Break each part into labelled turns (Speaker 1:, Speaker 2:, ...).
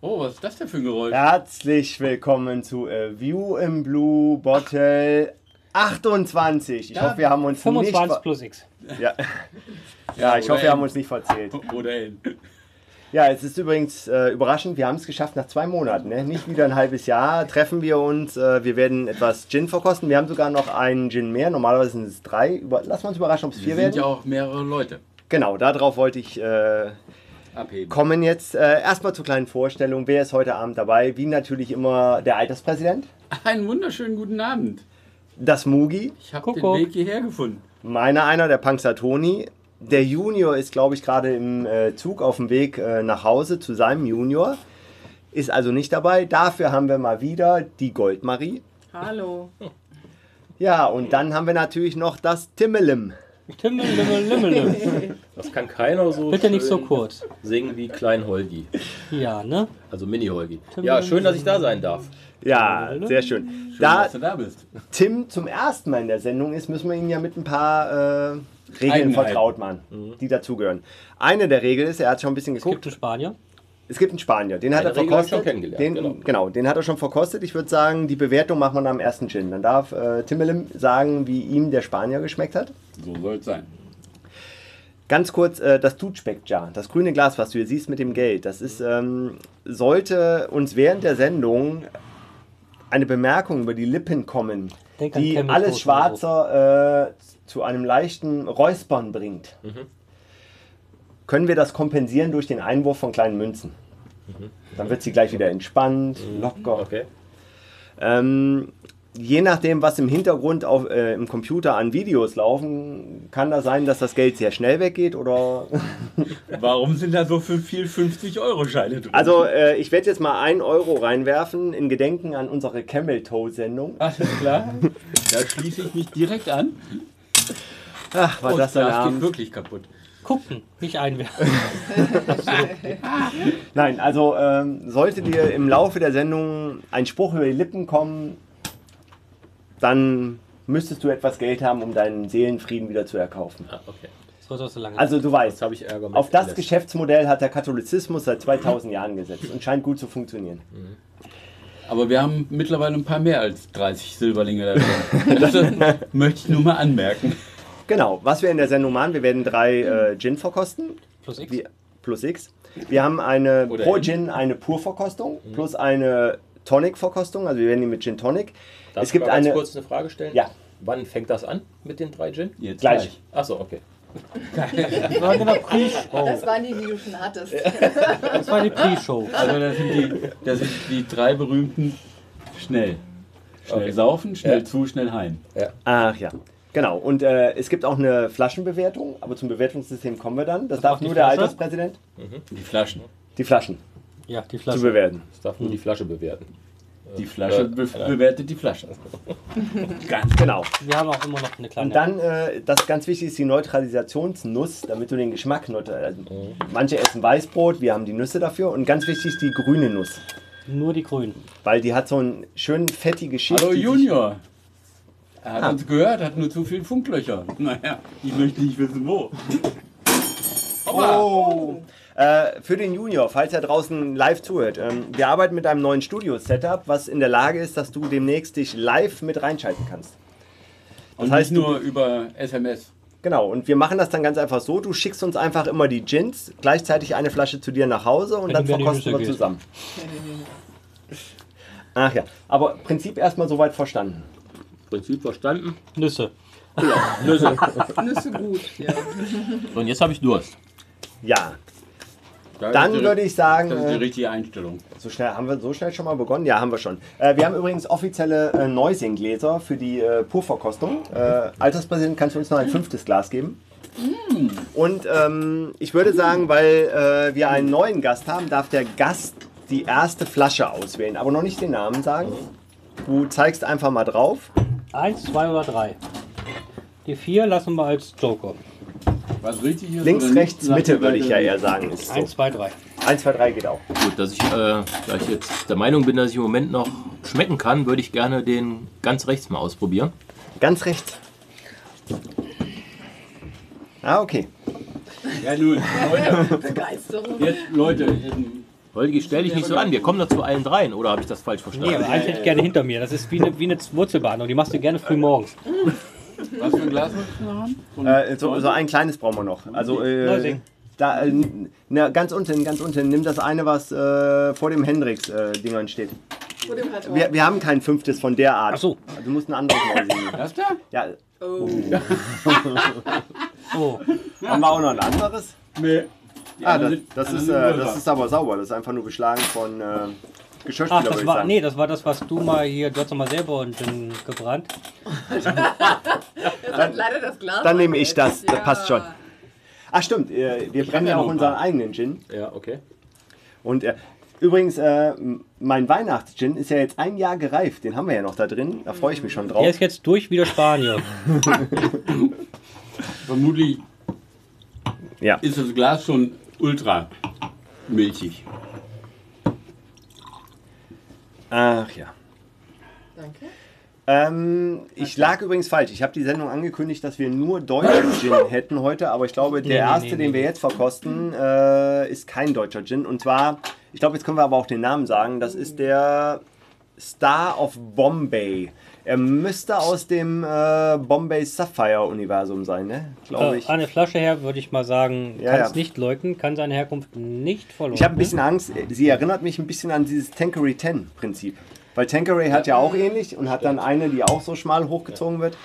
Speaker 1: Oh, was ist das denn für ein Geräusch?
Speaker 2: Herzlich willkommen zu A View im Blue Bottle 28. Ich
Speaker 1: Da-
Speaker 2: hoffe, wir haben uns
Speaker 3: 25
Speaker 2: nicht ver-
Speaker 3: plus X.
Speaker 2: ja. ja, ich hoffe, wir haben uns nicht verzählt.
Speaker 1: Wo- Wo denn?
Speaker 2: Ja, es ist übrigens äh, überraschend, wir haben es geschafft nach zwei Monaten. Ne? Nicht wieder ein halbes Jahr treffen wir uns. Äh, wir werden etwas Gin verkosten. Wir haben sogar noch einen Gin mehr. Normalerweise sind es drei. Über Lassen wir uns überraschen, ob es
Speaker 1: Wir
Speaker 2: vier
Speaker 1: sind
Speaker 2: werden.
Speaker 1: ja auch mehrere Leute
Speaker 2: Genau, darauf wollte ich äh,
Speaker 1: abheben.
Speaker 2: kommen jetzt. Äh, erstmal zur kleinen Vorstellung. Wer ist heute Abend dabei? Wie natürlich immer der Alterspräsident.
Speaker 1: Einen wunderschönen guten Abend.
Speaker 2: Das Mugi.
Speaker 1: Ich habe den
Speaker 3: Kuckuck.
Speaker 1: Weg hierher gefunden.
Speaker 2: Meiner einer, der Panxatoni. Der Junior ist, glaube ich, gerade im äh, Zug auf dem Weg äh, nach Hause zu seinem Junior. Ist also nicht dabei. Dafür haben wir mal wieder die Goldmarie.
Speaker 4: Hallo.
Speaker 2: Ja, und dann haben wir natürlich noch das Timmelim.
Speaker 3: Timmel, limmel, limmel, limmel.
Speaker 5: Das kann keiner so
Speaker 3: Bitte nicht so
Speaker 5: schön
Speaker 3: kurz.
Speaker 5: singen wie Klein Holgi.
Speaker 3: Ja, ne?
Speaker 5: Also Mini Holgi. Ja, schön, dass ich da sein darf.
Speaker 2: Ja, sehr schön.
Speaker 1: Schön,
Speaker 2: Da
Speaker 1: dass du da bist.
Speaker 2: Tim zum ersten Mal in der Sendung ist, müssen wir ihn ja mit ein paar äh, Regeln
Speaker 1: Eigenheiten.
Speaker 2: vertraut machen, die dazugehören. Eine der Regeln ist, er hat schon ein bisschen
Speaker 3: Es gibt
Speaker 2: geguckt,
Speaker 3: einen Spanier.
Speaker 2: es gibt einen Spanier, den hat
Speaker 5: Eine
Speaker 2: er
Speaker 5: Regel habe ich
Speaker 2: verkostet.
Speaker 5: schon kennengelernt,
Speaker 2: den,
Speaker 5: genau.
Speaker 2: genau. den hat er schon verkostet. Ich würde sagen, die Bewertung machen wir nach dem ersten Gin. Dann darf äh, Timmelim sagen, wie ihm der Spanier geschmeckt hat.
Speaker 1: So soll es sein.
Speaker 2: Ganz kurz, äh, das Tutspeck-Jar, das grüne Glas, was du hier siehst mit dem Geld, das ist, ähm, sollte uns während der Sendung eine Bemerkung über die Lippen kommen,
Speaker 3: Denk an
Speaker 2: die
Speaker 3: Camel Toast oder
Speaker 2: alles
Speaker 3: so.
Speaker 2: Schwarze äh, zu einem leichten Räuspern bringt. Können wir das kompensieren durch den Einwurf von kleinen Münzen? Dann wird sie gleich wieder entspannt, locker.
Speaker 5: Okay.
Speaker 2: Ähm, je nachdem, was im Hintergrund auf, äh, im Computer an Videos laufen, kann da sein, dass das Geld sehr schnell weggeht oder.
Speaker 1: Warum sind da so für viel 50-Euro-Scheine drin?
Speaker 2: Also, äh, ich werde jetzt mal 1 Euro reinwerfen in Gedenken an unsere Camel Toe Sendung.
Speaker 1: Alles klar, da schließe ich mich direkt an.
Speaker 2: Ach, war
Speaker 1: Oh,
Speaker 2: das
Speaker 1: das
Speaker 2: ein
Speaker 1: Glas geht
Speaker 2: Abend.
Speaker 1: wirklich kaputt.
Speaker 3: Gucken, nicht einwerfen.
Speaker 2: Nein, also, ähm, sollte dir im Laufe der Sendung ein Spruch über die Lippen kommen, dann müsstest du etwas Geld haben, um deinen Seelenfrieden wieder zu erkaufen.
Speaker 5: Ah, okay.
Speaker 3: Das wird auch so lange.
Speaker 2: Also, du weißt,
Speaker 5: Jetzt habe ich Ärger mit
Speaker 2: Auf das
Speaker 5: Alice.
Speaker 2: Geschäftsmodell hat der Katholizismus seit 2000 Jahren gesetzt und scheint gut zu funktionieren.
Speaker 1: Aber wir haben mittlerweile ein paar mehr als 30 Silberlinge da drin. Das möchte ich nur mal anmerken.
Speaker 2: Genau, was wir in der Sendung machen, wir werden drei äh, Gin verkosten,
Speaker 3: plus X.
Speaker 2: wir, plus X. Wir haben eine
Speaker 1: Oder
Speaker 2: pro
Speaker 1: N.
Speaker 2: Gin eine Pur-Verkostung plus eine Tonic-Verkostung, also wir werden die mit Gin Tonic.
Speaker 5: Darf
Speaker 2: es gibt
Speaker 5: ich mal ganz
Speaker 2: eine,
Speaker 5: kurz eine Frage stellen?
Speaker 2: Ja.
Speaker 5: Wann fängt das an mit den drei Gin?
Speaker 1: Jetzt
Speaker 2: Gleich.
Speaker 5: Achso, okay.
Speaker 3: Das war genau Pre-Show.
Speaker 4: Das waren die, die du schon hattest.
Speaker 3: Das war die Pre-Show.
Speaker 1: Also das sind die, das sind die drei berühmten schnell. Schnell
Speaker 5: Okay.
Speaker 1: saufen, schnell
Speaker 5: Ja.
Speaker 1: zu, schnell heim.
Speaker 2: ach ja, genau. Und äh, es gibt auch eine Flaschenbewertung, aber zum Bewertungssystem kommen wir dann. Das darf
Speaker 3: macht die
Speaker 2: nur der
Speaker 3: Flasche?
Speaker 2: Alterspräsident,
Speaker 1: Die Flaschen.
Speaker 2: die Flaschen
Speaker 3: Ja, die
Speaker 2: zu
Speaker 3: Flasche.
Speaker 2: bewerten.
Speaker 5: Ich darf nur die Flasche bewerten.
Speaker 1: Die Flasche
Speaker 5: Ja.
Speaker 1: be bewertet die Flasche. Ganz
Speaker 2: Genau.
Speaker 3: Wir haben auch immer noch eine kleine.
Speaker 2: Und dann, äh, das ganz wichtig ist die Neutralisationsnuss, damit du den Geschmack neutralisierst.
Speaker 5: Mhm.
Speaker 2: Also, manche essen Weißbrot, wir haben die Nüsse dafür. Und ganz wichtig die grüne Nuss,
Speaker 3: Nur die Grünen.
Speaker 2: weil die hat so einen schönen fettige Schicht.
Speaker 1: Hallo
Speaker 2: die sich-
Speaker 1: Junior. Er hat uns gehört, hat nur zu viele Funklöcher. Naja, ich möchte nicht wissen wo.
Speaker 2: Oh. Äh, für den Junior, falls er draußen live zuhört. Ähm, wir arbeiten mit einem neuen Studio-Setup, was in der Lage ist, dass du demnächst dich live mit reinschalten kannst.
Speaker 1: Und das
Speaker 2: heißt,
Speaker 1: heißt
Speaker 2: du-
Speaker 1: nur über SMS.
Speaker 2: Genau, und wir machen das dann ganz einfach so. Du schickst uns einfach immer die Gins, gleichzeitig eine Flasche zu dir nach Hause und
Speaker 3: Wenn
Speaker 2: dann
Speaker 3: du mir die
Speaker 2: verkosten
Speaker 3: Nüsse
Speaker 2: wir
Speaker 3: gibst.
Speaker 2: zusammen. Ach ja, aber Prinzip erstmal soweit verstanden.
Speaker 5: Prinzip verstanden.
Speaker 3: Nüsse.
Speaker 5: Nüsse.
Speaker 4: Nüsse gut, ja.
Speaker 5: Und jetzt habe ich Durst.
Speaker 2: Ja,
Speaker 1: Da
Speaker 2: dann
Speaker 1: ist die-
Speaker 2: würde ich sagen,
Speaker 1: Das ist die
Speaker 2: äh,
Speaker 1: richtige Einstellung.
Speaker 2: so schnell, haben wir so schnell schon mal begonnen? Ja, haben wir schon. Äh, wir haben übrigens offizielle äh, Neusing-Gläser für die äh, Purverkostung. Äh, Alterspräsident, kannst du uns noch ein fünftes Glas geben?
Speaker 1: Mm.
Speaker 2: Und ähm, ich würde sagen, weil äh, wir einen neuen Gast haben, darf der Gast die erste Flasche auswählen, aber noch nicht den Namen sagen. Du zeigst einfach mal drauf.
Speaker 3: Eins, zwei oder drei. Die vier lassen wir als Joker.
Speaker 1: Was richtig ist,
Speaker 2: Links,
Speaker 1: oder nicht,
Speaker 2: rechts,
Speaker 1: sagt
Speaker 2: Mitte
Speaker 1: die
Speaker 2: würde ich ja
Speaker 1: Seite.
Speaker 2: eher sagen. Ist so.
Speaker 3: Eins, zwei, drei.
Speaker 2: 1, 2, 3 geht auch.
Speaker 5: Gut, dass ich, äh, da ich jetzt der Meinung bin, dass ich im Moment noch schmecken kann, würde ich gerne den ganz rechts mal ausprobieren.
Speaker 2: Ganz rechts. Ah, okay. Ah,
Speaker 1: Ja nun, Leute,
Speaker 4: Begeisterung.
Speaker 1: jetzt Leute, ähm,
Speaker 5: Holgi, stell dich nicht so an, wir kommen doch zu allen dreien, oder habe ich das falsch
Speaker 3: Nee, aber
Speaker 5: verstanden?
Speaker 3: eins hätte ich gerne hinter mir. Das ist wie eine, wie eine Wurzelbehandlung. Die machst du gerne früh morgens.
Speaker 1: Was für ein Glas möchtest du noch haben? So ein-
Speaker 2: Äh, so, so ein kleines brauchen wir noch. Also, äh,
Speaker 3: Neusing.
Speaker 2: da, äh, na, ganz unten, ganz unten. Nimm das eine, was äh, vor dem Hendrix-Dingern steht.
Speaker 4: Vor dem Radau.
Speaker 2: Wir, wir haben kein fünftes von der Art.
Speaker 3: Ach so.
Speaker 2: Du musst ein anderes mal sehen.
Speaker 1: Das da?
Speaker 2: Ja,
Speaker 4: Oh.
Speaker 3: Oh,
Speaker 2: haben wir auch noch ein anderes?
Speaker 1: Nee.
Speaker 2: Ah, das, das, ist, äh, das ist aber sauber. Das ist einfach nur beschlagen von äh, Geschirrspüler,
Speaker 3: ach,
Speaker 2: würde
Speaker 3: das
Speaker 2: ich
Speaker 3: war,
Speaker 2: sagen.
Speaker 3: nee, das war das, was du mal hier, du hast doch mal selber unten gebrannt.
Speaker 4: Das hat leider das Glas.
Speaker 2: Dann nehme ich das.
Speaker 4: Ja.
Speaker 2: Das passt schon. Ach stimmt, äh, wir brennen
Speaker 5: hab
Speaker 2: ja
Speaker 5: ja
Speaker 2: auch
Speaker 5: noch ein
Speaker 2: unseren
Speaker 5: paar.
Speaker 2: eigenen Gin.
Speaker 5: Ja, okay.
Speaker 2: Und äh, übrigens, äh, m- mein Weihnachtsgin ist ja jetzt ein Jahr gereift. Den haben wir ja noch da drin. Da freue ich mich schon drauf.
Speaker 3: Der ist jetzt durch wie der Spanier.
Speaker 1: Vermutlich
Speaker 2: Ja.
Speaker 1: ist das Glas schon ultra milchig.
Speaker 2: Ach ja.
Speaker 4: Danke.
Speaker 2: Ähm, ich lag übrigens falsch. Ich habe die Sendung angekündigt, dass wir nur deutschen Gin hätten heute, aber ich glaube, der
Speaker 3: Nee, nee,
Speaker 2: erste,
Speaker 3: nee,
Speaker 2: den wir jetzt verkosten, äh, ist kein deutscher Gin. Und zwar, ich glaube, jetzt können wir aber auch den Namen sagen. Das ist der Star of Bombay. Er müsste aus dem äh, Bombay Sapphire Universum sein, ne? Glaube
Speaker 3: Äh,
Speaker 2: ich.
Speaker 3: eine Flasche her, würde ich mal sagen,
Speaker 2: Ja,
Speaker 3: kann es
Speaker 2: ja.
Speaker 3: nicht leugnen, kann seine Herkunft nicht verloren.
Speaker 2: Ich habe ein bisschen Angst. äh, Sie erinnert mich ein bisschen an dieses Tankery 10 Prinzip. Weil Tankery hat ja auch ähnlich und hat dann eine, die auch so schmal hochgezogen wird.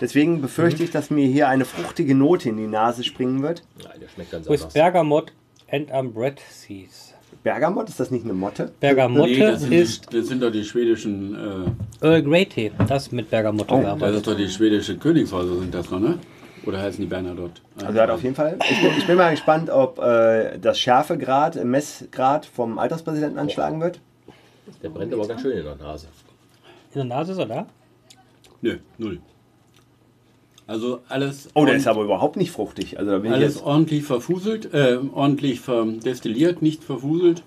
Speaker 2: Deswegen befürchte ich, dass mir hier eine fruchtige Note in die Nase springen wird.
Speaker 5: Nein, der schmeckt ganz
Speaker 3: With
Speaker 5: anders.
Speaker 3: Bergamot and Ambred Seas.
Speaker 2: Bergamot, ist das nicht eine Motte?
Speaker 3: Bergamotte
Speaker 1: Nee, das, sind,
Speaker 3: ist
Speaker 1: die- das sind doch die schwedischen, äh,
Speaker 3: Earl Grey Tee. Das mit Bergamotte
Speaker 2: Oh.
Speaker 1: das
Speaker 3: gearbeitet.
Speaker 1: ist doch die schwedische Königshäuser sind das noch, ne? Oder heißen die Bernadotte? Ah,
Speaker 2: Also hat auf jeden Fall. Ich bin, ich bin mal gespannt, ob äh, das Schärfegrad, äh, Messgrad vom Alterspräsidenten anschlagen wird.
Speaker 5: Der brennt aber ganz schön in der Nase.
Speaker 3: In der Nase ist er da?
Speaker 1: Nö, null. Also alles,
Speaker 2: Oh, der ist
Speaker 1: ordentlich-
Speaker 2: aber überhaupt nicht fruchtig. Also da bin ich
Speaker 1: alles
Speaker 2: jetzt,
Speaker 1: ordentlich verfuselt, äh, ordentlich verdestilliert, nicht verfuselt.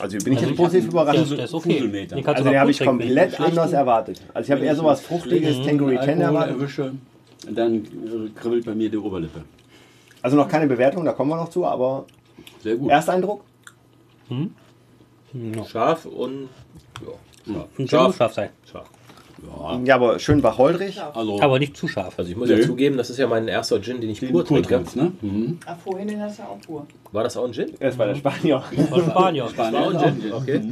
Speaker 2: also hier bin ich
Speaker 1: Also
Speaker 2: jetzt
Speaker 1: ich
Speaker 2: positiv
Speaker 1: hab-
Speaker 3: Der
Speaker 2: überrascht.
Speaker 3: ist, der ist okay.
Speaker 1: Fuselmeter.
Speaker 3: Den kannst du
Speaker 2: Also
Speaker 3: sogar
Speaker 2: den habe
Speaker 3: gut
Speaker 2: ich
Speaker 3: trinken.
Speaker 2: komplett
Speaker 1: schlechten-
Speaker 2: anders erwartet. Also ich habe eher sowas fruchtiges, Tangery
Speaker 1: Alkohol
Speaker 2: 10 erwartet.
Speaker 1: erwische, dann äh, kribbelt bei mir die Oberlippe.
Speaker 2: Also noch keine Bewertung, da kommen wir noch zu, aber
Speaker 1: Sehr gut.
Speaker 2: Ersteindruck?
Speaker 5: Scharf und. Ja,
Speaker 3: Und soll nur scharf sein.
Speaker 5: Scharf.
Speaker 1: Ja,
Speaker 2: Ja, aber schön wacholderig.
Speaker 1: also
Speaker 3: Aber nicht zu scharf.
Speaker 5: Also ich muss
Speaker 1: Nö.
Speaker 5: ja zugeben, das ist ja mein erster Gin, den ich pur
Speaker 1: pur
Speaker 5: trinke.
Speaker 1: trinkst, ne? Mhm.
Speaker 4: Ah, vorhin den hast du auch pur.
Speaker 5: War das auch ein Gin?
Speaker 2: Das war der Spanier.
Speaker 3: Von Spanier.
Speaker 1: Spanier ist auch ein Gin. Mhm.
Speaker 5: Okay.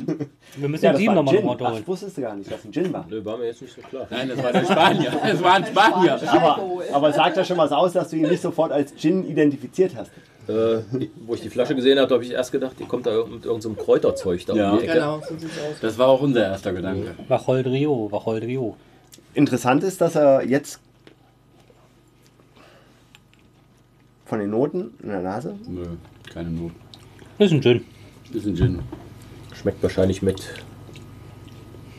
Speaker 3: Wir müssen
Speaker 2: Ja,
Speaker 3: den
Speaker 2: das
Speaker 3: Sieben
Speaker 2: war
Speaker 3: nochmal
Speaker 2: ein
Speaker 3: nach
Speaker 2: Gin.
Speaker 3: Hause
Speaker 2: Ach,
Speaker 3: holen.
Speaker 2: ich wusste es gar nicht, dass ein Gin war.
Speaker 5: Nö, war mir jetzt nicht so klar.
Speaker 1: Nein, das war der Spanier. Es war ein Spanier.
Speaker 2: Aber,
Speaker 4: Alkohol.
Speaker 2: aber sagt ja schon was aus, dass du ihn nicht sofort als Gin identifiziert hast.
Speaker 5: Äh, wo ich die Flasche gesehen habe, habe ich erst gedacht, die kommt da ir- mit irgendeinem Kräuterzeug da
Speaker 1: Ja.
Speaker 5: um die Ecke.
Speaker 4: Genau, so sieht's aus.
Speaker 1: Das war auch unser erster Gedanke.
Speaker 3: Wacholdrio, Wacholdrio.
Speaker 2: Interessant ist, dass er jetzt von den Noten in der Nase.
Speaker 1: Nö, keine Not.
Speaker 3: Das ist ein Gin.
Speaker 1: Ist ein Gin.
Speaker 5: Schmeckt wahrscheinlich mit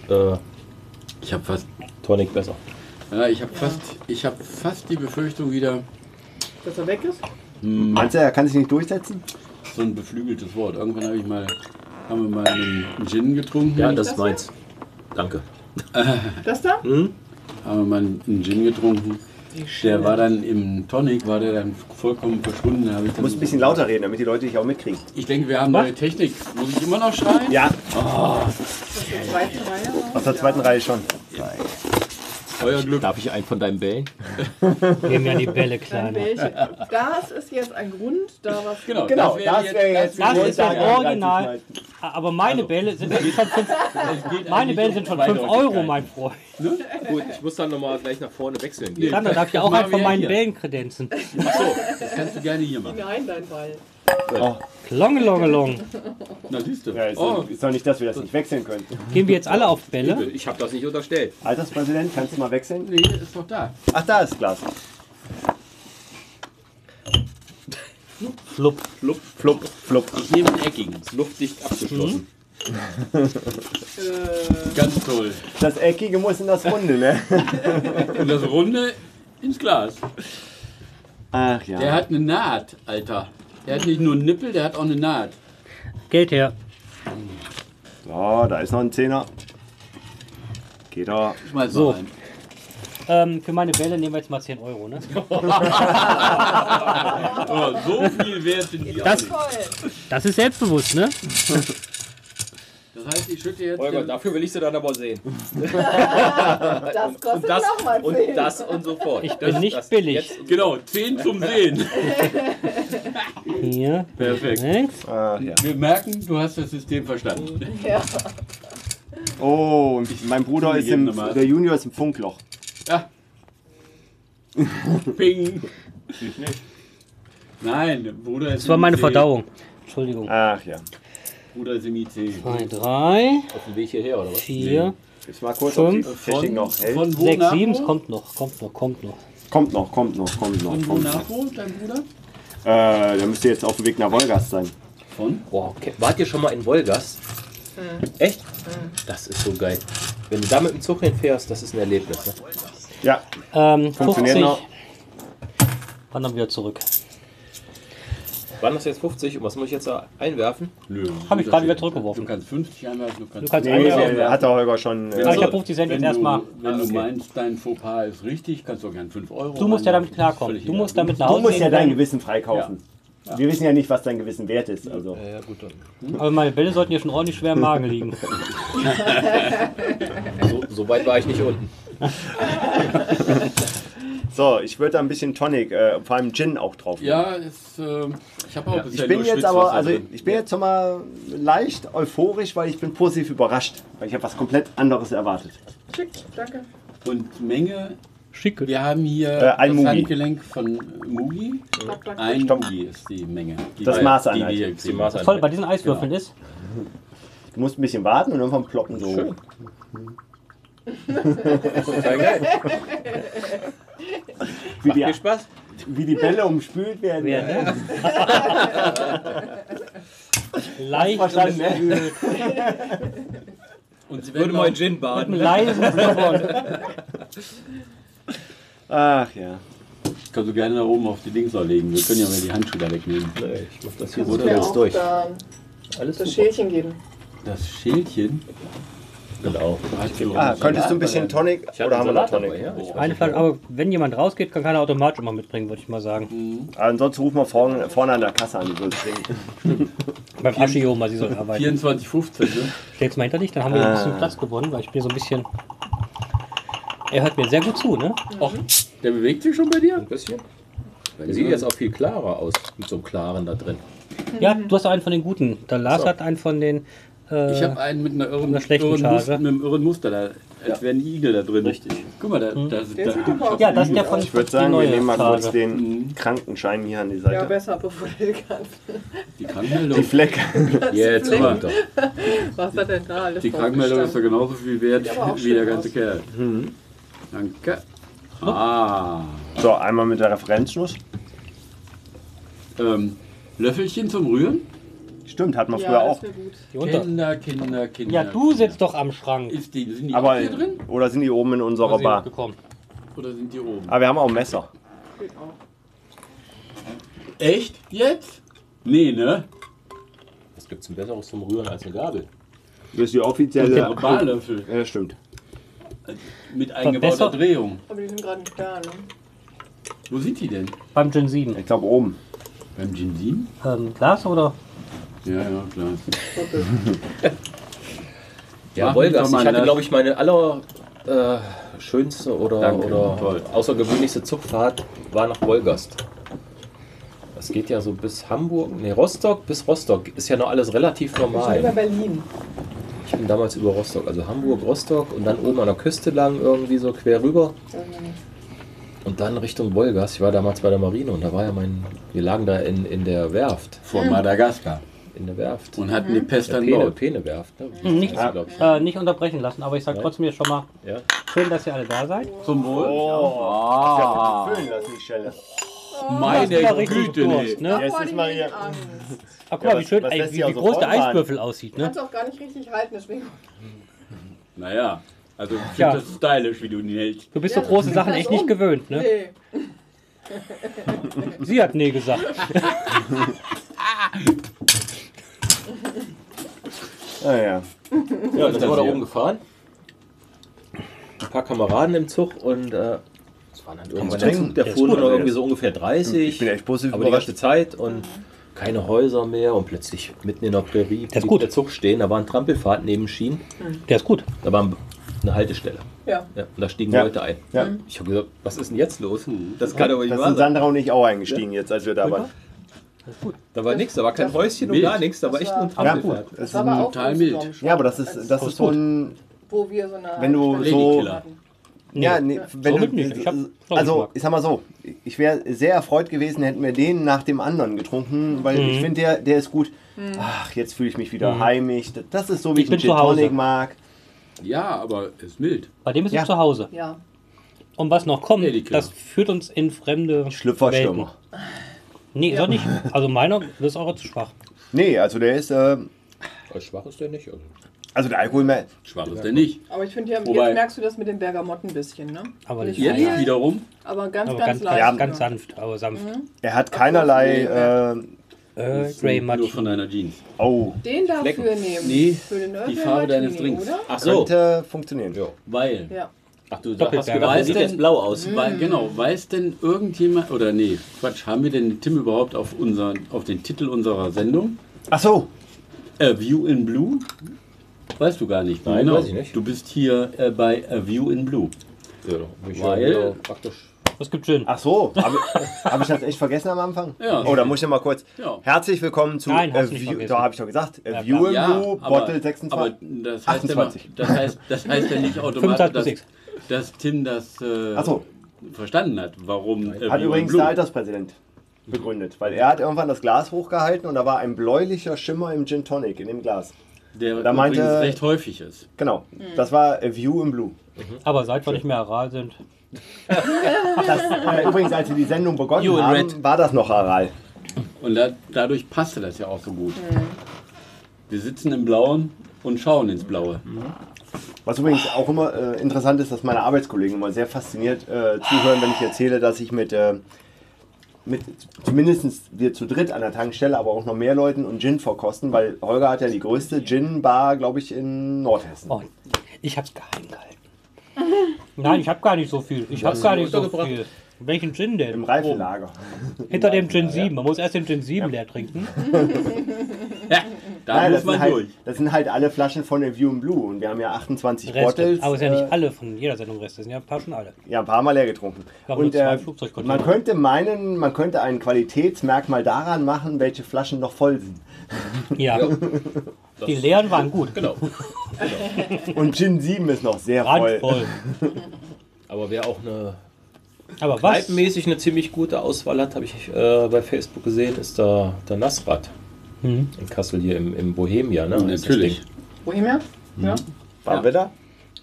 Speaker 5: äh,
Speaker 1: Ich habe fast,
Speaker 5: Tonic besser.
Speaker 1: ja, ich habe fast, ich habe fast die Befürchtung wieder
Speaker 4: Dass er weg ist?
Speaker 2: Meinst du, er kann sich nicht durchsetzen?
Speaker 1: so ein beflügeltes Wort. Irgendwann habe ich mal, haben wir mal einen Gin getrunken.
Speaker 5: Ja, das ist
Speaker 4: das
Speaker 5: meins. Danke.
Speaker 4: Das da?
Speaker 1: haben wir mal einen Gin getrunken. Der war dann im Tonic, war der dann vollkommen verschwunden. Da habe ich
Speaker 2: Du
Speaker 1: dann-
Speaker 2: musst ein bisschen lauter reden, damit die Leute dich auch mitkriegen.
Speaker 1: Ich denke, wir haben neue Technik. Muss ich immer noch schreien?
Speaker 2: Ja,
Speaker 4: Aus der zweiten Reihe?
Speaker 2: aus der zweiten Reihe schon.
Speaker 1: Euer Glück.
Speaker 5: Darf ich einen von deinen Bällen?
Speaker 3: Nehmen ja die Bälle
Speaker 4: Dann
Speaker 3: kleiner.
Speaker 4: welche? Das ist jetzt ein Grund, da was.
Speaker 1: Genau,
Speaker 2: Genau, das wäre jetzt
Speaker 1: das
Speaker 3: Das
Speaker 1: wäre
Speaker 3: ist das
Speaker 2: Grundlage, um
Speaker 3: Original.
Speaker 2: reinzuschneiden.
Speaker 3: Aber meine Bälle sind schon fünf,
Speaker 1: Es geht
Speaker 3: meine
Speaker 1: eigentlich
Speaker 3: Bälle
Speaker 1: um
Speaker 3: sind von 5 Euro,
Speaker 1: Zweideutigkeit.
Speaker 3: mein Freund.
Speaker 5: Gut, ich muss dann nochmal gleich nach vorne wechseln
Speaker 1: gehen.
Speaker 5: gehen.
Speaker 3: Sandra darf ja auch
Speaker 1: Mal
Speaker 3: einen von
Speaker 1: wieder
Speaker 3: meinen
Speaker 1: hier.
Speaker 3: Bällen kredenzen.
Speaker 5: Achso,
Speaker 1: Das kannst du gerne hier machen.
Speaker 4: Nein, dein Ball.
Speaker 3: Long, long, long.
Speaker 1: Na, siehst du.
Speaker 2: Ja, ist,
Speaker 1: oh,
Speaker 2: doch, ist doch nicht, dass wir das nicht wechseln können.
Speaker 3: Gehen wir jetzt alle auf Bälle?
Speaker 5: ich habe das nicht unterstellt.
Speaker 2: Alterspräsident, kannst du mal wechseln?
Speaker 1: nee, ist doch da.
Speaker 2: Ach, da ist das Glas.
Speaker 3: Flupp.
Speaker 2: Flupp, flupp, flupp.
Speaker 1: Ich nehme einen eckigen.
Speaker 5: Luftdicht abgeschlossen.
Speaker 1: Mhm.
Speaker 4: Äh,
Speaker 1: Ganz toll.
Speaker 2: Das Eckige muss in das Runde, ne?
Speaker 1: Und das Runde ins Glas.
Speaker 2: Ach ja.
Speaker 1: Der hat eine Naht, Alter. Der hat nicht nur einen Nippel, der hat auch eine Naht.
Speaker 3: Geld her.
Speaker 2: So, da ist noch ein Zehner. Geht doch.
Speaker 1: Schmeiß
Speaker 3: So.
Speaker 1: mal rein.
Speaker 3: Ähm, für meine Bälle nehmen wir jetzt mal 10 Euro, ne?
Speaker 1: Aber so viel wert sind die auch
Speaker 3: Das-
Speaker 1: nicht.
Speaker 4: toll.
Speaker 3: Das ist selbstbewusst, ne?
Speaker 1: Das heißt, ich schütte jetzt.
Speaker 6: Oh Gott,
Speaker 1: den,
Speaker 6: dafür will ich sie dann aber sehen.
Speaker 4: Das
Speaker 6: Und
Speaker 4: kostet
Speaker 6: das
Speaker 4: nochmal 10.
Speaker 6: und das und so fort.
Speaker 3: Ich
Speaker 6: das,
Speaker 3: bin nicht
Speaker 6: das,
Speaker 3: billig.
Speaker 6: Jetzt,
Speaker 1: genau, 10 zum Sehen.
Speaker 3: Hier.
Speaker 1: Perfekt.
Speaker 3: Links.
Speaker 2: Ach, ja.
Speaker 1: Wir merken, du hast das System verstanden.
Speaker 4: ja.
Speaker 2: Oh, mein Bruder ist im,
Speaker 1: zugegebenermaßen.
Speaker 2: der Junior ist im Funkloch.
Speaker 1: Ja. Ping. Nein, Bruder ist
Speaker 3: Das war meine
Speaker 1: IC.
Speaker 3: Verdauung. Entschuldigung.
Speaker 2: Ach ja.
Speaker 1: Bruder ist im IC.
Speaker 3: 2, 3,
Speaker 6: auf dem Weg hierher, oder was?
Speaker 3: 4,
Speaker 2: Ich mal kurz,
Speaker 3: Fünf.
Speaker 2: ob die Technik noch hält.
Speaker 1: von wo
Speaker 3: 6,
Speaker 1: nach
Speaker 3: 7.
Speaker 1: wo?
Speaker 3: Es kommt noch, kommt noch, kommt noch.
Speaker 2: Kommt noch, kommt noch, kommt noch,
Speaker 1: Von wo
Speaker 2: kommt noch.
Speaker 1: nach wo, dein Bruder?
Speaker 2: Äh, der müsste jetzt auf dem Weg nach Wolgast sein.
Speaker 1: Von?
Speaker 6: Wow, okay. Wart ihr schon mal in Wolgast?
Speaker 4: Äh.
Speaker 6: Echt? Das ist so geil. Wenn du da mit dem Zug hinfährst, das ist ein Erlebnis. Ne?
Speaker 2: Ja,
Speaker 3: Ähm,
Speaker 2: Funktioniert
Speaker 3: 50.
Speaker 2: noch.
Speaker 3: Wandern wir zurück.
Speaker 6: Waren das jetzt 50 und was muss ich jetzt da einwerfen?
Speaker 1: Nö.
Speaker 3: Hab ich gerade wieder
Speaker 1: Du
Speaker 3: zurückgewerfen.
Speaker 1: kannst 50 einwerfen, du kannst.
Speaker 3: Du kannst
Speaker 2: nee,
Speaker 3: einwerfen.
Speaker 2: der- hat der Holger schon.
Speaker 1: Ja,
Speaker 3: Aber ich
Speaker 2: Äh,
Speaker 3: habe
Speaker 1: so,
Speaker 3: 50 Cent
Speaker 1: wenn
Speaker 3: jetzt
Speaker 1: du-
Speaker 3: erstmal.
Speaker 1: Wenn du
Speaker 6: Okay.
Speaker 1: meinst, dein Fauxpas ist richtig, kannst du auch gerne 5 Euro.
Speaker 3: Du musst ja damit
Speaker 1: einwerfen.
Speaker 3: klarkommen.
Speaker 1: Völlig
Speaker 3: Du
Speaker 1: egal.
Speaker 3: musst damit nach
Speaker 2: du
Speaker 3: Hause
Speaker 2: musst ja
Speaker 3: gehen.
Speaker 2: dein Gewissen freikaufen. Wir wissen ja nicht, was dein Gewissen wert ist. Also.
Speaker 6: Ja, gut. Dann.
Speaker 3: Aber meine Bälle sollten hier schon ordentlich schwer im Magen liegen.
Speaker 6: So, so weit war ich nicht unten.
Speaker 2: So, ich würde da ein bisschen Tonic, äh, vor allem Gin auch drauf. machen.
Speaker 1: Ja, es, ähm, ich habe auch bisher
Speaker 2: Ich bin
Speaker 1: nur
Speaker 2: jetzt aber,
Speaker 1: Schwitzwasser
Speaker 2: also
Speaker 1: drin.
Speaker 2: ich bin jetzt schon mal leicht euphorisch, weil ich bin positiv überrascht. Weil ich habe was komplett anderes erwartet.
Speaker 4: Schick, danke.
Speaker 1: Und Menge,
Speaker 3: Schick.
Speaker 1: wir haben hier
Speaker 2: Äh, ein
Speaker 1: das
Speaker 2: Mugi.
Speaker 1: Handgelenk von Mugi.
Speaker 4: Danke, danke.
Speaker 1: Ein
Speaker 2: Stopp.
Speaker 1: Mugi ist die Menge. Die
Speaker 2: Das
Speaker 1: wir-
Speaker 2: Maß
Speaker 1: die
Speaker 2: an,
Speaker 1: wir
Speaker 2: also.
Speaker 1: hier
Speaker 6: Das ist die
Speaker 1: kriegen.
Speaker 6: Maß
Speaker 3: Toll bei diesen Eiswürfeln ist.
Speaker 2: Du musst ein bisschen warten und irgendwann ploppen so.
Speaker 6: Schön.
Speaker 2: Wie die,
Speaker 6: Viel Spaß.
Speaker 2: wie die Bälle umspült werden.
Speaker 3: Leicht
Speaker 2: Verstanden,
Speaker 3: und
Speaker 2: ne?
Speaker 1: Und sie
Speaker 6: Würde
Speaker 1: werden
Speaker 6: mal in
Speaker 1: auch,
Speaker 6: Gin baden.
Speaker 3: leisen Blubbern.
Speaker 2: Ach ja.
Speaker 1: kannst du gerne da oben auf die Dings noch legen. Wir können ja mal die Handschuhe da wegnehmen.
Speaker 6: Nee, ich mach das hier
Speaker 4: Kannst du
Speaker 6: runter
Speaker 4: mir
Speaker 6: jetzt
Speaker 4: auch
Speaker 6: durch.
Speaker 4: Da
Speaker 6: Alles
Speaker 4: das
Speaker 6: super.
Speaker 4: Schälchen geben.
Speaker 1: Das Schildchen.
Speaker 6: Genau.
Speaker 1: Hast du-
Speaker 2: Ah, könntest du ein bisschen Tonic
Speaker 6: Ich
Speaker 2: oder
Speaker 6: hatte
Speaker 2: haben wir noch
Speaker 6: einen Salat
Speaker 2: Tonic?
Speaker 6: dabei, ja. Ich
Speaker 3: Eine Flasche, aber wenn jemand rausgeht, kann keiner automatisch immer mitbringen, würde ich mal
Speaker 2: Hm,
Speaker 3: sagen.
Speaker 2: Ansonsten rufen wir vorne, vorne an der Kasse an, die würden trinken.
Speaker 3: Beim Aschio mal, sie soll arbeiten.
Speaker 1: 24, 15, ne?
Speaker 3: Stell's mal hinter dich, dann haben wir ein
Speaker 2: Ah.
Speaker 3: bisschen Platz gewonnen, weil ich bin so ein bisschen. Er hört mir sehr gut zu, ne?
Speaker 1: Och, der bewegt sich schon bei dir?
Speaker 6: ein bisschen. Sieht jetzt auch viel klarer aus mit so einem klaren da drin.
Speaker 3: Ja, du hast auch einen von den guten. Der Lars
Speaker 6: So.
Speaker 3: hat einen von den. Äh,
Speaker 1: Ich habe einen mit einer irren,
Speaker 3: einer schlechten
Speaker 1: irren
Speaker 3: Charge.
Speaker 1: Muster, mit einem irren Muster da. Als wären die Igel da drin. Richtig. Guck mal, da,
Speaker 3: Hm?
Speaker 1: da,
Speaker 4: Der sieht
Speaker 1: da,
Speaker 4: aber auch
Speaker 3: ja, das ist der von
Speaker 2: Mhm. Ich würde
Speaker 3: die
Speaker 2: sagen, wir
Speaker 3: neue
Speaker 2: nehmen mal kurz
Speaker 3: Farbe.
Speaker 2: den Krankenschein hier an die
Speaker 4: Ja,
Speaker 2: Seite.
Speaker 4: besser, bevor du kannst.
Speaker 1: die
Speaker 2: Die
Speaker 1: Krankmeldung.
Speaker 2: Flecke.
Speaker 6: Jetzt
Speaker 1: Flecken.
Speaker 6: runter.
Speaker 4: Was hat denn da alles
Speaker 1: Die Krankmeldung ist doch
Speaker 4: draufgestanden?
Speaker 1: genauso viel wert
Speaker 4: Sieht aber auch
Speaker 1: wie der
Speaker 4: schön
Speaker 1: ganze
Speaker 4: aus.
Speaker 1: Kerl.
Speaker 3: Hm.
Speaker 1: Danke.
Speaker 3: Oh.
Speaker 1: Ah.
Speaker 2: So, einmal mit der Referenzschluss.
Speaker 1: Ähm, Löffelchen zum Rühren?
Speaker 2: Stimmt, hat man früher
Speaker 4: Ja,
Speaker 2: auch.
Speaker 4: das wäre gut.
Speaker 3: Die unter.
Speaker 1: Kinder, Kinder, Kinder.
Speaker 3: Ja, du sitzt doch am Schrank.
Speaker 1: Ist die, sind die
Speaker 2: Aber
Speaker 1: auch hier drin?
Speaker 2: oder sind die oben in unserer
Speaker 3: Sie
Speaker 2: Bar?
Speaker 3: gekommen.
Speaker 1: Oder sind die oben?
Speaker 3: Ah.
Speaker 2: Aber Ah, wir haben auch ein Messer.
Speaker 4: Geht auch.
Speaker 1: Echt? Jetzt? Nee, ne?
Speaker 6: Was gibt's ein besseres zum Rühren als eine Gabel?
Speaker 2: Das ist die offizielle.
Speaker 1: Also, Barlöffel
Speaker 2: Ja, stimmt.
Speaker 1: mit eingebauter
Speaker 3: Verbesser-
Speaker 1: Drehung.
Speaker 4: Aber die sind gerade nicht da, ne?
Speaker 1: Wo sind die denn?
Speaker 3: Beim Gen 7.
Speaker 2: Ich glaube oben.
Speaker 1: Beim Ginsin?
Speaker 3: Ähm, Glas oder?
Speaker 1: Ja, ja, klar.
Speaker 6: Ja,
Speaker 1: Mach mich doch
Speaker 6: Wolgas.
Speaker 1: mal ne?
Speaker 6: Ich hatte,
Speaker 1: nass.
Speaker 6: glaube ich, meine aller äh, schönste oder,
Speaker 1: Danke,
Speaker 6: oder
Speaker 1: toll.
Speaker 6: außergewöhnlichste Zugfahrt war nach Wolgast. Das geht ja so bis Hamburg, nee, Rostock bis Rostock. Ist ja noch alles relativ
Speaker 4: Ich bin über
Speaker 6: normal.
Speaker 4: Berlin.
Speaker 6: Ich bin damals über Rostock, also Hamburg, Rostock und dann oben an der Küste lang irgendwie so quer rüber. Und dann Richtung Wolgast. Ich war damals bei der Marine und da war ja mein. Wir lagen da in, in der Werft.
Speaker 4: Ähm.
Speaker 1: Vor Madagaskar.
Speaker 6: In der Werft.
Speaker 1: Und hatten die Pest
Speaker 6: der
Speaker 1: an
Speaker 6: Pene,
Speaker 1: Bord.
Speaker 6: Penewerft. Ne?
Speaker 3: Nicht,
Speaker 6: Ja, glaub ich.
Speaker 3: äh, nicht unterbrechen lassen, aber ich sage trotzdem jetzt schon mal,
Speaker 6: Ja.
Speaker 3: schön, dass ihr alle da seid.
Speaker 1: Zum
Speaker 2: Oh.
Speaker 1: Wohl.
Speaker 2: Ah. Füllen lassen die Schelle.
Speaker 6: Oh,
Speaker 1: Meine
Speaker 3: Ja, richtig
Speaker 1: Güte,
Speaker 3: Durst,
Speaker 1: nee.
Speaker 3: ne?
Speaker 2: Jetzt ist Maria-
Speaker 4: Angst.
Speaker 3: Ach, guck
Speaker 2: Ja,
Speaker 3: mal, wie
Speaker 2: was-
Speaker 3: schön,
Speaker 2: was lässt
Speaker 3: ey, wie,
Speaker 2: sich auch
Speaker 3: wie
Speaker 2: so
Speaker 3: groß der
Speaker 2: voll machen?
Speaker 3: Eiswürfel aussieht, ne?
Speaker 4: Kannst auch gar nicht richtig halten, deswegen.
Speaker 1: Naja, also ich finde
Speaker 3: Ja.
Speaker 1: das stylisch, wie du ihn hältst.
Speaker 3: Du bist
Speaker 4: Ja,
Speaker 3: so große
Speaker 4: das
Speaker 3: Sachen
Speaker 4: ist
Speaker 3: echt nicht
Speaker 4: um.
Speaker 3: gewöhnt, ne?
Speaker 4: Nee.
Speaker 3: Sie hat nee gesagt.
Speaker 2: Ah ja.
Speaker 6: Ja, dann sind wir da
Speaker 1: hier.
Speaker 6: oben gefahren. Ein paar Kameraden im Zug und äh, es waren dann irgendwann der
Speaker 2: trinken?
Speaker 6: Zug, der
Speaker 2: Ja,
Speaker 6: fuhr
Speaker 2: ist
Speaker 6: nur
Speaker 2: gut.
Speaker 6: noch irgendwie so ungefähr
Speaker 2: Ich
Speaker 6: 30.
Speaker 2: bin echt positiv
Speaker 6: aber die ganze
Speaker 2: überrascht.
Speaker 6: Zeit und keine Häuser mehr und plötzlich mitten in der Prärie
Speaker 3: ist gut.
Speaker 6: der Zug stehen. Da war ein Trampelfahrt neben Schienen,
Speaker 3: Der ist gut.
Speaker 6: da war eine Haltestelle.
Speaker 4: Ja.
Speaker 6: Ja, und da stiegen
Speaker 2: Ja.
Speaker 6: Leute ein.
Speaker 2: Ja.
Speaker 6: Ich habe gesagt, was ist denn jetzt los? Das kann aber nicht
Speaker 2: Da
Speaker 6: wahr
Speaker 2: sind
Speaker 6: sein.
Speaker 2: Sandra und ich auch eingestiegen jetzt, als wir da waren.
Speaker 6: Da war nichts, da war kein Häuschen und
Speaker 1: Wild.
Speaker 6: gar nichts, da war echt nur ein
Speaker 2: Ja, gut.
Speaker 6: Trampelfahrt.
Speaker 2: Es
Speaker 4: Das
Speaker 2: ist
Speaker 4: war aber
Speaker 2: ein,
Speaker 4: auch
Speaker 1: total
Speaker 4: ein
Speaker 1: mild.
Speaker 4: Storm schon,
Speaker 2: ja, aber das
Speaker 4: als-
Speaker 2: ist, das ist so ein.
Speaker 4: Wo wir so eine.
Speaker 2: Wenn du so-
Speaker 4: Ladykiller hatten.
Speaker 2: Ja, nee, wenn
Speaker 3: Warum
Speaker 2: du,
Speaker 3: nicht? Ich hab- glaub,
Speaker 2: also,
Speaker 3: ich mag.
Speaker 2: ich sag mal so, ich wäre sehr erfreut gewesen, hätten wir den nach dem anderen getrunken, weil ich finde, der, der ist gut. Ach, jetzt fühle ich mich wieder heimisch. Das ist so, wie
Speaker 3: Ich
Speaker 2: ich,
Speaker 3: bin
Speaker 2: einen Gin
Speaker 3: zu Hause.
Speaker 2: Tonic mag.
Speaker 1: Ja, aber ist mild.
Speaker 3: Bei dem ist
Speaker 2: Ja.
Speaker 3: es zu Hause.
Speaker 4: Ja.
Speaker 3: Und was noch kommt,
Speaker 1: Elikör.
Speaker 3: das führt uns in fremde Welten.
Speaker 2: Schlüpferstürmer.
Speaker 3: Nee, so nicht. Also meiner das ist auch zu schwach.
Speaker 2: Nee, also der ist, äh,
Speaker 6: Schwach ist der nicht. Also.
Speaker 2: also der Alkohol, mehr-
Speaker 1: Schwach ist der nicht.
Speaker 4: Aber ich finde, ja,
Speaker 1: Wobei-
Speaker 4: jetzt merkst du das mit dem Bergamotten ein bisschen, ne?
Speaker 3: Aber
Speaker 4: Nicht
Speaker 3: nicht
Speaker 1: Jetzt
Speaker 4: viel,
Speaker 1: wiederum.
Speaker 4: Aber ganz,
Speaker 3: Aber
Speaker 4: ganz
Speaker 3: ganz, Mhm.
Speaker 4: leicht.
Speaker 2: Ja.
Speaker 3: ganz, ganz sanft, aber sanft.
Speaker 2: er hat keinerlei, äh,
Speaker 3: Earl
Speaker 1: ist
Speaker 3: Grey
Speaker 1: nur
Speaker 3: Matsch.
Speaker 1: von deiner Jeans.
Speaker 2: oh,
Speaker 4: Den dafür
Speaker 6: Flecken.
Speaker 4: nehmen.
Speaker 1: Nee,
Speaker 4: Für den Earl
Speaker 1: die
Speaker 4: Grey
Speaker 1: Farbe deines
Speaker 4: Martini,
Speaker 1: Drinks.
Speaker 4: Oder?
Speaker 5: Ach so,
Speaker 2: könnte funktionieren.
Speaker 6: Ja.
Speaker 1: Weil.
Speaker 4: Ja.
Speaker 5: ach du hast
Speaker 3: Doppelberger.
Speaker 5: gedacht, der sieht
Speaker 1: Weißt
Speaker 5: jetzt
Speaker 1: denn-
Speaker 5: blau aus.
Speaker 1: Weil, genau, weiß denn irgendjemand, oder nee, Quatsch, haben wir denn Tim überhaupt auf, unseren, auf den Titel unserer Sendung?
Speaker 2: Ach so,
Speaker 1: A View in Blue? Weißt du gar nicht.
Speaker 6: Nein,
Speaker 1: genau.
Speaker 6: weiß ich nicht.
Speaker 1: Du bist hier äh, bei A View in Blue.
Speaker 6: Ja, doch. Bin ich ja
Speaker 1: Weil-
Speaker 6: wieder praktisch.
Speaker 3: Es gibt Gin.
Speaker 1: Ah.
Speaker 2: ach so, habe hab ich das echt vergessen am Anfang?
Speaker 1: Ja.
Speaker 2: Oh, da muss ich ja mal kurz.
Speaker 1: Ja.
Speaker 2: Herzlich willkommen zu, äh,
Speaker 3: Nein, hast du nicht
Speaker 2: View,
Speaker 3: vergessen.
Speaker 2: da habe ich doch gesagt, A
Speaker 3: Ja,
Speaker 2: View in
Speaker 1: Ja,
Speaker 2: Blue,
Speaker 1: aber-
Speaker 2: Bottle 26.
Speaker 1: Aber das heißt, ja,
Speaker 2: 28.
Speaker 1: noch- das heißt, das heißt ja nicht
Speaker 3: 25
Speaker 1: automatisch,
Speaker 3: bis
Speaker 1: dass, dass Tim das äh,
Speaker 2: Ach so.
Speaker 1: verstanden hat, warum äh,
Speaker 2: Hat
Speaker 1: View in
Speaker 2: übrigens
Speaker 1: Blue.
Speaker 2: der Alterspräsident begründet, weil er hat irgendwann das Glas hochgehalten und da war ein bläulicher Schimmer im Gin Tonic in dem Glas.
Speaker 1: der
Speaker 2: da meinte-
Speaker 1: übrigens recht häufig ist.
Speaker 2: Genau,
Speaker 1: Hm.
Speaker 2: das war A View in Blue.
Speaker 3: Aber seit wir nicht mehr aral sind,
Speaker 2: Das, äh, übrigens, als wir die Sendung begonnen
Speaker 5: You in
Speaker 2: haben,
Speaker 5: red.
Speaker 2: war das noch Aral.
Speaker 1: Und da, dadurch passte das ja auch so gut. Wir sitzen im Blauen und schauen ins Blaue.
Speaker 2: Was übrigens auch immer äh, interessant ist, dass meine Arbeitskollegen immer sehr fasziniert äh, zuhören, wenn ich erzähle, dass ich mit, äh, mit zumindest wir zu dritt an der Tankstelle, aber auch noch mehr Leuten und Gin verkosten, weil Holger hat ja die größte Gin-Bar, glaube ich, in Nordhessen.
Speaker 3: Oh, ich hab's geheim gehalten. Nein, ich hab gar nicht so viel. Ich hab gar nicht so
Speaker 6: untergebracht?
Speaker 3: viel. Welchen Gin denn? Oh,
Speaker 2: Im Reifenlager.
Speaker 3: Hinter dem Gin 7. Man muss erst den Gin 7 leer trinken.
Speaker 1: Ja, da
Speaker 2: Nein, das,
Speaker 1: muss man
Speaker 2: sind halt,
Speaker 1: durch.
Speaker 2: das sind halt alle Flaschen von der View in Blue und wir haben ja 28
Speaker 3: Reste.
Speaker 2: Bottles.
Speaker 3: Aber es sind ja
Speaker 2: äh,
Speaker 3: nicht alle von jeder Sendung Reste. Es sind ja ein paar schon alle.
Speaker 2: Ja, ein paar Mal leer getrunken.
Speaker 3: glaub,
Speaker 2: und
Speaker 3: nur zwei
Speaker 2: äh,
Speaker 3: Flugzeugcontainer.
Speaker 2: man könnte meinen, man könnte ein Qualitätsmerkmal daran machen, welche Flaschen noch voll sind.
Speaker 3: Ja. Die leeren waren gut.
Speaker 6: Genau.
Speaker 2: Und Gin 7 ist noch sehr voll.
Speaker 3: Randvoll.
Speaker 6: Aber wer auch eine
Speaker 3: Aber was?
Speaker 6: Kneipenmäßig eine ziemlich gute Auswahl hat, habe ich äh, bei Facebook gesehen, ist der, der Nasrat
Speaker 3: Hm.
Speaker 6: in Kassel hier im, im Bohemia. Ne? Heißt das
Speaker 1: Natürlich.
Speaker 6: Ding.
Speaker 4: Bohemia? Ja.
Speaker 1: Mhm.
Speaker 2: Waren wir da?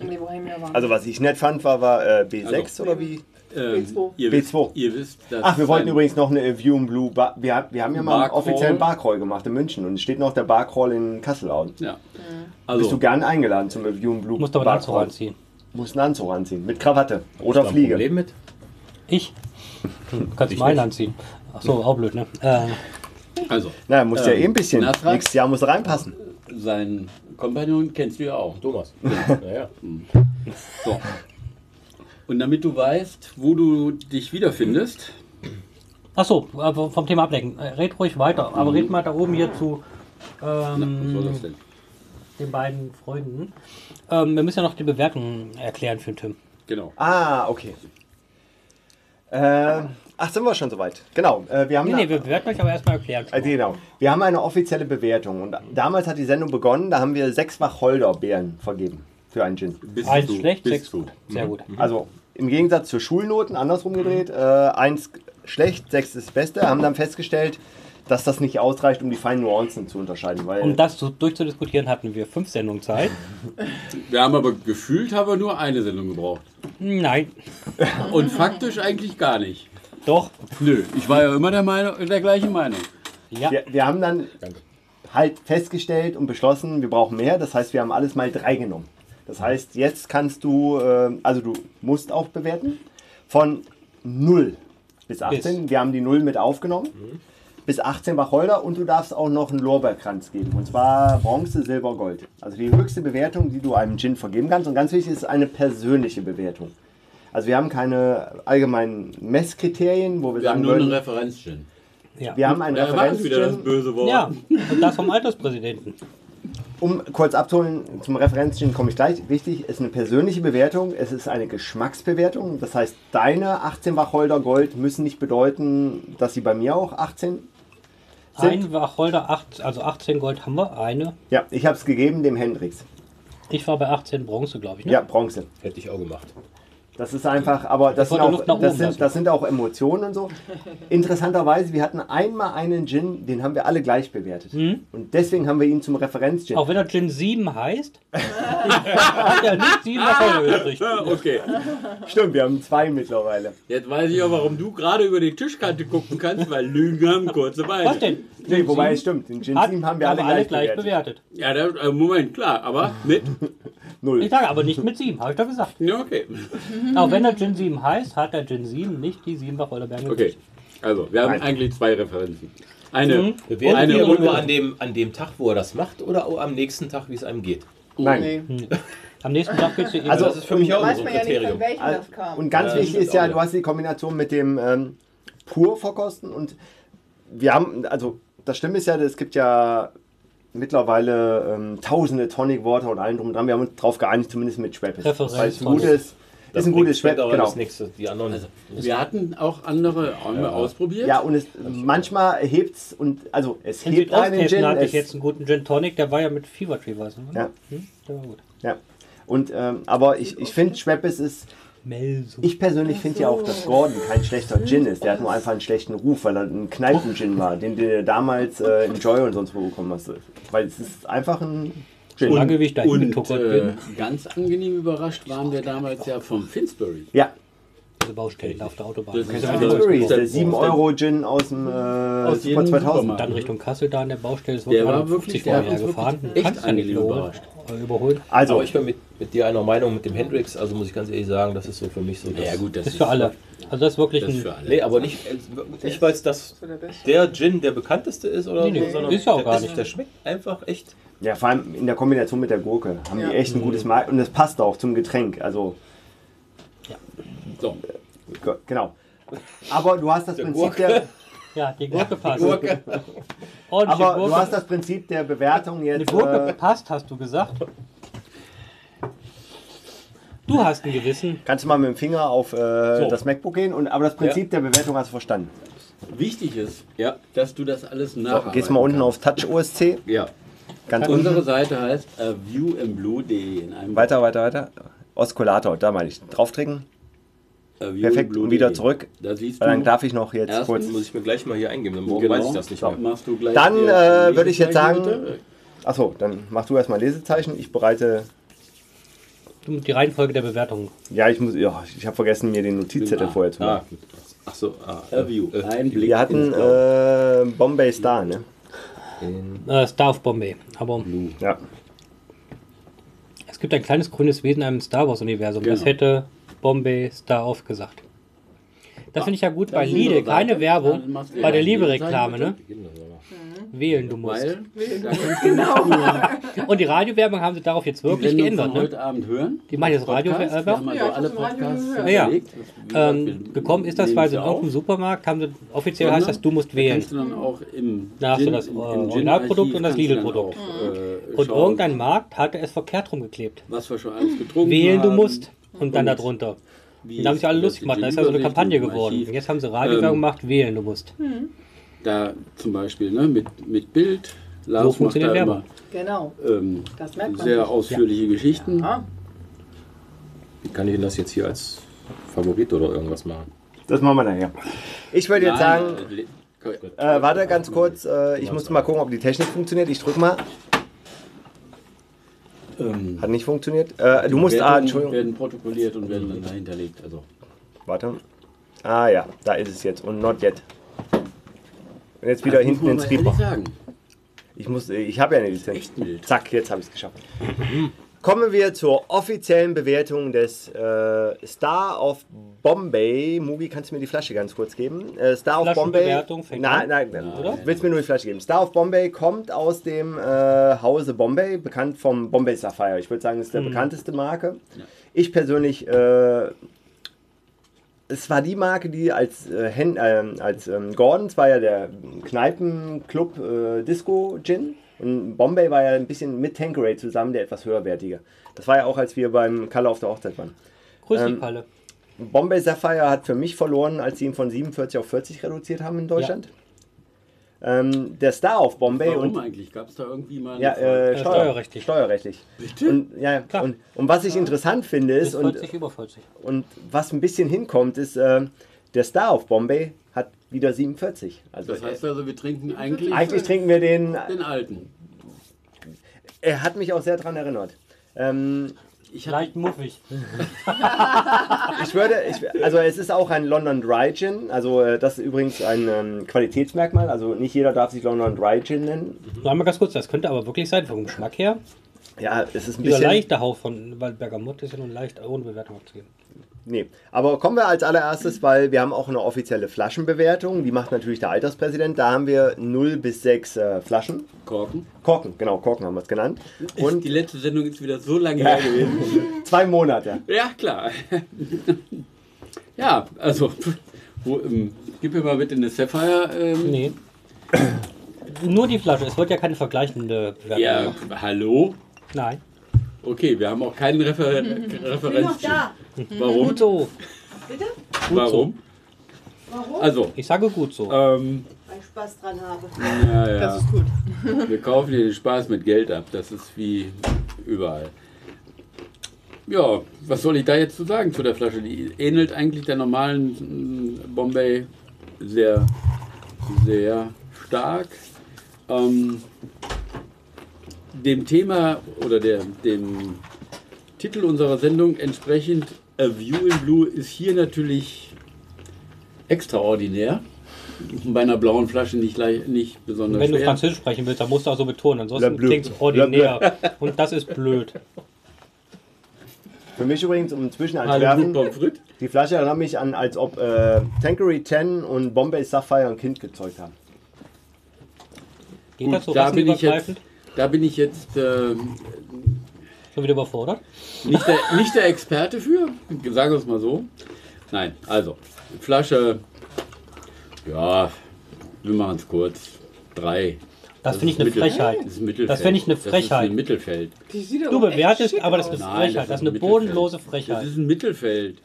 Speaker 4: Nee, Bohemia war.
Speaker 2: Also was ich nett fand, war, war äh, B6
Speaker 1: Also.
Speaker 2: oder wie?
Speaker 1: Ähm,
Speaker 4: B2.
Speaker 1: Ihr wisst,
Speaker 2: B2.
Speaker 1: Ihr wisst, dass
Speaker 2: Ach, wir wollten
Speaker 1: ein-
Speaker 2: übrigens noch eine View in Blue Bar. Wir, ha- wir haben ja mal einen
Speaker 1: Barcrawl.
Speaker 2: offiziellen Barcrawl gemacht in München und es steht noch der Barcrawl in Kasselhauen.
Speaker 1: Ja.
Speaker 2: Bist du
Speaker 1: Also,
Speaker 2: gern eingeladen zum A View in Blue
Speaker 3: Musst aber den Anzug anziehen.
Speaker 2: Musst einen Anzug anziehen. Mit Krawatte oder
Speaker 6: Da ein
Speaker 2: Fliege.
Speaker 6: Problem mit?
Speaker 3: Ich? Hm, kannst
Speaker 6: Ich
Speaker 3: du meinen
Speaker 6: nicht.
Speaker 3: anziehen. Achso, auch blöd, ne? Äh,
Speaker 1: also
Speaker 2: Na, muss ja
Speaker 1: Ähm,
Speaker 2: eh ein bisschen.
Speaker 1: Nasrat?
Speaker 2: Nächstes Jahr muss er reinpassen.
Speaker 1: sein Kompagnon kennst du ja auch.
Speaker 6: Thomas. naja.
Speaker 1: So. Und damit du weißt, wo du dich wiederfindest,
Speaker 3: Achso, äh, vom Thema ablenken. Äh, Red ruhig weiter. Aber red mal da oben hier zu
Speaker 1: was war das
Speaker 3: ähm,
Speaker 1: denn?
Speaker 3: den beiden Freunden. Ähm, wir müssen ja noch die Bewertungen erklären für den Tim.
Speaker 1: Genau.
Speaker 2: Ah, okay. Äh, ach, sind wir schon soweit? Genau. Äh, wir haben
Speaker 3: Nee,
Speaker 2: eine-
Speaker 3: nee, wir bewerten euch aber erstmal erklären.
Speaker 2: Also genau. Wir haben eine offizielle Bewertung und damals hat die Sendung begonnen, da haben wir sechs Wacholderbeeren vergeben für einen Gin.
Speaker 1: Bist
Speaker 3: Eins
Speaker 1: du,
Speaker 3: schlecht,
Speaker 1: bist
Speaker 3: sechs
Speaker 1: du.
Speaker 3: gut. Sehr gut.
Speaker 2: Also im Gegensatz zu Schulnoten, andersrum gedreht, äh, eins schlecht, sechs ist das Beste, haben dann festgestellt, dass das nicht ausreicht, um die feinen Nuancen zu unterscheiden, weil
Speaker 3: Um das so durchzudiskutieren, hatten wir fünf Sendungen Zeit.
Speaker 1: Wir haben aber gefühlt haben wir nur eine Sendung gebraucht.
Speaker 3: Nein,
Speaker 1: Und faktisch eigentlich gar nicht.
Speaker 3: doch.
Speaker 1: Nö, ich war ja immer der, Meinung, der gleichen Meinung.
Speaker 3: Ja,
Speaker 2: wir, wir haben dann halt festgestellt und beschlossen, wir brauchen mehr, das heißt, wir haben alles mal drei genommen. Das heißt, jetzt kannst du, äh, also du musst auch bewerten, von 0 bis 18, wir haben die 0 mit aufgenommen,
Speaker 1: Mhm.
Speaker 2: bis 18 Wacholder und du darfst auch noch einen Lorbeerkranz geben, und zwar Bronze, Silber, Gold. Also die höchste Bewertung, die du einem Gin vergeben kannst und ganz wichtig ist eine persönliche Bewertung. Also wir haben keine allgemeinen Messkriterien, wo wir,
Speaker 1: Wir haben
Speaker 2: sagen
Speaker 1: nur
Speaker 2: würden,
Speaker 1: eine Referenz, Jin.
Speaker 3: Ja.
Speaker 2: Wir haben einen
Speaker 1: Da war es wieder das
Speaker 2: Referenzgin,
Speaker 1: böse Wort.
Speaker 3: ja, und das vom Alterspräsidenten.
Speaker 2: um kurz abzuholen, zum Referenzgin komme ich gleich. Wichtig ist eine persönliche Bewertung, es ist eine Geschmacksbewertung. Das heißt, deine 18 Wacholder Gold müssen nicht bedeuten, dass sie bei mir auch 18 sind.
Speaker 3: Ein Wacholder, acht, also 18 Gold haben wir, eine.
Speaker 2: Ja, ich habe es gegeben dem Hendrix.
Speaker 3: Ich war bei 18 Bronze, glaube ich. Ne?
Speaker 2: Ja, Bronze.
Speaker 6: Hätte ich auch gemacht.
Speaker 2: Das ist einfach, aber das,
Speaker 3: Ich
Speaker 2: sind
Speaker 3: wollte
Speaker 2: auch,
Speaker 3: Luft nach oben
Speaker 2: das,
Speaker 3: lassen.
Speaker 2: sind, das sind auch Emotionen und so. Interessanterweise, wir hatten einmal einen Gin, den haben wir alle gleich bewertet. Und deswegen haben wir ihn zum Referenzgin.
Speaker 3: Hm? Auch wenn er Gin 7 heißt, hat er nicht 7 Wacholder gekriegt.
Speaker 1: Ah, okay.
Speaker 2: Stimmt, wir haben zwei mittlerweile.
Speaker 1: Jetzt weiß ich auch, warum du gerade über die Tischkante gucken kannst, weil Lügen haben kurze Beine.
Speaker 3: Was denn?
Speaker 2: Nee, wobei es stimmt, den Gin
Speaker 3: Hat,
Speaker 2: 7 haben wir alle, gleich, bewertet.
Speaker 3: bewertet.
Speaker 1: Ja, da, äh, Moment, klar, aber mit?
Speaker 2: Null.
Speaker 3: Ich sage aber nicht mit 7, habe ich doch gesagt.
Speaker 1: Ja, okay. Mhm.
Speaker 3: Auch wenn er Gin 7 heißt, hat der Gin 7 nicht die 7 Wacholderbeeren
Speaker 1: Okay, also wir haben
Speaker 2: Nein.
Speaker 1: eigentlich zwei Referenzen.
Speaker 3: Mhm.
Speaker 1: Eine,
Speaker 6: Bewertet
Speaker 1: eine
Speaker 6: ihr
Speaker 1: Runde-
Speaker 6: nur an dem, an dem Tag, wo er das macht oder auch am nächsten Tag, wie es einem geht? Also
Speaker 3: Oh,
Speaker 2: Nein.
Speaker 4: Nee.
Speaker 3: Mhm. Am nächsten Tag geht's dir eh
Speaker 2: Also,
Speaker 3: wieder.
Speaker 6: das ist für mich auch immer
Speaker 4: Weiß
Speaker 6: so ein
Speaker 4: man ja nicht, von
Speaker 6: Kriterium.
Speaker 4: welchem das kam.
Speaker 2: Und ganz
Speaker 6: Ja,
Speaker 2: wichtig
Speaker 6: stimmt
Speaker 2: ist ja,
Speaker 6: auch, ja.
Speaker 2: du hast die Kombination mit dem ähm, pur verkosten und wir haben, also das Schlimme ist ja, es gibt ja mittlerweile ähm, tausende Tonic Water und allen drum und dran. Wir haben uns darauf geeinigt, zumindest mit Schweppes.
Speaker 3: Referenz-
Speaker 2: Weil es ein
Speaker 3: Tonic.
Speaker 2: gutes, ist ein gutes
Speaker 6: Schwert,
Speaker 2: Schweppes,
Speaker 6: aber
Speaker 2: genau.
Speaker 6: das nächste, die anderen.
Speaker 1: Wir hatten auch andere haben wir ausprobiert.
Speaker 2: Ja, und es, manchmal hebt es und, also es
Speaker 3: In
Speaker 2: hebt einen
Speaker 3: Südosthesen
Speaker 2: Gin.
Speaker 3: hatte ich
Speaker 2: Es,
Speaker 3: jetzt einen guten Gin Tonic, der war ja mit Fever Tree, weißt du? ne?
Speaker 2: Ja.
Speaker 3: Hm? Der war gut.
Speaker 2: ja. Und, ähm, aber ich, ich finde, Schweppes ist,
Speaker 3: Melsum.
Speaker 2: ich persönlich finde ja auch, dass Gordon kein schlechter Gin ist. Der hat nur einfach einen schlechten Ruf, weil er ein Kneipen-Gin war, den du damals äh, in Joy und sonst wo bekommen hast. Weil es ist einfach ein Gin.
Speaker 3: Lange wie ich da
Speaker 1: Und
Speaker 3: hingetuckert
Speaker 1: äh,
Speaker 3: bin.
Speaker 1: ganz angenehm überrascht waren wir damals ja vom Finsbury.
Speaker 2: ja,
Speaker 3: Diese Baustellen auf der Autobahn.
Speaker 1: Das ist
Speaker 3: Ja,
Speaker 1: also-
Speaker 3: das
Speaker 2: Finsbury ist der
Speaker 1: das-
Speaker 2: 7-Euro-Gin aus dem äh,
Speaker 1: Aus
Speaker 2: Super
Speaker 1: jedem
Speaker 2: 2000.
Speaker 1: Supermarkt.
Speaker 3: Dann Richtung Kassel da an der Baustelle ist
Speaker 1: Der war
Speaker 3: 150
Speaker 1: wirklich- der hat
Speaker 3: um vorher
Speaker 1: uns wirklich
Speaker 3: gefahren.
Speaker 1: echt
Speaker 3: Kannst du nicht
Speaker 1: angenehm
Speaker 3: überholen.
Speaker 1: überrascht.
Speaker 3: überholen.
Speaker 2: Also,
Speaker 6: Aber ich bin mit, mit dir einer Meinung mit dem Hendrix, also muss ich ganz ehrlich sagen, das ist so für mich so. Das,
Speaker 1: das
Speaker 3: Ist für alle. Also das ist wirklich
Speaker 1: Das ist
Speaker 3: ein.
Speaker 1: für alle.
Speaker 6: Nee, aber nicht, äh, nicht weil es das
Speaker 4: So der Beste.
Speaker 6: der Gin der bekannteste ist oder
Speaker 3: Nee, nee,
Speaker 6: so, sondern
Speaker 3: ist ja auch
Speaker 6: der,
Speaker 3: gar
Speaker 6: ist-
Speaker 3: nicht.
Speaker 6: der schmeckt einfach echt.
Speaker 2: ja, vor allem in der Kombination mit der Gurke haben
Speaker 4: Ja.
Speaker 2: die echt ein gutes Markt und das passt auch zum Getränk. Also,
Speaker 3: Mhm.
Speaker 1: So.
Speaker 2: Ge- Genau. Aber du hast das Prinzip der,
Speaker 3: Ja, die Gurke passt. Gurke. Ordentliche
Speaker 2: aber
Speaker 3: Gurke.
Speaker 2: du hast das Prinzip der Bewertung
Speaker 3: Eine
Speaker 2: jetzt.
Speaker 3: Gurke
Speaker 2: Äh,
Speaker 3: passt, hast du gesagt. Du hast ein Gewissen.
Speaker 2: kannst du mal mit dem Finger auf äh, das MacBook gehen und aber das Prinzip der Bewertung hast du verstanden.
Speaker 1: Wichtig ist, ja, dass du das alles
Speaker 2: So,
Speaker 1: nacharbeiten
Speaker 2: gehst mal unten
Speaker 1: kannst.
Speaker 2: auf Touch OSC.
Speaker 1: Ja.
Speaker 2: Ganz unten.
Speaker 1: Unsere Seite heißt äh, viewinblue.de. In einem
Speaker 2: Weiter, weiter, weiter. Oszulator, da meine ich. Draufdrücken.
Speaker 1: Äh,
Speaker 2: Perfekt.
Speaker 1: viewinblue.de.
Speaker 2: Und wieder zurück.
Speaker 1: Da siehst du.
Speaker 2: Weil dann darf ich noch jetzt
Speaker 1: Erstens
Speaker 2: kurz.
Speaker 6: Muss ich mir gleich mal hier eingeben, dann morgen
Speaker 1: genau,
Speaker 6: weiß ich das nicht mehr.
Speaker 1: Machst du gleich
Speaker 2: Dann,
Speaker 1: die
Speaker 2: äh, würde ich jetzt
Speaker 1: Lesezeichen,
Speaker 2: sagen-
Speaker 1: bitte.
Speaker 2: Achso, dann mach du erstmal Lesezeichen. Ich bereite.
Speaker 3: Du die Reihenfolge der Bewertung.
Speaker 2: Ja, ich muss. Ja, ich habe vergessen, mir den Notizzettel
Speaker 1: Ah,
Speaker 2: vorher zu
Speaker 6: Ah,
Speaker 2: machen.
Speaker 6: gut. Ach so, ah,
Speaker 1: Äh, View.
Speaker 6: äh,
Speaker 1: Ein Blick
Speaker 2: Wir hatten
Speaker 1: ins Blaue.
Speaker 2: äh, Bombay Star, ne?
Speaker 6: in-
Speaker 3: Äh, Star of Bombay. Aber
Speaker 2: Ja.
Speaker 3: es gibt ein kleines grünes Wesen in einem Star Wars-Universum. Das
Speaker 1: Genau.
Speaker 3: hätte Bombay Star of gesagt. Das finde ich ja gut bei
Speaker 1: Dann sind wir
Speaker 3: Lidl.
Speaker 1: weiter.
Speaker 3: Keine
Speaker 1: Dann
Speaker 3: Werbung.
Speaker 1: machst du
Speaker 3: Bei der
Speaker 1: die
Speaker 3: Liebe-Reklame, ne?
Speaker 1: Lesezeichen,
Speaker 3: Wählen du musst.
Speaker 1: Weil, da kannst du genau.
Speaker 3: Und die Radiowerbung haben sie darauf jetzt wirklich geändert. Ne?
Speaker 1: heute Abend hören.
Speaker 3: Die machen jetzt Radio-
Speaker 1: Podcast.
Speaker 3: äh,
Speaker 1: Wir haben
Speaker 3: Ja,
Speaker 1: also
Speaker 4: ich hab's
Speaker 1: alle
Speaker 4: im Radio
Speaker 1: Podcasts
Speaker 4: gehört.
Speaker 3: Ja.
Speaker 1: überlegt. Wie gesagt,
Speaker 3: Ähm,
Speaker 1: wir
Speaker 3: gekommen ist das,
Speaker 1: nehmen
Speaker 3: weil
Speaker 1: sie
Speaker 3: sie in
Speaker 1: auf. ne?
Speaker 3: irgendeinem Supermarkt haben sie offiziell heißt das, du musst
Speaker 1: Da
Speaker 3: wählen.
Speaker 1: Kannst du dann auch im
Speaker 3: Da hast du
Speaker 1: Gin-
Speaker 3: das,
Speaker 1: im-
Speaker 3: äh,
Speaker 1: im Gin-Archiv
Speaker 3: Originalprodukt und das
Speaker 1: kannst du dann
Speaker 3: Lidl-Produkt. Mhm.
Speaker 1: auch, äh,
Speaker 3: Und
Speaker 1: schauen,
Speaker 3: irgendein Markt hatte es verkehrt rumgeklebt.
Speaker 1: was wir schon alles getrunken
Speaker 3: Wählen du
Speaker 1: haben,
Speaker 3: musst. Und dann
Speaker 1: Und
Speaker 3: darunter.
Speaker 1: wie
Speaker 3: Und da haben sich alle
Speaker 1: das
Speaker 3: lustig gemacht. Da ist ja so eine
Speaker 1: Gin-Übersicht
Speaker 3: Kampagne
Speaker 1: im
Speaker 3: geworden.
Speaker 1: Archiv.
Speaker 3: Jetzt haben sie Radiowerbung
Speaker 1: Ähm,
Speaker 3: gemacht, wählen du musst.
Speaker 1: Da zum Beispiel ne, mit, mit Bild. Lars macht
Speaker 3: funktioniert
Speaker 1: da immer
Speaker 3: Werbung.
Speaker 4: Genau.
Speaker 1: ähm,
Speaker 4: Das merkt man.
Speaker 1: sehr
Speaker 4: nicht.
Speaker 1: ausführliche Geschichten.
Speaker 4: Ah,
Speaker 6: Wie kann ich denn das jetzt hier als Favorit oder irgendwas machen?
Speaker 2: Das machen wir nachher. Ich würde jetzt sagen,
Speaker 1: Nein, äh,
Speaker 2: Äh, warte ganz kurz, äh, ich muss mal gucken, ob die Technik funktioniert. Ich drück mal.
Speaker 1: ähm,
Speaker 2: Hat nicht funktioniert. Äh, du musst. Ah,
Speaker 1: Wertungen
Speaker 2: Entschuldigung.
Speaker 1: werden protokolliert und werden dann dahinterlegt. Also
Speaker 2: Warte. Ah ja, da ist es jetzt. Und not yet. Und jetzt wieder
Speaker 1: Das muss
Speaker 2: hinten
Speaker 1: man
Speaker 2: ins
Speaker 1: mal ehrlich
Speaker 2: Skript.
Speaker 1: sagen.
Speaker 2: Ich muss. äh, Ich habe ja eine Lizenz.
Speaker 1: Echt mild.
Speaker 2: Zack, jetzt habe ich es geschafft. Kommen wir zur offiziellen Bewertung des äh, Star of Bombay. Mugi, kannst du mir die Flasche ganz kurz geben? Äh, Star of Bombay.
Speaker 3: Flaschenbewertung fängt
Speaker 2: Nein,
Speaker 3: an.
Speaker 2: nein, nein.
Speaker 3: Oder?
Speaker 2: Willst du mir nur die Flasche geben? Star of Bombay kommt aus dem äh, Hause Bombay, bekannt vom Bombay Sapphire.
Speaker 3: Hm.
Speaker 2: Ich würde sagen, das ist der bekannteste Marke. Ich persönlich äh, es war die Marke, die als, äh, Hen, ähm, als ähm, Gordons war ja der Kneipenclub äh, Disco Gin und Bombay war ja ein bisschen mit Tanqueray zusammen der etwas höherwertige. Das war ja auch, als wir beim Kalle auf der Hochzeit waren.
Speaker 3: Grüß
Speaker 2: Ähm,
Speaker 3: dich, Palle.
Speaker 2: Bombay Sapphire hat für mich verloren, als sie ihn von 47 auf 40 reduziert haben in Deutschland. Ähm, der Star auf Bombay
Speaker 1: Warum
Speaker 2: und
Speaker 1: eigentlich? Gab es da irgendwie mal eine
Speaker 2: ja,
Speaker 1: Frage?
Speaker 2: äh,
Speaker 3: Ja,
Speaker 2: Steuer,
Speaker 3: steuerrechtlich.
Speaker 2: steuerrechtlich. Steuerrechtlich. Und, ja, ja.
Speaker 3: Klar.
Speaker 2: und, und was ich interessant finde ist,
Speaker 3: Bis
Speaker 2: und,
Speaker 1: äh,
Speaker 3: 40, über 40.
Speaker 2: und was ein bisschen hinkommt, ist, äh, der Star auf Bombay hat wieder 47. Also,
Speaker 1: Das heißt also, wir trinken eigentlich
Speaker 2: äh, eigentlich trinken wir den.
Speaker 1: den alten.
Speaker 2: Er hat mich auch sehr daran erinnert. Ähm,
Speaker 1: Ich hab-
Speaker 3: Leicht muffig.
Speaker 2: ich würde, ich, also es ist auch ein London Dry Gin, also äh, das ist übrigens ein ähm, Qualitätsmerkmal, also nicht jeder darf sich London Dry Gin nennen.
Speaker 3: Noch einmal ganz kurz, das könnte aber wirklich sein, vom Geschmack her.
Speaker 2: Ja, es ist ein
Speaker 3: Dieser
Speaker 2: bisschen...
Speaker 3: leichte Hauch von, weil Bergamotte ist ja nun leicht, ohne Bewertung abzugeben.
Speaker 2: Nee, aber kommen wir als allererstes, weil wir haben auch eine offizielle Flaschenbewertung, die macht natürlich der Alterspräsident, da haben wir 0 bis 6 äh, Flaschen.
Speaker 1: Korken.
Speaker 2: Korken, genau, Korken haben wir es genannt.
Speaker 1: Und
Speaker 2: Und
Speaker 1: die letzte Sendung ist wieder so lange
Speaker 2: Ja.
Speaker 1: her gewesen.
Speaker 2: zwei Monate.
Speaker 1: Ja, klar. ja, also, wo, ähm, gib mir mal bitte eine Sapphire. Ähm,
Speaker 3: Nee. Nur die Flasche, es wird ja keine vergleichende Bewertung.
Speaker 1: Ja, hallo?
Speaker 3: Nein.
Speaker 1: Okay, wir haben auch keinen
Speaker 7: Hm,
Speaker 1: Refer
Speaker 7: bin noch
Speaker 1: Referenz.
Speaker 7: da. Hm,
Speaker 1: Warum?
Speaker 3: Gut so.
Speaker 1: Warum?
Speaker 7: Warum?
Speaker 1: Also,
Speaker 3: Ich sage gut so.
Speaker 1: ähm,
Speaker 7: Weil ich Spaß dran habe.
Speaker 1: ja, ja.
Speaker 4: Das ist gut.
Speaker 1: Wir kaufen dir den Spaß mit Geld ab. Das ist wie überall. Ja, was soll ich da jetzt zu sagen zu der Flasche? Die ähnelt eigentlich der normalen mm, Bombay sehr, sehr stark. Ähm, dem Thema oder der, dem Titel unserer Sendung entsprechend, A View in Blue ist hier natürlich extraordinär. Bei einer blauen Flasche nicht, leicht- nicht besonders
Speaker 3: Wenn du
Speaker 1: schwer.
Speaker 3: Französisch sprechen willst, dann musst du auch so betonen,
Speaker 2: Le
Speaker 3: ansonsten
Speaker 2: bleu.
Speaker 3: klingt es ordinär. Und das ist blöd.
Speaker 2: Für mich übrigens, um
Speaker 3: Ah,
Speaker 1: Hallo,
Speaker 2: zwischeneinzuwerfen,
Speaker 1: gut, Pommes frites.
Speaker 2: die Flasche erinnert mich an, als ob äh, Tanqueray 10 und Bombay Sapphire ein Kind gezeugt haben.
Speaker 3: Geht das so
Speaker 1: Gut, da bin ich jetzt,
Speaker 3: rassenübergreifend?
Speaker 1: da bin ich jetzt äh,
Speaker 3: Schon wieder überfordert?
Speaker 1: nicht, der, nicht der Experte für, sagen wir es mal so. Nein, also, Flasche, ja, wir machen es kurz. Drei.
Speaker 3: Das finde ich
Speaker 1: ist
Speaker 3: eine
Speaker 1: Mittel-
Speaker 3: Frechheit.
Speaker 1: Das ist Mittelfeld.
Speaker 3: Das finde ich eine
Speaker 1: Das ist
Speaker 3: Frechheit.
Speaker 1: ein Mittelfeld.
Speaker 4: Die sieht
Speaker 3: Du
Speaker 4: aber echt
Speaker 3: bewertest,
Speaker 4: schick
Speaker 3: aber das ist
Speaker 4: aus.
Speaker 3: eine
Speaker 1: Nein,
Speaker 3: Frechheit. Das ist
Speaker 1: ein
Speaker 3: eine
Speaker 1: Mittelfeld.
Speaker 3: bodenlose
Speaker 1: Das
Speaker 3: Frechheit.
Speaker 1: ist ein Mittelfeld.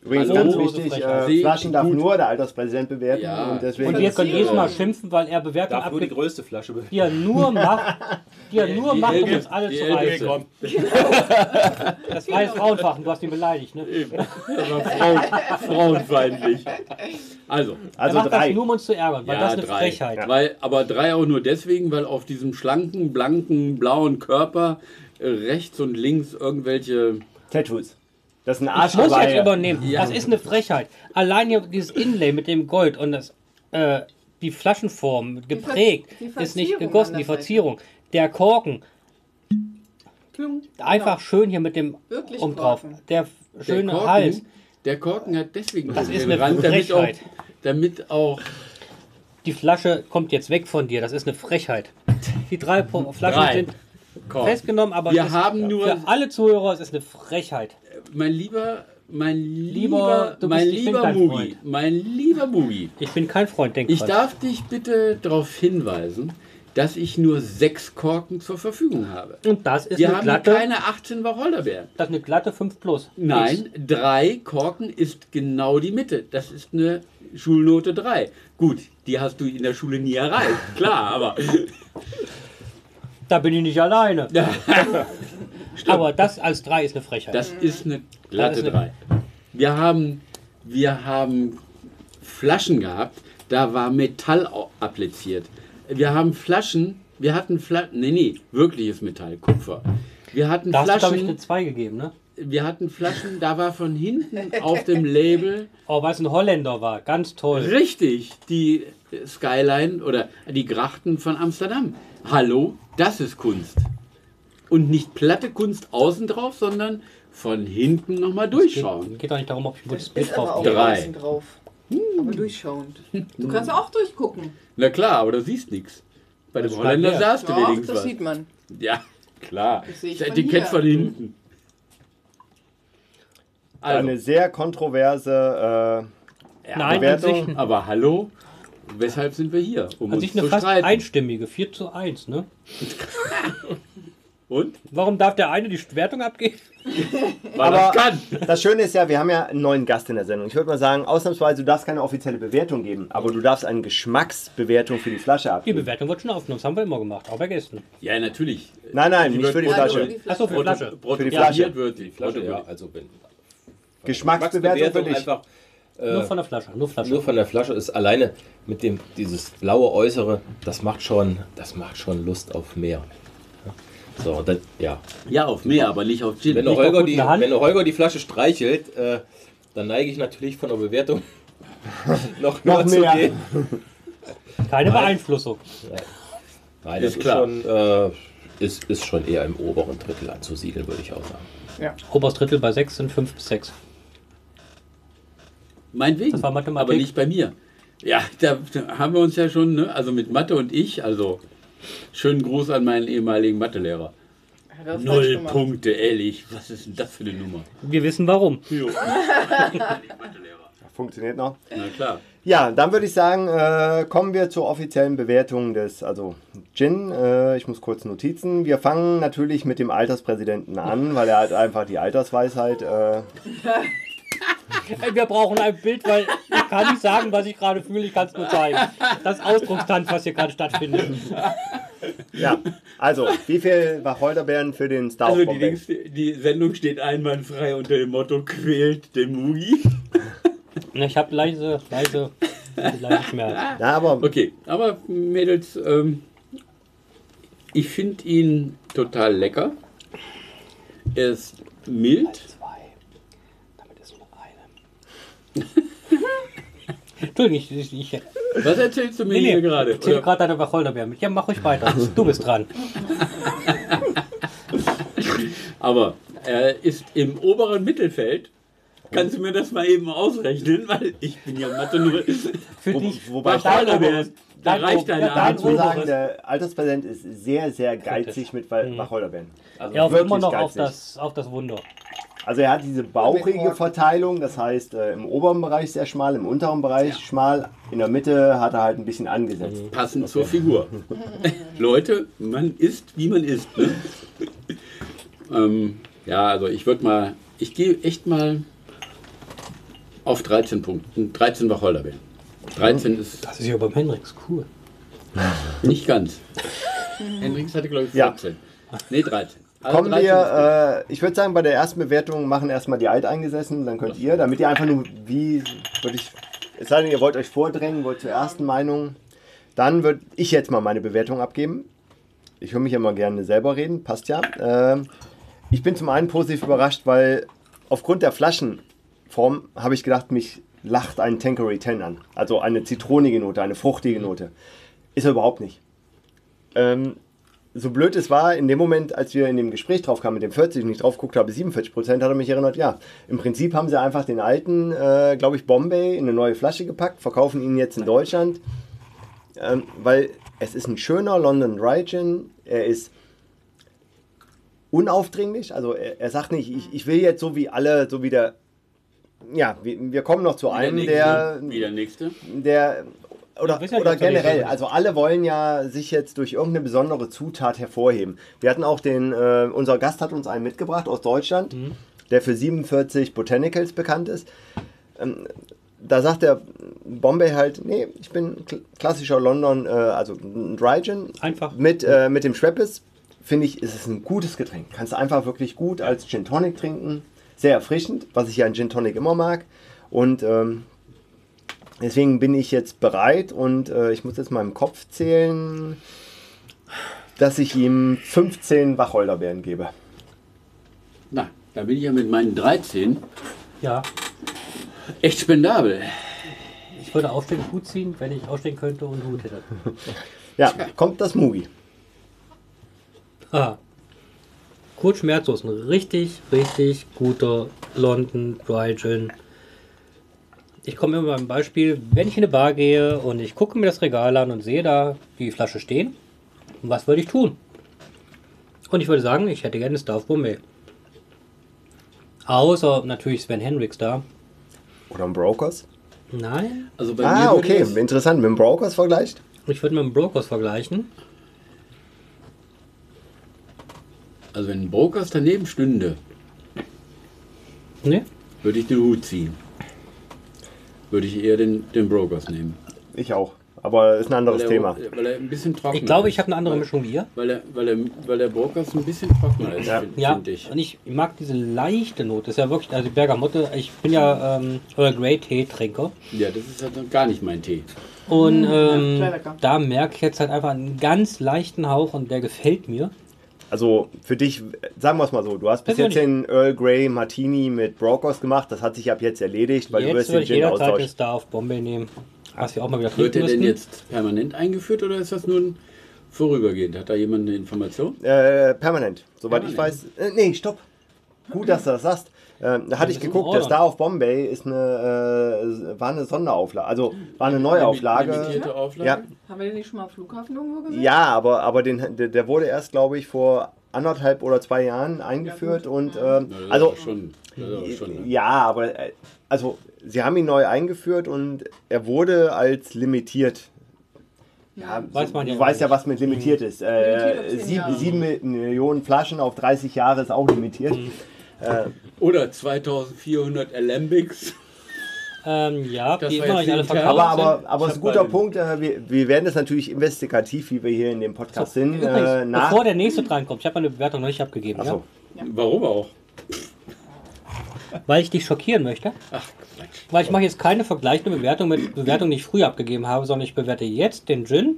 Speaker 2: Übrigens
Speaker 1: Also,
Speaker 2: ganz
Speaker 1: große
Speaker 2: wichtig,
Speaker 3: Frechheit.
Speaker 2: äh, Flaschen darf
Speaker 1: Gut.
Speaker 2: nur der Alterspräsident bewerten
Speaker 1: Ja.
Speaker 2: und deswegen
Speaker 3: Und wir können jedes Mal
Speaker 1: Ja.
Speaker 3: schimpfen, weil er Bewertungen
Speaker 6: Darf nur die
Speaker 3: abgibt,
Speaker 6: größte Flasche be-
Speaker 3: die er nur macht, die er nur
Speaker 1: die
Speaker 3: macht, um
Speaker 1: Elbe-
Speaker 3: uns alle
Speaker 1: die
Speaker 3: zu
Speaker 1: Elbe-
Speaker 3: reißen.
Speaker 1: komm.
Speaker 3: Das war jetzt Frauenfachen, du hast ihn beleidigt. Ne?
Speaker 1: Das war Frauen, frauenfeindlich. Also,
Speaker 2: also
Speaker 3: er macht
Speaker 2: drei.
Speaker 3: das nur, um uns zu ärgern, weil
Speaker 1: ja,
Speaker 3: das eine
Speaker 1: drei.
Speaker 3: Frechheit.
Speaker 1: Ja. Weil, aber drei auch nur deswegen, weil auf diesem schlanken, blanken, blauen Körper äh, rechts und links irgendwelche
Speaker 2: Tattoos. Das ist ein
Speaker 3: Ich muss jetzt
Speaker 2: Arschgeweih.
Speaker 3: übernehmen.
Speaker 1: Ja.
Speaker 3: Das ist eine Frechheit. Allein hier dieses Inlay mit dem Gold und das, äh, die Flaschenform geprägt,
Speaker 4: die
Speaker 3: ist nicht
Speaker 4: Verzierung
Speaker 3: gegossen,
Speaker 4: an
Speaker 3: die
Speaker 4: der Seite.
Speaker 3: Verzierung. Der Korken,
Speaker 4: Klung.
Speaker 3: einfach
Speaker 4: Genau.
Speaker 3: schön hier mit dem
Speaker 4: Wirklich
Speaker 3: um drauf.
Speaker 4: Korken.
Speaker 3: Der f-
Speaker 1: Der
Speaker 3: schöne Hals.
Speaker 1: Der Korken hat deswegen
Speaker 3: Das
Speaker 1: so
Speaker 3: ist
Speaker 1: den
Speaker 3: eine
Speaker 1: damit auch,
Speaker 3: Frechheit.
Speaker 1: damit auch
Speaker 3: Die Flasche kommt jetzt weg von dir. Das ist eine Frechheit. Die drei Po- Flaschen
Speaker 1: Drei.
Speaker 3: sind
Speaker 1: Korken.
Speaker 3: festgenommen, aber
Speaker 1: Wir
Speaker 3: es ist
Speaker 1: haben
Speaker 3: für
Speaker 1: nur,
Speaker 3: alle Zuhörer es ist eine Frechheit.
Speaker 1: mein lieber, mein lieber,
Speaker 3: Lieber- du bist-
Speaker 1: mein
Speaker 3: ich bin
Speaker 1: lieber
Speaker 3: dein
Speaker 1: Mugi,
Speaker 3: Freund.
Speaker 1: mein lieber Mugi,
Speaker 3: Ich bin kein Freund, denk
Speaker 1: ich
Speaker 3: dran.
Speaker 1: darf dich bitte darauf hinweisen, dass ich nur sechs Korken zur Verfügung habe.
Speaker 3: Und das ist
Speaker 1: Wir
Speaker 3: eine
Speaker 1: haben
Speaker 3: glatte,
Speaker 1: keine 18 Wacholderbeeren.
Speaker 3: das ist eine glatte 5 plus.
Speaker 1: Nein, drei Korken ist genau die Mitte. Das ist eine Schulnote 3. Gut, die hast du in der Schule nie erreicht, klar, aber
Speaker 3: Da bin ich nicht alleine.
Speaker 1: Stimmt.
Speaker 3: Aber das als 3 ist eine Frechheit.
Speaker 1: Das ist eine glatte
Speaker 3: ist
Speaker 1: 3.
Speaker 3: eine-
Speaker 1: Wir haben, wir haben Flaschen gehabt, da war Metall au- appliziert. Wir haben Flaschen, wir hatten Flaschen, nee, nee, wirkliches Metall, Kupfer. Wir hatten,
Speaker 3: da hast du, glaube ich, eine
Speaker 1: Flaschen,
Speaker 3: 2 gegeben, ne?
Speaker 1: wir hatten Flaschen, da war von hinten auf dem Label
Speaker 3: Oh, weil es ein Holländer war. Ganz toll.
Speaker 1: richtig die Skyline oder die Grachten von Amsterdam. Hallo, das ist Kunst. Und nicht platte Kunst außen drauf, sondern von hinten nochmal durchschauen.
Speaker 3: Geht, geht doch nicht darum, ob ich ein gutes Bild
Speaker 4: Ist aber
Speaker 3: drauf
Speaker 4: auch
Speaker 1: Drei.
Speaker 4: drei. drauf. Aber durchschauend. Du kannst auch durchgucken.
Speaker 1: Na klar, aber du siehst nichts. Bei dem
Speaker 3: Das
Speaker 1: Holländer
Speaker 3: war leer.
Speaker 1: sahst du
Speaker 4: Doch,
Speaker 1: wenigstens
Speaker 4: das
Speaker 1: was.
Speaker 4: sieht man.
Speaker 1: Ja, klar.
Speaker 4: Das
Speaker 1: Das
Speaker 4: sehe ich von
Speaker 1: Etikett
Speaker 4: hier.
Speaker 1: von hinten. Also,
Speaker 2: Eine sehr kontroverse äh,
Speaker 3: Nein, an
Speaker 2: Bewertung.
Speaker 3: sich,
Speaker 1: aber hallo, weshalb sind wir hier? Um
Speaker 3: an
Speaker 1: uns
Speaker 3: sich eine
Speaker 1: zu
Speaker 3: fast
Speaker 1: streiten.
Speaker 3: einstimmige 4 zu 1, ne?
Speaker 1: Und?
Speaker 3: Warum darf der eine die Wertung abgeben?
Speaker 1: Weil das
Speaker 2: Aber-
Speaker 1: kann.
Speaker 2: äh, Das Schöne ist ja, wir haben ja einen neuen Gast in der Sendung. Ich würde mal sagen, ausnahmsweise, du darfst keine offizielle Bewertung geben, aber du darfst eine Geschmacksbewertung für die Flasche
Speaker 3: Die
Speaker 2: abgeben.
Speaker 3: Bewertung wird schon aufgenommen, das haben wir immer gemacht, auch bei Gästen.
Speaker 1: Ja, natürlich.
Speaker 2: Nein, nein, nicht für die
Speaker 4: Nein,
Speaker 2: Flasche.
Speaker 4: nur die
Speaker 3: Achso, für die
Speaker 1: Proto-
Speaker 3: Flasche.
Speaker 1: protokolliert
Speaker 2: Flasche.
Speaker 1: wird die
Speaker 6: Flasche,
Speaker 1: Protokolliert.
Speaker 6: ja, also wenn
Speaker 2: Geschmacksbewertung für dich.
Speaker 6: einfach
Speaker 1: äh,
Speaker 3: Nur von der Flasche, nur Flasche.
Speaker 6: nur von der Flasche ist alleine mit dem dieses blaue Äußere, das macht schon, das macht schon Lust auf mehr. So, und dann, ja.
Speaker 1: Ja, auf mehr, aber nicht auf Gin.
Speaker 6: Wenn der,
Speaker 1: Nicht
Speaker 6: Holger
Speaker 3: gut
Speaker 6: die,
Speaker 3: in der Hand?
Speaker 6: wenn der Holger die Flasche streichelt, äh, dann neige ich natürlich von der Bewertung noch,
Speaker 2: Noch
Speaker 6: höher zu
Speaker 2: mehr.
Speaker 6: gehen.
Speaker 3: Keine Beeinflussung.
Speaker 6: Nein,
Speaker 1: Ist
Speaker 6: das ist,
Speaker 1: klar.
Speaker 6: schon, äh, ist, ist schon eher im oberen Drittel anzusiedeln, würde ich auch sagen.
Speaker 3: Oberes Drittel bei 6 sind 5 bis 6.
Speaker 1: Meinetwegen.
Speaker 3: Das war Mathematik.
Speaker 1: Aber nicht bei mir. Ja, da, da haben wir uns ja schon, ne? also mit Mathe und ich, also schönen Gruß an meinen ehemaligen Mathelehrer.
Speaker 4: Hat er falsch
Speaker 1: Null
Speaker 4: gemacht.
Speaker 1: Punkte, ehrlich. Was ist denn das für eine Nummer?
Speaker 3: Wir wissen warum.
Speaker 1: Jo.
Speaker 2: Funktioniert noch.
Speaker 1: Na klar.
Speaker 2: Ja, dann würde ich sagen, äh, kommen wir zur offiziellen Bewertung des, also Gin. Äh, ich muss kurz Notizen. Wir fangen natürlich mit dem Alterspräsidenten an, weil er halt einfach die Altersweisheit. Äh,
Speaker 3: Wir brauchen ein Bild, weil ich kann nicht sagen, was ich gerade fühle, ich kann es nur zeigen. Das Ausdruckstanz, was hier gerade stattfindet.
Speaker 2: ja, also wie viel Wacholderbeeren für den Star
Speaker 1: Also
Speaker 2: of
Speaker 1: die,
Speaker 2: Bombay?
Speaker 1: Dings, die Sendung steht einwandfrei unter dem Motto Quält den Mugi.
Speaker 3: Na, Ich habe leise, leise, leise Schmerz.
Speaker 2: Na, aber
Speaker 1: Okay, aber Mädels, ähm, ich finde ihn total lecker. Er ist mild.
Speaker 3: Zwei. Damit ist nur eine. Entschuldigung, ich, ich, ich,
Speaker 1: Was erzählst du mir
Speaker 3: nee, nee,
Speaker 1: hier gerade?
Speaker 3: ich zähle
Speaker 1: Oder-
Speaker 3: gerade deine Wacholderbeer mit. Ja, mach ruhig weiter. Du bist dran.
Speaker 1: Aber er ist im oberen Mittelfeld. Kannst du mir das mal eben ausrechnen? Weil ich bin ja Mathe nur.
Speaker 3: Für dich.
Speaker 2: wobei
Speaker 3: Dein
Speaker 1: Schneider
Speaker 3: oberes-
Speaker 1: wär's. Da
Speaker 3: dein
Speaker 1: reicht
Speaker 3: oberes-
Speaker 1: deine
Speaker 3: dein
Speaker 1: Hand.
Speaker 2: dazu sagen,
Speaker 3: oberes-
Speaker 2: der Alterspräsident ist sehr, sehr geizig mit Wa-
Speaker 1: Mhm.
Speaker 2: Wacholderbeeren.
Speaker 1: Also-
Speaker 3: Ja, auf
Speaker 2: wirklich
Speaker 3: immer noch auf
Speaker 2: geizig.
Speaker 3: das, auf das Wunder.
Speaker 2: Also er hat diese bauchige Verteilung, das heißt äh, im oberen Bereich sehr schmal, im unteren Bereich schmal, in der Mitte hat er halt ein bisschen angesetzt.
Speaker 1: Passend zur Figur. Leute, man ist, wie man ist. Ne? ähm, ja, also ich würde mal, ich gehe echt mal auf 13 Punkten. 13 Wacholderbeeren. 13 ist
Speaker 3: Das ist ja beim Henriks cool.
Speaker 1: nicht ganz. Hendrix hatte, glaube ich,
Speaker 2: Ja.
Speaker 1: 14. Nee, 13. Also
Speaker 2: Kommen
Speaker 1: 13 ist gut.
Speaker 2: wir, äh, ich würde sagen, bei der ersten Bewertung machen erstmal die Alteingesessenen, dann könnt ihr, damit ihr einfach nur, wie, würde ich, es sei denn, ihr wollt euch vordrängen, wollt zur ersten Meinung, dann würde ich jetzt mal meine Bewertung abgeben. Ich höre mich immer gerne selber reden, passt ja. Ähm, ich bin zum einen positiv überrascht, weil aufgrund der Flaschenform habe ich gedacht, mich lacht ein Tankery 10 an. Also eine zitronige Note, eine fruchtige Note. Ist er überhaupt nicht. Ähm, so blöd es war, in dem Moment, als wir in dem Gespräch drauf kamen mit dem 40 und ich drauf geguckt habe, 47 Prozent, hat er mich erinnert, ja, im Prinzip haben sie einfach den alten, äh, glaube ich, Bombay in eine neue Flasche gepackt, verkaufen ihn jetzt in Deutschland, ähm, weil es ist ein schöner London Dry Gin, er ist unaufdringlich, also er, er sagt nicht, ich, ich will jetzt so wie alle, so wie der, ja, wir, wir kommen noch zu
Speaker 1: Wieder
Speaker 2: einem,
Speaker 1: nächste,
Speaker 2: der,
Speaker 1: wieder nächste.
Speaker 2: der oder,
Speaker 3: Ich weiß ja nicht,
Speaker 2: oder
Speaker 3: ob der
Speaker 2: generell,
Speaker 3: Rewe ist.
Speaker 2: also alle wollen ja sich jetzt durch irgendeine besondere Zutat hervorheben. Wir hatten auch den, äh, unser Gast hat uns einen mitgebracht aus Deutschland,
Speaker 3: Mhm.
Speaker 2: der für 47 Botanicals bekannt ist. Ähm, da sagt der Bombay halt, nee, ich bin kl klassischer London, äh, also ein Dry Gin.
Speaker 3: Einfach.
Speaker 2: Mit, äh, mit dem Schweppes, finde ich, ist es ein gutes Getränk. Kannst du einfach wirklich gut als Gin Tonic trinken. Sehr erfrischend, was ich ja an Gin Tonic immer mag. Und ähm, Deswegen bin ich jetzt bereit und äh, ich muss jetzt mal im Kopf zählen, dass ich ihm 15 Wacholderbeeren gebe.
Speaker 1: Na, da bin ich ja mit meinen 13
Speaker 3: Ja,
Speaker 1: echt spendabel.
Speaker 3: ich würde aufstehen und Hut ziehen, wenn ich aufstehen könnte und einen Hut hätte.
Speaker 2: Ja, kommt das Mugi.
Speaker 3: Ah. Kurt Schmerzlo ist ein richtig, richtig guter London Dry Gin. Ich komme immer beim Beispiel, wenn ich in eine Bar gehe und ich gucke mir das Regal an und sehe da die Flasche stehen, was würde ich tun? Und ich würde sagen, ich hätte gerne Star of Bombay. Außer natürlich Sven Hendricks da.
Speaker 2: Oder ein Brokers?
Speaker 3: Nein,
Speaker 1: Also bei
Speaker 2: Ah,
Speaker 1: mir würde
Speaker 2: okay.
Speaker 1: das-
Speaker 2: Interessant. Mit dem Brokers vergleicht?
Speaker 3: ich würde mit dem Brokers vergleichen.
Speaker 1: Also wenn ein Brokers daneben stünde,
Speaker 3: Ne?
Speaker 1: würde ich den Hut ziehen. Würde ich eher den, den Brokers nehmen.
Speaker 2: Ich auch. Aber ist ein anderes
Speaker 1: Weil er-
Speaker 2: Thema.
Speaker 1: Weil er ein bisschen trockener
Speaker 3: Ich glaube, ich
Speaker 1: ist.
Speaker 3: habe eine andere Mischung wie ihr.
Speaker 1: Weil er, weil, er, weil der Brokers ein bisschen trockener ist,
Speaker 2: Ja.
Speaker 1: finde
Speaker 3: Ja,
Speaker 1: find ich.
Speaker 3: und ich mag diese leichte Note. Ist ja wirklich, also Bergamotte, ich bin ja ähm, oder Grey Tee Trinker.
Speaker 1: Ja, das ist halt gar nicht mein Tee.
Speaker 3: Und ähm,
Speaker 4: sehr lecker.
Speaker 3: da merke ich jetzt halt einfach einen ganz leichten Hauch und der gefällt mir.
Speaker 2: Also für dich, sagen wir es mal so, du hast bis jetzt
Speaker 3: Persönlich.
Speaker 2: den Earl Grey Martini mit Brokers gemacht. Das hat sich ab jetzt erledigt, weil du
Speaker 3: jetzt
Speaker 2: wirst den
Speaker 3: würde ich
Speaker 2: Gin
Speaker 3: jederzeit das
Speaker 2: austauschen.
Speaker 3: da auf Bombay nehmen. Was wir auch mal wieder
Speaker 1: Wird
Speaker 3: trinken
Speaker 1: der denn
Speaker 3: müssen.
Speaker 1: jetzt permanent eingeführt oder ist das nur ein vorübergehend? Hat da jemand eine Information?
Speaker 2: Äh, permanent, soweit ich weiß.
Speaker 1: Permanent.
Speaker 2: Äh, nee, stopp. Gut, dass du das sagst. Ähm, da hatte ich
Speaker 3: müssen
Speaker 2: geguckt, das
Speaker 3: ordern.
Speaker 2: Star of Bombay ist eine, äh, war eine Sonderauflage, also war eine Neuauflage.
Speaker 1: Limitierte Auflage?
Speaker 2: Ja,
Speaker 4: Haben wir den nicht schon mal am Flughafen irgendwo gesehen?
Speaker 2: ja aber, aber den, der, der wurde erst, glaube ich, vor anderthalb oder zwei Jahren eingeführt und ähm,
Speaker 1: Na, das ist
Speaker 2: also
Speaker 1: aber schon, das ist aber schon ne?
Speaker 2: Ja, aber äh, also sie haben ihn neu eingeführt und er wurde als limitiert. Ja,
Speaker 3: Weiß
Speaker 2: so-
Speaker 3: man ja
Speaker 2: du
Speaker 3: immer
Speaker 2: weißt ja,
Speaker 3: nicht. Mhm.
Speaker 2: was mit limitiert ist.
Speaker 4: Limitiert auf
Speaker 2: Äh,
Speaker 4: zehn
Speaker 2: sieben,
Speaker 4: Jahre.
Speaker 2: sieben Mi- Millionen Flaschen auf 30 Jahre ist auch limitiert.
Speaker 3: Mhm.
Speaker 1: Oder 2400 Alembics.
Speaker 3: Ähm, ja,
Speaker 1: Das
Speaker 3: die
Speaker 1: war
Speaker 3: immer noch
Speaker 1: jetzt
Speaker 3: nicht alle
Speaker 1: jeden Tag.
Speaker 3: verkauft
Speaker 2: Aber,
Speaker 1: Wahnsinn.
Speaker 2: aber, aber
Speaker 1: Ich
Speaker 2: es ist ein
Speaker 1: hab
Speaker 2: guter
Speaker 1: beide.
Speaker 2: Punkt. Äh, wir, wir werden das natürlich investigativ, wie wir hier in dem Podcast sind, äh,
Speaker 3: Übrigens, bevor
Speaker 2: nach.
Speaker 3: der nächste drankommt, ich habe meine Bewertung noch nicht abgegeben, ne? ja?
Speaker 2: Achso,
Speaker 1: Warum auch?
Speaker 3: weil ich dich schockieren möchte.
Speaker 1: Ach Quatsch.
Speaker 3: Weil ich mache jetzt keine vergleichende Bewertung mit Bewertungen, die ich früher abgegeben habe, sondern ich bewerte jetzt den Gin,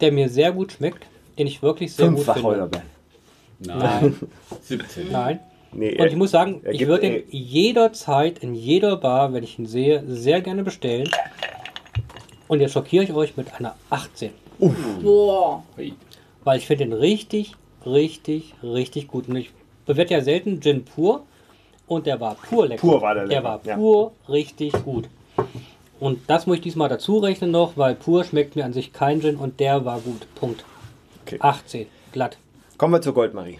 Speaker 3: der mir sehr gut schmeckt, den ich wirklich sehr
Speaker 2: Oh. fünffach
Speaker 3: gut
Speaker 2: Holger
Speaker 3: finde.
Speaker 2: Bern.
Speaker 1: Nein. 17.
Speaker 3: Nein.
Speaker 2: Nee, äh,
Speaker 3: Und ich Oh, muss sagen,
Speaker 2: er
Speaker 3: ich
Speaker 2: gibt-
Speaker 3: würde
Speaker 2: er-
Speaker 3: ihn jederzeit in jeder Bar, wenn ich ihn sehe, sehr gerne bestellen. Und jetzt schockiere ich euch mit einer 18.
Speaker 4: Boah.
Speaker 3: Weil ich finde den richtig, richtig, richtig gut. Und ich bewerte ja selten Gin pur. Und der war pur lecker.
Speaker 2: Pur war der
Speaker 3: Der
Speaker 2: lecker,
Speaker 3: war
Speaker 2: ja.
Speaker 3: pur richtig gut. Und das muss ich diesmal dazu rechnen noch, weil pur schmeckt mir an sich kein Gin und der war gut. Punkt.
Speaker 2: Okay.
Speaker 3: 18. Glatt.
Speaker 2: Kommen wir zur Goldmarie.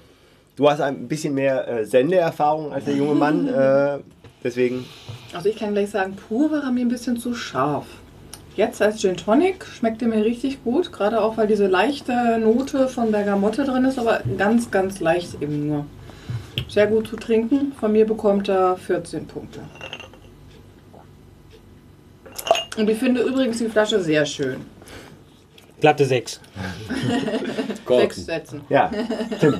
Speaker 2: Du hast ein bisschen mehr äh, Sendeerfahrung als der junge Mann, äh, deswegen
Speaker 4: Also ich kann gleich sagen, pur war er mir ein bisschen zu scharf. Jetzt als Gin Tonic schmeckt er mir richtig gut, gerade auch weil diese leichte Note von Bergamotte drin ist, aber ganz, ganz leicht eben nur. Sehr gut zu trinken. Von mir bekommt er 14 Punkte. Und ich finde übrigens die Flasche sehr schön.
Speaker 3: Glatte 6.
Speaker 4: Sechs
Speaker 1: Korken.
Speaker 4: Sätzen.
Speaker 2: Ja, Tim.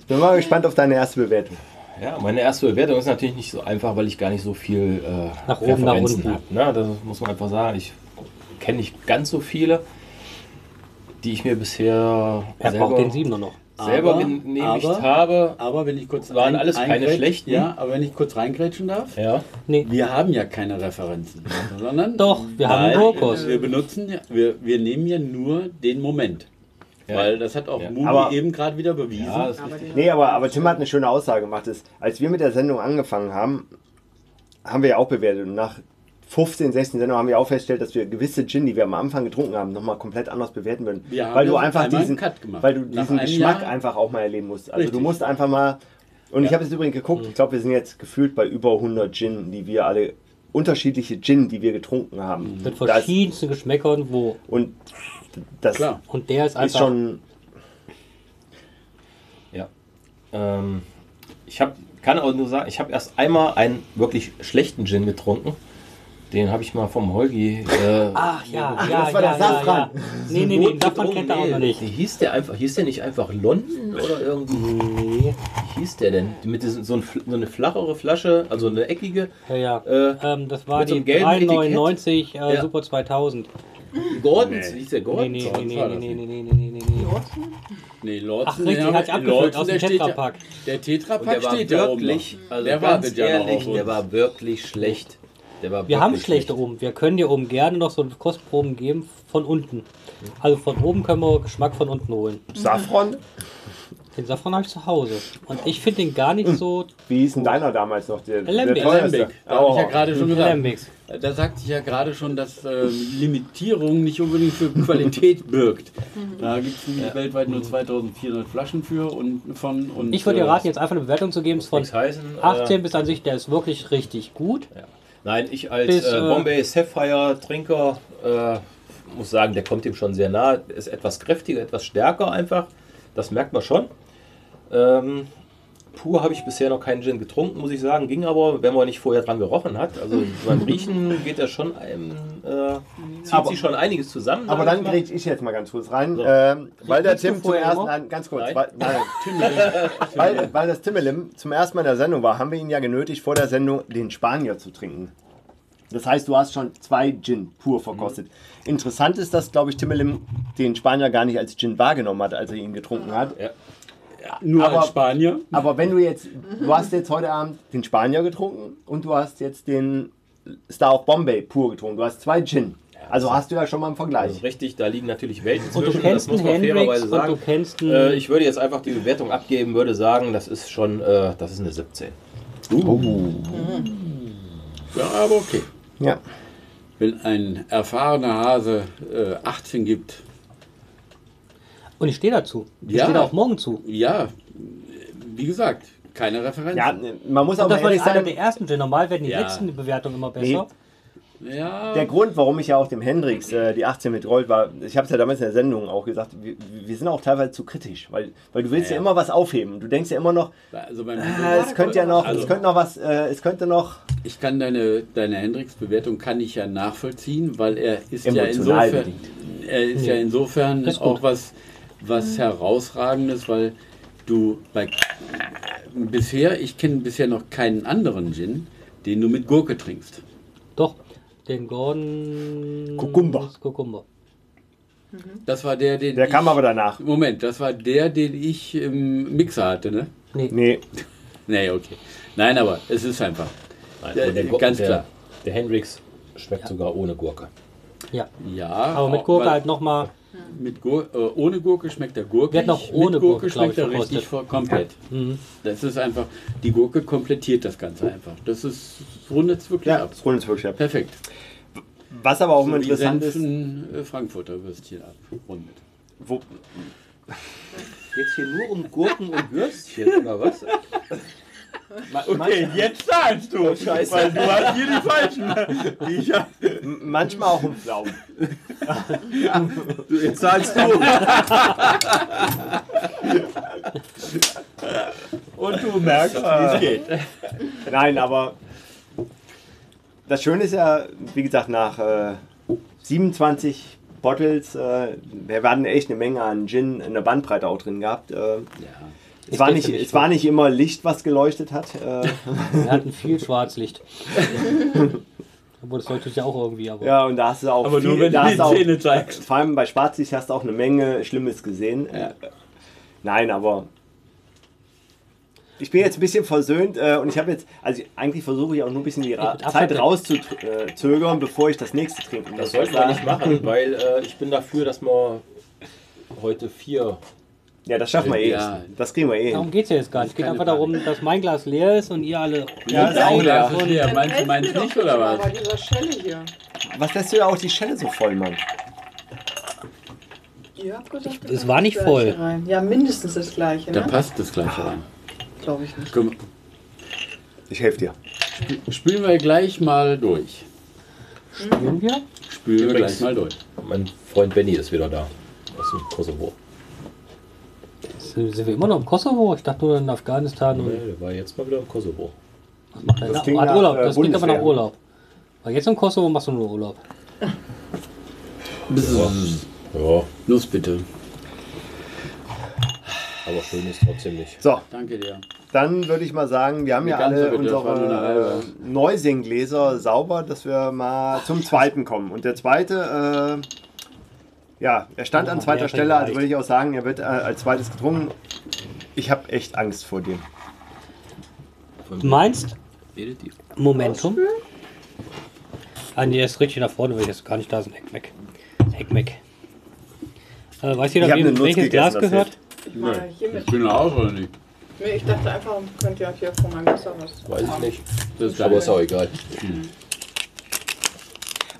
Speaker 2: Ich bin mal gespannt auf deine erste Bewertung.
Speaker 5: Ja, meine erste Bewertung ist natürlich nicht so einfach, weil ich gar nicht so viel äh,
Speaker 3: Nach oben, nach
Speaker 5: Referenzen
Speaker 3: unten.
Speaker 5: hab, Ne? Das muss man einfach sagen. Ich kenne nicht ganz so viele, die ich mir bisher
Speaker 3: Er braucht den
Speaker 5: selber,
Speaker 3: 7er noch.
Speaker 5: selber
Speaker 1: Aber-
Speaker 5: genehmigt
Speaker 1: aber-
Speaker 5: habe.
Speaker 1: Aber wenn ich kurz
Speaker 5: Waren alles keine
Speaker 1: eingrätsch-
Speaker 5: schlechten?
Speaker 1: Ja, aber wenn ich kurz reingrätschen darf.
Speaker 5: Ja.
Speaker 3: Nee.
Speaker 1: Wir haben ja keine Referenzen, sondern
Speaker 3: Doch, wir haben
Speaker 1: Nein,
Speaker 3: Brokers.
Speaker 1: Wir benutzen, ja- wir, wir nehmen ja nur den Moment,
Speaker 5: Ja.
Speaker 1: weil das hat auch
Speaker 5: Ja.
Speaker 1: Mumi
Speaker 2: Aber-
Speaker 1: eben gerade wieder bewiesen.
Speaker 5: Ja, das ist
Speaker 4: Aber
Speaker 5: richtig.
Speaker 4: den-
Speaker 2: Nee, aber, aber Tim hat eine schöne Aussage gemacht. Ist, als wir mit der Sendung angefangen haben, haben wir ja auch bewertet. Und nach 15, 16 Sendungen haben wir auch festgestellt, dass wir gewisse Gin, die wir am Anfang getrunken haben, nochmal komplett anders bewerten würden.
Speaker 1: Wir haben
Speaker 2: weil du
Speaker 1: ja
Speaker 2: einfach
Speaker 1: einmal einen
Speaker 2: diesen,
Speaker 1: Cut gemacht.
Speaker 2: weil du
Speaker 1: Nach
Speaker 2: diesen
Speaker 1: einem
Speaker 2: Geschmack
Speaker 1: Jahr.
Speaker 2: einfach auch mal erleben musst. Also
Speaker 1: Richtig. Mhm.
Speaker 2: du musst einfach mal. Und ich habe jetzt übrigens geguckt, ich glaube, wir sind jetzt gefühlt bei über 100 Gin, die wir alle, unterschiedliche Gin, die wir getrunken haben.
Speaker 1: Mhm.
Speaker 3: Mit
Speaker 2: Das,
Speaker 3: verschiedensten Geschmäckern, wo.
Speaker 2: und das
Speaker 1: Klar.
Speaker 3: Und der ist
Speaker 2: ist
Speaker 3: einfach.
Speaker 2: schon
Speaker 5: Ja. Ähm, ich hab, kann auch nur sagen, ich habe erst einmal einen wirklich schlechten Gin getrunken. Den habe ich mal vom Holgi. Äh,
Speaker 3: Ach ja, ja,
Speaker 2: das war
Speaker 3: ja,
Speaker 2: der
Speaker 3: ja,
Speaker 2: Safran.
Speaker 3: ja. Ah, Nee, nee, nee, davon kennt er auch noch nicht.
Speaker 5: Hieß der einfach, hieß der nicht einfach London oder irgendwie?
Speaker 3: Nee.
Speaker 5: Wie hieß der denn? Mit diesem, so, ein, Fl- so eine flachere Flasche, also eine eckige,
Speaker 3: Ja, ja.
Speaker 5: Äh,
Speaker 3: ähm, das war
Speaker 5: mit so
Speaker 3: die
Speaker 5: einem gelben
Speaker 3: 399 äh,
Speaker 5: Ja.
Speaker 3: Super 2000.
Speaker 5: Gordons, hieß der
Speaker 3: Nee,
Speaker 5: Gordon?
Speaker 3: nee,
Speaker 1: sonst
Speaker 3: nee, nee,
Speaker 1: war
Speaker 3: nee,
Speaker 1: das
Speaker 3: nee, nee, nee, nee, nee.
Speaker 1: Nee,
Speaker 3: Ach,
Speaker 1: Lordsen,
Speaker 3: richtig,
Speaker 1: den
Speaker 3: hat ich
Speaker 1: haben wir-
Speaker 3: abgefüllt
Speaker 1: Lordsen,
Speaker 3: aus dem
Speaker 1: der steht ja-
Speaker 3: Tetrapack.
Speaker 1: Der
Speaker 5: Und
Speaker 1: Tetrapack
Speaker 5: der war
Speaker 1: steht da oben.
Speaker 5: wirklich,
Speaker 1: noch.
Speaker 5: also
Speaker 1: der
Speaker 5: ganz
Speaker 1: wartet ja noch
Speaker 5: ehrlich,
Speaker 1: auf uns.
Speaker 5: der war wirklich schlecht. Der war
Speaker 3: Wir haben
Speaker 5: wirklich
Speaker 3: schlechte oben. Wir können dir oben gerne noch so Kostproben geben von unten. Also von oben können wir Geschmack von unten holen.
Speaker 2: Safran.
Speaker 3: Den Safran habe ich zu Hause. Und ich finde den gar nicht
Speaker 1: Hm.
Speaker 3: so
Speaker 2: Wie hieß denn deiner damals noch? Der, der
Speaker 3: Lambic.
Speaker 2: teuerste.
Speaker 1: Lambic, da habe
Speaker 2: Oh.
Speaker 1: ich ja gerade schon gesagt.
Speaker 3: Lambics.
Speaker 1: Da sagt sich ja gerade schon, dass ähm, Limitierung nicht unbedingt für Qualität birgt.
Speaker 2: Mhm.
Speaker 1: Da gibt es nämlich weltweit nur 2400 Flaschen für und von. Und,
Speaker 3: Ich würde dir
Speaker 1: äh,
Speaker 3: raten, jetzt einfach eine Bewertung zu geben es von
Speaker 6: Nichts heißen, äh,
Speaker 3: 18 bis an sich, der ist wirklich richtig gut.
Speaker 6: Nein, ich als
Speaker 3: Bis,
Speaker 6: äh,
Speaker 3: äh,
Speaker 6: Bombay Sapphire Trinker äh, muss sagen, der kommt ihm schon sehr nah. Ist etwas kräftiger, etwas stärker einfach. Das merkt man schon. Ähm, pur habe ich bisher noch keinen Gin getrunken, muss ich sagen. Ging aber, wenn man nicht vorher dran gerochen hat. Also beim Riechen geht er schon einem, äh, zieht
Speaker 2: Aber-
Speaker 6: sich schon einiges zusammen.
Speaker 2: Aber
Speaker 6: sag ich
Speaker 2: dann
Speaker 6: mal.
Speaker 2: kriege ich jetzt mal ganz kurz rein,
Speaker 6: So.
Speaker 2: ähm, weil der
Speaker 3: Riechst du
Speaker 2: Tim zum
Speaker 3: vorher
Speaker 2: ersten
Speaker 3: noch?
Speaker 2: Nein, ganz kurz,
Speaker 6: Nein.
Speaker 2: Weil, nein, weil, weil das Timmelim zum ersten Mal in der Sendung war, haben wir ihn ja genötigt, vor der Sendung den Spanier zu trinken. Das heißt, du hast schon zwei Gin pur verkostet. Interessant ist, dass, glaube ich, Timmelim den Spanier gar nicht als Gin wahrgenommen hat, als er ihn getrunken hat.
Speaker 1: Nur
Speaker 2: aber-
Speaker 1: als Spanier.
Speaker 2: Aber wenn du jetzt, du hast jetzt heute Abend den Spanier getrunken und du hast jetzt den Star of Bombay pur getrunken. Du hast zwei Gin. Also hast du ja schon mal einen
Speaker 6: Also
Speaker 2: Vergleich.
Speaker 6: richtig, da liegen natürlich Welten
Speaker 3: Und du
Speaker 6: zwischen.
Speaker 3: kennst einen
Speaker 6: das muss man
Speaker 3: Hendrix
Speaker 6: fairerweise
Speaker 3: und
Speaker 6: sagen.
Speaker 3: du kennst
Speaker 6: Äh,
Speaker 3: einen.
Speaker 6: ich würde jetzt einfach die Bewertung abgeben, würde sagen, das ist schon, äh, das ist eine 17.
Speaker 1: Ja, aber okay.
Speaker 2: Ja.
Speaker 1: Wenn ein erfahrener Hase äh, 18 gibt,
Speaker 3: Und ich stehe dazu. Ich
Speaker 1: Ja.
Speaker 3: stehe da auch morgen zu.
Speaker 1: ja, wie gesagt, keine Referenz.
Speaker 2: Ja, man muss auch mal
Speaker 3: Und das war
Speaker 2: ehrlich
Speaker 3: nicht einer
Speaker 2: sein,
Speaker 3: der ersten Gin. Normal werden die
Speaker 1: Ja.
Speaker 3: letzten Bewertungen immer besser.
Speaker 1: Ja,
Speaker 2: der Grund, warum ich ja auch dem Hendrix äh, die 18 mit Gold war, ich habe es ja damals in der Sendung auch gesagt, wir, wir sind auch teilweise zu kritisch, weil, weil du willst ja,
Speaker 1: Ja, ja.
Speaker 2: immer was aufheben. Du denkst ja immer noch,
Speaker 1: also beim
Speaker 2: ah, es könnte ja noch,
Speaker 1: Also-
Speaker 2: es könnte noch was, äh, es könnte noch,
Speaker 1: Ich kann deine, deine Hendrix-Bewertung kann ich ja nachvollziehen, weil er ist ja
Speaker 2: Emotional
Speaker 1: insofern, er ist ja insofern
Speaker 3: Ist gut. Mhm.
Speaker 1: auch was, was herausragendes, weil du bei bisher, ich kenne bisher noch keinen anderen Gin, den du mit Gurke trinkst.
Speaker 3: Doch, den Gordon.
Speaker 2: Kukumba.
Speaker 3: Kukumba.
Speaker 1: Das war der, den
Speaker 2: der kam
Speaker 1: ich,
Speaker 2: aber danach.
Speaker 1: Moment, das war der, den ich im Mixer hatte, ne?
Speaker 3: Nee.
Speaker 2: Nee,
Speaker 1: Nee, okay. Nein, aber es ist einfach.
Speaker 6: Nein,
Speaker 1: Der-
Speaker 6: und
Speaker 1: der-
Speaker 6: Gurken-
Speaker 1: ganz
Speaker 6: der,
Speaker 1: klar.
Speaker 6: Der Hendrix schmeckt sogar ohne Gurke.
Speaker 3: Ja.
Speaker 1: Ja.
Speaker 3: Aber mit Gurke
Speaker 1: Oh, weil-
Speaker 3: halt nochmal.
Speaker 1: Mit Gur äh, ohne Gurke schmeckt der Gurke.
Speaker 3: Wir hatten auch ohne
Speaker 1: mit
Speaker 3: Gurke,
Speaker 1: Gurke,
Speaker 3: glaub ich,
Speaker 1: schmeckt er
Speaker 3: verkostet.
Speaker 1: richtig voll, komplett.
Speaker 3: Mhm.
Speaker 1: Das ist einfach, die Gurke komplettiert das Ganze einfach. Das ist das rundet es wirklich
Speaker 2: ja,
Speaker 1: ab.
Speaker 2: das rundes wirklich ab.
Speaker 1: Perfekt.
Speaker 2: Was aber auch
Speaker 1: So wie
Speaker 2: interessant ist,
Speaker 1: Senfen, äh, Frankfurter Würstchen abrundet.
Speaker 2: wo,
Speaker 6: Jetzt hier nur um Gurken und Würstchen oder was?
Speaker 1: Okay, jetzt zahlst du.
Speaker 6: Scheiße.
Speaker 1: Weil du hast hier die falschen. Die ich hab-
Speaker 2: m- manchmal auch um Pflaumen.
Speaker 6: Jetzt zahlst du.
Speaker 2: Und du merkst, wie es geht. Nein, aber das Schöne ist ja, wie gesagt, nach äh, 27 Bottles, äh, wir hatten echt eine Menge an Gin in der Bandbreite auch drin gehabt. Äh,
Speaker 1: Ja.
Speaker 2: es war,
Speaker 3: denke
Speaker 2: nicht,
Speaker 3: nicht,
Speaker 2: es war nicht immer Licht, was geleuchtet hat. Äh,
Speaker 3: Wir hatten viel Schwarzlicht. Obwohl, das leuchtet ja auch irgendwie, aber.
Speaker 2: ja, und da hast du auch
Speaker 1: Aber
Speaker 2: viel,
Speaker 1: nur wenn
Speaker 2: da
Speaker 1: du
Speaker 2: hast
Speaker 1: die
Speaker 2: du auch,
Speaker 1: Zähne zeigst.
Speaker 2: vor allem bei Schwarzlicht hast du auch eine Menge Schlimmes gesehen. Äh, nein, aber ich bin jetzt ein bisschen versöhnt äh, und ich habe jetzt, also eigentlich versuche ich auch nur ein bisschen die Ra
Speaker 3: Mit Abstand-
Speaker 2: Zeit rauszuzögern, bevor ich das nächste trinken
Speaker 6: Das
Speaker 2: muss.
Speaker 6: sollten wir nicht machen, weil äh, ich bin dafür, dass wir heute vier.
Speaker 2: Ja, das schaffen wir eh.
Speaker 1: Ja.
Speaker 2: Das kriegen wir eh.
Speaker 3: Darum
Speaker 2: hin.
Speaker 3: geht es ja jetzt gar nicht. Es geht
Speaker 1: Keine
Speaker 3: einfach darum, dass mein Glas leer ist und ihr alle.
Speaker 1: Ja,
Speaker 2: ist auch leer.
Speaker 1: Das ist leer. Meinst du meinst nicht, oder
Speaker 4: Aber
Speaker 1: was?
Speaker 4: dieser Schelle hier.
Speaker 2: Was lässt du da auch die Schelle so voll, Mann?
Speaker 4: Ihr habt gedacht, da
Speaker 3: es
Speaker 4: kommt
Speaker 3: war
Speaker 4: das
Speaker 3: nicht
Speaker 4: Gleiche
Speaker 3: voll.
Speaker 8: Rein. Ja, mindestens das gleiche,
Speaker 1: Da
Speaker 8: ne?
Speaker 1: passt das gleiche rein.
Speaker 8: Glaube ich nicht.
Speaker 1: Komm,
Speaker 2: Ich helfe dir.
Speaker 1: spülen wir gleich mal durch.
Speaker 3: Spielen wir?
Speaker 1: Spülen wir
Speaker 6: Übrigens-
Speaker 1: gleich mal durch.
Speaker 6: Mein Freund Benny ist wieder da. Aus dem Kosovo.
Speaker 3: Sind sind wir immer noch im Kosovo? Ich dachte nur in Afghanistan.
Speaker 1: Hm.
Speaker 6: Nee,
Speaker 3: Und
Speaker 6: der war jetzt mal wieder im Kosovo.
Speaker 3: was macht er
Speaker 2: Das
Speaker 3: da?
Speaker 2: klingt
Speaker 3: Hat
Speaker 2: nach,
Speaker 3: Urlaub.
Speaker 2: äh,
Speaker 3: Das klingt aber nach
Speaker 2: Bundeswehr.
Speaker 3: Urlaub. Weil jetzt im Kosovo machst du nur Urlaub.
Speaker 6: Ja,
Speaker 1: Los bitte.
Speaker 6: aber schön ist trotzdem nicht.
Speaker 2: So,
Speaker 1: Danke dir.
Speaker 2: dann würde ich mal sagen, wir haben ja
Speaker 1: Die ganze
Speaker 2: alle
Speaker 1: bitte, das war nur eine
Speaker 2: unsere
Speaker 1: halbe.
Speaker 2: äh, Neusing-Gläser sauber, dass wir mal zum zweiten kommen. Und der zweite, äh, ja, er stand an
Speaker 3: Ja,
Speaker 2: zweiter
Speaker 3: der
Speaker 2: Stelle, also
Speaker 3: reicht.
Speaker 2: würde ich auch sagen, er wird äh, als zweites getrunken. Ich habe echt Angst vor dem.
Speaker 3: Du meinst
Speaker 6: Redet ihr?
Speaker 3: Momentum? Ah, nee, der ist richtig nach vorne, weil ich jetzt gar nicht da ist. Ein Heckmeck. Heckmeck. Äh, weiß
Speaker 2: Ich
Speaker 3: jeder,
Speaker 2: hab eine
Speaker 3: wem
Speaker 2: Nuss
Speaker 3: welches Glas
Speaker 2: gegessen, das
Speaker 3: gehört?
Speaker 4: ich mal hier
Speaker 1: Ich
Speaker 4: mit.
Speaker 1: bin raus oder nicht?
Speaker 4: Nee, ich dachte einfach, könnt ihr hier von meinem Messer was.
Speaker 6: Weiß ich nicht.
Speaker 1: Das ist
Speaker 6: Aber
Speaker 1: dein-
Speaker 6: ist auch egal.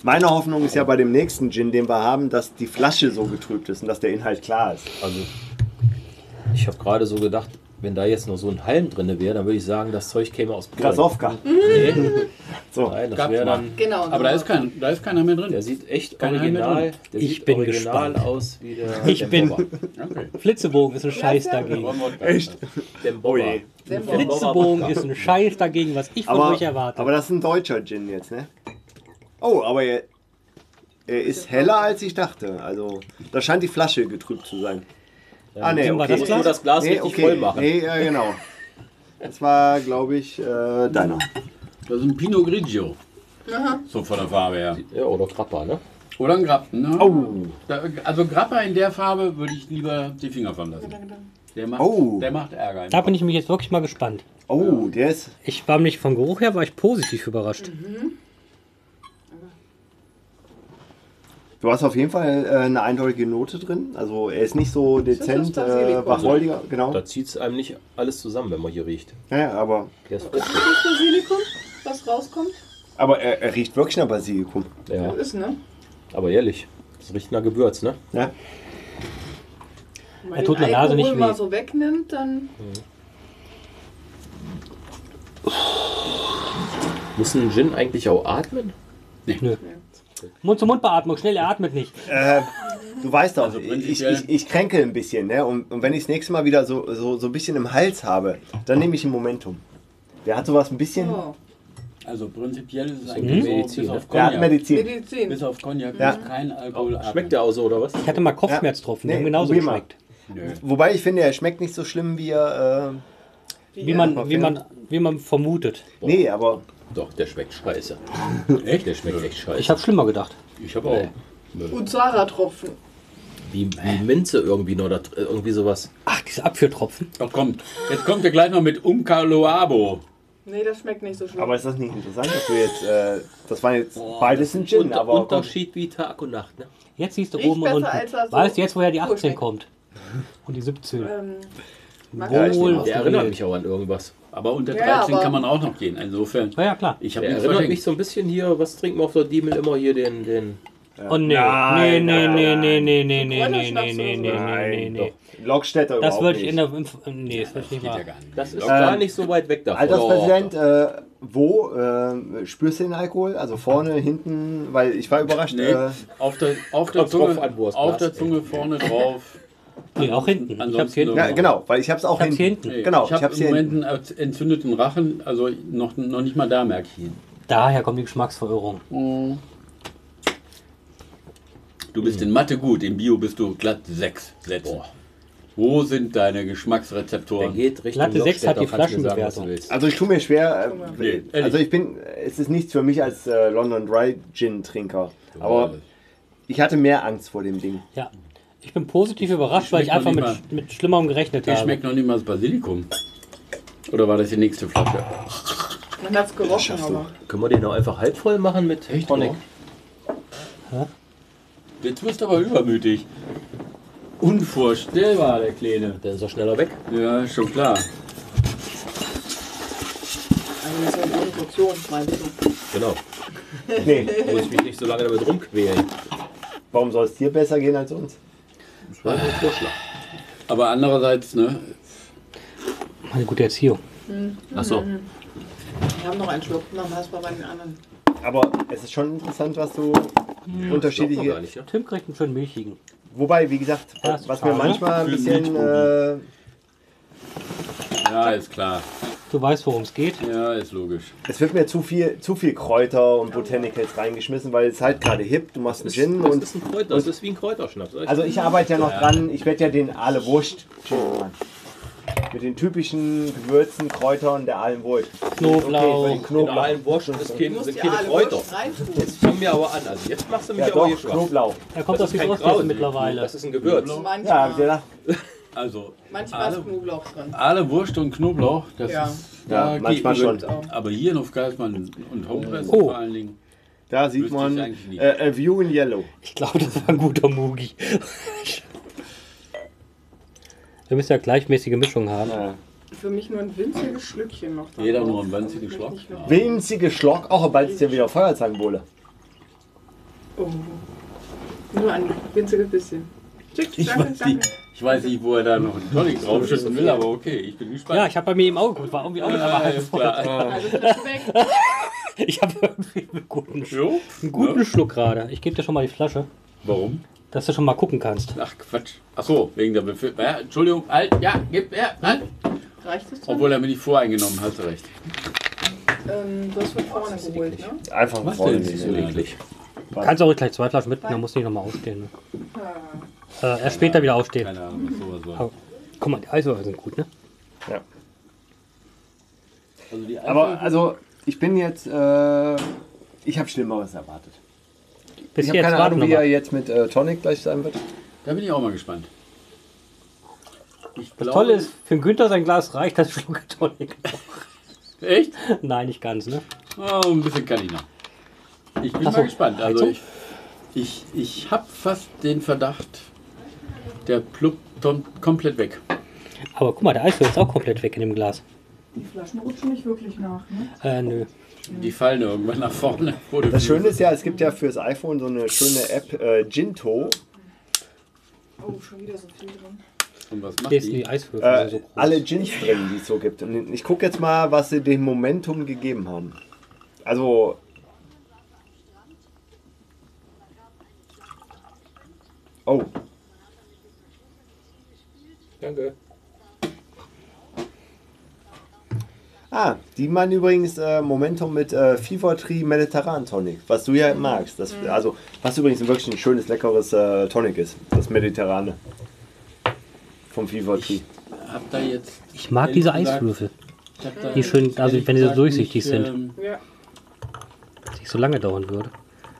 Speaker 2: Meine Hoffnung ist ja bei dem nächsten Gin, den wir haben, dass die Flasche so getrübt ist und dass der Inhalt klar ist.
Speaker 6: Also, ich habe gerade so gedacht, wenn da jetzt noch so ein Halm drin wäre, dann würde ich sagen, das Zeug käme aus Polen.
Speaker 2: Krasovka.
Speaker 6: Nee,
Speaker 2: So.
Speaker 6: nein, das
Speaker 1: Gab's
Speaker 6: wäre
Speaker 1: mal.
Speaker 6: dann.
Speaker 4: Genau.
Speaker 1: Aber da ist, kein, da ist keiner mehr drin.
Speaker 6: Der sieht echt
Speaker 1: Kein Halm mehr
Speaker 6: original,
Speaker 1: drin.
Speaker 6: der
Speaker 3: Ich
Speaker 6: sieht
Speaker 3: bin
Speaker 6: original
Speaker 3: gespannt.
Speaker 6: aus wie der
Speaker 3: Ich
Speaker 6: dem
Speaker 3: bin-
Speaker 6: Bobber.
Speaker 1: Okay.
Speaker 3: Flitzebogen ist ein Scheiß
Speaker 4: Ja, ja.
Speaker 3: dagegen.
Speaker 6: Echt? Dem Bobber.
Speaker 2: Ui.
Speaker 4: Senf-
Speaker 3: Flitzebogen ist ein Scheiß dagegen, was ich von
Speaker 2: Aber,
Speaker 3: euch erwarte.
Speaker 2: aber das ist ein deutscher Gin jetzt, ne? Oh, aber er, er ist heller als ich dachte. Also, da scheint die Flasche getrübt zu sein. ah, ne,
Speaker 3: nehmen wir
Speaker 2: okay.
Speaker 3: das
Speaker 6: Muss nur das Glas
Speaker 2: Nee,
Speaker 6: richtig
Speaker 2: okay.
Speaker 6: voll machen.
Speaker 2: Nee, äh, genau. Das war, glaube ich, äh, deiner.
Speaker 1: Das ist ein Pinot Grigio. So von der Farbe her.
Speaker 6: Ja, oder Krapper, ne?
Speaker 1: Oder ein Grappa. Ne?
Speaker 2: Oh.
Speaker 1: Da, also Grappa in der Farbe würde ich lieber die Finger von lassen. Der macht,
Speaker 2: Oh.
Speaker 1: der macht Ärger. im
Speaker 3: Da bin
Speaker 1: Kopf.
Speaker 3: ich mich jetzt wirklich mal gespannt.
Speaker 2: Oh, der ist.
Speaker 3: Ich war nicht vom Geruch her, war ich positiv überrascht.
Speaker 4: Mhm.
Speaker 2: Du hast auf jeden Fall äh, eine eindeutige Note drin. Also er ist nicht so dezent,
Speaker 4: das Basilikum?
Speaker 2: äh, wacholdiger, genau.
Speaker 6: Da zieht es einem nicht alles zusammen, wenn man hier riecht.
Speaker 2: Ja, ja, aber
Speaker 6: Der ist
Speaker 4: Das Basilikum, was rauskommt.
Speaker 2: aber er, er riecht wirklich nach Basilikum.
Speaker 6: ja,
Speaker 4: Das ist, ne?
Speaker 6: aber ehrlich, das riecht nach Gewürz, ne?
Speaker 2: Ja?
Speaker 4: Wenn
Speaker 3: Er tut
Speaker 4: den
Speaker 3: der Nase
Speaker 4: Alkohol
Speaker 3: nicht weh.
Speaker 4: mal so wegnimmt, dann.
Speaker 6: Muss ein Gin eigentlich auch atmen?
Speaker 3: Mund-zu-Mund-Beatmung, schnell, er atmet nicht.
Speaker 2: Du weißt doch,
Speaker 1: Also
Speaker 2: ich,
Speaker 1: prinzipiell-
Speaker 2: ich, ich kränke ein bisschen, ne? Und, und wenn ich das nächste Mal wieder so, so, so ein bisschen im Hals habe, dann nehme ich ein Momentum. Der hat sowas ein bisschen.
Speaker 4: Oh,
Speaker 1: Also prinzipiell ist es
Speaker 6: Mhm.
Speaker 1: eigentlich so,
Speaker 6: Medizin,
Speaker 1: bis
Speaker 6: ne?
Speaker 1: auf
Speaker 2: Der hat
Speaker 1: Cognac.
Speaker 2: Medizin.
Speaker 4: Medizin.
Speaker 1: Bis auf Cognac
Speaker 2: Ja.
Speaker 1: ist kein Alkohol atmen.
Speaker 6: Schmeckt der auch so, oder was?
Speaker 3: Ich hatte mal Kopfschmerztropfen, die
Speaker 2: Ja.
Speaker 3: haben
Speaker 2: Nee,
Speaker 3: genauso
Speaker 2: probier mal.
Speaker 3: geschmeckt.
Speaker 1: Nö.
Speaker 2: Wobei ich finde, er schmeckt nicht so schlimm wie er. äh,
Speaker 3: Wie
Speaker 2: Ja,
Speaker 3: man, wie, man, wie man vermutet.
Speaker 2: Äh, nee, aber
Speaker 6: Doch, der schmeckt scheiße.
Speaker 1: Echt?
Speaker 6: Der schmeckt echt scheiße.
Speaker 3: Ich habe schlimmer gedacht.
Speaker 1: Ich habe auch.
Speaker 4: Uzara-Tropfen.
Speaker 6: Wie, wie Minze irgendwie noch, da, dr- irgendwie sowas.
Speaker 3: Ach, diese Abführtropfen.
Speaker 1: Doch kommt. Jetzt kommt er gleich noch mit Umkaloabo.
Speaker 4: Nee, das schmeckt nicht so schlimm.
Speaker 2: aber ist das nicht interessant, dass du jetzt. Äh, das waren jetzt beides ein Gin,
Speaker 6: Und,
Speaker 2: aber.
Speaker 6: Unterschied wie Tag und Nacht, ne?
Speaker 3: Jetzt siehst du
Speaker 4: Riecht
Speaker 3: oben und
Speaker 4: besser,
Speaker 3: unten.
Speaker 4: als er so
Speaker 3: weißt du jetzt, woher die
Speaker 4: cool
Speaker 3: 18
Speaker 4: schmeckt.
Speaker 3: kommt? Und die 17.
Speaker 4: ähm,
Speaker 2: Ja, ich
Speaker 3: Wohl
Speaker 2: nehme
Speaker 6: Der erinnert
Speaker 3: gewählt.
Speaker 6: mich auch an irgendwas.
Speaker 1: Aber unter
Speaker 4: Ja,
Speaker 1: 13
Speaker 4: aber-
Speaker 1: kann man auch noch gehen. Insofern,
Speaker 3: Ja, ja, klar.
Speaker 1: ich habe
Speaker 6: Der
Speaker 1: nichts
Speaker 6: erinnert mich
Speaker 1: verschenkt.
Speaker 6: so ein bisschen hier, was trinken wir auf der Diemel immer hier, den, den
Speaker 3: Oh nee. Nee,
Speaker 2: Nein,
Speaker 3: nee,
Speaker 2: nein,
Speaker 3: nee, nee, nee, nee, nee, nee,
Speaker 4: Kräuterschnaps
Speaker 3: nee, nee,
Speaker 4: oder so.
Speaker 3: nee, nee, nee.
Speaker 2: Lockstädter
Speaker 3: Das
Speaker 2: überhaupt
Speaker 3: würde ich
Speaker 2: nicht.
Speaker 3: in der. im- Nee, das würde ich nicht
Speaker 1: Geht ja
Speaker 3: wahr.
Speaker 1: gar nicht.
Speaker 6: Das ist
Speaker 1: Locker.
Speaker 6: gar nicht so weit weg davon.
Speaker 2: Alterspräsident, äh, wo äh, spürst du den Alkohol? Also vorne, hinten? Weil ich war überrascht.
Speaker 1: Nee,
Speaker 2: Äh,
Speaker 1: auf der, auf der
Speaker 6: Kommt drauf
Speaker 1: Zunge,
Speaker 6: an, wo es
Speaker 1: auf der
Speaker 6: passt, ey.
Speaker 1: Zunge vorne drauf.
Speaker 3: Nee, auch hinten. Ich hab's
Speaker 1: Ansonsten
Speaker 3: hinten.
Speaker 1: nur-
Speaker 2: ja, genau, weil ich habe es auch
Speaker 3: Ich hab's hier hinten.
Speaker 1: Nee,
Speaker 2: Genau,
Speaker 1: ich habe
Speaker 2: hab's
Speaker 1: im
Speaker 2: hier
Speaker 1: Moment einen erz- entzündeten Rachen, also noch, noch nicht mal da merke ich ihn.
Speaker 3: Daher kommt die Geschmacksverirrung.
Speaker 1: Du bist in Mathe gut, in Bio bist du glatt sechs Sätze. Wo sind deine
Speaker 6: Der
Speaker 1: Geschmacksrezeptoren?
Speaker 6: Oh, geht Richtung
Speaker 3: Glatte sechs hat die
Speaker 6: Lockstädter, kannst du mir sagen, was
Speaker 3: Flaschenbewertung.
Speaker 6: du willst.
Speaker 2: Also ich tue mir schwer.
Speaker 1: Nee,
Speaker 2: Äh,
Speaker 1: ehrlich.
Speaker 2: also ich bin, es ist nichts für mich als äh, London Dry Gin Trinker. Aber ich hatte mehr Angst vor dem Ding.
Speaker 3: Ja. Ich bin positiv überrascht, weil ich
Speaker 1: schmeck
Speaker 3: einfach
Speaker 1: noch
Speaker 3: mit, mit Schlimmerem gerechnet
Speaker 1: Hier
Speaker 3: habe.
Speaker 1: schmeckt noch nicht mal das Basilikum. Oder war das die nächste Flasche?
Speaker 4: man hat's gerochen, aber.
Speaker 6: Können wir den auch einfach halb voll machen mit
Speaker 1: Echt,
Speaker 6: Tonic?
Speaker 1: oder? Jetzt wirst du aber übermütig. Unvorstellbar, der Kleine.
Speaker 6: Dann ist er schneller weg.
Speaker 1: Ja, schon klar.
Speaker 4: Also, das ist ja eine Portion, meinst du?
Speaker 6: Genau.
Speaker 2: Nee,
Speaker 6: Muss ich mich nicht so lange damit rumquälen.
Speaker 2: warum soll es dir besser gehen als uns?
Speaker 6: Das war nur ein Vorschlag.
Speaker 1: Aber andererseits, ne?
Speaker 3: Meine gute Erziehung.
Speaker 6: Achso.
Speaker 4: Wir haben noch einen Schluck. Machen wir erstmal bei den anderen.
Speaker 2: Aber es ist schon interessant, was du
Speaker 6: Gar
Speaker 2: unterschiedliche.
Speaker 6: nicht, ne?
Speaker 3: Tim kriegt einen schönen milchigen.
Speaker 2: Wobei, wie gesagt,
Speaker 3: Ja, ist
Speaker 2: was
Speaker 3: klar,
Speaker 2: mir
Speaker 3: ne?
Speaker 2: manchmal ein
Speaker 1: Für
Speaker 2: bisschen. Äh,
Speaker 1: Milchbuben. Ja, ist klar.
Speaker 3: Du weißt, worum es geht.
Speaker 1: Ja, ist logisch.
Speaker 2: äh, es wird mir zu viel, zu viel Kräuter und Botanicals reingeschmissen, weil es halt gerade hip. Du machst einen Gin
Speaker 6: Das
Speaker 2: und
Speaker 6: ist ein Kräuter, das ist wie ein Kräuterschnaps. sag ich
Speaker 2: Also ich arbeite ja noch dran, ich werde ja den Aale-Wurst machen. Mit den typischen Gewürzen, Kräutern der Aale-Wurst. Okay, für
Speaker 3: Knoblauch.
Speaker 2: den
Speaker 6: dir. in
Speaker 2: genau, Knoblauch.
Speaker 6: allen Wurschen ist
Speaker 4: Du
Speaker 6: kein,
Speaker 4: musst
Speaker 6: sind
Speaker 4: die
Speaker 6: keine
Speaker 4: alle
Speaker 6: Kräuter.
Speaker 4: Wurst reintun.
Speaker 6: Jetzt fangen wir aber an. Also jetzt machst du mich
Speaker 2: Ja
Speaker 6: aber
Speaker 2: doch,
Speaker 6: hier schwach.
Speaker 2: Knoblauch.
Speaker 3: Er kommt aus
Speaker 6: Das ist
Speaker 3: den
Speaker 6: kein
Speaker 3: Rostfesten
Speaker 6: Kraut.
Speaker 3: mittlerweile.
Speaker 6: Das ist ein Gewürz.
Speaker 2: Ja, hab ich
Speaker 4: Manchmal,
Speaker 2: gedacht.
Speaker 1: Also,
Speaker 4: manchmal ist
Speaker 1: alle,
Speaker 4: Knoblauch drin.
Speaker 1: alle Wurst und Knoblauch, das
Speaker 4: Ja.
Speaker 1: ist,
Speaker 2: Ja, manchmal
Speaker 1: man-
Speaker 2: schon.
Speaker 1: Aber hier in Hofgeismann und Homepress
Speaker 3: Oh.
Speaker 1: vor allen Dingen.
Speaker 2: Da sieht
Speaker 1: Wüsste
Speaker 2: man
Speaker 1: ich eigentlich nicht.
Speaker 2: äh, A View in Yellow.
Speaker 3: Ich glaube, das war ein guter Mugi. Wir müssen ja gleichmäßige Mischung haben.
Speaker 2: Ja.
Speaker 4: Für mich nur ein winziges Schlückchen noch. da
Speaker 1: Jeder
Speaker 4: drauf.
Speaker 1: nur ein winziges
Speaker 4: Also ich möchte
Speaker 1: Schluck?
Speaker 4: nicht
Speaker 2: Winzige Schlock, auch bald ist ja wieder Feuerzangenbowle.
Speaker 4: noch- Oh. Um, Nur ein winziges bisschen. Schick,
Speaker 1: Ich
Speaker 4: danke,
Speaker 1: weiß,
Speaker 4: danke.
Speaker 1: nicht, ich weiß nicht, wo er da noch einen Tonic draufschütten will, aber okay, ich bin gespannt.
Speaker 3: Ja, ich habe bei mir im Auge geguckt, war irgendwie auch nicht
Speaker 1: Ah,
Speaker 3: aber
Speaker 1: ist klar.
Speaker 4: Also Flasche weg.
Speaker 3: Ich habe irgendwie einen guten, Schluck-
Speaker 1: Jo?
Speaker 3: einen guten
Speaker 1: Ja.
Speaker 3: Schluck gerade. Ich gebe dir schon mal die Flasche,
Speaker 1: Warum?
Speaker 3: dass du schon mal gucken kannst.
Speaker 1: Ach Quatsch. Ach so, wegen der Befehl. Ja, Entschuldigung, halt, ja, gib, ja, halt.
Speaker 4: Reicht es dann?
Speaker 1: Obwohl er mir nicht voreingenommen hat, hast du recht.
Speaker 4: ähm, du hast von vorne geholt, ne?
Speaker 2: Einfach
Speaker 1: Was
Speaker 2: vorne
Speaker 1: denn?
Speaker 2: liegen.
Speaker 1: So eklig.
Speaker 3: Du kannst auch gleich zwei Flaschen mitnehmen, dann musst du nicht nochmal aufstehen. Ne? Äh, erst später wieder aufstehen.
Speaker 1: Keine Ahnung, was sowas war.
Speaker 3: Aber, guck mal, die Eiswürfel sind gut, ne?
Speaker 2: Ja.
Speaker 1: Also die
Speaker 2: Aber also, ich bin jetzt, äh, ich habe Schlimmeres erwartet.
Speaker 3: Bis
Speaker 2: ich habe keine
Speaker 3: warten
Speaker 2: Ahnung,
Speaker 3: wir
Speaker 2: wie er
Speaker 3: mal.
Speaker 2: jetzt mit äh, Tonic gleich sein wird.
Speaker 1: Da bin ich auch mal gespannt. Ich
Speaker 3: Das
Speaker 1: glaube-
Speaker 3: Tolle ist, für den Günther sein Glas reicht das Schluck Tonic.
Speaker 1: Echt?
Speaker 3: Nein, nicht ganz, ne?
Speaker 1: Oh, ein bisschen kann ich noch. Ich bin
Speaker 3: Ach so,
Speaker 1: mal gespannt. Also
Speaker 3: Heizung?
Speaker 1: ich, ich, ich habe fast den Verdacht, der Plupp kommt komplett weg.
Speaker 3: Aber guck mal, der Eiswürfel ist auch komplett weg in dem Glas.
Speaker 9: Die Flaschen rutschen nicht wirklich nach. Ne?
Speaker 3: Äh, nö.
Speaker 1: Die fallen irgendwann nach vorne. Wo du
Speaker 2: Das Schöne
Speaker 1: fliegst.
Speaker 2: ist ja, es gibt ja fürs iPhone so eine schöne App, äh, Ginto.
Speaker 9: Oh, schon wieder so viel drin.
Speaker 1: Und was macht
Speaker 3: Hier sind
Speaker 1: die?
Speaker 3: die Eiswürfel
Speaker 2: Äh,
Speaker 3: Also so groß.
Speaker 2: alle Gins drin, die es so gibt. Und ich gucke jetzt mal, was sie dem Momentum gegeben haben. Also, oh,
Speaker 5: Danke.
Speaker 2: Ah, die meinen übrigens äh, Momentum mit äh, Fever Tree Mediterran Tonic, was du ja magst. Das, also, was übrigens wirklich ein schönes, leckeres äh, Tonic ist, das Mediterrane. Vom Fever Tree.
Speaker 1: Hab da jetzt,
Speaker 3: Ich mag diese
Speaker 1: Ehrlich gesagt,
Speaker 3: Eiswürfel.
Speaker 1: ich hab da
Speaker 3: Die schön- also
Speaker 1: ehrlich
Speaker 3: wenn die so
Speaker 1: gesagt
Speaker 3: durchsichtig
Speaker 1: nicht,
Speaker 3: sind.
Speaker 1: ähm,
Speaker 4: Ja.
Speaker 3: Dass ich so lange dauern würde.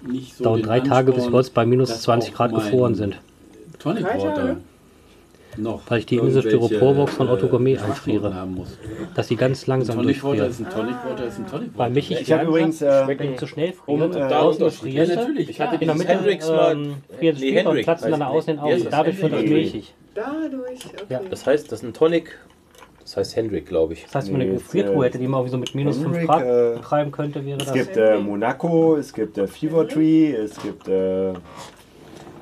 Speaker 1: nicht so
Speaker 3: Dauern
Speaker 1: den
Speaker 3: drei Tage, bis
Speaker 1: Ansporn,
Speaker 3: wir jetzt bei minus
Speaker 1: dass
Speaker 3: 20
Speaker 1: auch
Speaker 3: Grad
Speaker 1: mein
Speaker 3: gefroren sind.
Speaker 1: Tonic
Speaker 4: Drei
Speaker 1: Water.
Speaker 4: Tage?
Speaker 1: Noch.
Speaker 3: Weil ich die Insel
Speaker 1: irgendwelche,
Speaker 3: Styroporbox von Otto Gourmet
Speaker 1: Geschmacksnoten
Speaker 3: einfriere.
Speaker 1: haben muss.
Speaker 3: Dass sie ganz langsam
Speaker 1: Tonic Water
Speaker 3: durchfrieren.
Speaker 1: ist ein Tonic Water, ist ein Tonic Water.
Speaker 3: Bei mich, ich,
Speaker 2: Ich hab
Speaker 3: langsam,
Speaker 2: übrigens, äh,
Speaker 3: wenn ich zu schnell friere,
Speaker 2: um,
Speaker 3: und
Speaker 2: äh,
Speaker 3: draußen
Speaker 5: Unterschied.
Speaker 3: friere,
Speaker 1: Ja, natürlich,
Speaker 5: Ich hatte
Speaker 1: klar.
Speaker 3: in der
Speaker 5: dieses
Speaker 3: Mitte
Speaker 5: Hendrix mal.
Speaker 3: ähm, friert es
Speaker 5: Nee,
Speaker 3: tiefer und
Speaker 5: Hendrix
Speaker 3: platzt dann
Speaker 5: heißt-
Speaker 3: nach außen hin
Speaker 5: nee,
Speaker 3: auf.
Speaker 5: das
Speaker 3: Und
Speaker 5: ist
Speaker 3: dadurch wird das
Speaker 5: Hendrix.
Speaker 3: milchig.
Speaker 4: Dadurch, okay.
Speaker 3: Ja.
Speaker 5: Das heißt, das ist ein Tonic. Das heißt Hendrik, glaube ich.
Speaker 3: Das heißt, wenn man eine
Speaker 2: Nee, jetzt,
Speaker 3: Gefriertruhe
Speaker 2: äh,
Speaker 3: hätte, die man irgendwie so mit minus 5
Speaker 2: Henrik,
Speaker 3: Grad
Speaker 2: äh,
Speaker 3: betreiben könnte, wäre
Speaker 2: Es
Speaker 3: das.
Speaker 2: gibt äh, Monaco, es gibt äh, Fever Tree, es gibt äh,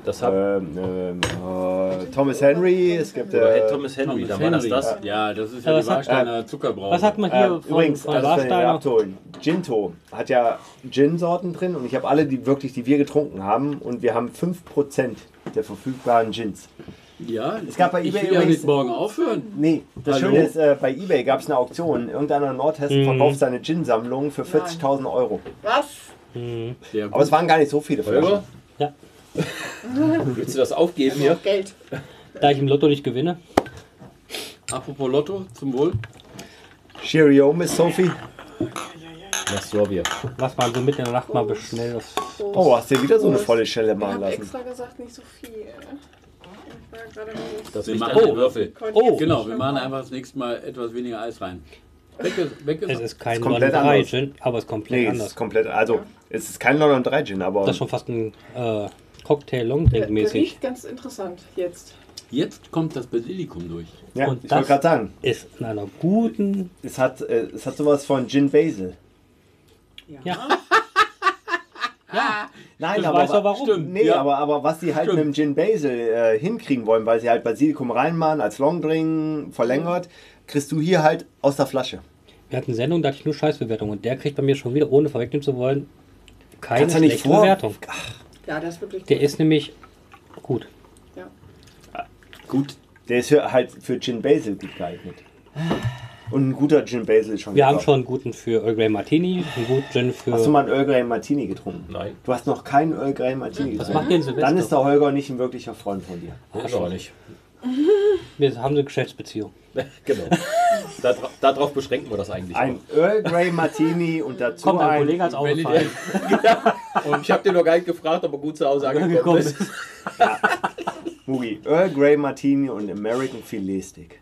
Speaker 5: Das hat
Speaker 2: ähm, ähm, äh, Thomas Henry, es gibt.
Speaker 5: äh,
Speaker 2: Äh,
Speaker 5: Thomas Henry, da war das das.
Speaker 1: Ja, das ist
Speaker 3: Aber
Speaker 1: ja die
Speaker 3: was hat-
Speaker 1: Warsteiner Zuckerbrause.
Speaker 3: Was hat man hier
Speaker 2: äh,
Speaker 3: von,
Speaker 2: übrigens,
Speaker 3: von
Speaker 2: also wenn wir
Speaker 3: Warsteiner?
Speaker 2: abholen, Ginto hat ja Gin-Sorten drin und ich habe alle, die wirklich, die wir getrunken haben, und wir haben 5% der verfügbaren Gins.
Speaker 1: Ja,
Speaker 2: Es gab bei
Speaker 1: ich
Speaker 2: eBay
Speaker 1: will ja
Speaker 2: übrigens-
Speaker 1: nicht morgen aufhören.
Speaker 2: Nee, das
Speaker 1: Hallo?
Speaker 2: Schöne ist, äh, bei Ebay gab es eine Auktion. Irgendeiner in
Speaker 3: Mhm.
Speaker 2: Nordhessen verkauft seine Gin-Sammlung für 40.000 Euro.
Speaker 4: Was?
Speaker 1: Sehr gut.
Speaker 2: Aber es waren gar nicht so viele Flaschen.
Speaker 5: Holger?
Speaker 3: Ja.
Speaker 5: Willst du das aufgeben hier?
Speaker 4: Geld.
Speaker 3: Da ich im Lotto nicht gewinne,
Speaker 1: Apropos Lotto, zum Wohl.
Speaker 2: Cheerio, Miss Sophie.
Speaker 5: Das so wir.
Speaker 3: was man so mitten in der Nacht mal schnell das
Speaker 2: Oh, hast du wieder so eine
Speaker 4: Prost.
Speaker 2: volle Schelle
Speaker 4: Ich
Speaker 2: machen
Speaker 4: habe
Speaker 2: lassen.
Speaker 4: extra gesagt, nicht so viel. Ich war gerade mal
Speaker 5: Das
Speaker 1: Wir
Speaker 5: liegt
Speaker 1: machen-
Speaker 5: an den Würfel.
Speaker 4: Oh,
Speaker 1: Genau, wir machen einfach das nächste Mal etwas weniger Eis rein. Weg ist, weg
Speaker 3: Es
Speaker 1: ist.
Speaker 3: ist kein
Speaker 2: Ist komplett
Speaker 3: London Dry
Speaker 2: anders.
Speaker 3: Gin, aber es ist komplett
Speaker 2: Nee, es
Speaker 3: anders.
Speaker 2: ist komplett. Also, es ist kein London 3 Gin, aber.
Speaker 3: Das ist schon fast ein äh, Cocktail
Speaker 4: der,
Speaker 3: Longdrink
Speaker 4: der
Speaker 3: mäßig.
Speaker 4: riecht ganz interessant jetzt.
Speaker 1: Jetzt kommt das Basilikum durch.
Speaker 2: ja,
Speaker 3: und
Speaker 2: ich
Speaker 3: das-
Speaker 2: wollte gerade sagen,
Speaker 3: Ist in einer guten.
Speaker 2: es hat, äh, es hat sowas von Gin Basil.
Speaker 3: Ja.
Speaker 2: Nein,
Speaker 3: Ich
Speaker 2: aber,
Speaker 3: weiß auch warum.
Speaker 1: Stimmt,
Speaker 2: nee,
Speaker 1: ja.
Speaker 2: aber, aber was sie halt
Speaker 1: Stimmt.
Speaker 2: mit dem Gin Basil äh, hinkriegen wollen, weil sie halt Basilikum reinmachen, als Longdrink verlängert, kriegst du hier halt aus der Flasche.
Speaker 3: Wir hatten Sendung, da hatte ich nur Scheißbewertungen. Und der kriegt bei mir schon wieder, ohne vorwegnehmen zu wollen, keine
Speaker 2: Kannst du nicht
Speaker 3: schlechte
Speaker 2: vor-
Speaker 3: Bewertung.
Speaker 4: Ja, der ist wirklich
Speaker 3: Der ist nämlich gut.
Speaker 1: Gut.
Speaker 2: Der ist für, halt für Gin Basil gut geeignet. Und ein guter Gin Basil ist schon
Speaker 3: Wir
Speaker 2: lecker.
Speaker 3: haben schon einen guten für Earl Grey Martini, einen guten Gin für.
Speaker 2: Hast du mal einen Earl Grey Martini getrunken?
Speaker 5: Nein.
Speaker 2: Du hast noch keinen Earl Grey Martini
Speaker 3: Was
Speaker 2: getrunken.
Speaker 3: macht denn Silvester?
Speaker 2: Dann ist der Holger nicht ein wirklicher Freund von dir.
Speaker 5: Ist auch nicht.
Speaker 3: Wir haben eine Geschäftsbeziehung.
Speaker 5: Genau. Da, darauf beschränken wir das eigentlich.
Speaker 2: Ein Earl Grey Martini und dazu
Speaker 3: Kommt ein
Speaker 2: ein
Speaker 3: Kollege als
Speaker 1: Wenn
Speaker 3: Autofahrer.
Speaker 5: auch. Und ich habe den noch gar nicht gefragt, ob er gut zu Hause angekommen
Speaker 3: Gekommen
Speaker 5: ist.
Speaker 3: ist.
Speaker 2: Mugi, Earl Grey Martini und American Filet Stick.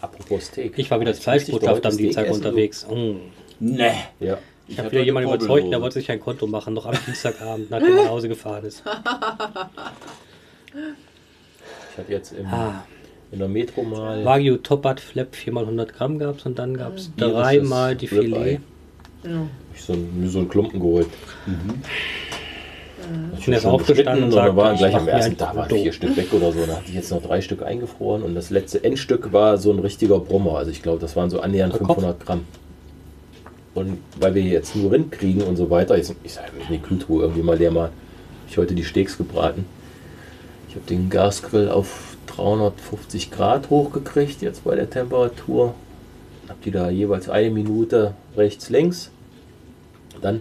Speaker 5: Apropos Steak.
Speaker 3: Ich war wieder als
Speaker 5: Richtig,
Speaker 3: Fleischbotschaft am
Speaker 5: Steak
Speaker 3: Dienstag
Speaker 5: essen, du.
Speaker 3: unterwegs. Mm.
Speaker 1: Ne.
Speaker 5: Ja.
Speaker 3: Ich habe wieder jemanden überzeugt, der wollte sich ein Konto machen, noch am Dienstagabend, nachdem er nach Hause gefahren ist.
Speaker 5: Ich
Speaker 6: Ich hatte jetzt im,
Speaker 3: Ah,
Speaker 6: in der Metro mal.
Speaker 3: Wagyu Topat Flap 4x100 Gramm gab es und dann gab es
Speaker 6: Hier, das
Speaker 3: dreimal
Speaker 6: ist
Speaker 3: die
Speaker 6: Ribeye.
Speaker 3: Filet.
Speaker 6: Ich so, einen- mir so einen Klumpen geholt.
Speaker 3: Ich bin jetzt
Speaker 6: Schon
Speaker 3: aufgestanden
Speaker 6: geschnitten
Speaker 3: und
Speaker 6: und da
Speaker 3: sagte,
Speaker 6: waren gleich
Speaker 3: ich
Speaker 6: am
Speaker 3: mach mir
Speaker 6: ersten
Speaker 3: ein
Speaker 6: Tag waren
Speaker 3: Foto.
Speaker 6: vier Stück weg oder so. Da hatte ich jetzt noch drei Stück eingefroren und das letzte Endstück war so ein richtiger Brummer. Also ich glaube, das waren so annähernd
Speaker 3: Der Kopf?
Speaker 6: 500 Gramm. Und weil wir jetzt nur Rind kriegen und so weiter, ich, ich sage mir, die Kühltruhe irgendwie mal leer mal. Ich heute die Steaks gebraten. Ich habe den Gasgrill auf 350 Grad hochgekriegt, jetzt bei der Temperatur. Hab die da jeweils eine Minute rechts, links. Dann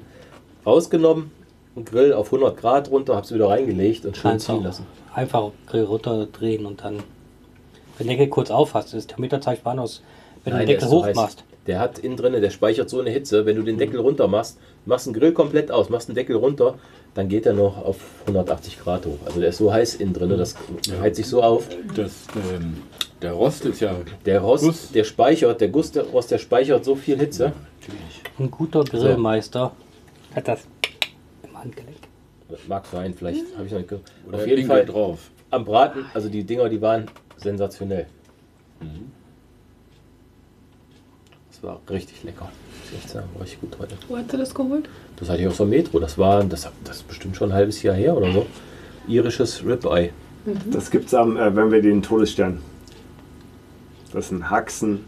Speaker 6: rausgenommen, einen Grill auf 100 Grad runter, hab sie wieder reingelegt und schön
Speaker 3: Kannst
Speaker 6: ziehen
Speaker 3: auch
Speaker 6: lassen.
Speaker 3: Einfach Grill runterdrehen und dann, wenn der Deckel kurz aufhast, ist der Meterzeichen aus. Wenn du den
Speaker 6: Nein, der
Speaker 3: Deckel
Speaker 6: ist zu
Speaker 3: hoch
Speaker 6: heiß.
Speaker 3: machst,
Speaker 6: Der hat innen drinne, der speichert so eine Hitze. Wenn du den Deckel runter machst, machst den Grill komplett aus, machst den Deckel runter, dann geht er noch auf 180 Grad hoch. Also der ist so heiß innen drinne, das heizt sich so auf.
Speaker 1: Das, ähm, der Rost ist ja.
Speaker 6: Der Rost,
Speaker 1: Guss.
Speaker 6: der speichert, der Guss, der Rost, der speichert so viel Hitze.
Speaker 3: ein guter Grillmeister hat das im Handgelenk.
Speaker 6: Das mag sein, vielleicht habe ich noch nicht gehört.
Speaker 1: Oder
Speaker 6: Auf jeden
Speaker 1: Ding
Speaker 6: Fall
Speaker 1: da drauf.
Speaker 6: am Braten, also die Dinger, die waren sensationell.
Speaker 2: Mhm.
Speaker 6: Das war richtig lecker. Muss ich echt sagen, war richtig gut heute.
Speaker 4: Wo hast du das geholt?
Speaker 6: Das hatte ich aus der Metro. Das war, das, das ist bestimmt schon ein halbes Jahr her oder so. Irisches Ribeye.
Speaker 2: Das gibt's am, äh, wenn wir den Todesstern. Das ist ein Haxen.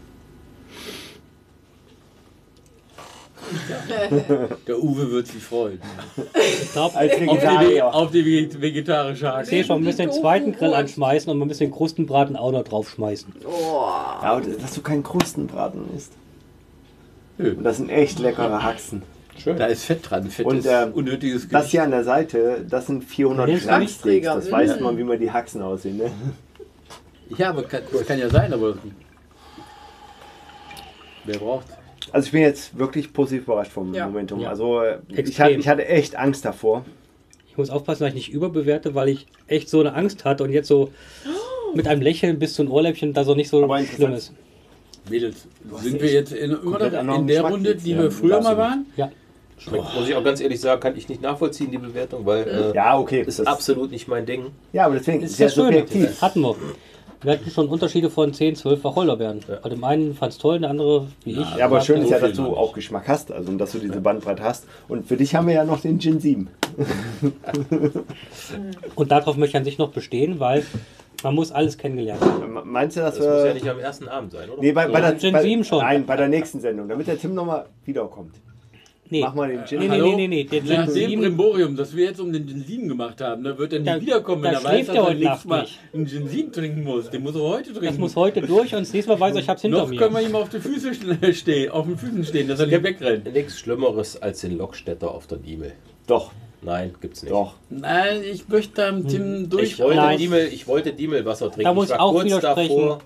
Speaker 1: Der Uwe wird sich freuen.
Speaker 3: Ich glaube,
Speaker 2: Als
Speaker 1: Auf die,
Speaker 2: Vegetarier.
Speaker 1: auf die vege- vegetarische Haxe.
Speaker 3: okay, schon, wir müssen den
Speaker 4: Tofu
Speaker 3: zweiten Grill
Speaker 4: Wurst.
Speaker 3: anschmeißen und wir müssen den Krustenbraten auch noch draufschmeißen.
Speaker 2: Ja, aber dass du keinen Krustenbraten isst.
Speaker 1: Nö.
Speaker 2: Und das sind echt leckere Haxen.
Speaker 1: Da ist Fett dran. Fett
Speaker 2: Und,
Speaker 1: ist
Speaker 2: ähm,
Speaker 1: unnötiges
Speaker 2: Das
Speaker 1: Gewicht.
Speaker 2: hier an der Seite, das sind 400
Speaker 3: Hier ist
Speaker 2: Schlagsteaks.
Speaker 4: Gewichtsträger.
Speaker 2: Das weiß man, wie man die Haxen aussehen. Ne?
Speaker 1: Ja, aber kann, das kann ja sein, aber wer braucht
Speaker 2: Also ich bin jetzt wirklich positiv überrascht vom
Speaker 4: Ja.
Speaker 2: Momentum.
Speaker 3: Ja.
Speaker 2: Also äh, ich,
Speaker 3: Extrem.
Speaker 2: hatte, ich hatte echt Angst davor.
Speaker 3: Ich muss aufpassen, dass ich nicht überbewerte, weil ich echt so eine Angst hatte und jetzt so mit einem Lächeln bis zu ein Ohrläppchen, dass auch nicht so
Speaker 2: Aber
Speaker 3: schlimm
Speaker 2: interessant.
Speaker 3: ist.
Speaker 1: Mädels?
Speaker 2: hast
Speaker 1: Sind
Speaker 2: echt
Speaker 1: wir jetzt in, immer
Speaker 2: komplett
Speaker 1: noch
Speaker 2: anderen
Speaker 1: in der
Speaker 2: Geschmack
Speaker 1: Runde,
Speaker 2: jetzt,
Speaker 1: die
Speaker 2: ja.
Speaker 1: wir früher mal
Speaker 2: Absolut.
Speaker 1: waren?
Speaker 3: Ja,
Speaker 6: Schmeckt, muss ich auch ganz ehrlich sagen, kann ich nicht nachvollziehen, die Bewertung, weil äh,
Speaker 2: Oh. Ja, okay.
Speaker 6: ist
Speaker 2: das-
Speaker 6: absolut nicht mein Ding.
Speaker 2: Ja, aber deswegen
Speaker 3: ist
Speaker 2: ist ja
Speaker 3: das schön.
Speaker 2: subjektiv.
Speaker 3: Hatten wir. Wir hatten schon Unterschiede von 10, 12 Wacholderbeeren. Bei Also dem einen fand es toll, der andere wie ich.
Speaker 2: Ja, aber schön ist ja,
Speaker 1: viel
Speaker 2: dass du
Speaker 1: noch
Speaker 2: auch Geschmack hast, also dass du diese Bandbreite hast. Und für dich haben wir ja noch den Gin 7.
Speaker 3: Und darauf möchte ich an sich noch bestehen, weil man muss alles kennengelernt haben.
Speaker 2: Äh, Me- Meinst du, dass
Speaker 6: Das
Speaker 2: wir...
Speaker 6: muss ja nicht am ersten Abend sein, oder?
Speaker 2: Nee, bei, bei der,
Speaker 3: Gin
Speaker 2: bei,
Speaker 3: 7 schon.
Speaker 2: Nein, bei der nächsten Sendung, damit der Tim nochmal wiederkommt.
Speaker 3: Nee,
Speaker 2: Mach mal den Gin.
Speaker 3: Nee, nee,
Speaker 1: Hallo?
Speaker 3: nee, nee, den
Speaker 1: Nach
Speaker 3: Gin
Speaker 1: dem
Speaker 3: Sieben-
Speaker 1: Brimborium, das wir jetzt um den Gin 7 gemacht haben, da wird er
Speaker 3: Da-
Speaker 1: nicht wiederkommen, wenn
Speaker 3: da
Speaker 1: er weiß,
Speaker 3: schläft
Speaker 1: dass
Speaker 3: er
Speaker 1: er
Speaker 3: heute
Speaker 1: nächstes
Speaker 3: Nacht
Speaker 1: Mal
Speaker 3: nicht.
Speaker 1: einen Gin 7 trinken muss. Den muss er heute trinken.
Speaker 3: Das muss heute durch und das nächste Mal weiß ich, ich hab's hinter
Speaker 1: Noch können wir
Speaker 3: mir.
Speaker 1: ihm auf, die Füße schnell stehen, auf den Füßen stehen, dass er nicht wegrennt.
Speaker 6: Nichts Schlimmeres als den Lokstädter auf der E-Mail.
Speaker 2: Doch,
Speaker 6: Nein, gibt's nicht.
Speaker 2: doch.
Speaker 1: Nein, ich möchte am
Speaker 3: Hm,
Speaker 1: Tim durch.
Speaker 6: Ich wollte,
Speaker 3: Nein.
Speaker 6: Diemel, ich wollte Diemelwasser trinken.
Speaker 3: Da muss
Speaker 6: ich war
Speaker 3: auch
Speaker 6: kurz
Speaker 3: widersprechen.
Speaker 6: davor.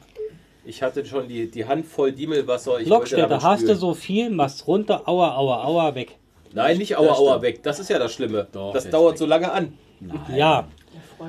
Speaker 6: Ich hatte schon die, die Hand voll Diemelwasser. Ich wollte
Speaker 3: Lockstädter,
Speaker 6: damit
Speaker 3: hast du
Speaker 6: spülen.
Speaker 3: so viel, machst runter, aua, aua, aua, weg.
Speaker 6: Nein, nicht aua,
Speaker 1: Das
Speaker 6: aua
Speaker 1: stimmt.
Speaker 6: weg. Das ist ja das Schlimme.
Speaker 1: Doch,
Speaker 6: das
Speaker 1: das
Speaker 6: dauert
Speaker 1: ist
Speaker 6: so lange an.
Speaker 3: Ja,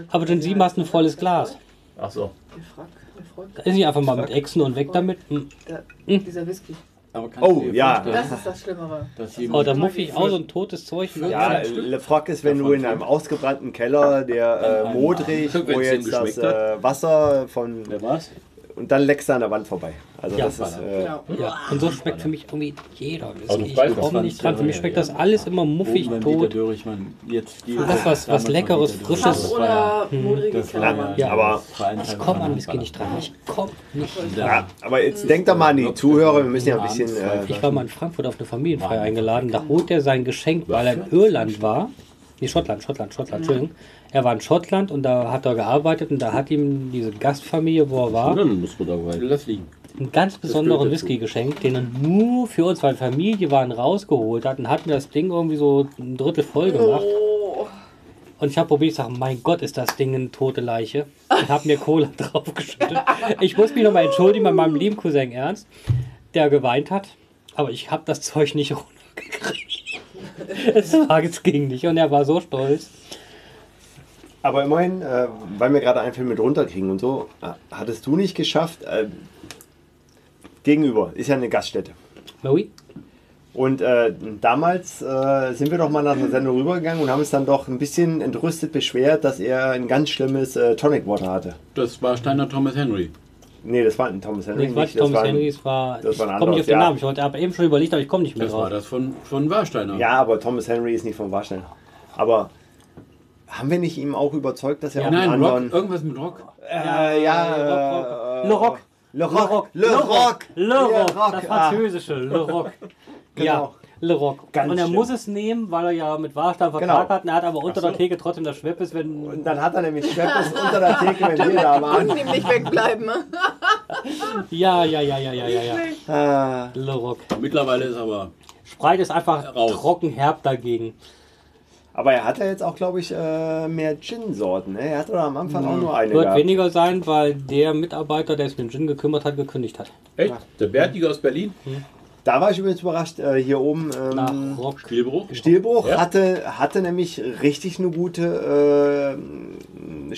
Speaker 3: aber Gen 7 hast ein volles Glas.
Speaker 6: Ach so.
Speaker 9: Der Frack, der Frack,
Speaker 3: Da ist nicht einfach mal mit Echsen und weg damit. Hm.
Speaker 9: der, dieser Whisky.
Speaker 1: Aber kannst du
Speaker 2: Oh,
Speaker 1: dir
Speaker 2: ja.
Speaker 1: vorstellen,
Speaker 9: Das ist das Schlimmere.
Speaker 1: dass jemand-
Speaker 3: Oh, da muff ich auch so ein totes Zeug.
Speaker 2: Ja, Le Frock ist, wenn du in einem ausgebrannten Keller, der äh, modrig,
Speaker 6: Wenn's
Speaker 2: wo
Speaker 6: ihm
Speaker 2: jetzt das
Speaker 6: geschmeckt
Speaker 2: äh, Wasser von...
Speaker 1: Wer war's?
Speaker 2: Und dann leckst du an der Wand vorbei. Also
Speaker 3: Ja,
Speaker 2: das ist... Äh,
Speaker 9: Genau.
Speaker 3: Ja, und so schmeckt für mich irgendwie jeder. Whisky.
Speaker 1: Also
Speaker 3: Ich
Speaker 1: Pfeifer
Speaker 3: komme
Speaker 1: Franz,
Speaker 3: nicht dran. Für
Speaker 1: ja,
Speaker 3: mich
Speaker 1: ja,
Speaker 3: schmeckt
Speaker 1: ja.
Speaker 3: das alles immer muffig,
Speaker 1: Oben beim Dieter
Speaker 3: tot.
Speaker 1: Dörrich, Mann. Jetzt die
Speaker 3: Das was- was
Speaker 1: damals war
Speaker 3: Leckeres,
Speaker 1: Dieter
Speaker 3: Frisches.
Speaker 1: Dörrich.
Speaker 9: Fass
Speaker 1: war ja-
Speaker 9: oder modrige
Speaker 1: Das
Speaker 9: Keller.
Speaker 1: war
Speaker 3: Ja.
Speaker 2: Aber-
Speaker 3: Ich komme an Whisky nicht dran. Ich komme nicht
Speaker 1: Ja.
Speaker 2: aber jetzt denk doch mal an die Zuhörer, wir müssen ja ein bisschen... Äh,
Speaker 3: Ich war mal in Frankfurt auf eine Familienfeier eingeladen. Da holt er sein Geschenk, weil er in Irland war. Nee, Schottland, Schottland, Schottland, Entschuldigung. Er war in Schottland und da hat er gearbeitet und da hat ihm diese Gastfamilie, wo er war,
Speaker 6: Dann musst du dabei.
Speaker 1: Lass liegen.
Speaker 3: einen ganz besonderen
Speaker 1: gehört dazu.
Speaker 3: Whisky geschenkt, den er nur für uns, weil Familie waren, rausgeholt hat und hat mir das Ding irgendwie so ein Drittel voll gemacht.
Speaker 9: Oh,
Speaker 3: Und ich habe probiert, ich sage, mein Gott, ist das Ding eine tote Leiche. Und habe mir Cola draufgeschüttet. Ich muss mich nochmal entschuldigen bei meinem lieben Cousin Ernst, der geweint hat. Aber ich habe das Zeug nicht runtergekriegt. Es war, es ging nicht. Und er war so stolz.
Speaker 2: aber immerhin, äh, weil wir gerade einen Film mit runterkriegen und so, äh, hattest du nicht geschafft... Äh, gegenüber, ist ja eine Gaststätte.
Speaker 3: Maui,
Speaker 2: Und äh, damals äh, sind wir doch mal nach einer Sendung rübergegangen und haben uns dann doch ein bisschen entrüstet beschwert, dass er ein ganz schlimmes äh, Tonic Water hatte.
Speaker 1: Das war Steiner Thomas Henry.
Speaker 2: Nee, das war ein Thomas Henry.
Speaker 3: Nee, Quatsch,
Speaker 2: nicht, das
Speaker 3: Thomas
Speaker 2: war ein-
Speaker 3: Henry, es war.
Speaker 2: das
Speaker 3: ich
Speaker 2: war ein
Speaker 3: komme nicht
Speaker 2: anderes,
Speaker 3: auf den
Speaker 2: ja.
Speaker 3: Namen. Ich wollte aber eben schon überlegt, aber ich komme nicht mehr
Speaker 1: Das war
Speaker 3: drauf.
Speaker 1: das von, von Warsteiner.
Speaker 2: Ja, aber Thomas Henry ist nicht vom Warstein. Aber haben wir nicht ihm auch überzeugt, dass er auch
Speaker 1: Nein,
Speaker 2: einen
Speaker 1: Rock,
Speaker 2: anderen...
Speaker 1: irgendwas mit Rock.
Speaker 2: Äh, ja, äh,
Speaker 3: Le Rock.
Speaker 2: Le Rock.
Speaker 3: Le Rock. Le Rock. Das
Speaker 2: ah.
Speaker 3: französische Le Rock.
Speaker 2: Genau.
Speaker 3: Ja, Le Rock.
Speaker 2: Ganz
Speaker 3: und er
Speaker 2: schlimm.
Speaker 3: muss es nehmen, weil er ja mit Warstein Vertrag
Speaker 2: Genau.
Speaker 3: hat. Und er hat aber unter der Theke trotzdem das Schweppes, wenn.
Speaker 2: Und dann hat er nämlich Schweppes unter der Theke, wenn wir da waren.
Speaker 9: Nämlich wegbleiben. ne?
Speaker 3: Ja, ja, ja, ja, ja, ja. ja.
Speaker 2: Ah,
Speaker 3: Le Rock.
Speaker 1: Mittlerweile ist aber.
Speaker 3: Sprite ist einfach
Speaker 1: Raus.
Speaker 3: trocken herb dagegen.
Speaker 2: aber er hat ja jetzt auch, glaube ich, äh, mehr Gin-Sorten. Ne? Er hatte doch am
Speaker 3: Hm.
Speaker 2: Anfang auch nur eine
Speaker 3: Wird
Speaker 2: gehabt.
Speaker 3: weniger sein, weil der Mitarbeiter, der sich um den Gin gekümmert hat, gekündigt hat.
Speaker 5: Echt? Der Bärtige aus Berlin?
Speaker 2: Da war ich übrigens überrascht. Äh, hier oben
Speaker 3: Nach
Speaker 2: ähm,
Speaker 3: Rock.
Speaker 1: Spielbruch?
Speaker 2: Stilbruch
Speaker 5: Ja.
Speaker 2: hatte, hatte nämlich richtig eine gute äh,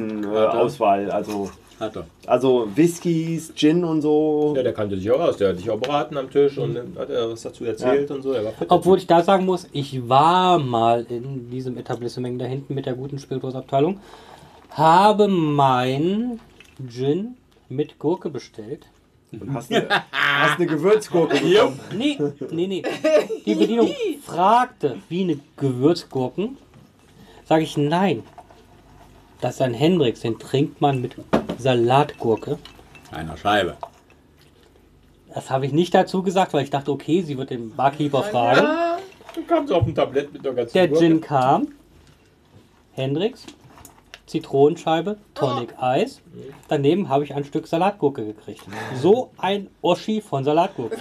Speaker 2: Spirituosen-Auswahl. also,
Speaker 1: Hat er.
Speaker 2: also Whiskys, Gin und so.
Speaker 5: Ja, der kannte sich auch aus. Der hat dich auch beraten am Tisch und dann hat er was dazu erzählt und so. Der war fit.
Speaker 3: Mhm. Obwohl ich da sagen muss, ich war mal in diesem Etablissement da hinten mit der guten Spirituosenabteilung, habe mein Gin mit Gurke bestellt.
Speaker 2: Und hast, eine, hast eine Gewürzgurke bekommen.
Speaker 3: Nee, nee, nee. Die Bedienung fragte, wie eine Gewürzgurken. Sage ich nein. Das ist ein Hendrix, den trinkt man mit Salatgurke.
Speaker 1: Einer Scheibe.
Speaker 3: Das habe ich nicht dazu gesagt, weil ich dachte, okay, sie wird den Barkeeper fragen.
Speaker 5: Dann kam so auf ein Tablett mit einer ganzen
Speaker 3: Der
Speaker 5: Gurke.
Speaker 3: Gin kam. Hendrix. Zitronenscheibe, Tonic Eis. Daneben habe ich ein Stück Salatgurke gekriegt. So ein Oschi von Salatgurke.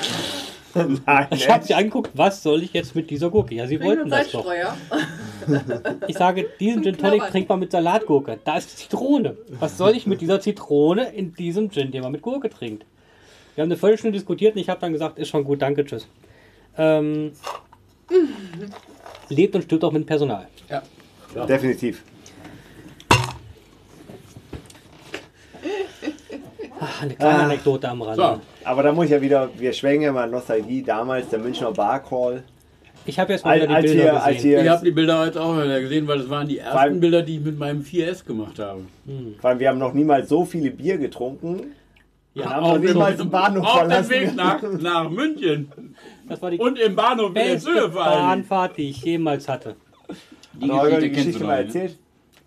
Speaker 2: Nein,
Speaker 3: Ich habe sie angeguckt, was soll ich jetzt mit dieser Gurke? Ja, sie wollten das doch.
Speaker 9: Salzstreuer.
Speaker 3: Ich sage, diesen Gin Tonic
Speaker 9: Knabbern.
Speaker 3: trinkt man mit Salatgurke. Da ist Zitrone. Was soll ich mit dieser Zitrone in diesem Gin, den man mit Gurke trinkt? Wir haben eine Viertelstunde diskutiert und ich habe dann gesagt, ist schon gut, danke, tschüss. Ähm, lebt und stirbt auch mit Personal.
Speaker 2: Definitiv.
Speaker 3: Ach, Ah, eine kleine Anekdote am Rande.
Speaker 1: So.
Speaker 2: Aber da muss ich ja wieder, wir schwenken ja mal Nostalgie damals, der Münchner Barcall.
Speaker 3: Ich habe jetzt mal
Speaker 2: Als,
Speaker 3: wieder
Speaker 2: als
Speaker 3: die Bilder
Speaker 2: hier, als
Speaker 3: gesehen.
Speaker 2: hier,
Speaker 1: Ich habe die Bilder jetzt auch wieder gesehen, weil das waren die ersten
Speaker 2: allem-
Speaker 1: Bilder, die ich mit meinem 4S gemacht habe.
Speaker 2: vor allem, wir haben noch niemals so viele Bier getrunken. Ja, haben noch
Speaker 1: Auf dem-
Speaker 2: niemals den Bahnhof
Speaker 1: auf dem
Speaker 2: verlassen.
Speaker 1: Weg nach, nach München
Speaker 3: Das war die
Speaker 1: und im Bahnhof wieder
Speaker 3: beste
Speaker 1: Höhe fahren.
Speaker 3: Bahnfahrt, die ich jemals hatte.
Speaker 1: Die
Speaker 2: Hat Holger
Speaker 1: kennst
Speaker 2: die
Speaker 1: du
Speaker 2: Geschichte
Speaker 1: noch,
Speaker 2: mal
Speaker 1: ne?
Speaker 2: erzählt?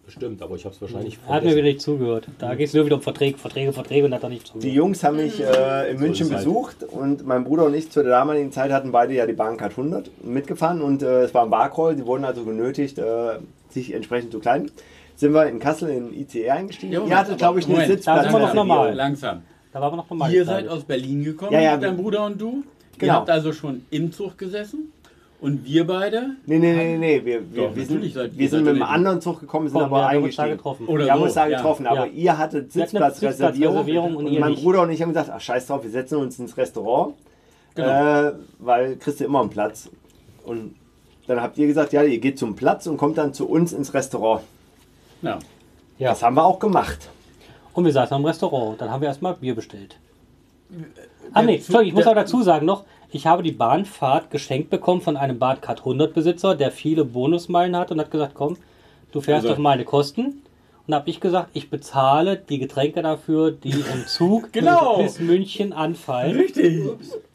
Speaker 5: Bestimmt, aber ich habe es wahrscheinlich
Speaker 3: Mhm. Hat mir wieder nicht zugehört. Da geht es nur wieder um Verträge, Verträge, Verträge und hat er nicht
Speaker 2: Die
Speaker 3: zugehört.
Speaker 2: Jungs haben mich äh, in München
Speaker 1: ist halt.
Speaker 2: besucht und mein Bruder und ich zu der damaligen Zeit hatten beide ja die Bahncard 100 mitgefahren und äh, es war ein Barcall. Die wurden also genötigt, äh, sich entsprechend zu kleiden. Sind wir in Kassel in ICR eingestiegen?
Speaker 1: Ja,
Speaker 2: Ihr hattet,
Speaker 1: aber
Speaker 2: glaube ich, eine
Speaker 1: Moment, da
Speaker 3: sind wir
Speaker 2: Sitzplatz.
Speaker 3: noch normal.
Speaker 1: Langsam.
Speaker 3: Da waren wir noch normal.
Speaker 1: Ihr
Speaker 3: gekleidet.
Speaker 1: seid aus Berlin gekommen,
Speaker 2: Ja, ja, wir-
Speaker 1: dein Bruder und du. Ihr
Speaker 2: Genau.
Speaker 1: habt also schon im Zug gesessen und wir beide
Speaker 2: Nee, nee, nee, nee, wir, wir,
Speaker 1: Doch,
Speaker 2: wir
Speaker 1: natürlich
Speaker 2: sind,
Speaker 1: seid ihr
Speaker 2: wir sind mit einem
Speaker 1: natürlich.
Speaker 2: anderen Zug gekommen, sind
Speaker 3: Komm, wir
Speaker 2: aber
Speaker 3: haben uns da
Speaker 2: eingestiegen.
Speaker 3: getroffen.
Speaker 1: Oder
Speaker 2: Wir haben
Speaker 1: so,
Speaker 2: uns da
Speaker 1: ja.
Speaker 2: getroffen, aber
Speaker 3: Ja.
Speaker 2: ihr hattet
Speaker 3: Wir hatten eine Sitzplatzreservierung
Speaker 2: Sitzplatzreservierung
Speaker 3: und
Speaker 2: und,
Speaker 3: ihr
Speaker 2: mein
Speaker 3: nicht.
Speaker 2: Bruder und ich haben gesagt, ach scheiß drauf, wir setzen uns ins Restaurant,
Speaker 1: Genau.
Speaker 2: äh, weil kriegst du immer einen Platz. Und dann habt ihr gesagt, ja, ihr geht zum Platz und kommt dann zu uns ins Restaurant.
Speaker 1: ja,
Speaker 3: ja.
Speaker 2: Das haben wir auch gemacht.
Speaker 3: Und wir saßen am Restaurant. Dann haben wir erstmal Bier bestellt. Ah nee,
Speaker 1: Zug-
Speaker 3: sorry, ich muss
Speaker 1: Äh, der-
Speaker 3: auch dazu sagen noch, ich habe die Bahnfahrt geschenkt bekommen von einem Bahncard 100 Besitzer, der viele Bonusmeilen hat und hat gesagt, komm, du fährst
Speaker 1: Also-
Speaker 3: auf meine Kosten. Und habe ich gesagt, ich bezahle die Getränke dafür, die im Zug
Speaker 1: Genau.
Speaker 3: bis München anfallen.
Speaker 1: richtig.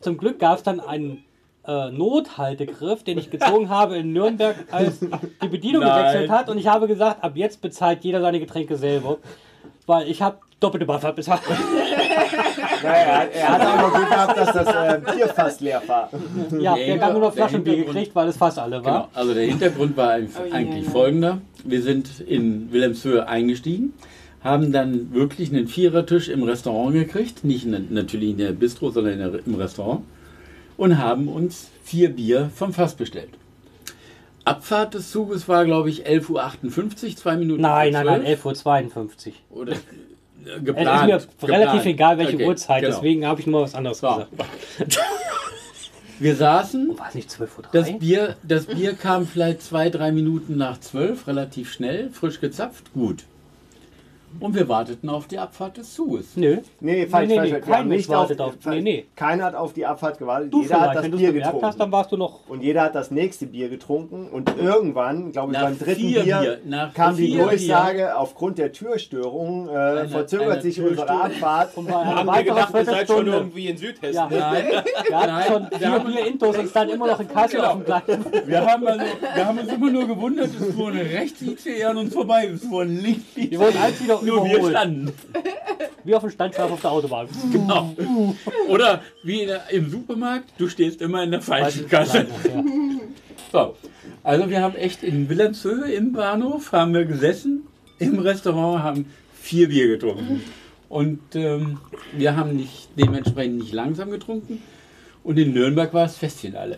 Speaker 3: Zum Glück gab es dann einen äh, Nothaltegriff, den ich gezogen habe in Nürnberg, als die Bedienung
Speaker 1: Nein.
Speaker 3: gewechselt hat. Und ich habe gesagt, ab jetzt bezahlt jeder seine Getränke selber. Weil ich habe doppelte Bahnfahrt bezahlt.
Speaker 2: Ja, er, er hat auch noch Glück gehabt, dass das äh, Bier fast leer war.
Speaker 3: Ja,
Speaker 1: Nee,
Speaker 3: wir haben nur noch
Speaker 1: der
Speaker 3: Flaschenbier
Speaker 1: Hintergrund-
Speaker 3: gekriegt, weil es fast alle war.
Speaker 1: Genau. Also der Hintergrund war ein-
Speaker 9: Oh je,
Speaker 1: eigentlich
Speaker 9: ja.
Speaker 1: folgender. Wir sind in Wilhelmshöhe eingestiegen, haben dann wirklich einen Vierertisch im Restaurant gekriegt, nicht in, natürlich in der Bistro, sondern in der, im Restaurant und haben uns vier Bier vom Fass bestellt. Abfahrt des Zuges war, glaube ich, 11.58 Uhr, zwei Minuten
Speaker 3: Nein,
Speaker 1: vor
Speaker 3: nein, nein,
Speaker 1: 12.
Speaker 3: 11.52 Uhr.
Speaker 1: Oder äh,
Speaker 3: Es
Speaker 1: geplant.
Speaker 3: ist mir relativ
Speaker 1: geplant.
Speaker 3: egal, welche
Speaker 1: Okay,
Speaker 3: Uhrzeit,
Speaker 1: genau.
Speaker 3: deswegen habe ich nur was anderes
Speaker 1: So.
Speaker 3: gesagt.
Speaker 1: Wir saßen
Speaker 3: War es nicht 12.03
Speaker 1: Das
Speaker 3: Uhr?
Speaker 1: Bier, das Bier kam vielleicht zwei, drei Minuten nach zwölf, relativ schnell, frisch gezapft, gut. Und wir warteten auf die Abfahrt des Suez.
Speaker 3: Nö.
Speaker 2: Nee, falsch,
Speaker 3: nee,
Speaker 2: falsch. falsch.
Speaker 3: nee,
Speaker 2: Wir haben
Speaker 3: keiner
Speaker 2: nicht auf,
Speaker 3: wartet auf-
Speaker 2: falsch.
Speaker 3: nee, nee.
Speaker 2: Keiner hat auf die Abfahrt gewartet.
Speaker 3: Du
Speaker 2: jeder
Speaker 3: vielleicht,
Speaker 2: hat das
Speaker 3: wenn du es
Speaker 2: Bier
Speaker 3: gemerkt
Speaker 2: getrunken.
Speaker 3: hast, dann warst du noch.
Speaker 2: und jeder hat das nächste Bier getrunken und irgendwann, glaube ich,
Speaker 1: Nach
Speaker 2: beim dritten
Speaker 1: vier
Speaker 2: Bier,
Speaker 1: Bier, nach
Speaker 2: kam die
Speaker 1: vier
Speaker 2: Durchsage, aufgrund der Türstörung äh, verzögert
Speaker 1: eine
Speaker 2: sich
Speaker 1: Türstörung.
Speaker 2: unsere Abfahrt.
Speaker 3: Haben
Speaker 5: wir gedacht, ihr seid schon irgendwie in Südhessen.
Speaker 3: Ja, wir
Speaker 1: Nein,
Speaker 3: hatten schon vier Bier-Intos und standen immer noch in Kassel auf dem Gleis.
Speaker 1: wir haben, also, wir haben uns immer nur gewundert, es fuhren rechts ICE an uns vorbei, es fuhren links
Speaker 3: Die
Speaker 1: ICE.
Speaker 3: wurden eins wieder
Speaker 1: Nur wir
Speaker 3: überholt.
Speaker 1: standen.
Speaker 3: Wie auf dem Standschaf auf der Autobahn.
Speaker 1: Genau. Oder wie in der, im Supermarkt, du stehst immer in der falschen Kasse.
Speaker 3: Ja.
Speaker 1: So, also wir haben echt in Wilhelmshöhe im Bahnhof haben wir gesessen, im Restaurant haben vier Bier getrunken. Und ähm, wir haben nicht dementsprechend nicht langsam getrunken. Und in Nürnberg war das Festchen alle.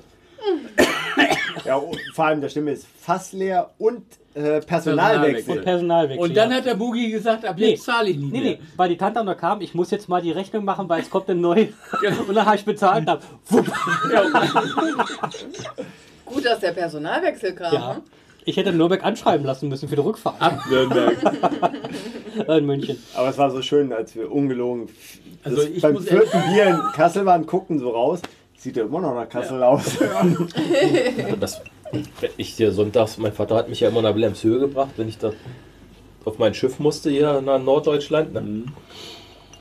Speaker 2: Ja, und vor allem, der Stimme ist fast leer und äh,
Speaker 1: Personalwechsel.
Speaker 2: Personalwechsel.
Speaker 3: Und Personalwechsel.
Speaker 1: Und dann
Speaker 3: ja.
Speaker 1: hat der Boogie gesagt, ab
Speaker 3: Nee.
Speaker 1: jetzt zahle ich nicht
Speaker 3: Nee,
Speaker 1: mehr.
Speaker 3: nee, weil die Tante noch kam, ich muss jetzt mal die Rechnung machen, weil es kommt eine neue.
Speaker 1: Genau.
Speaker 3: Und dann habe ich bezahlt und hab, wupp,
Speaker 9: Gut, dass der Personalwechsel kam.
Speaker 3: ja.
Speaker 9: ne?
Speaker 3: Ich hätte Nürnberg anschreiben lassen müssen für die Rückfahrt
Speaker 1: Ab Nürnberg.
Speaker 3: äh, in München.
Speaker 2: Aber es war so schön, als wir ungelogen
Speaker 1: Also
Speaker 2: das
Speaker 1: ich
Speaker 2: beim
Speaker 1: muss
Speaker 2: vierten Bier in Kassel waren, guckten so raus. Sieht ja immer noch nach Kassel aus.
Speaker 6: Und Das, wenn ich hier sonntags, mein Vater hat mich ja immer nach Wilhelmshöhe gebracht, wenn ich da auf mein Schiff musste hier nach Norddeutschland. Ne?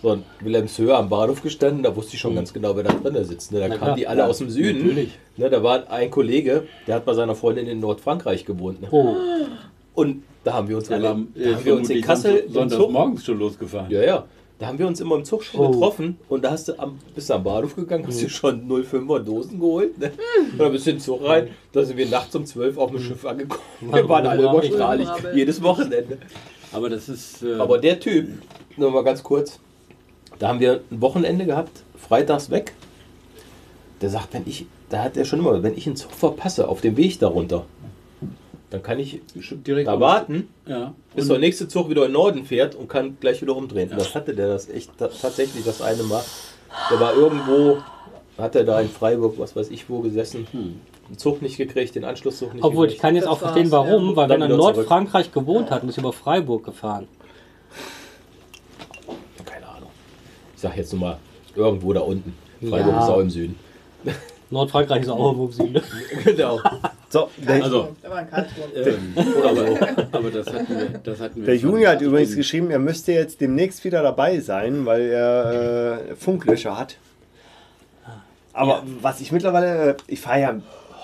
Speaker 6: So, und Wilhelmshöhe am Bahnhof gestanden, da wusste ich schon ganz genau, wer da drin sitzt. Ne? Da kamen
Speaker 3: klar,
Speaker 6: die alle aus dem Süden. Ne? Da war ein Kollege, der hat bei seiner Freundin in Nordfrankreich gewohnt. Ne?
Speaker 3: Oh,
Speaker 6: Und da haben wir uns, alle,
Speaker 1: Aber, äh,
Speaker 6: da haben wir uns in
Speaker 1: vermutlich
Speaker 6: Kassel
Speaker 1: sind
Speaker 6: im Zug,
Speaker 1: Sonntagmorgens schon losgefahren.
Speaker 6: ja, ja, da haben wir uns immer im Zug schon
Speaker 3: Oh.
Speaker 6: getroffen und da hast du am, bist du am Bahnhof gegangen, hast dir schon 05er Dosen geholt, ne? Und dann bist du in den Zug rein, da sind wir nachts um 12 auf dem Schiff angekommen. Wir waren alle
Speaker 3: Brabbel.
Speaker 6: überstrahlig,
Speaker 9: Brabbel.
Speaker 6: jedes Wochenende.
Speaker 1: Aber das ist. Äh,
Speaker 6: Aber der Typ, nur mal ganz kurz, da haben wir ein Wochenende gehabt, freitags weg. Der sagt, wenn ich, da hat er schon immer, wenn ich einen Zug verpasse auf dem Weg darunter, dann kann ich
Speaker 1: direkt.
Speaker 6: da warten
Speaker 1: Ja.
Speaker 6: bis der nächste Zug wieder in den Norden fährt und kann gleich wieder umdrehen. Und Das hatte der das echt ta tatsächlich das eine Mal. Der war irgendwo, hat er da in Freiburg, was weiß ich wo gesessen, den Zug nicht gekriegt, den Anschlusszug nicht
Speaker 3: Hm. obwohl ich
Speaker 6: gekriegt.
Speaker 3: kann jetzt
Speaker 9: Das
Speaker 3: auch verstehen,
Speaker 9: war's,
Speaker 3: warum,
Speaker 9: ja.
Speaker 3: weil
Speaker 6: Dann
Speaker 3: wenn er in
Speaker 6: wieder zurück.
Speaker 3: Nordfrankreich gewohnt hat und ist über Freiburg gefahren.
Speaker 6: Keine Ahnung. Ich sag jetzt nur mal, irgendwo da unten. Freiburg
Speaker 3: Ja.
Speaker 6: ist auch im Süden.
Speaker 3: Nordfrankreich ist auch irgendwo im Süden.
Speaker 6: genau.
Speaker 2: So, der,
Speaker 1: Also,
Speaker 9: Da war ein Karlsruhe.
Speaker 3: äh,
Speaker 1: ähm, aber, aber das hatten wir. Das hatten wir
Speaker 2: der
Speaker 1: schon.
Speaker 2: Junior hat übrigens geschrieben, er müsste jetzt demnächst wieder dabei sein, weil er äh, Funklöcher hat. Ah. Aber was ich mittlerweile, äh, ich fahre ja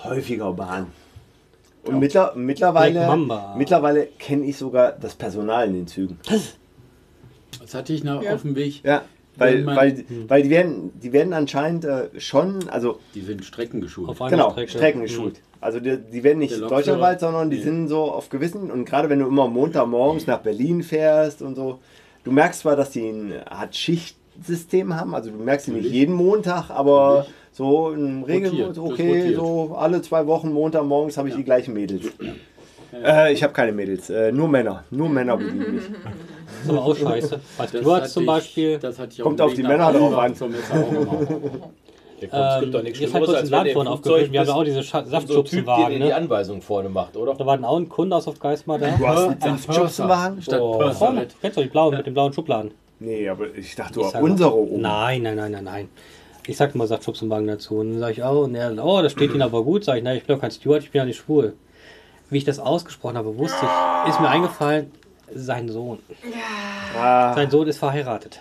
Speaker 2: häufiger Bahn. Und mittler,
Speaker 3: Black
Speaker 2: mittlerweile,
Speaker 3: Mamba.
Speaker 2: mittlerweile kenne ich sogar das Personal in den Zügen.
Speaker 1: Das hatte ich noch auf dem Weg.
Speaker 2: Ja, Hm.
Speaker 1: Wenn
Speaker 2: weil,
Speaker 1: man-
Speaker 2: weil, weil die, werden, die werden anscheinend äh, schon, also
Speaker 1: Die sind streckengeschult.
Speaker 3: Auf einer
Speaker 2: genau,
Speaker 3: Strecke. Hm.
Speaker 2: Strecken geschult. Also die, die werden nicht
Speaker 1: Der Lokführer.
Speaker 2: deutschlandweit, sondern die
Speaker 1: Nee.
Speaker 2: sind so auf gewissen und gerade wenn du immer Montagmorgens nach Berlin fährst und so, du merkst zwar, dass die eine Art Schichtsystem haben, also du merkst sie nicht jeden Montag, aber so im
Speaker 1: Rotiert,
Speaker 2: Regelmodus,
Speaker 1: das
Speaker 2: okay,
Speaker 1: rotiert.
Speaker 2: so alle zwei Wochen Montagmorgens habe ich die gleichen Mädels. Äh, ich habe keine Mädels, äh, nur Männer, nur Männer
Speaker 3: Mhm.
Speaker 2: bedienen mich.
Speaker 3: Das ist aber auch scheiße. Bei
Speaker 1: Das
Speaker 3: Stuart
Speaker 1: hatte
Speaker 3: zum
Speaker 1: ich-
Speaker 3: Beispiel.
Speaker 1: das hatte ich
Speaker 2: Kommt
Speaker 1: dem
Speaker 2: auf
Speaker 1: Weg
Speaker 2: die
Speaker 1: nach
Speaker 2: Männer drauf
Speaker 1: Offenbach
Speaker 2: an.
Speaker 1: Zur Messe auch gemacht.
Speaker 6: Ja, komm, es gibt doch
Speaker 3: Ähm,
Speaker 6: nichts
Speaker 3: jetzt hat
Speaker 6: Schlimmeres,
Speaker 3: kurz ein
Speaker 6: als wenn
Speaker 3: Laden
Speaker 6: ihr im
Speaker 3: vorne
Speaker 6: Flugzeug
Speaker 3: aufgefüllt. Wir haben
Speaker 6: bist
Speaker 3: auch diese Scha-
Speaker 6: und so ein Typ, der
Speaker 3: Saftschubsenwagen.
Speaker 6: dir die
Speaker 3: Ne?
Speaker 6: Anweisung vorne macht, oder?
Speaker 3: Da war dann auch ein Kunde aus auf Geismar da.
Speaker 2: Du hast einen
Speaker 1: Ein
Speaker 2: Saftschubsenwagen?
Speaker 1: Statt
Speaker 6: Oh.
Speaker 1: Purser.
Speaker 3: Vorne, kennst du die blauen mit den blauen Schubladen?
Speaker 2: Nee, aber ich dachte,
Speaker 3: Ich
Speaker 2: du
Speaker 3: sag-
Speaker 2: unsere oben.
Speaker 3: Nein, nein, nein, nein, nein. Ich sag immer, sagt Schubsenwagen dazu. Und dann sage ich, oh, und er, oh, das steht Ihnen aber gut. Sag ich, nein, ich bin doch kein Steward, ich bin ja nicht schwul. Wie ich das ausgesprochen habe, wusste ich, ist mir eingefallen, sein Sohn.
Speaker 2: Ah,
Speaker 3: Sein Sohn ist verheiratet.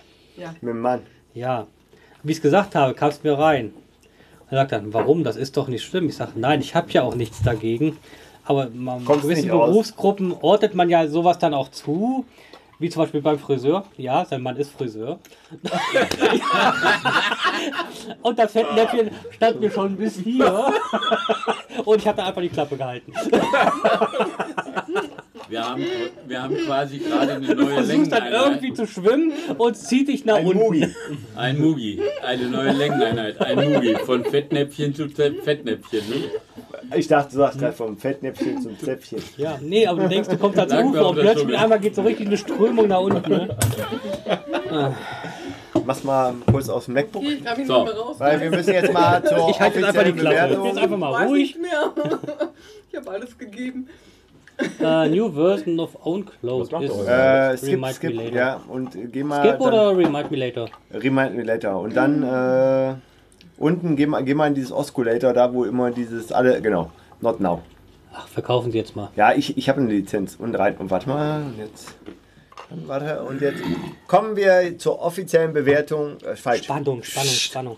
Speaker 2: mit dem Mann.
Speaker 3: Ja. Wie ich es gesagt habe, kam es mir rein. Er sagt dann, warum? Das ist doch nicht schlimm. Ich sage, nein, ich habe ja auch nichts dagegen. Aber man,
Speaker 2: Kommst
Speaker 3: gewissen
Speaker 2: nicht raus.
Speaker 3: Berufsgruppen ordnet man ja sowas dann auch zu. Wie zum Beispiel beim Friseur. Ja, sein Mann ist Friseur. Und das Fettnäpfchen stand mir schon bis hier. Und ich habe da einfach die Klappe gehalten.
Speaker 1: Wir haben, wir haben quasi gerade eine neue
Speaker 3: Versuchst dann irgendwie
Speaker 1: Längeneinheit.
Speaker 3: zu schwimmen und zieht dich nach
Speaker 2: Ein
Speaker 3: unten.
Speaker 2: Mugi.
Speaker 1: Ein Mugi. Eine neue Längeneinheit. Ein Mugi. Von Fettnäpfchen zu Ze- Fettnäpfchen. Ne?
Speaker 2: Ich dachte, du sagst gerade vom Fettnäpfchen zum Zäpfchen.
Speaker 3: Ja, nee, aber du denkst, du kommst ans
Speaker 1: Langsam
Speaker 3: Ufer und
Speaker 1: das
Speaker 3: plötzlich
Speaker 1: Dschungel.
Speaker 3: einmal geht so richtig eine Strömung nach unten. Ne?
Speaker 2: Mach's mal kurz aus dem MacBook.
Speaker 9: Ich kann mich
Speaker 1: So.
Speaker 9: nicht mehr raus.
Speaker 2: Weil wir müssen jetzt mal zur
Speaker 3: Ich halte jetzt einfach die
Speaker 2: offiziellen
Speaker 3: Klappe. Jetzt
Speaker 2: Bewertung.
Speaker 3: einfach mal
Speaker 9: Weiß
Speaker 3: ruhig.
Speaker 9: nicht mehr. ich habe alles gegeben.
Speaker 3: Äh, new version of Own Cloud
Speaker 6: Was macht
Speaker 3: ist
Speaker 6: ihr
Speaker 2: Äh, skip,
Speaker 3: Remind Me
Speaker 2: skip,
Speaker 3: Later.
Speaker 2: ja, und äh, geh mal.
Speaker 3: Skip
Speaker 2: dann-
Speaker 3: oder Remind Me Later?
Speaker 2: Remind me later. Und dann äh, unten geh mal, geh mal in dieses Osculator, da wo immer dieses alle, genau, not now.
Speaker 3: Ach, verkaufen sie jetzt mal.
Speaker 2: Ja, ich, ich habe eine Lizenz. Und rein. Und warte mal. Und jetzt. Und warte. Und jetzt kommen wir zur offiziellen Bewertung. Äh, falsch.
Speaker 3: Spannung, Spannung, Spannung.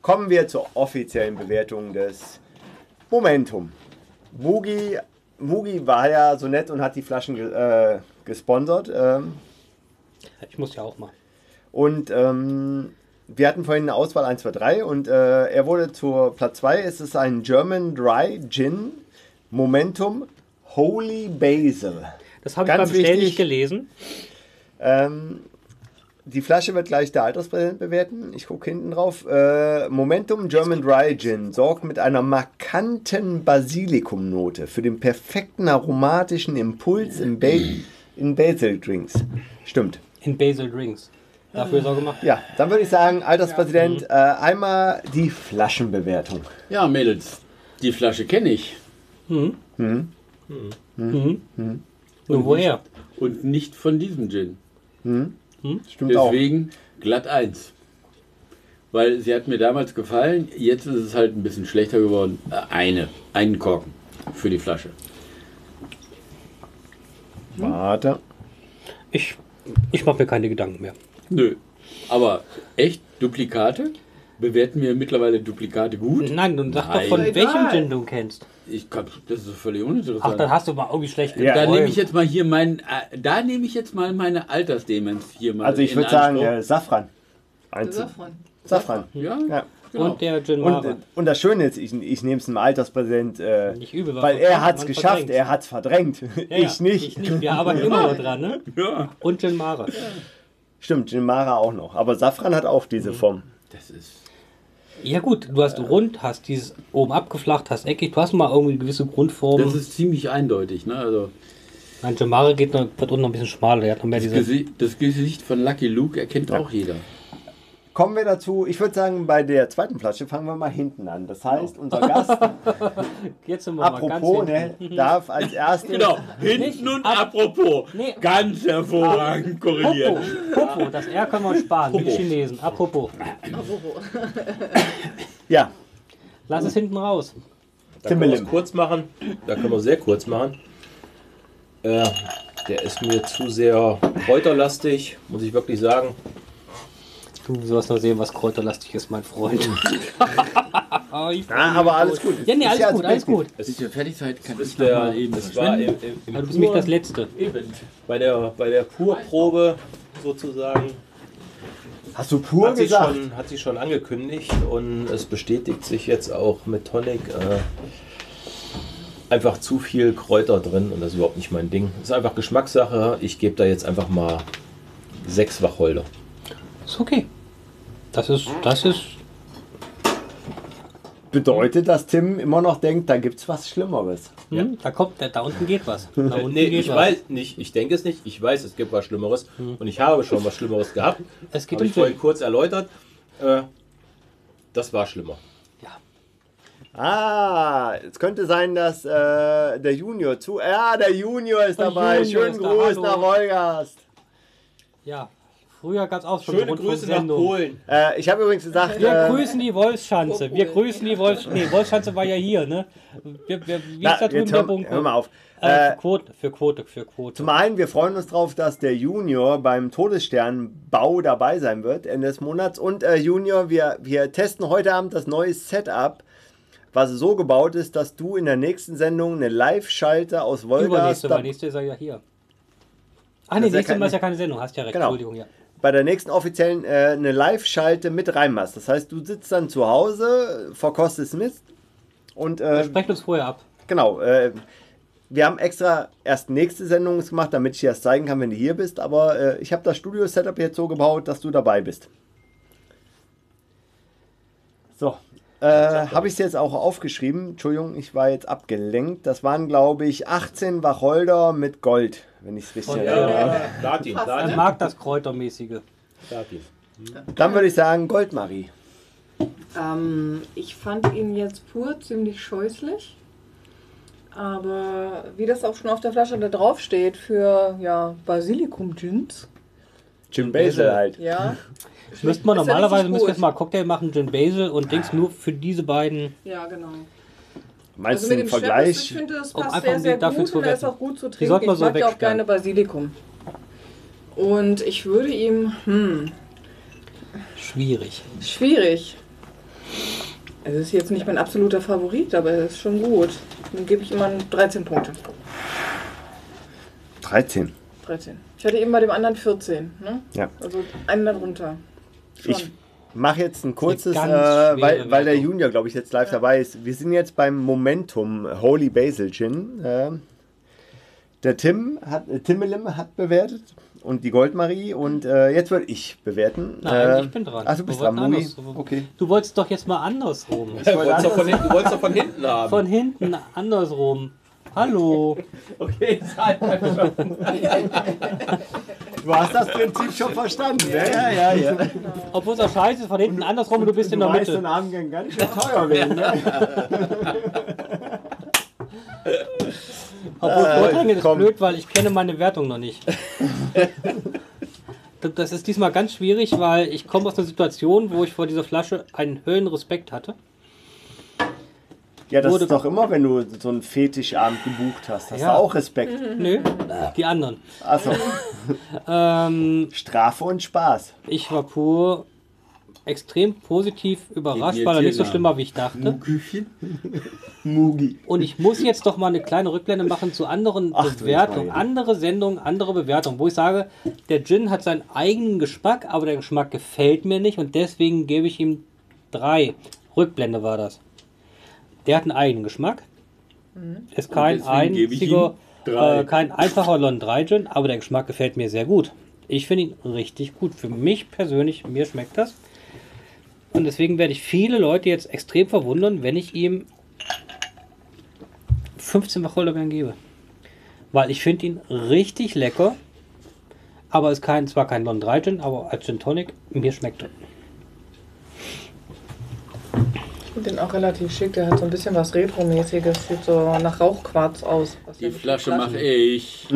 Speaker 2: Kommen wir zur offiziellen Bewertung des Momentum. Mugi, Mugi war ja so nett und hat die Flaschen ge- äh, gesponsert. Ähm,
Speaker 3: Ich muss ja auch mal.
Speaker 2: Und ähm, wir hatten vorhin eine Auswahl 1, 2, 3 und äh, er wurde zur Platz 2. Es ist ein German Dry Gin Momentum Holy Basil.
Speaker 3: Das habe ich
Speaker 2: Ganz
Speaker 3: beim Bestellen
Speaker 2: wichtig.
Speaker 3: nicht gelesen.
Speaker 2: Ähm, die Flasche wird gleich der Alterspräsident bewerten. Ich gucke hinten drauf. Äh, Momentum German Dry Gin sorgt mit einer markanten Basilikumnote für den perfekten aromatischen Impuls in, ba in Basil Drinks. Stimmt.
Speaker 3: In Basil Drinks. Dafür ist er gemacht.
Speaker 2: Ja, dann würde ich sagen, Alterspräsident, äh, einmal die Flaschenbewertung.
Speaker 1: Ja, Mädels, die Flasche kenne ich
Speaker 3: Nur woher?
Speaker 1: und nicht von diesem Gin.
Speaker 2: Stimmt
Speaker 1: Deswegen glatt 1. Weil sie hat mir damals gefallen, jetzt ist es halt ein bisschen schlechter geworden. Äh, Eine, einen Korken für die Flasche.
Speaker 2: auch. Warte.
Speaker 3: Ich, ich mache mir keine Gedanken mehr.
Speaker 1: Nö. Aber echt, Duplikate? Bewerten wir mittlerweile Duplikate gut?
Speaker 3: Nein, du sag doch
Speaker 1: Nein.
Speaker 3: von
Speaker 1: Egal.
Speaker 3: welchem Gin du kennst.
Speaker 1: Ich kann, das ist völlig
Speaker 3: Ach,
Speaker 1: uninteressant.
Speaker 3: dann hast du mal irgendwie schlecht
Speaker 2: Ja.
Speaker 1: da
Speaker 3: geträumt.
Speaker 1: nehme ich jetzt mal hier meinen, äh, da nehme ich jetzt mal meine Altersdemenz hier mal.
Speaker 2: Also ich
Speaker 1: in
Speaker 2: würde sagen,
Speaker 1: Anspruch.
Speaker 2: äh, Safran. Eins.
Speaker 9: Davon.
Speaker 2: Safran.
Speaker 1: ja,
Speaker 2: Ja.
Speaker 1: genau.
Speaker 3: Und der Gin
Speaker 2: Und,
Speaker 3: Mara.
Speaker 2: äh, und das Schöne ist, ich, ich nehme es einem Alterspräsident, äh,
Speaker 3: Nicht übel,
Speaker 2: weil
Speaker 3: was
Speaker 2: er
Speaker 3: man
Speaker 2: hat es geschafft,
Speaker 3: verdrängt.
Speaker 2: er hat es verdrängt.
Speaker 3: Ja, ja,
Speaker 2: ich nicht.
Speaker 3: Ich nicht. Wir arbeiten immer noch dran, ne?
Speaker 1: ja.
Speaker 3: Und Gin Mara.
Speaker 2: Stimmt, Jim Mara auch noch. Aber Safran hat auch
Speaker 3: Mhm.
Speaker 2: diese Form.
Speaker 1: Das ist
Speaker 3: Ja gut, du hast rund, hast dieses oben abgeflacht, hast eckig, du hast mal irgendwie eine gewisse Grundform.
Speaker 1: Das ist ziemlich eindeutig. Ne? Also,
Speaker 3: Nein, Jamare geht noch, wird unten noch ein bisschen schmaler, der hat noch mehr
Speaker 1: das,
Speaker 3: diese...
Speaker 1: Gesi das Gesicht von Lucky Luke erkennt auch jeder.
Speaker 2: Kommen wir dazu, ich würde sagen, bei der zweiten Flasche fangen wir mal hinten an. Das heißt, unser Gast,
Speaker 3: Jetzt sind Genau. wir
Speaker 2: apropos,
Speaker 3: mal ganz
Speaker 2: ne, darf als erstes...
Speaker 1: Genau, hinten und apropos.
Speaker 3: Nee.
Speaker 1: Ganz hervorragend
Speaker 2: ne?
Speaker 1: korreliert.
Speaker 3: hinten. Oh, Popo, das R können wir uns sparen, wie die Chinesen. Apropos,
Speaker 2: Ja,
Speaker 3: lass es hinten raus.
Speaker 5: Da können wir es
Speaker 2: Timberlim.
Speaker 5: kurz machen. Da können wir sehr kurz machen. Äh, der ist mir zu sehr kräuterlastig, muss ich wirklich sagen.
Speaker 3: Du sollst noch sehen, was kräuterlastig ist, mein Freund. Ah, ich-
Speaker 2: ja aber alles gut.
Speaker 3: ja, nee,
Speaker 2: Ist ja
Speaker 3: alles gut,
Speaker 2: also
Speaker 3: alles gut.
Speaker 5: Es
Speaker 1: Bis zur Fertigkeit kann ich
Speaker 5: ist
Speaker 1: noch
Speaker 5: der,
Speaker 1: mal eben
Speaker 5: es war
Speaker 1: verschwenden.
Speaker 5: im, im,
Speaker 3: Aber
Speaker 5: im
Speaker 3: Also du bist nicht
Speaker 5: Pur-
Speaker 3: das Letzte.
Speaker 5: Eben. Bei der, bei der Purprobe sozusagen
Speaker 2: Hast du pur
Speaker 5: hat, sie
Speaker 2: gesagt?
Speaker 5: schon, hat sie schon angekündigt und es bestätigt sich jetzt auch mit Tonic. Äh, einfach zu viel Kräuter drin und das ist überhaupt nicht mein Ding. Ist einfach Geschmackssache. Ich gebe da jetzt einfach mal sechs Wacholder.
Speaker 3: Ist okay. Das ist, das ist...
Speaker 2: Bedeutet, dass Tim immer noch denkt, da gibt's was Schlimmeres.
Speaker 3: Hm, Da kommt, da, da unten geht was. Da
Speaker 5: Äh,
Speaker 3: unten
Speaker 5: Nee,
Speaker 3: geht
Speaker 5: ich
Speaker 3: was.
Speaker 5: weiß nicht. Ich denke es nicht. Ich weiß, es gibt was Schlimmeres. Und ich habe schon was Schlimmeres gehabt.
Speaker 3: Hm. Es geht
Speaker 5: Habe
Speaker 3: um
Speaker 5: ich vorhin
Speaker 3: Gin.
Speaker 5: kurz erläutert. Äh, das war schlimmer.
Speaker 2: Ah, es könnte sein, dass äh, der Junior zu. Ja, der Junior ist
Speaker 3: Der
Speaker 2: dabei.
Speaker 3: Junior
Speaker 2: Schönen
Speaker 3: ist da,
Speaker 2: Gruß
Speaker 3: hallo.
Speaker 2: nach Wolgast.
Speaker 3: Ja, früher gab es auch schon
Speaker 5: Schöne
Speaker 3: so
Speaker 5: Grüße nach
Speaker 3: Rundfunksendungen.
Speaker 5: Polen.
Speaker 2: Äh, ich habe übrigens gesagt,
Speaker 3: Wir
Speaker 2: äh,
Speaker 3: grüßen die Wolfschanze. Wir grüßen die Wolfschanze. Nee, Wolfschanze war ja hier, ne? Wir, wir, wie
Speaker 2: na,
Speaker 3: ist da drüben
Speaker 2: jetzt
Speaker 3: der
Speaker 2: hör,
Speaker 3: Bunker?
Speaker 2: hör mal auf.
Speaker 3: Äh,
Speaker 2: Äh,
Speaker 3: für Quote, für Quote, für Quote.
Speaker 2: zum einen, wir freuen uns drauf, dass der Junior beim Todessternbau dabei sein wird Ende des Monats. Und äh, Junior, wir, wir testen heute Abend das neue Setup, was so gebaut ist, dass du in der nächsten Sendung eine Live-Schalte aus Wolgast
Speaker 3: Übernächste, weil nächste ist er ja hier. Ach
Speaker 2: Das
Speaker 3: nee,
Speaker 2: ist ja
Speaker 3: nächste
Speaker 2: kein-
Speaker 3: Mal ist ja keine Sendung, hast ja recht.
Speaker 2: Genau.
Speaker 3: Entschuldigung, ja.
Speaker 2: bei der nächsten offiziellen äh, eine Live-Schalte mit reinmachst. Das heißt, du sitzt dann zu Hause, verkostest Mist und äh,
Speaker 3: Sprecht uns vorher ab.
Speaker 2: genau. Äh, wir haben extra erst nächste Sendung gemacht, damit ich dir das zeigen kann, wenn du hier bist. Aber äh, ich habe das Studio-Setup jetzt so gebaut, dass du dabei bist. So, äh, habe ich es jetzt auch aufgeschrieben. Entschuldigung, ich war jetzt abgelenkt. Das waren, glaube ich, 18 Wacholder mit Gold, wenn ich es richtig erinnere.
Speaker 5: Ja, Platin,
Speaker 3: Er
Speaker 5: Platin,
Speaker 3: mag das Kräutermäßige.
Speaker 5: Platin.
Speaker 2: Dann würde ich sagen, Goldmarie.
Speaker 9: Ähm, ich fand ihn jetzt pur ziemlich scheußlich.
Speaker 4: Aber wie das auch schon auf der Flasche da drauf steht, für ja, Basilikum-Gins.
Speaker 2: Jim Basil halt.
Speaker 4: Ja.
Speaker 3: Müsste man
Speaker 4: Ist ja
Speaker 3: normalerweise
Speaker 4: richtig
Speaker 3: müssen wir
Speaker 4: gut.
Speaker 3: jetzt mal Cocktail machen, Gin Basil und Dings nur für diese beiden.
Speaker 4: ja, genau.
Speaker 2: Meinst du
Speaker 4: Also
Speaker 2: im
Speaker 4: mit dem Shepherd's, ich
Speaker 2: Vergleich?
Speaker 4: finde, das
Speaker 3: um
Speaker 4: passt
Speaker 3: einfach
Speaker 4: sehr,
Speaker 3: um
Speaker 4: sehr
Speaker 3: den dafür
Speaker 4: gut
Speaker 3: zu
Speaker 4: und er ist
Speaker 3: verwerten.
Speaker 4: auch gut zu
Speaker 3: Die sollten
Speaker 4: trinken.
Speaker 3: wir
Speaker 4: Ich
Speaker 3: so
Speaker 4: mag ja auch
Speaker 3: wegsperren.
Speaker 4: gerne Basilikum. Und ich würde ihm, hm,
Speaker 3: Schwierig.
Speaker 4: schwierig. Es ist jetzt nicht mein absoluter Favorit, aber er ist schon gut. Dann gebe ich ihm mal 13 Punkte.
Speaker 2: 13.
Speaker 4: 13. Ich hatte eben bei dem anderen 14. Ne?
Speaker 2: Ja.
Speaker 4: Also einen darunter. Schon.
Speaker 2: Ich mache jetzt ein kurzes, äh,
Speaker 3: Eine ganz schwere
Speaker 2: weil, weil der
Speaker 3: Wertung.
Speaker 2: Junior, glaube ich, jetzt live dabei ist. Wir sind jetzt beim Momentum Holy Basil Gin. Ähm, der Tim hat, äh, Timmelim hat bewertet und die Goldmarie und äh, jetzt würde ich bewerten.
Speaker 3: Nein,
Speaker 2: Äh,
Speaker 3: ich bin dran.
Speaker 2: Ach, du bist
Speaker 3: Wir
Speaker 2: dran,
Speaker 3: wollten
Speaker 2: Moni.
Speaker 3: andersrum.
Speaker 2: Okay.
Speaker 3: Du wolltest doch jetzt mal andersrum.
Speaker 5: Du wolltest doch von hinten, du wolltest doch von hinten haben.
Speaker 3: Von hinten andersrum. Hallo.
Speaker 5: okay, ist halt
Speaker 2: Du hast das Prinzip schon verstanden. ne? Ja, ja, ja. ja.
Speaker 3: Obwohl es scheiße ist, von hinten andersrum und du bist in der
Speaker 2: weißt, so
Speaker 3: Mitte.
Speaker 2: ein Abend kann ganz schön teuer werden. Ne?
Speaker 3: Obwohl Vorträge ist
Speaker 2: komm.
Speaker 3: blöd, weil ich kenne meine Wertung noch nicht. Das- Das ist diesmal ganz schwierig, weil ich komme aus einer Situation, wo ich vor dieser Flasche einen Höhenrespekt hatte.
Speaker 2: Ja, das
Speaker 3: Wurde-
Speaker 2: ist doch immer, wenn du so einen Fetischabend gebucht hast. Hast
Speaker 3: Ja.
Speaker 2: du auch Respekt.
Speaker 3: Nö, die anderen.
Speaker 2: Achso,
Speaker 3: Ähm,
Speaker 2: Strafe und Spaß.
Speaker 3: ich war pur extrem positiv überrascht,
Speaker 1: Geht
Speaker 3: weil er
Speaker 1: jetzt
Speaker 3: nicht so
Speaker 1: hier
Speaker 3: schlimm war, wie ich
Speaker 1: Mhm.
Speaker 3: dachte.
Speaker 2: Mugi.
Speaker 3: Und ich muss jetzt doch mal eine kleine Rückblende machen zu anderen
Speaker 2: Ach, du
Speaker 3: Bewertungen.
Speaker 2: meine Güte.
Speaker 3: Andere Sendungen, andere Bewertungen, wo ich sage, der Gin hat seinen eigenen Geschmack, aber der Geschmack gefällt mir nicht und deswegen gebe ich ihm drei. Rückblende war das. Der hat einen eigenen Geschmack.
Speaker 4: Mhm.
Speaker 3: Ist kein
Speaker 1: deswegen gebe ich ihm
Speaker 3: einziger,
Speaker 1: drei.
Speaker 3: äh, kein einfacher Lon 3 Gin, aber der Geschmack gefällt mir sehr gut. Ich finde ihn richtig gut. Für mich persönlich, mir schmeckt das. Und deswegen werde ich viele Leute jetzt extrem verwundern, wenn ich ihm 15 Wacholderbeeren gebe. Weil ich finde ihn richtig lecker. Aber ist kein, zwar kein Lon 3 Gin, aber als Gin Tonic, mir schmeckt er.
Speaker 4: Ich finde den auch relativ schick. Der hat so ein bisschen was Retro-mäßiges. Sieht so nach Rauchquarz aus. Was
Speaker 1: Die
Speaker 4: ja
Speaker 1: Flasche
Speaker 4: Flaschen-
Speaker 1: mache ich.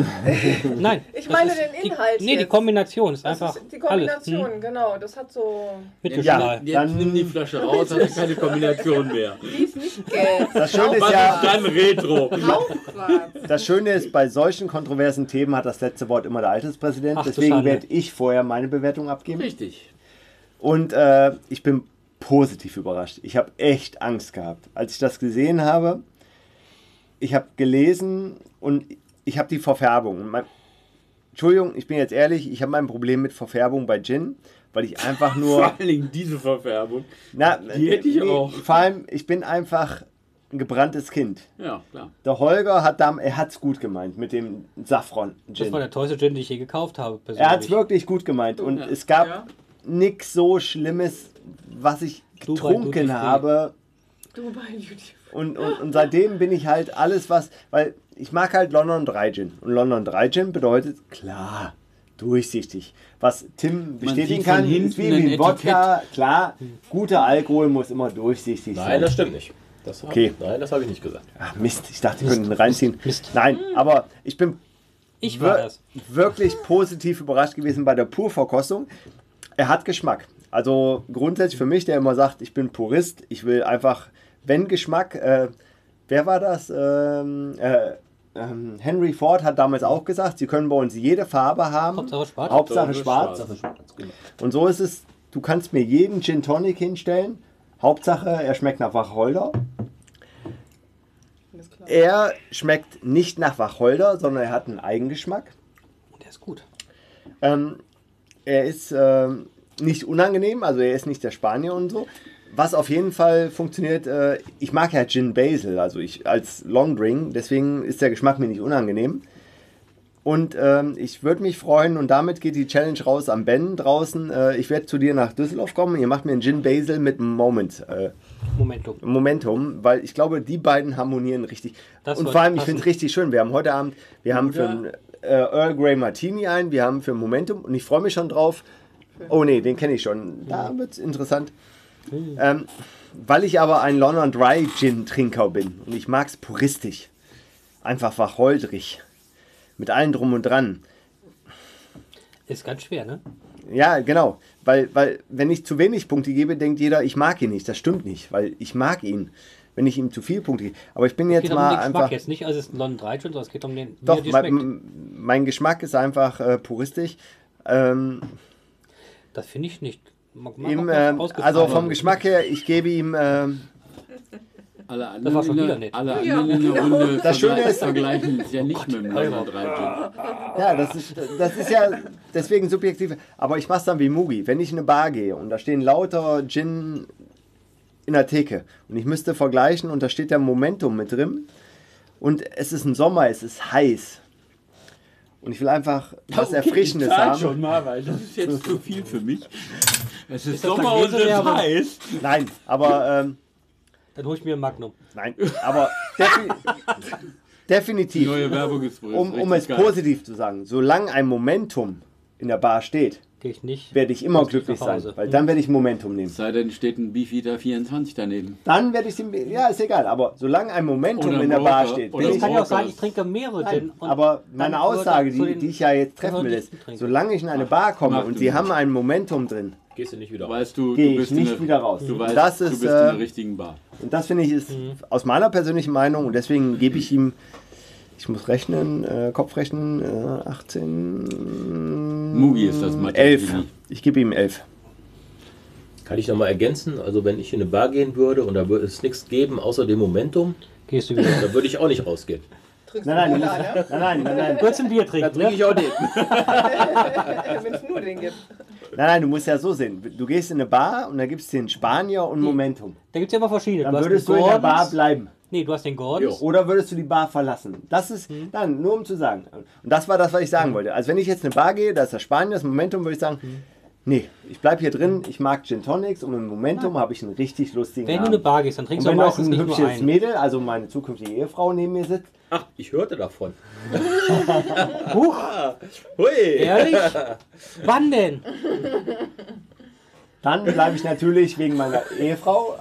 Speaker 3: Nein.
Speaker 4: Ich
Speaker 3: das
Speaker 4: meine
Speaker 3: ist
Speaker 4: den
Speaker 3: die-
Speaker 4: Inhalt
Speaker 3: Nee, die
Speaker 4: jetzt.
Speaker 3: Kombination ist
Speaker 4: Das
Speaker 3: einfach.
Speaker 4: ist die
Speaker 3: alles.
Speaker 4: Kombination,
Speaker 3: Hm,
Speaker 4: genau. Das hat so.
Speaker 3: Mittelschmal.
Speaker 1: Jetzt
Speaker 2: Dann-
Speaker 1: nimm die Flasche raus, hast du keine Kombination mehr.
Speaker 9: Geld.
Speaker 2: Das Schöne ist
Speaker 1: Was ist
Speaker 2: ja,
Speaker 1: dann Retro?
Speaker 9: Rauchquarz.
Speaker 2: das Schöne ist, bei solchen kontroversen Themen hat das letzte Wort immer der Alterspräsident.
Speaker 3: Ach, du
Speaker 2: Deswegen
Speaker 3: Schande.
Speaker 2: werde ich vorher meine Bewertung abgeben.
Speaker 1: Richtig.
Speaker 2: Und äh, ich bin positiv überrascht. Ich habe echt Angst gehabt. Als ich das gesehen habe, ich habe gelesen und ich habe die Verfärbung. Und Mein, Entschuldigung, ich bin jetzt ehrlich, ich habe mein Problem mit Verfärbung bei Gin, weil ich einfach nur...
Speaker 1: Vor allen Dingen diese Verfärbung.
Speaker 2: Na, äh,
Speaker 1: Die hätte ich auch.
Speaker 2: Vor allem, ich bin einfach ein gebranntes Kind.
Speaker 1: Ja, klar.
Speaker 2: Der Holger hat da, er hat's gut gemeint mit dem Saffron
Speaker 3: Das
Speaker 2: Gin.
Speaker 3: war der teuerste Gin, den ich je gekauft habe.
Speaker 2: Er hat's
Speaker 3: Persönlich.
Speaker 2: wirklich gut gemeint und es gab
Speaker 4: Ja.
Speaker 2: nix so Schlimmes, was ich
Speaker 3: Du bei Duty
Speaker 2: getrunken
Speaker 3: Free.
Speaker 2: habe.
Speaker 4: Du bei YouTube.
Speaker 2: Und, und, und seitdem bin ich halt alles, was, weil ich mag halt London 3 Gin. Und London 3 Gin bedeutet klar, durchsichtig. Was Tim bestätigen
Speaker 1: sieht von
Speaker 2: kann,
Speaker 1: hinten
Speaker 2: ist wie mit
Speaker 1: ein
Speaker 2: Wodka, klar, guter Alkohol muss immer durchsichtig
Speaker 5: Nein,
Speaker 2: sein.
Speaker 5: das stimmt nicht. Das hab,
Speaker 2: Okay.
Speaker 5: Nein, das habe ich nicht gesagt.
Speaker 2: Ach, Mist, ich dachte, wir könnten ihn reinziehen.
Speaker 3: Mist.
Speaker 2: Nein, aber ich bin
Speaker 3: Ich war
Speaker 2: wir
Speaker 3: das.
Speaker 2: wirklich positiv überrascht gewesen bei der Purverkostung. Er hat Geschmack. Also grundsätzlich für mich, der immer sagt, ich bin Purist, ich will einfach, wenn Geschmack, äh, wer war das? Ähm, äh, ähm, Henry Ford hat damals auch gesagt, sie können bei uns jede Farbe haben.
Speaker 3: Hauptsache schwarz.
Speaker 2: Hauptsache schwarz.
Speaker 1: Hauptsache
Speaker 2: Und so ist es, du kannst mir jeden Gin Tonic hinstellen. Hauptsache, er schmeckt nach Wacholder.
Speaker 4: Alles klar.
Speaker 2: Er schmeckt nicht nach Wacholder, sondern er hat einen Eigengeschmack.
Speaker 3: Der ist gut.
Speaker 2: Ähm, er ist ähm, nicht unangenehm, also er ist nicht der Spanier und so. Was auf jeden Fall funktioniert, äh, ich mag ja Gin Basil, also ich als Long Drink, deswegen ist der Geschmack mir nicht unangenehm. Und ähm, ich würde mich freuen, und damit geht die Challenge raus am Ben draußen. Äh, ich werde zu dir nach Düsseldorf kommen. Ihr macht mir einen Gin Basil mit einem Moment, äh,
Speaker 3: Momentum.
Speaker 2: Momentum, weil ich glaube, die beiden harmonieren richtig.
Speaker 3: Das
Speaker 2: und
Speaker 3: sollte
Speaker 2: vor allem, ich
Speaker 3: passen.
Speaker 2: finde es richtig schön. Wir haben heute Abend, wir haben für
Speaker 1: Oder-
Speaker 2: einen, äh, Earl Grey Martini ein, wir haben für Momentum und ich freue mich schon drauf. Oh nee, den kenne ich schon. Da wird es interessant. Ähm, weil ich aber ein London Dry Gin Trinker bin und ich mag es puristisch. einfach wacholdrig. Mit allem drum und dran.
Speaker 3: Ist ganz schwer, ne?
Speaker 2: Ja, genau. Weil, weil, wenn ich zu wenig Punkte gebe, denkt jeder, ich mag ihn nicht. Das stimmt nicht, weil ich mag ihn. Wenn ich ihm zu viel Punkte gebe. Aber ich bin
Speaker 3: Es
Speaker 2: jetzt
Speaker 3: geht um
Speaker 2: mal
Speaker 3: den Geschmack
Speaker 2: einfach.
Speaker 3: jetzt nicht, also es ist ein London 13, sondern es geht um den, wie
Speaker 2: Doch,
Speaker 3: er dir schmeckt.
Speaker 2: mein, mein Geschmack ist einfach äh, puristisch. Ähm,
Speaker 3: Das finde ich nicht. Mag- mag auch
Speaker 2: ihm,
Speaker 3: ganz
Speaker 2: ähm,
Speaker 3: ausgefallen
Speaker 2: also vom
Speaker 3: sein.
Speaker 2: Geschmack her, ich gebe ihm. ähm,
Speaker 1: Alle
Speaker 3: Das war
Speaker 1: anderen,
Speaker 3: schon
Speaker 1: in
Speaker 3: wieder
Speaker 1: der-
Speaker 3: nett.
Speaker 1: alle anderen in der Runde
Speaker 2: Das Schöne
Speaker 1: vergleichen-
Speaker 2: ist-
Speaker 1: vergleichen sich ja nicht mit dem London 13.
Speaker 2: Ja, das ist, das ist ja deswegen subjektiv. Aber ich mach's dann wie Mugi. Wenn ich in eine Bar gehe und da stehen lauter Gin in der Theke und ich müsste vergleichen und da steht der Momentum mit drin und es ist ein Sommer, es ist heiß und ich will einfach was Erfrischendes
Speaker 1: ich zahl
Speaker 2: haben.
Speaker 1: schon mal, weil das ist jetzt zu viel für mich. Es ist,
Speaker 3: das
Speaker 1: Sommer
Speaker 3: eine
Speaker 1: und es ist
Speaker 3: Lesewerbung?
Speaker 1: heiß.
Speaker 2: Nein, aber ähm,
Speaker 3: Dann hole ich mir ein Magnum.
Speaker 2: nein, aber defi definitiv.
Speaker 1: Neue Werbung ist wohl
Speaker 2: Um, um es
Speaker 1: richtig geil.
Speaker 2: positiv zu sagen, solange ein Momentum in der Bar steht,
Speaker 3: Gehe ich nicht.
Speaker 2: werde ich immer
Speaker 3: Muss
Speaker 2: glücklich
Speaker 3: nach
Speaker 2: sein,
Speaker 3: Hause.
Speaker 2: weil dann werde ich Momentum nehmen.
Speaker 1: Es sei denn, steht ein Beefeater 24 daneben.
Speaker 2: Dann werde ich den. Ja, ist egal, aber solange ein Momentum
Speaker 1: Oder
Speaker 2: in der
Speaker 1: Walker,
Speaker 2: Bar steht,
Speaker 1: oder
Speaker 2: bin
Speaker 3: Es
Speaker 2: ich.
Speaker 3: kann ja auch sein,
Speaker 1: Walkers.
Speaker 3: ich trinke mehrere Gin.
Speaker 2: Nein,
Speaker 3: und
Speaker 2: aber
Speaker 3: dann
Speaker 2: meine
Speaker 3: gehört er
Speaker 2: Aussage,
Speaker 3: zu
Speaker 2: die,
Speaker 3: den
Speaker 2: die ich ja jetzt treffen will, ist,
Speaker 3: Favoritisten trinken.
Speaker 2: solange ich in eine Bar komme
Speaker 1: Mach
Speaker 2: und
Speaker 1: du
Speaker 2: sie
Speaker 1: nicht.
Speaker 2: haben ein Momentum drin,
Speaker 6: Gehst du nicht wieder
Speaker 1: Weißt du,
Speaker 2: Geh
Speaker 1: du
Speaker 2: ich
Speaker 1: bist
Speaker 2: nicht
Speaker 1: in der,
Speaker 2: wieder raus.
Speaker 1: Du weißt,
Speaker 2: Das
Speaker 1: du
Speaker 2: ist,
Speaker 1: bist in der
Speaker 2: äh,
Speaker 1: richtigen Bar.
Speaker 2: und das finde ich ist
Speaker 3: Mhm.
Speaker 2: aus meiner persönlichen Meinung, und deswegen gebe ich ihm, ich muss rechnen, äh, Kopf rechnen, äh, 18,
Speaker 1: Mugi ist das Mathe.
Speaker 2: 11. Ich gebe ihm 11.
Speaker 6: Kann ich nochmal ergänzen? Also, wenn ich in eine Bar gehen würde und da würde es nichts geben außer dem Momentum,
Speaker 3: Gehst du wieder.
Speaker 6: da würde ich auch nicht rausgehen.
Speaker 9: Trinkst du
Speaker 2: Nein, nein,
Speaker 9: Cola,
Speaker 2: nein,
Speaker 9: ne?
Speaker 2: nein, nein, nein.
Speaker 3: Kurz ein Bier
Speaker 6: Da
Speaker 3: trinken. ne?
Speaker 6: trinke ich auch den.
Speaker 9: Wenn es nur den gibt.
Speaker 2: Nein, nein, du musst ja so sehen. Du gehst in eine Bar und da gibt es den Spanier und Momentum.
Speaker 3: Da gibt es ja immer verschiedene.
Speaker 2: Dann
Speaker 3: hast
Speaker 2: würdest du
Speaker 3: den
Speaker 2: in der
Speaker 3: Gordons.
Speaker 2: Bar bleiben.
Speaker 3: Nee, du hast den Gordons.
Speaker 2: Oder würdest du die Bar verlassen? Das ist, dann, nur um zu sagen. Und das war das, was ich sagen wollte. Also, wenn ich jetzt in eine Bar gehe, da ist das Spanien, das Momentum, würde ich sagen, nee, ich bleibe hier drin, ich mag Gin Tonics und im Momentum habe ich einen richtig lustigen
Speaker 3: Wenn du in
Speaker 2: Abend.
Speaker 3: eine Bar gehst, dann
Speaker 2: und
Speaker 3: trinkst du
Speaker 2: wenn noch
Speaker 3: meistens
Speaker 2: ein
Speaker 3: nicht nur
Speaker 2: hübsches
Speaker 3: einen.
Speaker 2: Mädel, also meine zukünftige Ehefrau, neben mir sitzt,
Speaker 6: Ach, ich hörte davon.
Speaker 3: Huch,
Speaker 6: Hui!
Speaker 3: ehrlich? Wann denn?
Speaker 2: dann bleibe ich natürlich wegen meiner Ehefrau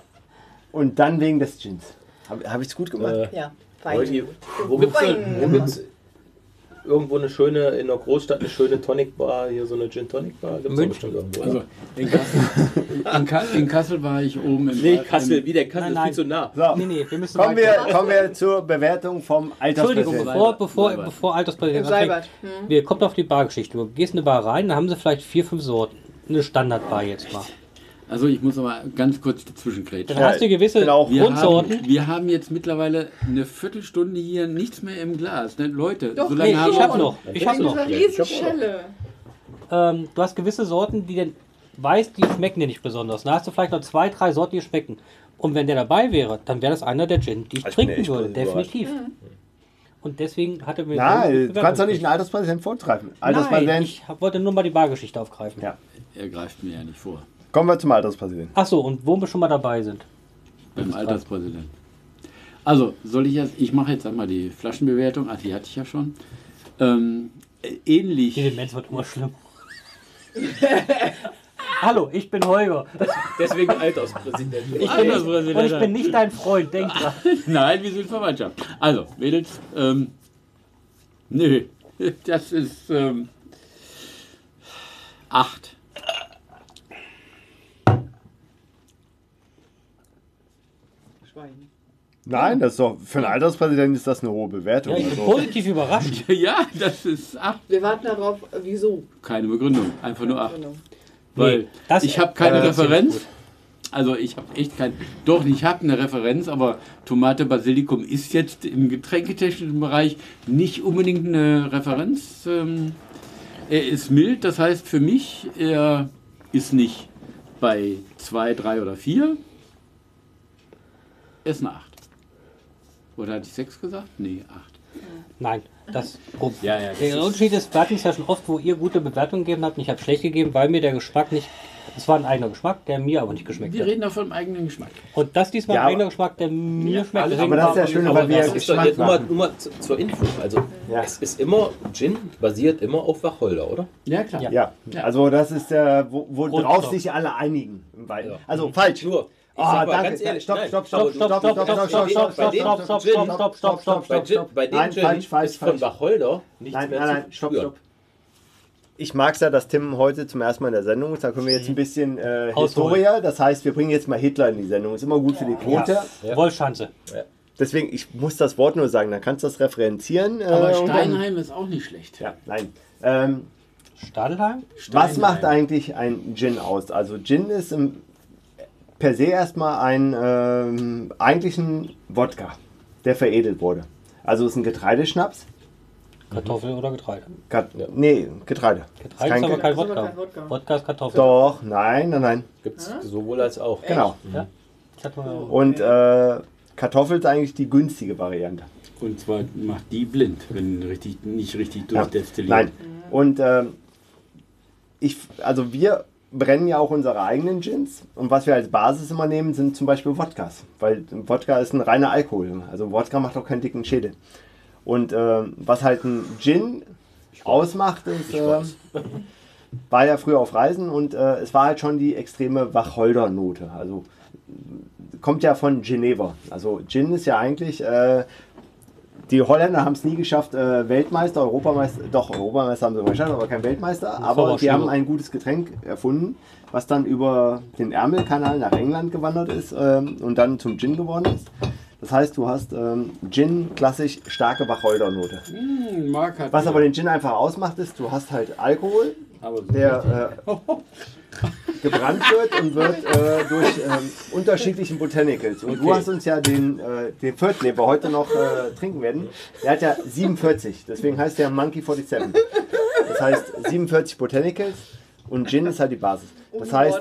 Speaker 2: und dann wegen des Gins. Habe hab ich es gut gemacht?
Speaker 6: Äh,
Speaker 9: Ja,
Speaker 6: wollt
Speaker 9: fein.
Speaker 6: ihr- wo gibt's denn, wo
Speaker 9: Fein.
Speaker 6: gibt's irgendwo eine schöne, in der Großstadt eine schöne Tonic Bar, hier so eine Gin Tonic Bar? Gibt's doch
Speaker 3: München.
Speaker 6: bestimmt irgendwo.
Speaker 1: Also,
Speaker 6: oder?
Speaker 1: in Kassel, in, Kassel, in Kassel war ich oben im.
Speaker 6: nee, Kassel, wie der Kassel
Speaker 3: Nein,
Speaker 6: ist viel zu nah.
Speaker 2: so,
Speaker 3: Nee, nee, wir müssen
Speaker 2: kommen, wir,
Speaker 3: weiter.
Speaker 2: kommen wir zur Bewertung vom
Speaker 3: Entschuldigung,
Speaker 2: Alterspräsidenten.
Speaker 3: bevor, bevor,
Speaker 1: Seibert.
Speaker 3: bevor Alterspräsident.
Speaker 9: Im Seibert.
Speaker 2: Hm.
Speaker 3: Wir kommen auf die Bargeschichte. Du gehst in eine Bar rein, da haben sie vielleicht vier, fünf Sorten. Eine Standardbar jetzt mal.
Speaker 1: Also, ich muss aber ganz kurz dazwischen grätschen.
Speaker 3: Dann hast du gewisse
Speaker 2: genau. Wir
Speaker 1: Wir
Speaker 3: Grundsorten.
Speaker 1: haben, wir haben jetzt mittlerweile eine Viertelstunde hier nichts mehr im Glas. Ne? Leute,
Speaker 9: Doch,
Speaker 1: so lange
Speaker 3: Nee,
Speaker 1: haben
Speaker 3: ich
Speaker 1: wir.
Speaker 3: hab noch. Ich hab
Speaker 9: In
Speaker 3: noch.
Speaker 9: dieser Riesenschelle.
Speaker 3: Ähm, du hast gewisse Sorten, die dann weißt, die schmecken dir nicht besonders. Dann hast du vielleicht noch zwei, drei Sorten, die schmecken. Und wenn der dabei wäre, dann wäre das einer der Gin, die ich
Speaker 2: Also ich bin
Speaker 3: trinken
Speaker 2: echt
Speaker 3: würde.
Speaker 2: positiv
Speaker 3: Definitiv. Und deswegen hatte mir. so eine
Speaker 2: Hm. Nein, du
Speaker 3: Bewertung
Speaker 2: kannst doch nicht einen
Speaker 3: gekriegt.
Speaker 2: Alterspräsidenten vortreiben.
Speaker 3: Nein,
Speaker 2: Alterspräsident,
Speaker 3: ich hab- wollte nur mal die Bargeschichte aufgreifen.
Speaker 2: Ja.
Speaker 1: Er greift mir ja nicht vor.
Speaker 2: kommen wir zum Alterspräsidenten.
Speaker 3: Achso, und wo wir schon mal dabei sind.
Speaker 1: Beim Alterspräsidenten. Also, soll ich jetzt, ich mache jetzt einmal die Flaschenbewertung. Ah, die hatte ich ja schon. Ähm, äh, ähnlich.
Speaker 3: Die Demenz wird immer schlimm. Hallo, ich bin Holger.
Speaker 6: Deswegen Alterspräsident.
Speaker 3: Ich bin,
Speaker 1: Alterspräsident.
Speaker 3: und ich bin nicht dein Freund, denk dran.
Speaker 1: Nein, wir sind Verwandtschaft. Also, Mädels, ähm, nö, das ist ähm, acht.
Speaker 9: Schwein.
Speaker 2: Nein, das ist doch, für einen Alterspräsidenten ist das eine hohe Bewertung.
Speaker 3: Ja, ich bin
Speaker 2: also.
Speaker 3: positiv überrascht.
Speaker 1: Ja, das ist acht.
Speaker 9: Wir warten darauf, wieso.
Speaker 1: Keine Begründung, einfach nur acht.
Speaker 9: Genau.
Speaker 1: Weil
Speaker 3: Nee, das-
Speaker 1: ich habe keine
Speaker 3: Ja, das ist
Speaker 1: Referenz.
Speaker 3: gut.
Speaker 1: Also ich habe echt kein. Doch, ich habe eine Referenz, aber Tomate Basilikum ist jetzt im getränketechnischen Bereich nicht unbedingt eine Referenz. Ähm, er ist mild, das heißt für mich, er ist nicht bei 2, 3 oder 4. Er ist eine 8. Oder hatte ich 6 gesagt? Nee, 8.
Speaker 3: Nein, das Problem.
Speaker 1: Ja, ja, das
Speaker 3: der
Speaker 1: ist-
Speaker 3: Unterschied ist, wir hatten es ja schon oft, wo ihr gute Bewertungen gegeben habt und ich habe schlecht gegeben, weil mir der Geschmack nicht. Es war ein eigener Geschmack, der mir aber nicht geschmeckt
Speaker 1: Wir
Speaker 3: hat.
Speaker 1: reden da vom eigenen Geschmack.
Speaker 3: Und das diesmal
Speaker 2: Ja,
Speaker 3: ein
Speaker 2: aber-
Speaker 3: eigener Geschmack, der mir schmeckt. deswegen
Speaker 2: aber das ist ja
Speaker 3: war-
Speaker 2: schön,
Speaker 3: aber
Speaker 2: weil wir
Speaker 3: das-
Speaker 6: Das ist doch
Speaker 2: Geschmack
Speaker 6: jetzt nur mal,
Speaker 2: machen.
Speaker 6: nur mal zu, zur Info. Also,
Speaker 2: Ja.
Speaker 6: es ist immer, Gin basiert immer auf Wacholder, oder?
Speaker 2: Ah,
Speaker 1: Ja, klar.
Speaker 3: Ja.
Speaker 2: Ja, also das ist der, wo,
Speaker 3: Grundstock.
Speaker 2: worauf sich alle einigen. Weil, also falsch.
Speaker 6: Nur,
Speaker 2: Ah,
Speaker 6: sag mal,
Speaker 2: danke.
Speaker 6: ganz ehrlich,
Speaker 2: stopp,
Speaker 6: nein,
Speaker 2: stopp,
Speaker 6: aber
Speaker 2: stopp,
Speaker 6: du-
Speaker 2: stopp, stopp,
Speaker 6: bei
Speaker 2: stopp,
Speaker 6: dem-
Speaker 2: stopp, stopp, stopp,
Speaker 6: bei dem-
Speaker 2: stopp, stopp, stopp, stopp, stopp, stopp,
Speaker 6: Bei,
Speaker 2: stopp,
Speaker 6: Gin,
Speaker 2: stopp.
Speaker 6: bei dem
Speaker 2: Nein,
Speaker 6: Gin
Speaker 2: falsch, falsch,
Speaker 6: ist von
Speaker 2: falsch.
Speaker 6: Wacholder nicht
Speaker 2: Nein,
Speaker 6: mehr
Speaker 2: nein,
Speaker 6: zu
Speaker 2: nein, stopp,
Speaker 6: spüren.
Speaker 2: stopp. Ich mag es ja, dass Tim heute zum ersten Mal in der Sendung ist. Da können wir jetzt ein bisschen äh,
Speaker 3: Ausholen.
Speaker 2: Historia. Das heißt, wir bringen jetzt mal Hitler in die Sendung. Ist immer gut für die Quote.
Speaker 3: Ja. Wollschanze.
Speaker 2: Deswegen, ich muss das Wort nur sagen. Dann kannst du das referenzieren. Äh,
Speaker 1: Aber
Speaker 2: und dann,
Speaker 1: Steinheim ist auch nicht schlecht.
Speaker 2: ja, nein. Ähm,
Speaker 3: Stadelheim?
Speaker 2: Was macht
Speaker 1: Steinheim.
Speaker 2: eigentlich ein Gin aus? Also Gin ist im, per se erstmal ein ähm, eigentlich ein Wodka, der veredelt wurde. Also ist ein Getreideschnaps.
Speaker 3: Kartoffel oder Getreide?
Speaker 2: Kat Nee, Getreide.
Speaker 3: Getreide ist,
Speaker 2: kein
Speaker 3: aber
Speaker 2: Ge-
Speaker 3: kein
Speaker 10: Das ist aber
Speaker 3: Wodka.
Speaker 10: kein Wodka.
Speaker 3: Wodka ist Kartoffel.
Speaker 2: Doch, nein, nein, nein.
Speaker 11: Gibt es sowohl als auch.
Speaker 2: Genau.
Speaker 3: Ja? Ich hatte mal
Speaker 2: Und äh, Kartoffel ist eigentlich die günstige Variante.
Speaker 1: Und zwar macht die blind, wenn richtig, nicht richtig
Speaker 2: Ja.
Speaker 1: durchdestilliert.
Speaker 2: Nein. Und ähm, ich, also wir brennen ja auch unsere eigenen Gins. Und was wir als Basis immer nehmen, sind zum Beispiel Wodkas. Weil Wodka ist ein reiner Alkohol. Also Wodka macht auch keinen dicken Schädel. Und ähm, was halt ein Gin ausmacht, ist, äh, war ja früher auf Reisen und äh, es war halt schon die extreme Wacholdernote. Also äh, kommt ja von Geneva. Also Gin ist ja eigentlich äh, die Holländer haben es nie geschafft, äh, Weltmeister, Europameister, doch, Europameister haben sie wohl geschafft, aber kein Weltmeister. Aber
Speaker 3: aber
Speaker 2: die haben
Speaker 3: schlimmer.
Speaker 2: ein gutes Getränk erfunden, was dann über den Ärmelkanal nach England gewandert ist ähm, und dann zum Gin geworden ist. Das heißt, du hast ähm, Gin klassisch starke Wacholdernote.
Speaker 1: Hm, Mark hat
Speaker 2: Was aber den Gin einfach ausmacht, ist, du hast halt Alkohol,
Speaker 1: aber
Speaker 2: der äh, gebrannt wird und wird äh, durch ähm, unterschiedlichen Botanicals. Und du
Speaker 1: Okay.
Speaker 2: hast uns ja den, äh, den vierten, den wir heute noch äh, trinken werden, der hat ja 47, deswegen heißt der Monkey 47. Das heißt 47 Botanicals und Gin ist halt die Basis. Das heißt,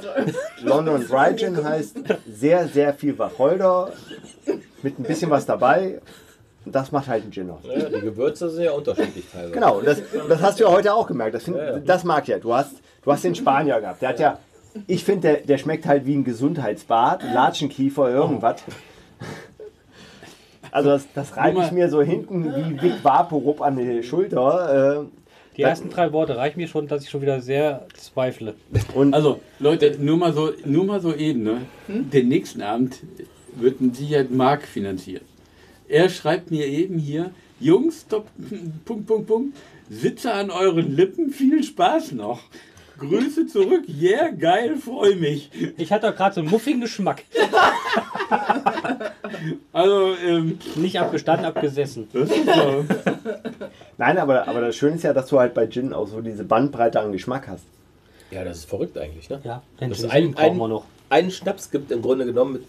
Speaker 2: London Dry Gin heißt sehr, sehr viel Wacholder mit ein bisschen was dabei. Und das macht halt einen Gin aus.
Speaker 6: Ja, Ne, die Gewürze sind ja unterschiedlich teilweise.
Speaker 2: Genau, das, das hast du ja heute auch gemerkt. Das, find,
Speaker 6: Ja, ja.
Speaker 2: das mag ich ja. Du hast, du hast den Spanier gehabt. Der hat ja, ich finde, der, der schmeckt halt wie ein Gesundheitsbad, Latschenkiefer, irgendwas. Also das, das reibe ich mir so hinten wie Vic Vaporub an die Schulter. äh.
Speaker 3: die ersten drei Worte reichen mir schon, dass ich schon wieder sehr zweifle.
Speaker 2: Äh, und
Speaker 1: Also, Leute, nur mal so, nur mal so eben, ne? Den nächsten Abend wird ein Sicherheit Mark finanziert. Er schreibt mir eben hier, Jungs, stopp, Punkt, Punkt, Punkt, sitze an euren Lippen, viel Spaß noch. Grüße zurück, yeah, geil, freu mich.
Speaker 3: Ich hatte doch gerade so einen muffigen Geschmack.
Speaker 1: Also, ähm,
Speaker 3: Nicht abgestanden, abgesessen.
Speaker 1: das ist so.
Speaker 2: nein, aber, aber das Schöne ist ja, dass du halt bei Gin auch so diese Bandbreite an Geschmack hast.
Speaker 6: Ja, das ist verrückt eigentlich. Ne?
Speaker 3: Ja, den
Speaker 6: Das
Speaker 3: Gin
Speaker 6: ist ein-
Speaker 3: brauchen
Speaker 6: ein-
Speaker 3: wir noch.
Speaker 6: Einen Schnaps gibt im Grunde genommen mit.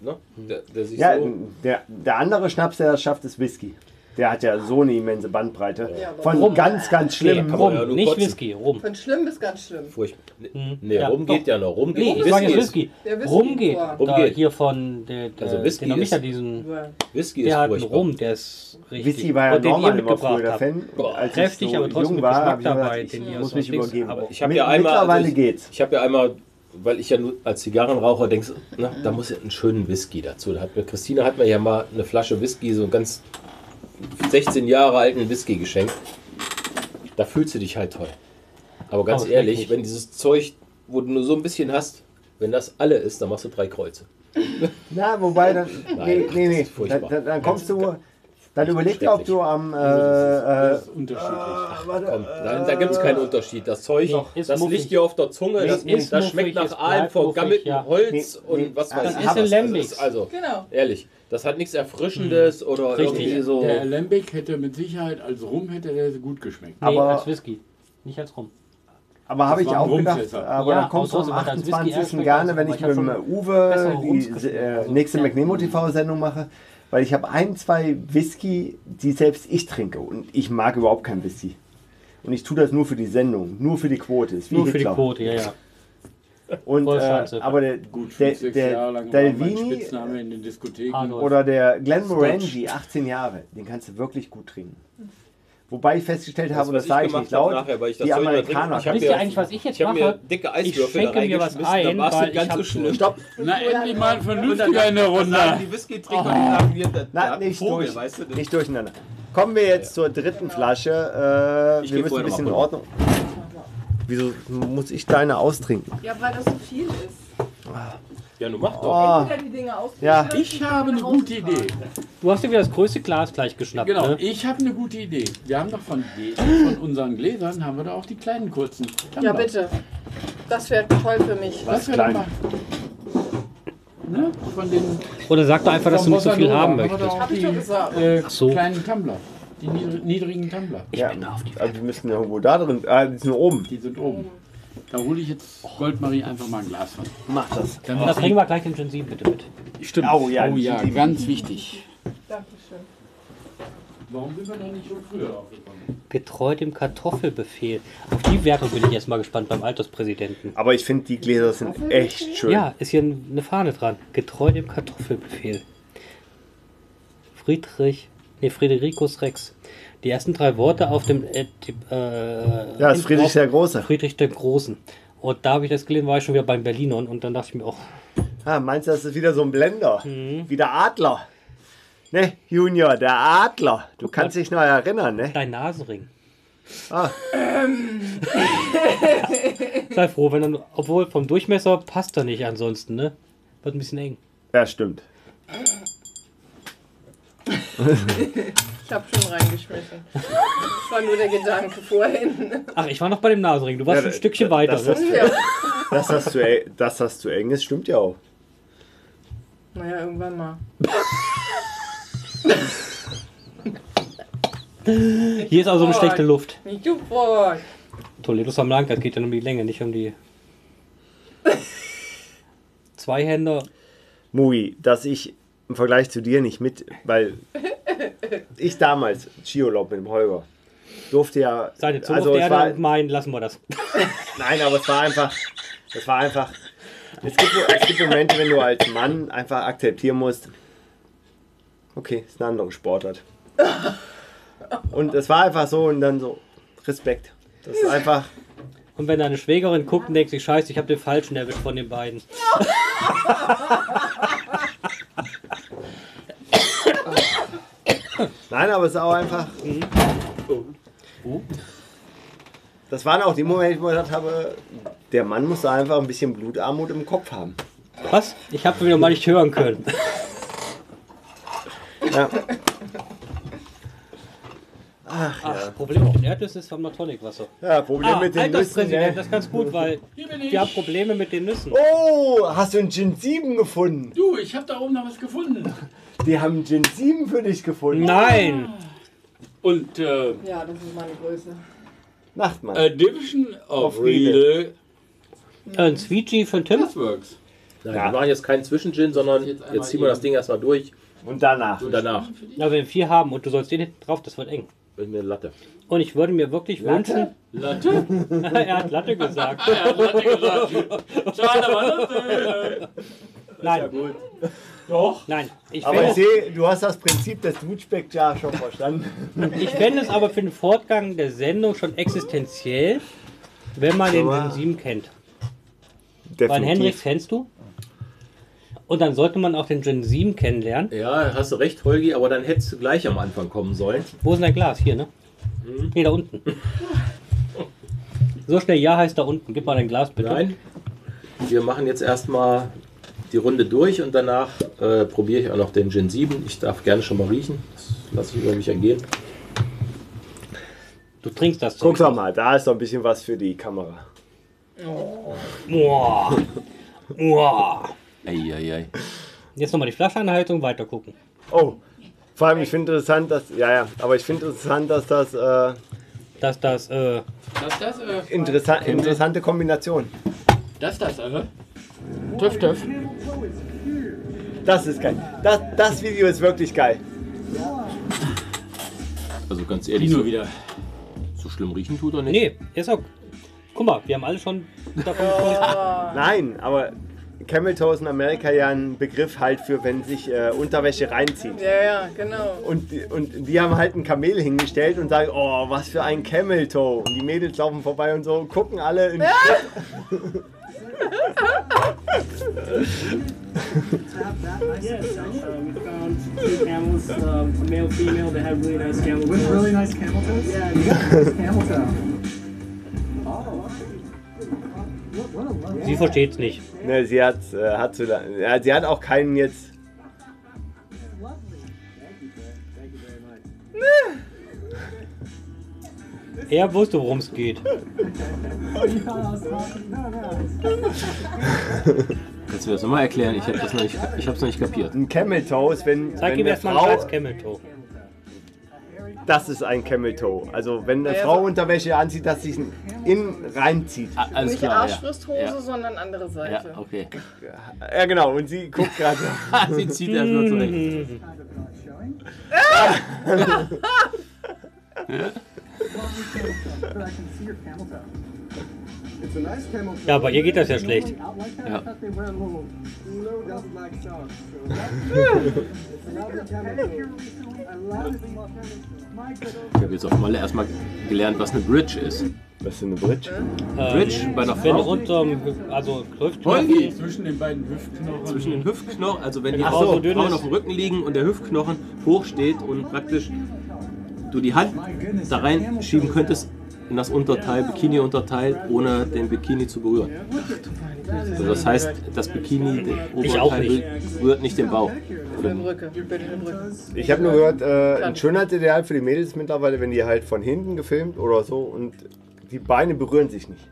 Speaker 6: Ne? Der, der sich
Speaker 2: Ja,
Speaker 6: so.
Speaker 2: der, der andere Schnaps, der das schafft, ist Whisky. Der hat ja so eine immense Bandbreite.
Speaker 4: aber
Speaker 2: Von
Speaker 4: warum?
Speaker 2: ganz, ganz schlimm.
Speaker 6: kann man ja
Speaker 3: Rum,
Speaker 6: nur
Speaker 3: nicht
Speaker 6: kotzen.
Speaker 3: Whisky, rum.
Speaker 4: Von schlimm bis ganz schlimm.
Speaker 6: Furchtbar. Nee,
Speaker 3: Hm,
Speaker 6: ne, nee
Speaker 3: ja,
Speaker 6: rum geht
Speaker 3: doch.
Speaker 6: ja noch. Rum
Speaker 3: Nee,
Speaker 6: geht.
Speaker 3: ich sage jetzt
Speaker 6: ist,
Speaker 3: Whisky.
Speaker 4: Der Whisky
Speaker 3: Rum geht.
Speaker 4: war-
Speaker 6: Rum
Speaker 3: Da
Speaker 6: geht.
Speaker 3: hier von der, der
Speaker 6: Also Whisky
Speaker 3: den
Speaker 6: ist-
Speaker 3: Micha, diesen,
Speaker 6: Whisky ist
Speaker 3: der hat einen
Speaker 6: furchtbar.
Speaker 3: Rum, der ist richtig.
Speaker 2: Whisky war ja
Speaker 3: Und den ihr
Speaker 2: normal immer
Speaker 3: mitgebracht
Speaker 2: früher der
Speaker 3: habt.
Speaker 2: Fan.
Speaker 6: Boah,
Speaker 2: Als ich
Speaker 3: kräftig, aber trotzdem mit Geschmack
Speaker 2: hab ich mir
Speaker 3: dabei,
Speaker 2: gedacht,
Speaker 3: den
Speaker 2: ich
Speaker 3: ihr
Speaker 2: muss
Speaker 3: so
Speaker 2: mich
Speaker 3: aus links-
Speaker 2: übergeben.
Speaker 3: aber
Speaker 6: Ich habe
Speaker 2: Mit-
Speaker 6: ja einmal. also
Speaker 2: Mittlerweile
Speaker 6: ich,
Speaker 2: geht's.
Speaker 6: Ich habe ja einmal, weil ich ja nur als Zigarrenraucher denkst, na, da muss ja einen schönen Whisky dazu. Da hat mir, Christina hat mir ja mal eine Flasche Whisky, so einen ganz 16 Jahre alten Whisky geschenkt. Da fühlst du dich halt toll. Aber ganz
Speaker 3: Oh, schmeckt
Speaker 6: ehrlich,
Speaker 3: nicht.
Speaker 6: wenn dieses Zeug, wo du nur so ein bisschen hast, wenn das alle ist, dann machst du drei Kreuze.
Speaker 2: Na, wobei, dann, nee, nee,
Speaker 6: das
Speaker 2: nee.
Speaker 6: ist furchtbar.
Speaker 2: Dann, dann, dann kommst du, dann überleg dir, ob
Speaker 6: schrecklich.
Speaker 2: du am, äh, äh,
Speaker 1: Das ist unterschiedlich.
Speaker 6: Komm, da, da gibt es keinen Unterschied. Das Zeug,
Speaker 3: Nee, ist
Speaker 6: das
Speaker 3: muffig.
Speaker 6: liegt dir auf der Zunge,
Speaker 3: Nee,
Speaker 6: das,
Speaker 3: ist
Speaker 6: das
Speaker 3: muffig,
Speaker 6: schmeckt
Speaker 3: es
Speaker 6: nach
Speaker 3: bleibt
Speaker 6: allem vergammeltem
Speaker 3: muffig, ja.
Speaker 6: Holz
Speaker 2: Nee,
Speaker 6: und
Speaker 2: nee,
Speaker 6: was
Speaker 2: das
Speaker 6: weiß
Speaker 2: ist
Speaker 6: ich. was.
Speaker 3: ein
Speaker 6: Also,
Speaker 3: Lambics.
Speaker 6: das ist Also,
Speaker 4: Genau.
Speaker 6: ehrlich, das hat nichts Erfrischendes oder
Speaker 3: Hm. Richtig.
Speaker 6: irgendwie so.
Speaker 1: Der Alembic hätte mit Sicherheit als Rum hätte der gut geschmeckt.
Speaker 3: Nee,
Speaker 2: Aber-
Speaker 3: als Whisky. Nicht als Rum.
Speaker 2: aber habe ich
Speaker 1: war ein
Speaker 2: auch gedacht,
Speaker 1: Rumfässer.
Speaker 2: aber
Speaker 3: Ja,
Speaker 2: dann kommst du
Speaker 3: aber
Speaker 2: am
Speaker 3: trotzdem hat das halt
Speaker 2: 28.
Speaker 3: Whisky erst
Speaker 2: gerne,
Speaker 3: gegessen,
Speaker 2: wenn
Speaker 3: aber
Speaker 2: ich
Speaker 3: ich hab
Speaker 2: mit dem
Speaker 3: schon
Speaker 2: Uwe
Speaker 3: bessere Rums
Speaker 2: die
Speaker 3: geschmeckt.
Speaker 2: äh,
Speaker 3: Also,
Speaker 2: nächste
Speaker 3: ja.
Speaker 2: McNemo TV-Sendung mache, weil ich habe ein, zwei Whisky, die selbst ich trinke und ich mag überhaupt kein Whisky. Und ich tue das nur für die Sendung, nur für die Quote. Ist wie
Speaker 3: Nur für die
Speaker 2: Hitler.
Speaker 3: Quote, ja, ja.
Speaker 2: Und,
Speaker 3: Voll
Speaker 2: äh,
Speaker 3: scheiße.
Speaker 2: aber der,
Speaker 1: Gut,
Speaker 2: der,
Speaker 1: fünf, sechs Jahre
Speaker 2: der
Speaker 1: lang war mein
Speaker 2: Delvini
Speaker 1: Spitzname in den Diskotheken.
Speaker 3: Arnold.
Speaker 2: oder der Glenmorangie, 18 Jahre, den kannst du wirklich gut trinken. Wobei ich festgestellt habe,
Speaker 6: was
Speaker 2: das sage ich
Speaker 6: gemacht
Speaker 2: nicht
Speaker 6: hab
Speaker 2: laut,
Speaker 6: nachher, weil ich das
Speaker 2: die
Speaker 6: Zeug immer
Speaker 2: Amerikaner.
Speaker 6: trinke. Ich hab
Speaker 3: Wisst ihr
Speaker 6: mir-
Speaker 3: eigentlich, was ich jetzt
Speaker 6: hab
Speaker 3: mache?
Speaker 6: mir dicke
Speaker 3: Ich
Speaker 6: Eiswürfel
Speaker 3: schenke mir was
Speaker 6: reingeschmissen,
Speaker 3: ein,
Speaker 6: da war's
Speaker 3: weil
Speaker 6: nicht ganz
Speaker 3: ich
Speaker 6: so
Speaker 3: hab-
Speaker 6: schlimm.
Speaker 2: Stopp!
Speaker 1: Na, endlich mal ein Vernünftiger in der
Speaker 6: Sagen
Speaker 1: Runde.
Speaker 6: die Whisky-Trinker,
Speaker 3: Oh.
Speaker 6: die sagen hier, der,
Speaker 2: Na,
Speaker 6: der
Speaker 2: nicht,
Speaker 6: Vogel,
Speaker 2: durch,
Speaker 6: weißt du, das-
Speaker 2: nicht durcheinander. Kommen wir jetzt zur dritten Flasche. Äh,
Speaker 6: Ich
Speaker 2: wir
Speaker 6: geh
Speaker 2: müssen ein
Speaker 6: vorher noch
Speaker 2: bisschen in
Speaker 6: mal
Speaker 2: Ordnung. Wieso muss ich deine austrinken?
Speaker 4: Ja, weil das so viel ist.
Speaker 5: Ja, nun mach doch.
Speaker 2: Oh,
Speaker 9: Wieder die Dinge aus.
Speaker 2: ja.
Speaker 1: Ich habe eine gute Idee.
Speaker 3: Du hast dir wieder das größte Glas gleich geschnappt.
Speaker 1: Genau,
Speaker 3: Ne?
Speaker 1: ich habe eine gute Idee. Wir haben doch von, die, von unseren Gläsern, haben wir da auch die kleinen kurzen.
Speaker 9: Ja, bitte. Das wäre toll für mich.
Speaker 1: Was wir
Speaker 2: Klein.
Speaker 1: da machen. Ne? Von den
Speaker 3: Oder sag doch einfach, dass du
Speaker 1: vom
Speaker 3: nicht so viel
Speaker 1: Bossa Nova
Speaker 3: haben
Speaker 1: wir da
Speaker 3: möchtest.
Speaker 1: auch
Speaker 9: Hab ich
Speaker 1: die,
Speaker 9: schon gesagt.
Speaker 1: Äh,
Speaker 3: Ach so.
Speaker 1: kleinen Tumbler. Die niedr- niedrigen Tumbler.
Speaker 2: ja. Also, die müssen ja irgendwo da drin. Ah, die sind oben.
Speaker 1: Die sind oben. Da hole ich jetzt Goldmarie einfach mal ein Glas von.
Speaker 2: Mach das.
Speaker 1: Dann
Speaker 3: Und das
Speaker 1: macht die-
Speaker 3: bringen wir gleich den Gen Z bitte mit.
Speaker 1: Stimmt.
Speaker 2: Au,
Speaker 1: Oh
Speaker 2: ja,
Speaker 1: ja,
Speaker 2: die sind eben-
Speaker 1: ganz wichtig.
Speaker 9: Dankeschön.
Speaker 1: Warum sind wir da nicht schon früher aufgekommen?
Speaker 3: Getreu dem Kartoffelbefehl. Auf die Wertung bin ich jetzt mal gespannt beim Alterspräsidenten.
Speaker 2: Aber ich finde, die Gläser sind echt schön.
Speaker 3: Ja, ist hier ein- eine Fahne dran. Getreu dem Kartoffelbefehl. Friedrich, nee, Friedericus Rex. Die ersten drei Worte auf dem. Äh, die, äh,
Speaker 2: Ja, das ist Friedrich der Große.
Speaker 3: Friedrich der Großen. Und da habe ich das gelesen, war ich schon wieder beim Berlinern und dann dachte ich mir auch,
Speaker 2: Ah, meinst du, das ist wieder so ein Blender?
Speaker 6: Mhm.
Speaker 2: Wie der Adler. Ne, Junior, der Adler. Du kannst dich noch erinnern, ne?
Speaker 3: dein Nasenring.
Speaker 2: Ah.
Speaker 3: Sei froh, wenn dann, obwohl vom Durchmesser passt er nicht ansonsten, ne? Wird ein bisschen eng.
Speaker 2: Ja, stimmt.
Speaker 9: Ich habe schon reingeschmissen. Das war nur der Gedanke vorhin.
Speaker 3: Ach, ich war noch bei dem Nasenring. Du warst
Speaker 2: Ja,
Speaker 3: ein Stückchen
Speaker 2: da-
Speaker 3: weiter.
Speaker 2: Das, das,
Speaker 3: Ne?
Speaker 2: zu, dass das, zu, eng- dass das zu eng ist, stimmt ja auch.
Speaker 9: Naja, irgendwann mal.
Speaker 3: Hier ist also eine schlechte Luft.
Speaker 9: Nicht sofort.
Speaker 3: Toledo Samlanka, es geht ja nur um die Länge, nicht um die. Zweihänder.
Speaker 2: Mugi, dass ich im Vergleich zu dir nicht mit, weil ich damals Skiurlaub mit dem Holger durfte ja.
Speaker 3: Seid jetzt so
Speaker 2: also
Speaker 3: auf der
Speaker 2: es war,
Speaker 3: Erde und meinen, lassen wir das.
Speaker 2: Nein, aber es war einfach. Es war einfach. Es gibt, es gibt Momente, wenn du als Mann einfach akzeptieren musst. Okay, ist eine andere Sportart. Und es war einfach so und dann so Respekt. Das ist einfach.
Speaker 3: Und wenn deine Schwägerin guckt und denkt sich, scheiße, ich habe den falschen erwischt von den beiden.
Speaker 2: Nein, aber es ist auch einfach. Das waren auch die Momente, wo ich gedacht habe, der Mann muss da einfach ein bisschen Blutarmut im Kopf haben.
Speaker 3: Was? Ich habe wieder mal nicht hören können.
Speaker 2: Ja.
Speaker 3: Ach, Problem auf den Erdnüssen ist, wir haben noch Tonicwasser.
Speaker 2: Ja, Problem
Speaker 3: Ah,
Speaker 2: mit den Nüssen.
Speaker 3: Alterspräsident,
Speaker 2: Ne?
Speaker 3: das ist ganz gut, weil wir haben Probleme mit den Nüssen.
Speaker 2: Oh, hast du einen Gin 7 gefunden?
Speaker 1: Du, ich habe da oben noch was gefunden.
Speaker 2: Die haben einen Gin 7 für dich gefunden.
Speaker 3: Nein!
Speaker 1: Und äh,
Speaker 9: Ja, das ist meine Größe.
Speaker 2: Nachtmann.
Speaker 3: Äh,
Speaker 1: A Äh, Division of
Speaker 2: Of Riedel.
Speaker 1: Riedel
Speaker 3: Ein Sweetie von Tim?
Speaker 1: Works.
Speaker 5: Nein, wir machen jetzt keinen Zwischengin, sondern
Speaker 1: Jetzt
Speaker 5: jetzt,
Speaker 1: einmal
Speaker 5: ziehen wir das
Speaker 1: eben.
Speaker 5: Ding erstmal durch
Speaker 2: Und danach.
Speaker 5: und danach.
Speaker 3: Ja, wenn wir vier haben und du sollst den hinten drauf, das wird eng.
Speaker 5: Wenn mir eine Latte.
Speaker 3: Und ich würde mir wirklich wünschen.
Speaker 1: Latte?
Speaker 3: er hat Latte
Speaker 2: Ah,
Speaker 3: gesagt.
Speaker 1: Latte gesagt. Schade, war Latte.
Speaker 3: Nein,
Speaker 1: Doch.
Speaker 3: nein. Ich
Speaker 2: Aber ich
Speaker 3: fände,
Speaker 2: sehe, du hast das Prinzip des Dutspeck ja schon verstanden.
Speaker 3: ich fände es aber für den Fortgang der Sendung schon existenziell, wenn man den
Speaker 2: Aber-
Speaker 3: Gen 7 kennt. Weil Henrik kennst du. Und dann sollte man auch den Gen 7 kennenlernen.
Speaker 5: Ja, hast du recht, Holgi, aber dann hättest du gleich am Anfang kommen sollen.
Speaker 3: Wo ist denn dein Glas? Hier, ne?
Speaker 2: Mhm.
Speaker 3: Nee, da unten. So schnell Ja heißt da unten. Gib mal dein Glas bitte.
Speaker 5: Nein. Wir machen jetzt erstmal die Runde durch und danach äh, probiere ich auch noch den Gin 7. Ich darf gerne schon mal riechen. Das lasse ich über mich ergehen.
Speaker 3: Du trinkst das
Speaker 2: Guck
Speaker 3: Zeug.
Speaker 2: doch mal, da ist doch ein bisschen was für die Kamera.
Speaker 3: Boah. Boah.
Speaker 1: Eieiei.
Speaker 3: Jetzt nochmal die Flaschenanhaltung, weiter gucken.
Speaker 2: Oh, vor allem, ich finde interessant, dass. Ja, ja, aber ich finde interessant, dass das. Äh,
Speaker 3: Dass das, äh,
Speaker 1: Das, das, äh,
Speaker 2: interessant, interessante Kombination.
Speaker 1: das, das, äh. Töff, töff.
Speaker 2: Das ist geil. Das, das Video ist wirklich geil.
Speaker 5: Also ganz ehrlich,
Speaker 1: Dino
Speaker 5: so,
Speaker 1: wieder.
Speaker 5: so schlimm riechen tut er nicht.
Speaker 3: nee, ist auch. Guck mal, wir haben alle schon davon gesprochen.
Speaker 2: Nein, aber Camel Toe ist in Amerika ja ein Begriff halt für, wenn sich äh, Unterwäsche reinzieht.
Speaker 9: Ja, ja, genau.
Speaker 2: Und, die- und die haben halt ein Kamel hingestellt und sagen, oh, was für ein Camel Toe. Und die Mädels laufen vorbei und so, gucken alle in
Speaker 12: we found two camels, um, a male, female, that had really nice camel With really nice camel toes? Yeah, camel toe.
Speaker 3: Sie versteht's nicht.
Speaker 2: Ne, sie hat, äh, hat zu lang, ja, sie hat auch keinen jetzt.
Speaker 3: Er wusste, worum es geht.
Speaker 6: Kannst du das nochmal erklären? Ich habe das noch nicht, ich hab's noch nicht kapiert.
Speaker 2: Ein Camel Toe ist, wenn,
Speaker 3: Zeig
Speaker 2: wenn
Speaker 3: ihm
Speaker 2: eine
Speaker 3: erstmal einen
Speaker 2: Frau.
Speaker 3: scheiß Camel-Toe.
Speaker 2: Das ist ein Camel Toe. Also wenn eine Frau Unterwäsche anzieht, dass sie ihn in reinzieht.
Speaker 6: Ah, alles
Speaker 9: Nicht
Speaker 6: klar.
Speaker 9: Arschfristhose, sondern andere
Speaker 6: Ja.
Speaker 9: Seite.
Speaker 6: ja, okay.
Speaker 2: Ja genau, und sie guckt gerade.
Speaker 1: Ah,
Speaker 6: Sie zieht erstmal
Speaker 1: Hm.
Speaker 6: zurecht.
Speaker 3: Ja, bei ihr geht das ja schlecht.
Speaker 6: Ja.
Speaker 12: uh,
Speaker 6: Ich habe jetzt auf Malle erstmal gelernt, was eine Bridge ist.
Speaker 2: Was ist eine Bridge?
Speaker 6: Bridge bei einer
Speaker 3: Wenn
Speaker 6: Frau.
Speaker 3: unterm, also läuft
Speaker 6: Holgi!
Speaker 1: Zwischen den beiden Hüftknochen.
Speaker 6: zwischen den Hüftknochen, also wenn die
Speaker 3: Ach
Speaker 6: Frauen
Speaker 3: so, dünn
Speaker 6: Frauen
Speaker 3: ist.
Speaker 6: auf dem Rücken liegen und der Hüftknochen hochsteht und praktisch du die Hand da reinschieben könntest in das Unterteil, Bikini-Unterteil, ohne den Bikini zu berühren. Also das heißt, das Bikini, der
Speaker 3: Ich auch
Speaker 6: Oberteil
Speaker 3: nicht.
Speaker 6: berührt nicht den Bauch.
Speaker 9: Brücke, über die Brücke.
Speaker 2: Ich habe nur gehört, äh, ein Schönheitsideal für die Mädels ist mittlerweile, wenn die halt von hinten gefilmt oder so und die Beine berühren sich nicht.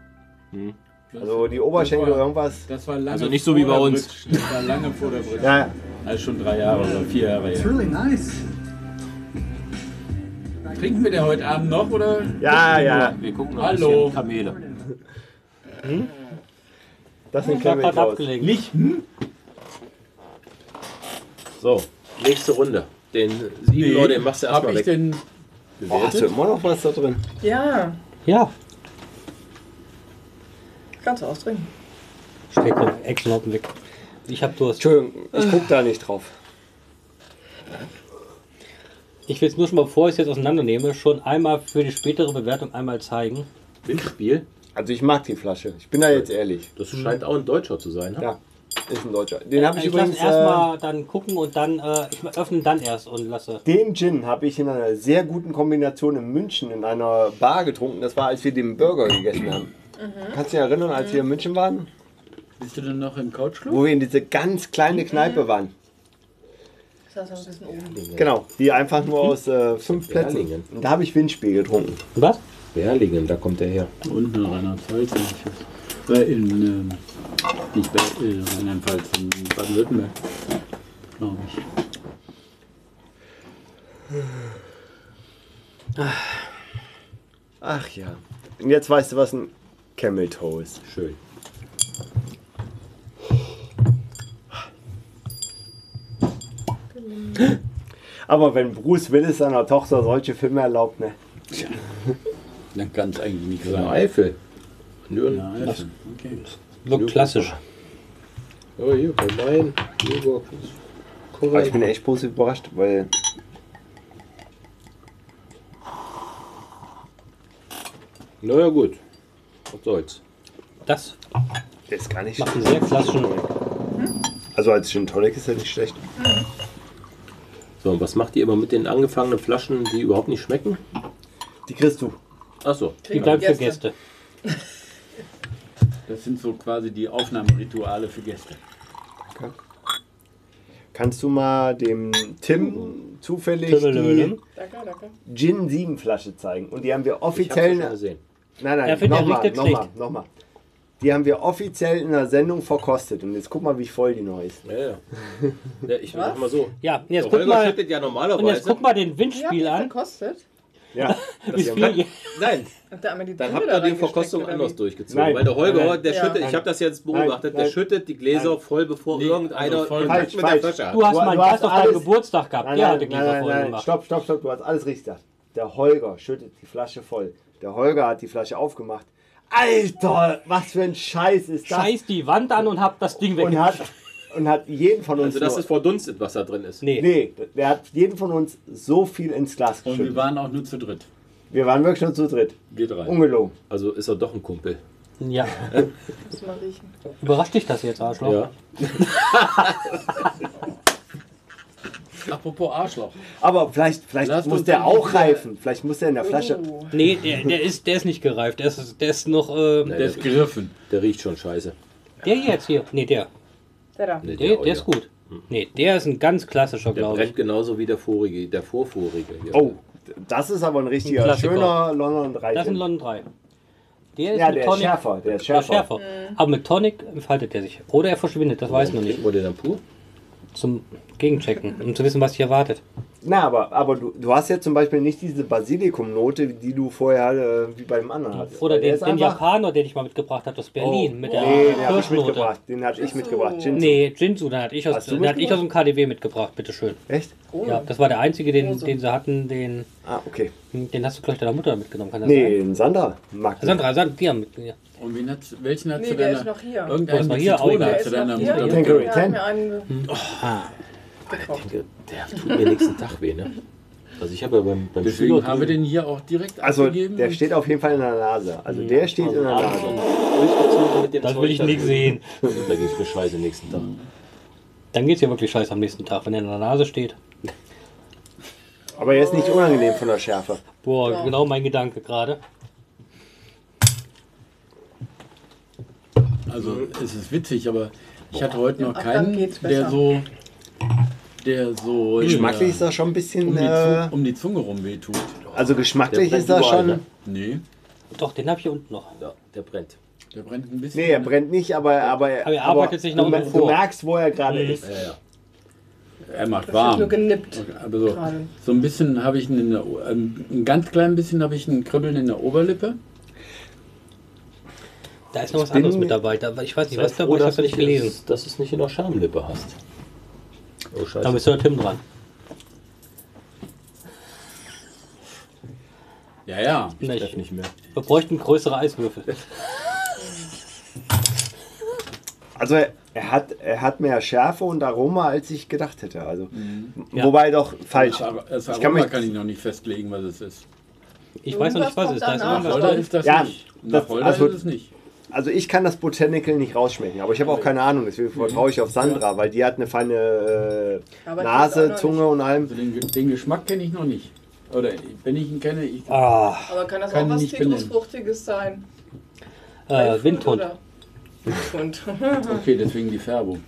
Speaker 2: Also die Oberschenkel
Speaker 1: Das
Speaker 2: oder
Speaker 1: war-
Speaker 2: irgendwas.
Speaker 1: Das war lange
Speaker 6: Also nicht so wie
Speaker 1: vor
Speaker 6: bei
Speaker 1: der
Speaker 6: uns.
Speaker 1: Bridge. Das war lange vor der Brücke.
Speaker 2: Ja, ja.
Speaker 1: Also schon drei Jahre oder vier Jahre her.
Speaker 12: really nice.
Speaker 1: Trinken wir den heute Abend noch oder?
Speaker 2: ja, ja.
Speaker 6: Wir gucken noch
Speaker 1: Hallo.
Speaker 6: ein bisschen Kamele.
Speaker 2: Das ist ein
Speaker 3: Ich war
Speaker 2: Camel
Speaker 3: gerade
Speaker 2: Toe.
Speaker 3: abgelenkt.
Speaker 1: Nicht? Hm?
Speaker 6: So, nächste Runde. Den sieben Leute den machst du
Speaker 1: Hab
Speaker 6: erstmal
Speaker 1: ich
Speaker 6: weg.
Speaker 1: denn
Speaker 2: Oh, hast du immer noch was da drin?
Speaker 9: Ja,
Speaker 3: Ja.
Speaker 9: kannst du austrinken.
Speaker 3: Steck auf Ex-Noten weg. Ich hab Durst.
Speaker 2: Entschuldigung, ich guck da nicht drauf.
Speaker 3: Ich will es nur schon mal, bevor ich es jetzt auseinandernehme, schon einmal für die spätere Bewertung einmal zeigen.
Speaker 6: Windspiel.
Speaker 2: Also ich mag die Flasche. Ich bin da jetzt ehrlich.
Speaker 6: Das scheint auch ein Deutscher zu sein. Ne?
Speaker 2: Ja, ist ein Deutscher. Den habe ich,
Speaker 3: Ich lasse
Speaker 2: übrigens. Äh,
Speaker 3: erstmal dann gucken und dann, äh, ich öffne dann erst und lasse.
Speaker 2: den Gin habe ich in einer sehr guten Kombination in München in einer Bar getrunken. Das war, als wir den Burger gegessen haben. Kannst du dich erinnern, als wir in München waren?
Speaker 1: Bist du denn noch im Couchclub?
Speaker 2: Wo wir in diese ganz kleine Kneipe waren.
Speaker 9: Das heißt noch ein bisschen oben.
Speaker 2: Genau, die einfach nur aus äh, fünf Plätzen.
Speaker 6: Erlingen.
Speaker 2: Und da habe ich Windspiel getrunken.
Speaker 3: Was?
Speaker 6: Berlingen, da kommt der her.
Speaker 1: Unten in Rheinland-Pfalz. Äh, in, ähm, nicht bei äh, Rheinland-Pfalz, in Baden-Württemberg. Glaube ich.
Speaker 2: Ach ja. Und jetzt weißt du, was ein Camel Toe ist.
Speaker 6: Schön.
Speaker 2: Aber wenn Bruce Willis seiner Tochter solche Filme erlaubt, ne?
Speaker 1: Dann kann es eigentlich nicht
Speaker 6: Eine
Speaker 1: sein.
Speaker 6: Eifel. Nürn.
Speaker 1: Ja, also, okay.
Speaker 3: So klassisch.
Speaker 6: Oh, hier, bei Main, Lübeck,
Speaker 2: Aber ich
Speaker 6: Korrekt.
Speaker 2: bin echt positiv überrascht, weil
Speaker 6: Na ja, gut. Was soll's.
Speaker 3: Das
Speaker 2: der ist gar nicht
Speaker 3: macht einen
Speaker 2: schlecht.
Speaker 3: sehr klassischen.
Speaker 2: Also als Gin Tonic ist er nicht schlecht.
Speaker 6: So, und was macht ihr immer mit den angefangenen Flaschen, die überhaupt nicht schmecken?
Speaker 2: Die kriegst du.
Speaker 6: Achso.
Speaker 3: Die bleibt für Gäste.
Speaker 1: Das sind so quasi die Aufnahmerituale für Gäste.
Speaker 2: Kannst du mal dem Tim zufällig die
Speaker 3: Tüdelüdelüm.
Speaker 9: Danke, danke.
Speaker 2: Gin 7 Flasche zeigen? Und die haben wir
Speaker 6: Ich hab's ja
Speaker 2: offiziell.
Speaker 6: schon gesehen.
Speaker 2: nein,
Speaker 3: Er
Speaker 2: nein,
Speaker 3: findet, er
Speaker 2: nochmal,
Speaker 3: riecht jetzt
Speaker 2: nochmal,
Speaker 3: schlecht.
Speaker 2: nochmal. Die haben wir offiziell in der Sendung verkostet. Und jetzt guck mal, wie voll die neu ist.
Speaker 6: Ja, ja. ja ich mach mal so.
Speaker 3: Ja, und jetzt
Speaker 6: Der
Speaker 3: guck mal.
Speaker 6: schüttet ja
Speaker 3: Und jetzt
Speaker 2: ne?
Speaker 6: normalerweise.
Speaker 3: guck mal den
Speaker 9: Ihr habt
Speaker 3: Windspiel
Speaker 9: die
Speaker 3: an.
Speaker 9: verkostet?
Speaker 2: Ja.
Speaker 3: Wie viel,
Speaker 6: Nein,
Speaker 9: Habt ihr einmal die
Speaker 6: dann
Speaker 9: Brille
Speaker 6: habt
Speaker 9: da
Speaker 6: ihr die
Speaker 9: reingesteckt,
Speaker 6: Verkostung
Speaker 9: oder
Speaker 6: anders
Speaker 9: wie?
Speaker 6: durchgezogen.
Speaker 2: Nein.
Speaker 6: Weil der Holger,
Speaker 2: Nein.
Speaker 6: der
Speaker 9: Ja.
Speaker 6: schüttet, ich habe das jetzt beobachtet, der
Speaker 2: Nein.
Speaker 6: schüttet die Gläser voll, bevor irgendeiner
Speaker 1: also voll.
Speaker 6: Kontakt mit der
Speaker 2: Falsch,
Speaker 6: Flasche
Speaker 3: du
Speaker 6: hat.
Speaker 3: hast
Speaker 2: Du-
Speaker 3: mal
Speaker 2: du hast
Speaker 3: Gast auf deinem
Speaker 2: alles-
Speaker 3: Geburtstag gehabt.
Speaker 2: Nein,
Speaker 3: der
Speaker 2: nein,
Speaker 3: hatte
Speaker 2: nein,
Speaker 3: Gläser
Speaker 2: nein,
Speaker 3: voll
Speaker 2: nein.
Speaker 3: gemacht.
Speaker 2: Stopp, stopp, stopp. Du hast alles richtig gesagt. Der Holger schüttet die Flasche voll. Der Holger hat die Flasche aufgemacht. Alter, was für ein Scheiß ist das?
Speaker 3: Scheiß die Wand an und hab das Ding weg.
Speaker 2: Und hat, und hat jeden von uns.
Speaker 6: Also das
Speaker 2: nur-
Speaker 6: ist verdunstet, was da drin ist.
Speaker 3: Nee.
Speaker 2: Nee, der hat jeden von uns so viel ins Glas
Speaker 1: Und wir
Speaker 2: geschüttet.
Speaker 1: waren auch nur zu dritt.
Speaker 2: Wir waren wirklich nur zu dritt.
Speaker 1: Wir drei.
Speaker 2: Ungelogen.
Speaker 6: Also ist er doch ein Kumpel.
Speaker 3: Ja.
Speaker 9: Muss mal riechen.
Speaker 3: Überrascht dich das jetzt, Arschloch?
Speaker 6: Ja.
Speaker 1: Apropos Arschloch.
Speaker 2: Aber vielleicht, vielleicht
Speaker 1: Lass
Speaker 2: muss
Speaker 1: uns
Speaker 2: der
Speaker 1: doch
Speaker 2: auch
Speaker 1: wieder-
Speaker 2: reifen. Vielleicht muss der in der Flasche.
Speaker 3: Nee, der, der, ist, der ist nicht gereift. Der ist, der ist noch. Äh,
Speaker 1: Der ist geriffen.
Speaker 6: Der riecht schon scheiße.
Speaker 3: Der hier jetzt hier. Nee, der.
Speaker 9: Der da.
Speaker 6: Nee,
Speaker 3: Der, der, ist gut. Nee, der ist ein ganz klassischer,
Speaker 6: Der
Speaker 3: glaube ich.
Speaker 6: brennt Genau genauso wie der vorige, der vorvorige. Hier.
Speaker 2: Oh, das ist aber ein
Speaker 3: Ein
Speaker 2: richtiger,
Speaker 3: Klassiker.
Speaker 2: schöner London 3.
Speaker 3: Das sind London 3. Der ist
Speaker 2: ja,
Speaker 3: mit
Speaker 2: der ist
Speaker 3: Tonic.
Speaker 2: schärfer. Der ist
Speaker 3: Ja,
Speaker 2: schärfer.
Speaker 3: schärfer. Aber mit Tonic entfaltet er sich. Oder er verschwindet, das weiß man nicht.
Speaker 6: Trinken wir den dann pur?
Speaker 3: Zum Gegenchecken, um zu wissen, was sich erwartet.
Speaker 2: Na, aber, aber du, du hast jetzt zum Beispiel nicht diese Basilikum-Note, die du vorher äh, wie beim anderen hattest.
Speaker 3: Oder
Speaker 2: Weil der
Speaker 3: den,
Speaker 2: ist
Speaker 3: den
Speaker 2: einfach- Oh,
Speaker 3: Japaner, den ich mal mitgebracht habe aus Berlin. mit der
Speaker 2: Nee, den habe ich
Speaker 3: Kirschnote.
Speaker 2: mitgebracht. Den hatte ich mitgebracht. Shinzo.
Speaker 3: Nee, Jinsu, den hatte ich aus,
Speaker 2: Hast du
Speaker 3: den hatte ich aus
Speaker 2: mitgebracht?
Speaker 3: dem KDW mitgebracht, bitteschön.
Speaker 2: Echt?
Speaker 3: Ja, das war der einzige, den, den sie hatten, den,
Speaker 2: Ah, okay.
Speaker 3: den hast du gleich deiner Mutter mitgenommen, kann das
Speaker 2: Nee, den Sander. Mag
Speaker 3: sein? Sandra, Sandra, die haben mit mir.
Speaker 1: Und wen hat's, welchen hat
Speaker 9: Nee,
Speaker 1: zu
Speaker 9: der
Speaker 1: deiner...
Speaker 9: ist noch hier.
Speaker 1: Irgendeinen
Speaker 3: Der
Speaker 1: mit
Speaker 3: ist noch hier,
Speaker 1: Zitrone
Speaker 3: Audi.
Speaker 1: hat
Speaker 9: Der
Speaker 1: zu
Speaker 9: ist
Speaker 1: deiner
Speaker 9: noch hier.
Speaker 1: Mutter
Speaker 2: Tangerine.
Speaker 1: gegeben.
Speaker 9: Der hat mir einen
Speaker 6: Der, der tut mir nächsten Tag weh, ne? Also ich habe ja beim, beim
Speaker 1: Deswegen
Speaker 6: Schüler
Speaker 1: haben wir den hier auch direkt
Speaker 2: Also,
Speaker 1: abgegeben.
Speaker 2: der steht auf jeden Fall in der Nase. Also, der steht in der Nase.
Speaker 3: also.
Speaker 6: durchgezogen mit dem
Speaker 3: Das
Speaker 6: Zeug,
Speaker 3: will ich
Speaker 6: da-
Speaker 3: nicht sehen.
Speaker 6: Da ging es mir scheiße nächsten Tag.
Speaker 3: Dann geht's dir wirklich scheiße am nächsten Tag, wenn er in der Nase steht.
Speaker 2: Aber er ist nicht unangenehm von der Schärfe.
Speaker 3: Boah, genau mein Gedanke gerade.
Speaker 1: Also
Speaker 9: Mhm.
Speaker 1: es ist witzig, aber ich hatte heute noch
Speaker 9: Abgang
Speaker 1: keinen,
Speaker 9: geht's
Speaker 1: der
Speaker 9: besser.
Speaker 1: so, der so
Speaker 2: Geschmacklich
Speaker 1: äh,
Speaker 2: ist das schon ein bisschen.
Speaker 1: um, die
Speaker 2: Äh,
Speaker 1: Zunge, um die Zunge rum wehtut.
Speaker 2: also, geschmacklich
Speaker 6: Der
Speaker 2: ist das
Speaker 6: brennt
Speaker 2: schon.
Speaker 6: überall, ne?
Speaker 1: Nee,
Speaker 3: Doch, den hab ich hier unten noch.
Speaker 6: Ja, der brennt.
Speaker 1: der brennt ein bisschen.
Speaker 2: Nee, er brennt nicht, aber. Aber,
Speaker 3: Aber er arbeitet sich nach
Speaker 2: du, mer-
Speaker 3: unten
Speaker 2: du
Speaker 3: vor.
Speaker 2: merkst, wo er gerade ist.
Speaker 6: Mhm. Ja, ja.
Speaker 1: Er macht
Speaker 9: Ich hab nur
Speaker 1: warm.
Speaker 9: genippt.
Speaker 1: Aber so,
Speaker 9: Gerade.
Speaker 1: so ein bisschen habe ich ihn in der, O- ähm, ein ganz klein bisschen habe ich ein Kribbeln in der Oberlippe.
Speaker 3: Da ist noch was
Speaker 2: bin-
Speaker 3: anderes mit dabei. Da, ich weiß nicht, was
Speaker 6: Sei
Speaker 3: dabei ist,
Speaker 6: dass
Speaker 3: hast du nicht
Speaker 6: du
Speaker 3: gelesen.
Speaker 6: es- Dass du es nicht in der Schamlippe hast. Oh,
Speaker 3: Da
Speaker 6: scheiße.
Speaker 3: bist du der Tim dran.
Speaker 1: Ja, ja.
Speaker 3: Na,
Speaker 6: Ich darf
Speaker 3: Ich,
Speaker 6: nicht mehr.
Speaker 3: wir bräuchten größere Eiswürfel.
Speaker 2: Also er, er, hat, er hat mehr Schärfe und Aroma, als ich gedacht hätte. Also,
Speaker 3: Ja.
Speaker 2: Wobei doch falsch.
Speaker 1: Das Ar- das
Speaker 2: Ich
Speaker 1: Aroma
Speaker 2: kann
Speaker 1: kann,
Speaker 2: mich-
Speaker 1: ich noch nicht festlegen, was es ist.
Speaker 3: Ich weiß noch nicht, was es ist. Da ist
Speaker 9: Irgendwas kommt
Speaker 3: irgendwas
Speaker 1: Holder
Speaker 3: drin.
Speaker 1: ist das
Speaker 2: Ja,
Speaker 1: nicht.
Speaker 2: das-
Speaker 1: Nach Holder
Speaker 2: also-
Speaker 1: ist es nicht.
Speaker 2: Also ich kann das Botanical nicht rausschmecken, aber ich habe auch keine Ahnung, deswegen vertraue ich auf Sandra, weil die hat eine feine äh,
Speaker 9: Aber die ist auch
Speaker 2: Nase,
Speaker 9: noch
Speaker 2: Zunge und allem.
Speaker 1: Also den, Ge- den Geschmack kenne ich noch nicht. Oder wenn ich ihn kenne, ich,
Speaker 3: Ah,
Speaker 9: Aber kann das
Speaker 1: Kann
Speaker 9: auch was
Speaker 1: nicht benennen.
Speaker 9: Zitrusfruchtiges sein?
Speaker 3: äh, Windhund.
Speaker 9: Oder? Windhund.
Speaker 1: okay, deswegen die Färbung.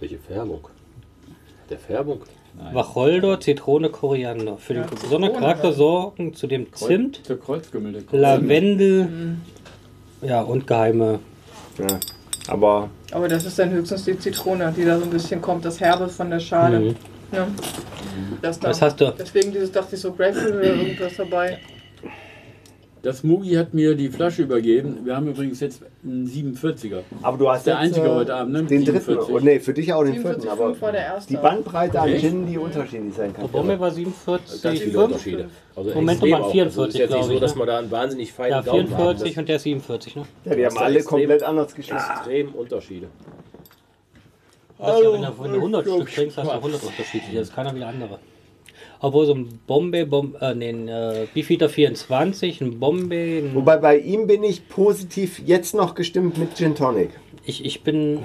Speaker 6: Welche Färbung? Der Färbung?
Speaker 3: Wacholder, Zitrone, Koriander. Für den Sondercharakter sorgen zudem Zimt,
Speaker 1: Zur Kreuzkümmel. Der
Speaker 3: Lavendel ja, und geheime.
Speaker 2: Ja. Aber
Speaker 9: Aber das ist dann höchstens die Zitrone, die da so ein bisschen kommt, das Herbe von der Schale.
Speaker 3: Mhm.
Speaker 9: Ja. Das, da.
Speaker 3: Das hast du.
Speaker 9: Deswegen dieses, dachte ich so, Grapefruit oder irgendwas dabei.
Speaker 1: Das Mugi hat mir die Flasche übergeben. Wir haben übrigens jetzt einen 47er.
Speaker 2: Aber du hast
Speaker 1: Der
Speaker 2: jetzt, äh,
Speaker 1: einzige heute Abend, ne?
Speaker 2: Den dritten.
Speaker 1: 47.
Speaker 2: Oh, nee, für dich auch den vierten.
Speaker 9: 47,5
Speaker 2: Aber
Speaker 9: war der erste.
Speaker 2: die Bandbreite an
Speaker 1: Okay.
Speaker 2: Gin, die unterschiedlich sein kann.
Speaker 3: Bombe war
Speaker 6: Ganz viele
Speaker 3: 47,
Speaker 6: Unterschiede. Also
Speaker 3: Moment,
Speaker 6: extrem
Speaker 3: mal,
Speaker 6: auch.
Speaker 3: 44,
Speaker 6: Also es ist jetzt nicht
Speaker 3: glaube
Speaker 6: so,
Speaker 3: ich,
Speaker 6: dass
Speaker 3: ne?
Speaker 6: man da einen wahnsinnig feinen
Speaker 3: ja,
Speaker 6: Gaumen haben.
Speaker 3: 44 und der 47, ne?
Speaker 2: Ja, wir
Speaker 6: Das
Speaker 2: haben
Speaker 6: ist
Speaker 2: alle
Speaker 6: extrem.
Speaker 2: komplett anders geschnitten.
Speaker 1: Ah.
Speaker 6: Extrem Unterschiede.
Speaker 3: Das ist ja, Also, wenn du wenn du 100 Stück trinkst, hast du 100 unterschiedliche. Das ist keiner wie der andere. Obwohl so ein Bombay, Bom, äh, nee, ein äh, Beefeater 24, ein Bombay, ein,
Speaker 2: Wobei bei ihm bin ich positiv jetzt noch gestimmt mit Gin Tonic.
Speaker 3: ich, ich bin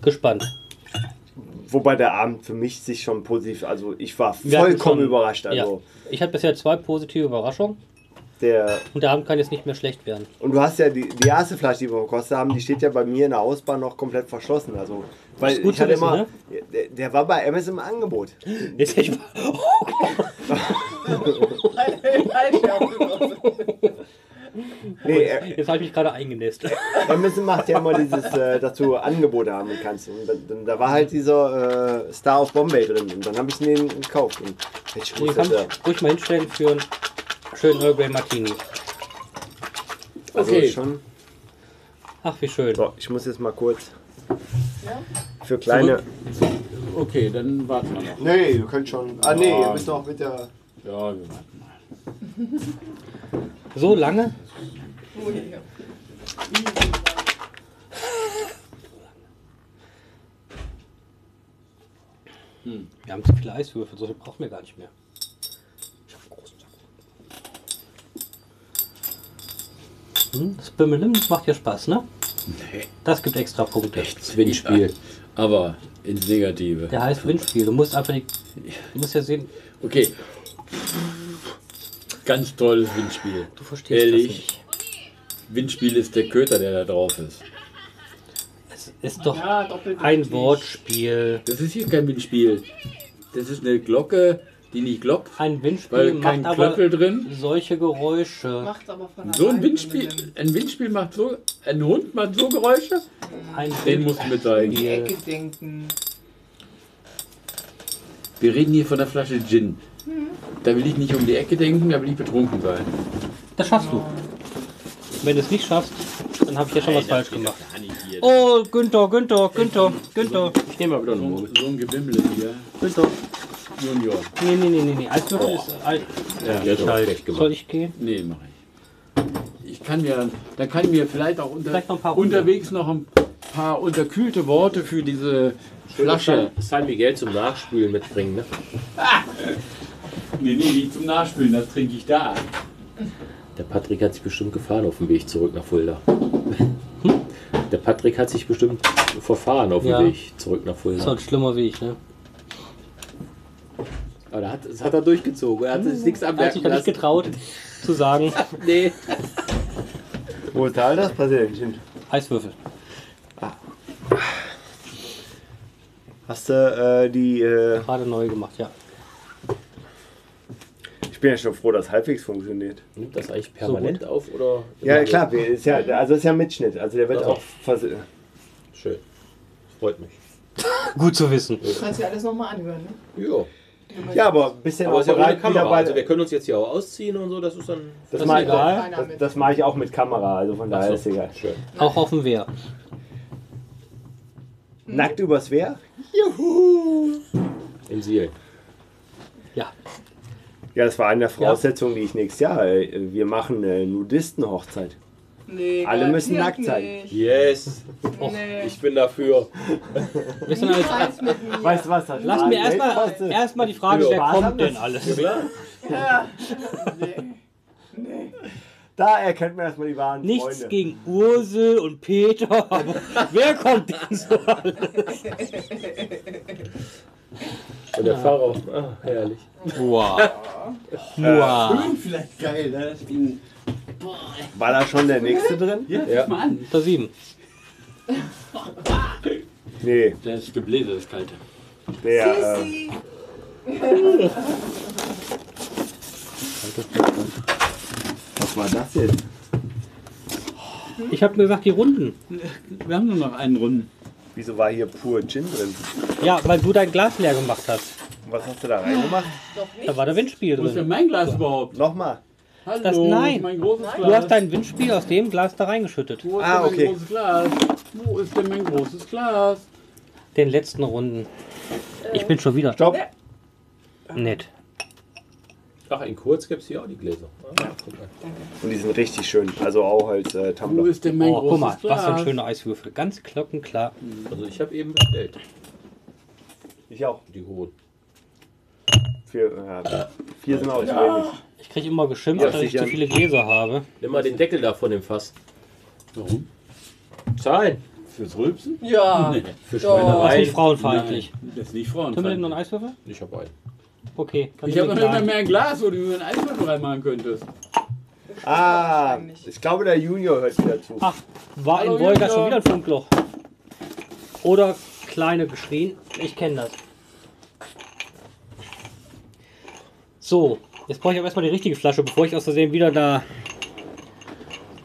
Speaker 3: gespannt.
Speaker 2: Wobei der Abend für mich sich schon positiv, also ich war
Speaker 3: Wir hatten
Speaker 2: vollkommen
Speaker 3: schon-
Speaker 2: überrascht. Also
Speaker 3: Ja. Ich hatte bisher zwei positive Überraschungen
Speaker 2: der
Speaker 3: und der Abend kann jetzt nicht mehr schlecht werden.
Speaker 2: und du hast ja die, die erste Flasche, die wir gekostet haben, die steht ja bei mir in der Hausbar noch komplett verschlossen. Also weil
Speaker 3: Ist gut
Speaker 2: ich
Speaker 3: zu
Speaker 2: hatte
Speaker 3: wissen,
Speaker 2: immer,
Speaker 3: ne?
Speaker 2: der, der war bei MS im Angebot.
Speaker 3: Jetzt ich
Speaker 2: Nee, er-
Speaker 3: Jetzt habe ich mich gerade eingenässt.
Speaker 2: Amazon macht ja immer dieses, äh, dass du Angebote haben kannst. Und dann, dann, da war halt dieser äh, Star of Bombay drin. Und dann habe ich den gekauft. Und ich
Speaker 3: Den
Speaker 2: muss
Speaker 3: kann
Speaker 2: das, äh,
Speaker 3: ich ruhig mal hinstellen für einen schönen Earl Grey Martini.
Speaker 2: also
Speaker 1: Okay.
Speaker 2: schon.
Speaker 3: Ach, wie schön.
Speaker 2: So, ich muss jetzt mal kurz. Für kleine.
Speaker 1: Okay, dann warten wir noch.
Speaker 2: Nee, ihr könnt schon. Ah, nee, ihr müsst auch mit der.
Speaker 1: Ja, wir warten.
Speaker 3: So lange? Hm, wir haben zu viele Eiswürfel, so viel brauchen wir gar nicht mehr. Ich hab einen großen Sack. Hm, das Bimmelim macht ja Spaß, ne?
Speaker 1: Nee.
Speaker 3: Das gibt extra Punkte.
Speaker 1: Windspiel. Aber ins Negative.
Speaker 3: Der heißt Windspiel. Du musst einfach die, du musst ja sehen,
Speaker 1: Okay. Ganz tolles Windspiel.
Speaker 3: du verstehst
Speaker 1: Ehrlich.
Speaker 3: das
Speaker 1: Windspiel ist der Köter, der da drauf ist.
Speaker 3: Es ist doch
Speaker 12: Ja, doppelt.
Speaker 3: ein Wortspiel.
Speaker 1: Das ist hier kein Windspiel. Das ist eine Glocke, die nicht glockt,
Speaker 3: Ein Windspiel
Speaker 1: weil kein
Speaker 3: macht aber
Speaker 1: Klöppel drin.
Speaker 3: solche Geräusche.
Speaker 9: Macht aber von
Speaker 1: So ein
Speaker 9: alleine
Speaker 1: Windspiel,
Speaker 9: Sinn.
Speaker 1: ein Windspiel macht so, ein Hund macht so Geräusche.
Speaker 3: Ein
Speaker 1: Den mussten wir zeigen.
Speaker 9: Die Ecke denken.
Speaker 1: Wir reden hier von der Flasche Gin. Da will ich nicht um die Ecke denken, da will ich betrunken sein.
Speaker 3: Das schaffst du. Wenn du es nicht schaffst, dann habe ich ja schon was falsch gemacht.
Speaker 1: Oh.
Speaker 3: Oh, Günther, Günther, Günther, Günther. Ich nehme mal wieder einen
Speaker 1: So,
Speaker 3: Moment.
Speaker 1: so ein Gewimmel hier.
Speaker 3: Günther.
Speaker 1: Junior.
Speaker 3: Nee, nee, nee, nee, nee. Eiswürfel ist alt.
Speaker 1: Ja,
Speaker 3: Soll ich gehen?
Speaker 1: Nee, mach ich. Ich kann mir, da kann mir vielleicht auch unter,
Speaker 3: Vielleicht noch ein paar Runden.
Speaker 1: unterwegs noch ein paar unterkühlte Worte für diese Flasche.
Speaker 6: San Miguel zum Nachspülen mitbringen, ne?
Speaker 1: Nee, nee, nicht zum Nachspülen, das trinke ich da.
Speaker 6: Der Patrick hat sich bestimmt gefahren auf dem Weg zurück nach Fulda. Hm? Der Patrick hat sich bestimmt verfahren auf dem
Speaker 3: Ja.
Speaker 6: Weg zurück nach Fulda.
Speaker 3: Ist halt schlimmer wie ich, ne?
Speaker 6: Aber da hat, das hat er durchgezogen. Er hat sich nichts
Speaker 3: Er Hm. hat sich
Speaker 6: anmerken
Speaker 3: da nicht
Speaker 6: lassen.
Speaker 3: getraut zu sagen,
Speaker 6: Nee.
Speaker 2: Brutal das passiert. Stimmt.
Speaker 3: Eiswürfel.
Speaker 2: Hast du äh, die. Äh,
Speaker 3: Gerade neu gemacht, ja.
Speaker 2: ich bin ja schon froh, dass halbwegs funktioniert.
Speaker 6: Nimmt das eigentlich permanent auf oder?
Speaker 2: Ja, klar, wir- ist ja, also ist ja ein Mitschnitt. Also der wird
Speaker 6: Ja.
Speaker 2: auch. vers-
Speaker 6: Schön. Freut mich.
Speaker 3: Gut zu wissen.
Speaker 9: Das kannst du ja alles nochmal anhören, ne?
Speaker 6: Ja.
Speaker 2: Ja, aber ein bisschen
Speaker 6: Aber
Speaker 2: auch
Speaker 6: ist ja
Speaker 2: bereit,
Speaker 6: ohne
Speaker 2: wieder
Speaker 6: Kamera.
Speaker 2: bei,
Speaker 6: Also wir können uns jetzt hier auch ausziehen und so. Das ist dann.
Speaker 2: Das,
Speaker 3: ist
Speaker 2: mache ich,
Speaker 3: egal.
Speaker 2: auch- das, das mache ich auch mit Kamera, also von daher ist egal.
Speaker 6: Schön.
Speaker 3: Auch auf dem Wehr.
Speaker 2: Nackt übers Wehr?
Speaker 6: Im Ziel.
Speaker 3: Ja.
Speaker 2: Ja, das war eine der Voraussetzungen, die ich nächstes Jahr. äh, Wir machen eine Nudistenhochzeit.
Speaker 9: Nee,
Speaker 2: Alle müssen nackt
Speaker 9: garantiert
Speaker 2: sein.
Speaker 9: nicht.
Speaker 6: Yes.
Speaker 9: Nee.
Speaker 6: Ich bin dafür.
Speaker 3: Wir sind alles
Speaker 9: Scheiß mit mir.
Speaker 2: Weißt du was? Das
Speaker 3: Lass
Speaker 2: war
Speaker 3: mir
Speaker 2: ein
Speaker 3: erstmal
Speaker 2: Weltklasse.
Speaker 3: erst mal die Frage, wer
Speaker 2: Ja.
Speaker 3: kommt denn alles?
Speaker 2: Da erkennt man erstmal die wahren
Speaker 3: Nichts
Speaker 2: Freunde.
Speaker 3: gegen Ursel und Peter, aber wer kommt denn so alles?
Speaker 6: Und der Pharao. Ah, herrlich.
Speaker 3: Wow. Wow.
Speaker 1: Vielleicht geil, ne? Das Ding.
Speaker 2: War da schon der Nächste drin?
Speaker 1: Ja, guck
Speaker 6: Ja.
Speaker 1: mal an.
Speaker 3: Da sieben.
Speaker 2: Nee,
Speaker 1: Das ist Gebläse, das kalte.
Speaker 2: der. Äh,
Speaker 9: Sissi.
Speaker 2: was war das jetzt?
Speaker 3: Ich habe mir gesagt, die Runden.
Speaker 1: Wir haben nur noch einen Runden.
Speaker 2: Wieso war hier pur Gin drin?
Speaker 3: Ja, weil du dein Glas leer gemacht hast.
Speaker 2: Was hast du da reingemacht?
Speaker 3: Da war der Windspiel
Speaker 1: Wo ist denn
Speaker 3: drin.
Speaker 1: mein Glas überhaupt?
Speaker 2: Nochmal.
Speaker 1: Hallo,
Speaker 3: Das- nein.
Speaker 1: mein großes Glas.
Speaker 3: Du hast dein Windspiel aus dem Glas da reingeschüttet.
Speaker 1: Wo ist
Speaker 2: Ah,
Speaker 1: denn mein
Speaker 2: okay.
Speaker 1: großes Glas? Wo ist denn mein großes Glas?
Speaker 3: Den letzten Runden. Ich bin schon wieder
Speaker 2: Stopp.
Speaker 1: Äh,
Speaker 3: nett.
Speaker 6: Ach, in Kurz gibt es hier auch die Gläser. Ah, guck mal.
Speaker 2: Und die sind richtig schön. Also auch als äh,
Speaker 1: Wo
Speaker 2: Tumbler.
Speaker 1: ist denn mein
Speaker 3: Oh,
Speaker 1: großes
Speaker 3: guck mal,
Speaker 1: Glas?
Speaker 3: was für ein schöner Eiswürfel. Ganz glockenklar.
Speaker 6: Also ich habe eben bestellt.
Speaker 2: Ich auch.
Speaker 6: Die hohen.
Speaker 2: Vier, ja, vier sind auch zu wenig.
Speaker 3: Ich kriege immer geschimpft,
Speaker 6: Ja,
Speaker 3: dass ich
Speaker 2: sicher.
Speaker 3: zu viele Gläser habe.
Speaker 6: Nimm mal den Deckel da von dem Fass.
Speaker 1: Warum?
Speaker 6: Zahlen.
Speaker 1: Fürs Rülpsen?
Speaker 9: Ja.
Speaker 1: Nee.
Speaker 6: Für
Speaker 3: Das ist
Speaker 6: Schweinerei.
Speaker 3: nicht frauenfeindlich.
Speaker 1: Nein, das ist nicht
Speaker 3: Können wir denn noch einen
Speaker 1: Frauen.
Speaker 3: Eiswürfel?
Speaker 6: Ich habe einen.
Speaker 3: Okay, dann
Speaker 1: Ich
Speaker 3: nehmen
Speaker 1: habe
Speaker 3: wir
Speaker 1: noch
Speaker 3: einen
Speaker 1: immer
Speaker 3: kleinen.
Speaker 1: mehr ein Glas, wo du ein Eiswürfel reinmachen könntest.
Speaker 2: Ah, ich glaube, der Junior hört wieder zu.
Speaker 3: Ach, war
Speaker 1: Hallo,
Speaker 3: in Wolga
Speaker 1: Junior.
Speaker 3: schon wieder ein Funkloch. Oder kleine geschrien. Ich kenne das. So, jetzt brauche ich aber erstmal die richtige Flasche, bevor ich aus Versehen wieder da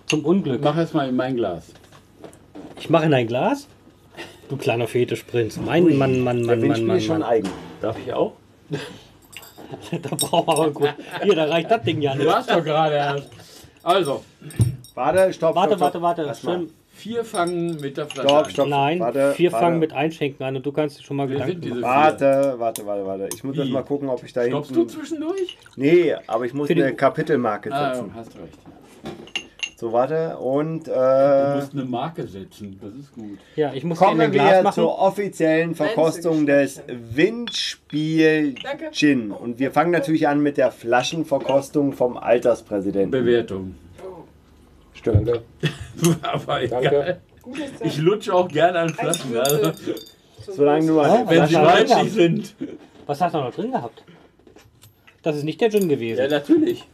Speaker 3: zum Unglück.
Speaker 1: Mach erst mal in mein Glas.
Speaker 3: Ich mache in ein Glas. Du kleiner Fetischprinz. Mein Mann, Mann,
Speaker 2: Der
Speaker 3: Mann, Mann,
Speaker 2: Windspiel
Speaker 3: Mann,
Speaker 2: ist schon
Speaker 3: Mann.
Speaker 2: eigen.
Speaker 6: Darf ich auch?
Speaker 3: Da braucht man aber gut. Hier, da reicht das Ding ja
Speaker 1: Du
Speaker 3: nicht.
Speaker 1: hast doch gerade erst. Also,
Speaker 2: Warte, stopp.
Speaker 3: Warte,
Speaker 2: stopp,
Speaker 3: warte, warte.
Speaker 2: Lass mal.
Speaker 3: Schön.
Speaker 1: vier fangen mit der Flasche
Speaker 2: Stopp,
Speaker 1: an.
Speaker 2: stopp.
Speaker 3: Nein,
Speaker 2: warte,
Speaker 3: vier
Speaker 2: warte.
Speaker 3: fangen mit Einschenken an und du kannst dir schon mal
Speaker 1: Wir sind
Speaker 3: Gedanken
Speaker 1: diese
Speaker 3: machen.
Speaker 1: vier.
Speaker 2: Warte, warte, warte, warte. Ich muss
Speaker 1: Wie?
Speaker 2: erst mal gucken, ob ich da
Speaker 1: Stoppst du
Speaker 2: hinten.
Speaker 1: zwischendurch?
Speaker 2: nee, aber ich muss
Speaker 3: Für die-
Speaker 2: eine Kapitelmarke
Speaker 1: Ah,
Speaker 2: setzen.
Speaker 1: hast recht.
Speaker 2: So, warte. Und
Speaker 1: Du
Speaker 2: äh,
Speaker 1: musst eine Marke setzen, das ist gut.
Speaker 3: Ja, ich muss dir in
Speaker 2: kommen
Speaker 3: ein Glas
Speaker 2: wir
Speaker 3: machen.
Speaker 2: zur offiziellen Verkostung des Windspiel
Speaker 9: Danke.
Speaker 2: Gin. Und wir fangen natürlich an mit der Flaschenverkostung vom Alterspräsidenten.
Speaker 1: Bewertung.
Speaker 6: Stimmt. Danke.
Speaker 1: Aber egal.
Speaker 6: Danke.
Speaker 1: Ich lutsche auch gerne an Flaschen, also,
Speaker 2: Solange du
Speaker 3: Ja,
Speaker 2: an
Speaker 3: wenn
Speaker 2: der
Speaker 1: wenn sie
Speaker 2: Flasche
Speaker 3: Danke.
Speaker 1: weitlich sind.
Speaker 3: Was hast du noch drin gehabt? Das ist nicht der Gin
Speaker 6: Ja,
Speaker 3: gewesen.
Speaker 6: natürlich.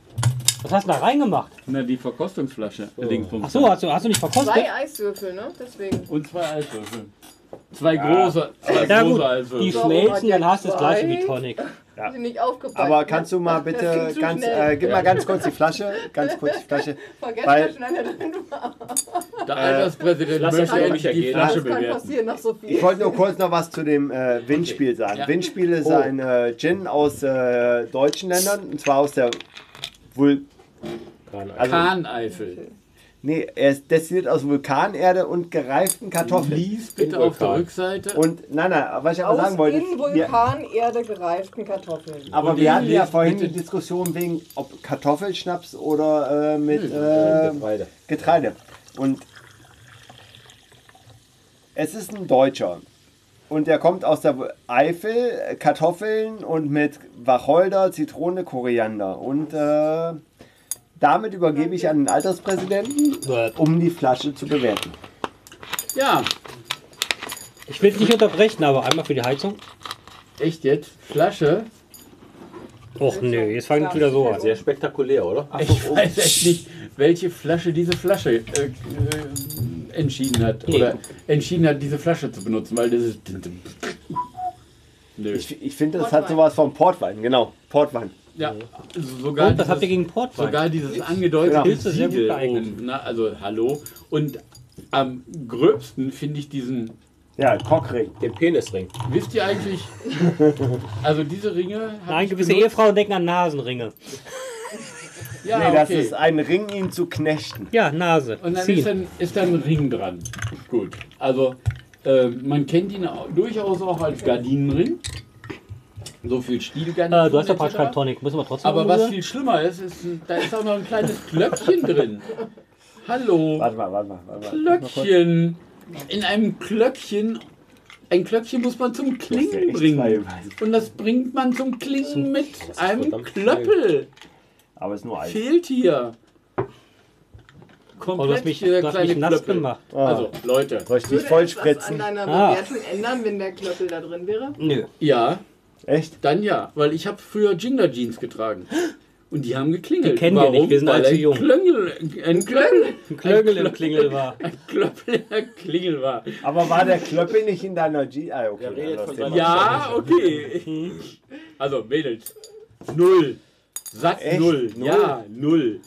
Speaker 3: Was hast du da reingemacht?
Speaker 1: Na, die Verkostungsflasche. Links vom
Speaker 3: Ach so, hast du, hast du nicht verkostet?
Speaker 9: Zwei Eiswürfel, ne? Deswegen.
Speaker 1: Und zwei Eiswürfel. Zwei große, zwei
Speaker 3: Na gut,
Speaker 1: große
Speaker 3: die
Speaker 1: Eiswürfel.
Speaker 3: schmelzen, dann hast du das gleiche wie Tonic.
Speaker 9: Hab ich nicht aufgepasst.
Speaker 2: Aber kannst du mal bitte
Speaker 9: ging zu
Speaker 2: ganz,
Speaker 9: schnell.
Speaker 2: äh, gib mal ganz kurz die Flasche, ganz kurz die Flasche.
Speaker 9: Vergesst
Speaker 2: weil-
Speaker 9: mal schnell, wer drin war.
Speaker 1: Der Alterspräsident
Speaker 5: lass das
Speaker 1: möchte
Speaker 5: mal
Speaker 1: endlich
Speaker 5: mich
Speaker 1: die
Speaker 5: ergehen.
Speaker 1: Flasche
Speaker 9: Das kann
Speaker 1: bewerten.
Speaker 9: passieren nach so
Speaker 2: Ich
Speaker 9: viel.
Speaker 2: wollte nur kurz noch was zu dem äh, Windspiel sagen.
Speaker 1: Ja.
Speaker 2: Windspiel ist
Speaker 3: Oh.
Speaker 2: ein äh, Gin aus äh, deutschen Ländern, und zwar aus der Vul
Speaker 5: Also,
Speaker 2: also-
Speaker 1: Kahneifel.
Speaker 2: Nee, er ist destilliert aus Vulkanerde und gereiften Kartoffeln.
Speaker 1: Lies bitte auf der
Speaker 5: Vulkan.
Speaker 1: Rückseite.
Speaker 2: Und nein, nein, was ich aber
Speaker 9: Aus
Speaker 2: sagen wollte,
Speaker 9: in
Speaker 2: wir,
Speaker 9: Vulkanerde gereiften Kartoffeln.
Speaker 2: aber
Speaker 1: Und
Speaker 2: wir hatten ja
Speaker 1: lest
Speaker 2: vorhin
Speaker 1: bitte-
Speaker 2: die Diskussion wegen, ob Kartoffelschnaps oder äh, mit äh,
Speaker 1: Hm.
Speaker 5: Getreide.
Speaker 2: Getreide. Und es ist ein Deutscher. Und der kommt aus der Eifel, Kartoffeln und mit Wacholder, Zitrone, Koriander. Und äh, damit übergebe ich an den Alterspräsidenten, um die Flasche zu bewerten.
Speaker 1: ja,
Speaker 3: Ich will dich nicht unterbrechen, aber einmal für die Heizung.
Speaker 1: echt jetzt. Flasche.
Speaker 3: Och nee, jetzt fangen die wieder so an.
Speaker 5: sehr spektakulär, oder?
Speaker 1: Ich weiß echt nicht, welche Flasche diese Flasche äh, äh, entschieden hat. Oder entschieden hat, diese Flasche zu benutzen, weil das ist. Nö.
Speaker 2: Ich, ich finde, das hat sowas von Portwein, genau. Portwein.
Speaker 1: ja, sogar
Speaker 3: Und was habt ihr
Speaker 1: dieses-
Speaker 3: gegen Portwein?
Speaker 1: Sogar dieses angedeutete
Speaker 2: Ja.
Speaker 3: Pilze sehr gut
Speaker 1: Siegel
Speaker 3: geeignet.
Speaker 1: oben. Na, also, hallo. Und am gröbsten finde ich diesen.
Speaker 2: Ja, Cockring.
Speaker 5: Den Penisring.
Speaker 1: Wisst ihr eigentlich? Also, diese Ringe. hab
Speaker 3: Nein,
Speaker 1: ich
Speaker 3: gewisse
Speaker 1: benutzt-
Speaker 3: Ehefrauen denken an Nasenringe.
Speaker 1: Ja,
Speaker 2: Nee, das
Speaker 1: okay.
Speaker 2: ist ein Ring, ihn zu knechten.
Speaker 3: Ja, Nase.
Speaker 1: Und dann ist, halt
Speaker 3: Ziehen.
Speaker 1: dann ist da ein Ring dran. Gut. Also, äh, man kennt ihn au- durchaus auch als Gardinenring. So viel Stielgardinen.
Speaker 3: Äh, du hast ja praktisch keinen
Speaker 1: etc.
Speaker 3: Tonic. Müssen wir trotzdem
Speaker 1: Aber was
Speaker 3: umrühren?
Speaker 1: viel schlimmer ist, ist, ein- da ist auch noch ein kleines Glöckchen drin. Hallo.
Speaker 2: Warte mal, warte mal, warte mal.
Speaker 1: Glöckchen. In einem Glöckchen. Ein Glöckchen muss man zum Klingen bringen. Und das bringt man zum Klingen mit einem
Speaker 5: verdammt
Speaker 1: Klöppel.
Speaker 2: Aber es ist nur Eis.
Speaker 1: Fehlt hier.
Speaker 3: Oh,
Speaker 1: Komplett
Speaker 3: du hast mich,
Speaker 1: dieser
Speaker 3: du hast
Speaker 1: kleine
Speaker 3: mich nass
Speaker 1: Klöppel.
Speaker 3: gemacht.
Speaker 1: Also, Leute.
Speaker 2: Soll ich dich
Speaker 9: Würde
Speaker 2: voll
Speaker 9: es was an
Speaker 2: spritzen?
Speaker 9: deiner
Speaker 3: Ah.
Speaker 9: Bewertung ändern, wenn der Klöppel da drin wäre?
Speaker 3: Nö.
Speaker 1: Ja,
Speaker 2: Echt?
Speaker 1: dann ja. Weil ich habe früher Ginger Jeans getragen. Und die haben geklingelt.
Speaker 3: Die kennen wir
Speaker 1: Warum?
Speaker 3: nicht, wir sind
Speaker 1: Weil
Speaker 3: allzu
Speaker 1: ein
Speaker 3: jung.
Speaker 1: Klöngel, ein Klöngel,
Speaker 3: Ein Klögel im Klingel war.
Speaker 1: ein Klöppel, ein Klingel war.
Speaker 3: Oh,
Speaker 2: Aber war der Klöppel nicht in deiner G... Ah, okay.
Speaker 5: redet
Speaker 2: dann
Speaker 5: von
Speaker 2: lass den
Speaker 5: seiner-
Speaker 2: mal.
Speaker 1: Ja, okay. Also, Mädels. Null. Satt
Speaker 2: Echt?
Speaker 1: null.
Speaker 2: Null?
Speaker 1: Ja, null.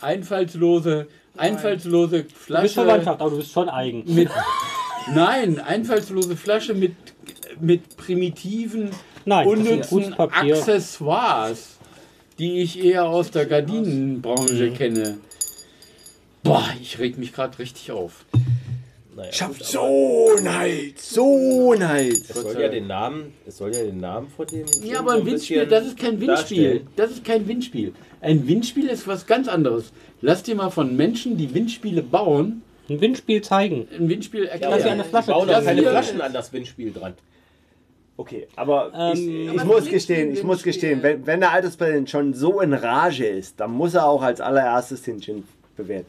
Speaker 1: Einfallslose, einfallslose
Speaker 3: Du bist
Speaker 1: Flasche.
Speaker 3: Verwandtschaft, aber du bist schon eigen.
Speaker 1: Mit, nein, einfallslose Flasche mit, mit primitiven,
Speaker 3: Nein, das ist ein gutes
Speaker 1: unnützen
Speaker 3: Papier.
Speaker 1: Accessoires, die ich eher aus der
Speaker 3: Mhm.
Speaker 1: Gardinenbranche kenne. Boah, ich reg mich gerade richtig auf.
Speaker 2: Schafft so Neid, so Neid.
Speaker 5: Es soll ja den Namen, es soll ja den Namen von dem.
Speaker 1: Ja, aber ein Windspiel, das ist kein Windspiel.
Speaker 5: darstellen.
Speaker 1: Das ist kein Windspiel. Ein Windspiel ist was ganz anderes. Lass dir mal von Menschen, die Windspiele bauen,
Speaker 3: Ein Windspiel zeigen.
Speaker 1: ein Windspiel erklären.
Speaker 5: Lass
Speaker 3: sie
Speaker 5: ja,
Speaker 3: eine
Speaker 5: eine
Speaker 3: Flasche
Speaker 5: Flasche. Bauen doch
Speaker 1: Das
Speaker 5: keine
Speaker 1: hier-
Speaker 5: Flaschen an das Windspiel dran.
Speaker 2: Okay, aber
Speaker 3: Ähm,
Speaker 2: ich, ich
Speaker 9: Aber
Speaker 2: muss
Speaker 9: Windspiel,
Speaker 2: gestehen, ich muss
Speaker 9: Windspiel.
Speaker 2: gestehen, wenn, wenn der Alterspräsident schon so in Rage ist, dann muss er auch als allererstes den Gin bewerten.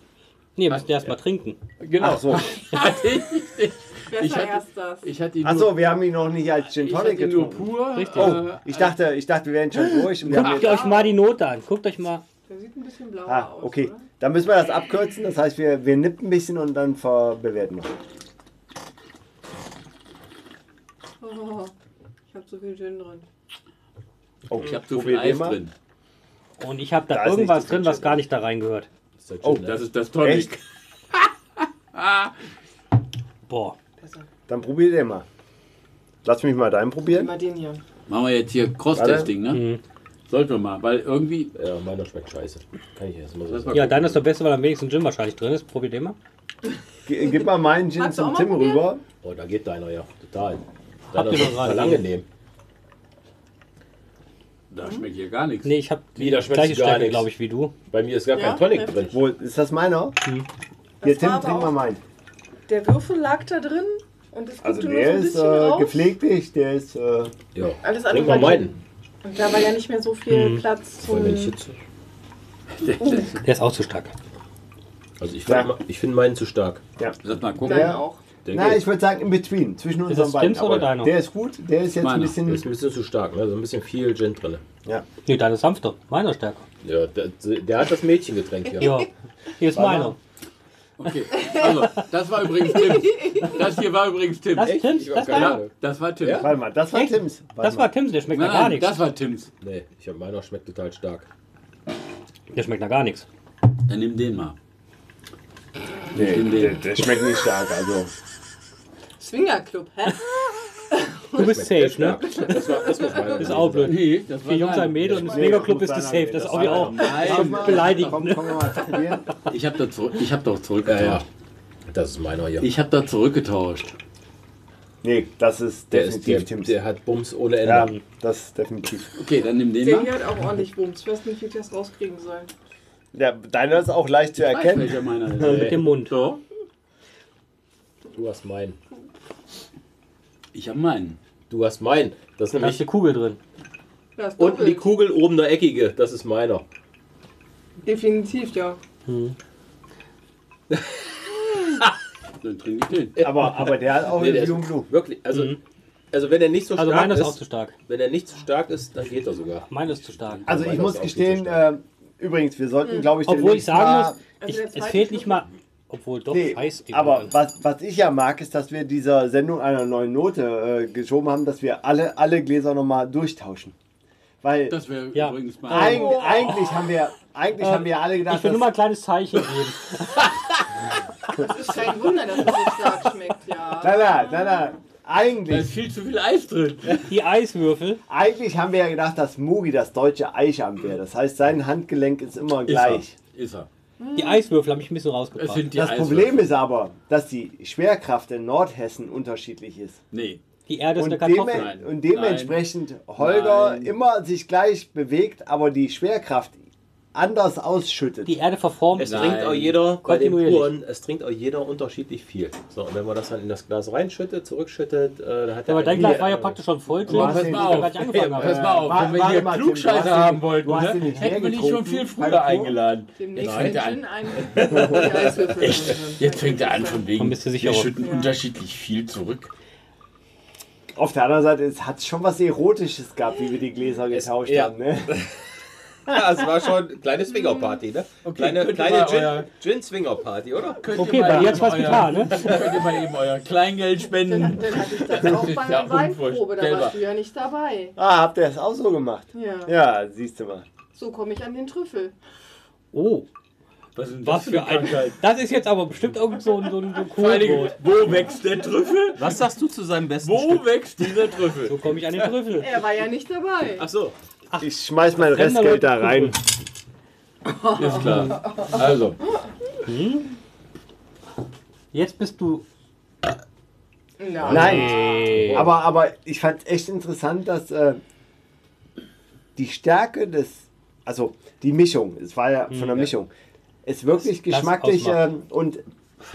Speaker 3: Nee, wir müssen erst mal trinken.
Speaker 1: genau.
Speaker 2: Ach so.
Speaker 1: Ich
Speaker 9: Besser
Speaker 1: hatte,
Speaker 9: erst das.
Speaker 1: ich hatte ihn
Speaker 2: Ach
Speaker 1: nur,
Speaker 2: so, wir haben ihn noch nicht als Gin
Speaker 1: ich
Speaker 2: Tonic
Speaker 1: hatte ihn nur
Speaker 2: getrunken.
Speaker 1: pur.
Speaker 3: Richtig.
Speaker 2: Oh,
Speaker 1: Äh,
Speaker 2: ich dachte, ich dachte, wir wären schon durch. Und wir haben
Speaker 3: Guckt
Speaker 2: jetzt,
Speaker 3: euch mal die Note an. Guckt euch mal.
Speaker 9: Der sieht ein bisschen blauer
Speaker 2: ah,
Speaker 9: aus.
Speaker 2: okay.
Speaker 9: Oder?
Speaker 2: Dann müssen wir das abkürzen. Das heißt, wir, wir nippen ein bisschen und dann ver- bewerten wir.
Speaker 9: Oh, ich hab so viel Gin drin.
Speaker 2: Oh,
Speaker 1: ich habe zu viel Eis drin.
Speaker 3: Und ich habe da,
Speaker 2: Da ist
Speaker 3: irgendwas
Speaker 2: nicht so viel
Speaker 3: drin, was
Speaker 2: Shit
Speaker 3: gar nicht da reingehört.
Speaker 5: Ist halt
Speaker 2: Oh,
Speaker 5: schön, ne?
Speaker 1: Das ist das
Speaker 2: Echt?
Speaker 1: Tonic.
Speaker 3: Boah.
Speaker 2: Dann probier den mal. Lass mich mal deinen probieren.
Speaker 9: Immer den hier.
Speaker 1: Machen wir jetzt hier Cross-Testing, ne? Sollten wir mal, weil irgendwie.
Speaker 5: Ja, meiner schmeckt scheiße. Kann ich erst mal so
Speaker 1: Lass
Speaker 5: sagen.
Speaker 1: mal
Speaker 3: Ja,
Speaker 1: gucken.
Speaker 3: deiner ist der beste, weil am wenigsten Gin wahrscheinlich drin ist. Probiert den mal.
Speaker 2: G gib mal meinen Gin
Speaker 9: Magst du
Speaker 2: zum
Speaker 9: auch
Speaker 2: Tim
Speaker 9: mal probieren?
Speaker 2: rüber.
Speaker 5: Oh, da geht deiner ja. Total.
Speaker 3: ihr
Speaker 5: Deiner
Speaker 3: doch
Speaker 5: schmeckt
Speaker 3: gerade.
Speaker 5: mal lange nehmen.
Speaker 2: Mhm.
Speaker 1: Da schmeckt hier gar nichts.
Speaker 3: Nee, ich habe die
Speaker 5: Wie, da schmeckt's
Speaker 3: gleiche
Speaker 5: gar
Speaker 3: Stärke,
Speaker 5: nichts.
Speaker 3: glaube ich, wie du.
Speaker 5: Bei mir ist gar
Speaker 9: Ja,
Speaker 5: kein Tonic
Speaker 9: heftig.
Speaker 5: drin.
Speaker 2: Wo, ist das meiner? Hier,
Speaker 9: Das war
Speaker 2: Tim,
Speaker 9: aber
Speaker 2: trink
Speaker 9: auch-
Speaker 2: mal meinen.
Speaker 9: Der Würfel lag da drin und es guckte
Speaker 2: Also
Speaker 9: nur so
Speaker 2: der
Speaker 9: ein
Speaker 2: ist
Speaker 9: bisschen
Speaker 2: äh,
Speaker 9: raus.
Speaker 2: gepflegtig, der ist... Äh,
Speaker 5: Ja.
Speaker 9: Alles andere
Speaker 5: Trink mal
Speaker 9: war Gin.
Speaker 5: meinen.
Speaker 9: Und da war ja nicht mehr so viel Platz
Speaker 5: Weil
Speaker 9: zum.
Speaker 5: Hm. wenn ich jetzt,
Speaker 3: Der ist auch zu stark.
Speaker 5: also ich finde
Speaker 2: Ja.
Speaker 6: Also
Speaker 5: ma- ich finde meinen zu stark.
Speaker 1: Sag mal, guck
Speaker 9: Deinen
Speaker 1: mal.
Speaker 2: Ja.
Speaker 9: auch.
Speaker 5: Der
Speaker 2: Na,
Speaker 5: geht.
Speaker 2: ich würde sagen, in between, zwischen
Speaker 3: Ist
Speaker 2: unseren
Speaker 3: das
Speaker 2: beiden.
Speaker 3: Stims oder
Speaker 2: Aber
Speaker 3: deiner?
Speaker 2: Der ist gut, der ist jetzt
Speaker 1: Meiner.
Speaker 2: ein
Speaker 6: Der
Speaker 2: bisschen.
Speaker 6: ist ein bisschen zu stark, ne? so ein bisschen viel Gin drin.
Speaker 2: Ja.
Speaker 3: Nee, deine ist sanfter. Meiner ist stärker.
Speaker 6: Ja, der, der hat das Mädchengetränk hier.
Speaker 3: Ja. Hier ist meiner.
Speaker 1: Okay. Also, das war übrigens Tim. Das hier war übrigens Tim.
Speaker 3: Das ist Tims.
Speaker 6: Ich hab
Speaker 3: Das,
Speaker 6: keine
Speaker 3: war,
Speaker 6: Ahnung.
Speaker 1: Das war Tim.
Speaker 6: Ja?
Speaker 2: Warte mal, das war
Speaker 3: Echt?
Speaker 2: Tims. Warte
Speaker 3: das war Tims, der schmeckt
Speaker 1: Nein,
Speaker 3: nach gar
Speaker 1: nein, das
Speaker 3: nichts.
Speaker 1: war Tims.
Speaker 6: Nee, ich hab meiner schmeckt total stark.
Speaker 3: Der schmeckt nach gar nichts.
Speaker 1: Dann nimm den mal.
Speaker 2: nee,
Speaker 1: in den-
Speaker 2: der, der schmeckt nicht stark. Also.
Speaker 9: Swingerclub, hä?
Speaker 3: Du bist safe, ne?
Speaker 6: Das, war, das muss meiner
Speaker 3: Ist
Speaker 6: gewesen
Speaker 3: auch
Speaker 6: sein.
Speaker 3: blöd.
Speaker 1: Nee, das
Speaker 3: Vier Jungs, ein Mädel und das Megaclub ist das safe. Das ist auch wieder auch.
Speaker 1: Nein,
Speaker 3: beleidigend,
Speaker 2: Komm,
Speaker 3: ne?
Speaker 2: komm mal probieren.
Speaker 1: ich habe da zurück, ich habe doch
Speaker 6: Ja,
Speaker 1: zurückgetauscht.
Speaker 6: ja. Das ist meiner hier.
Speaker 1: Ich habe da zurückgetauscht.
Speaker 2: Nee, das ist
Speaker 6: der, ist,
Speaker 2: definitiv
Speaker 6: der,
Speaker 2: Tims.
Speaker 6: der hat Bums ohne Ende.
Speaker 2: ja, das ist definitiv.
Speaker 1: Okay, dann nimm den
Speaker 9: Der hier
Speaker 1: mal.
Speaker 9: hat auch ordentlich Wumms. Ich weiß nicht, wie ich das rauskriegen soll.
Speaker 2: Ja, deiner ist auch leicht zu
Speaker 1: Ich weiß,
Speaker 2: erkennen.
Speaker 1: welcher meiner ist.
Speaker 3: Mit dem Mund.
Speaker 1: So,
Speaker 6: Du hast meinen.
Speaker 1: ich habe meinen.
Speaker 6: Du hast meinen. Das ist
Speaker 3: Da ist
Speaker 6: nämlich
Speaker 3: die Kugel drin.
Speaker 9: Ja, ist
Speaker 6: unten die
Speaker 9: doppelt.
Speaker 6: Kugel, oben der eckige. Das ist meiner.
Speaker 9: Definitiv, ja.
Speaker 1: Dann trinke ich den.
Speaker 2: Aber, aber der hat auch
Speaker 6: Nee, der
Speaker 2: einen
Speaker 6: ist-
Speaker 2: Blue Blue.
Speaker 6: Wirklich. Also,
Speaker 3: Mhm.
Speaker 6: also wenn er nicht so
Speaker 3: Also
Speaker 6: stark
Speaker 3: meiner
Speaker 6: ist,
Speaker 3: ist auch zu stark.
Speaker 6: wenn er nicht so stark ist, dann geht er sogar.
Speaker 3: Meiner ist zu stark.
Speaker 2: Also ich
Speaker 6: Meiner
Speaker 2: muss
Speaker 6: ist auch viel zu
Speaker 2: gestehen, äh, übrigens, wir sollten, glaube ich,
Speaker 3: Obwohl ich
Speaker 2: demnächst mal-
Speaker 3: sagen muss,
Speaker 9: Also
Speaker 3: ich,
Speaker 9: der
Speaker 3: es
Speaker 9: zweite
Speaker 3: fehlt nicht
Speaker 9: Schluck-
Speaker 3: mal. Obwohl doch,
Speaker 2: Nee,
Speaker 3: heiß die
Speaker 2: aber
Speaker 3: Leute.
Speaker 2: was, was ich ja mag, ist, dass wir dieser Sendung einer neuen Note äh, geschoben haben, dass wir alle, alle Gläser nochmal durchtauschen. Weil
Speaker 1: Das wäre
Speaker 3: Ja.
Speaker 1: übrigens mein.
Speaker 2: eig eigentlich haben wir eigentlich haben wir alle gedacht,
Speaker 3: Ich will nur mal
Speaker 2: dass-
Speaker 3: ein kleines Zeichen geben.
Speaker 9: Es ist kein Wunder, dass es so stark schmeckt, ja.
Speaker 2: nein, nein, nein,
Speaker 1: Da
Speaker 2: nein. Eigentlich,
Speaker 1: ist viel zu viel Eis drin.
Speaker 3: Die Eiswürfel.
Speaker 2: eigentlich haben wir ja gedacht, dass Mugi das deutsche Eicham wäre. Das heißt, sein Handgelenk ist immer gleich.
Speaker 1: Ist er.
Speaker 3: Die Eiswürfel haben mich ein bisschen
Speaker 1: Es
Speaker 3: rausgebracht.
Speaker 1: sind die
Speaker 2: Das
Speaker 1: Eiswürfel.
Speaker 2: Problem ist aber, dass die Schwerkraft in Nordhessen unterschiedlich ist.
Speaker 1: Nee.
Speaker 3: Die Erde ist eine
Speaker 2: Und,
Speaker 3: Kartoffel.
Speaker 2: deme
Speaker 1: Nein.
Speaker 2: und dementsprechend Holger
Speaker 1: Nein.
Speaker 2: immer sich gleich bewegt, aber die Schwerkraft anders ausschüttet.
Speaker 3: Die Erde verformt.
Speaker 6: Es
Speaker 1: Nein.
Speaker 6: trinkt auch jeder bei den
Speaker 3: Kontinuierlich.
Speaker 6: Puren, es trinkt auch jeder unterschiedlich viel. So, und wenn man das dann in das Glas reinschüttet, zurückschüttet, äh, dann hat
Speaker 3: Ja, aber
Speaker 6: der
Speaker 3: dein
Speaker 6: eine-
Speaker 3: Glas war ja praktisch schon voll.
Speaker 2: Du hast
Speaker 1: pass
Speaker 2: den-
Speaker 1: mal
Speaker 3: ich
Speaker 1: auf.
Speaker 3: gar nicht angefangen habe.
Speaker 1: pass mal auf,
Speaker 2: Wa-
Speaker 1: wenn wir
Speaker 2: warte
Speaker 1: hier
Speaker 2: mal, Tim,
Speaker 1: Klugscheiße
Speaker 2: du hast den-
Speaker 1: haben wollten,
Speaker 2: du hast
Speaker 1: ne?
Speaker 2: den nicht
Speaker 1: hätten wir dich
Speaker 2: leer
Speaker 1: schon viel
Speaker 2: getrunken,
Speaker 1: früher
Speaker 2: Heiko?
Speaker 1: eingeladen.
Speaker 9: Demnächst
Speaker 1: Jetzt fängt
Speaker 9: fängt
Speaker 1: er
Speaker 9: Gin
Speaker 1: an.
Speaker 9: ein. Die Eiswürfel
Speaker 1: Jetzt fängt er an von wegen.
Speaker 3: Man müsste sich
Speaker 1: wir
Speaker 3: auch-
Speaker 1: schütten unterschiedlich viel zurück.
Speaker 2: Auf der anderen Seite es hat schon was Erotisches gehabt, wie wir die Gläser getauscht
Speaker 6: ja.
Speaker 2: haben. Ne?
Speaker 6: Ja, es war schon ein kleines Swingerparty, ne? kleine
Speaker 1: könnt ihr
Speaker 6: kleine
Speaker 1: mal
Speaker 6: Gin,
Speaker 1: euer-
Speaker 6: Gin Swingerparty, oder?
Speaker 1: Könnt ihr
Speaker 3: Okay,
Speaker 1: mal
Speaker 3: bei dir
Speaker 1: eben
Speaker 3: hat's was
Speaker 1: euer-
Speaker 3: getan, ne?
Speaker 1: Könnt ihr mal eben euer Kleingeld
Speaker 9: Dann,
Speaker 1: spenden?
Speaker 9: dann hatte ich das auch bei
Speaker 1: Ja,
Speaker 9: einer Weinprobe, da
Speaker 1: unvorstellbar.
Speaker 9: warst du ja nicht dabei.
Speaker 2: Ah, habt ihr das auch so gemacht?
Speaker 9: Ja.
Speaker 2: Ja, siehst du mal.
Speaker 9: So komme ich an den Trüffel.
Speaker 3: Oh,
Speaker 1: Was, ist denn
Speaker 3: was für ein.
Speaker 1: Krankheit?
Speaker 3: Das ist jetzt aber bestimmt irgend so ein, so ein so ein
Speaker 1: Vor allen Dingen,
Speaker 3: Kohlbrot.
Speaker 1: wo wächst der Trüffel?
Speaker 6: Was sagst du zu seinem besten
Speaker 1: Wo wächst dieser Trüffel?
Speaker 3: So komme ich an den Trüffel.
Speaker 9: Er war ja nicht dabei.
Speaker 6: Ach so.
Speaker 2: Ich schmeiß mein Restgeld da rein.
Speaker 1: Ist klar. Also,
Speaker 3: Jetzt bist du.
Speaker 9: Nein.
Speaker 2: Nein, aber, aber ich fand echt interessant, dass äh, die Stärke des, also die Mischung, es war ja
Speaker 3: Hm,
Speaker 2: von der Mischung, ist wirklich
Speaker 3: das
Speaker 2: geschmacklich
Speaker 3: ausmacht.
Speaker 2: ähm, und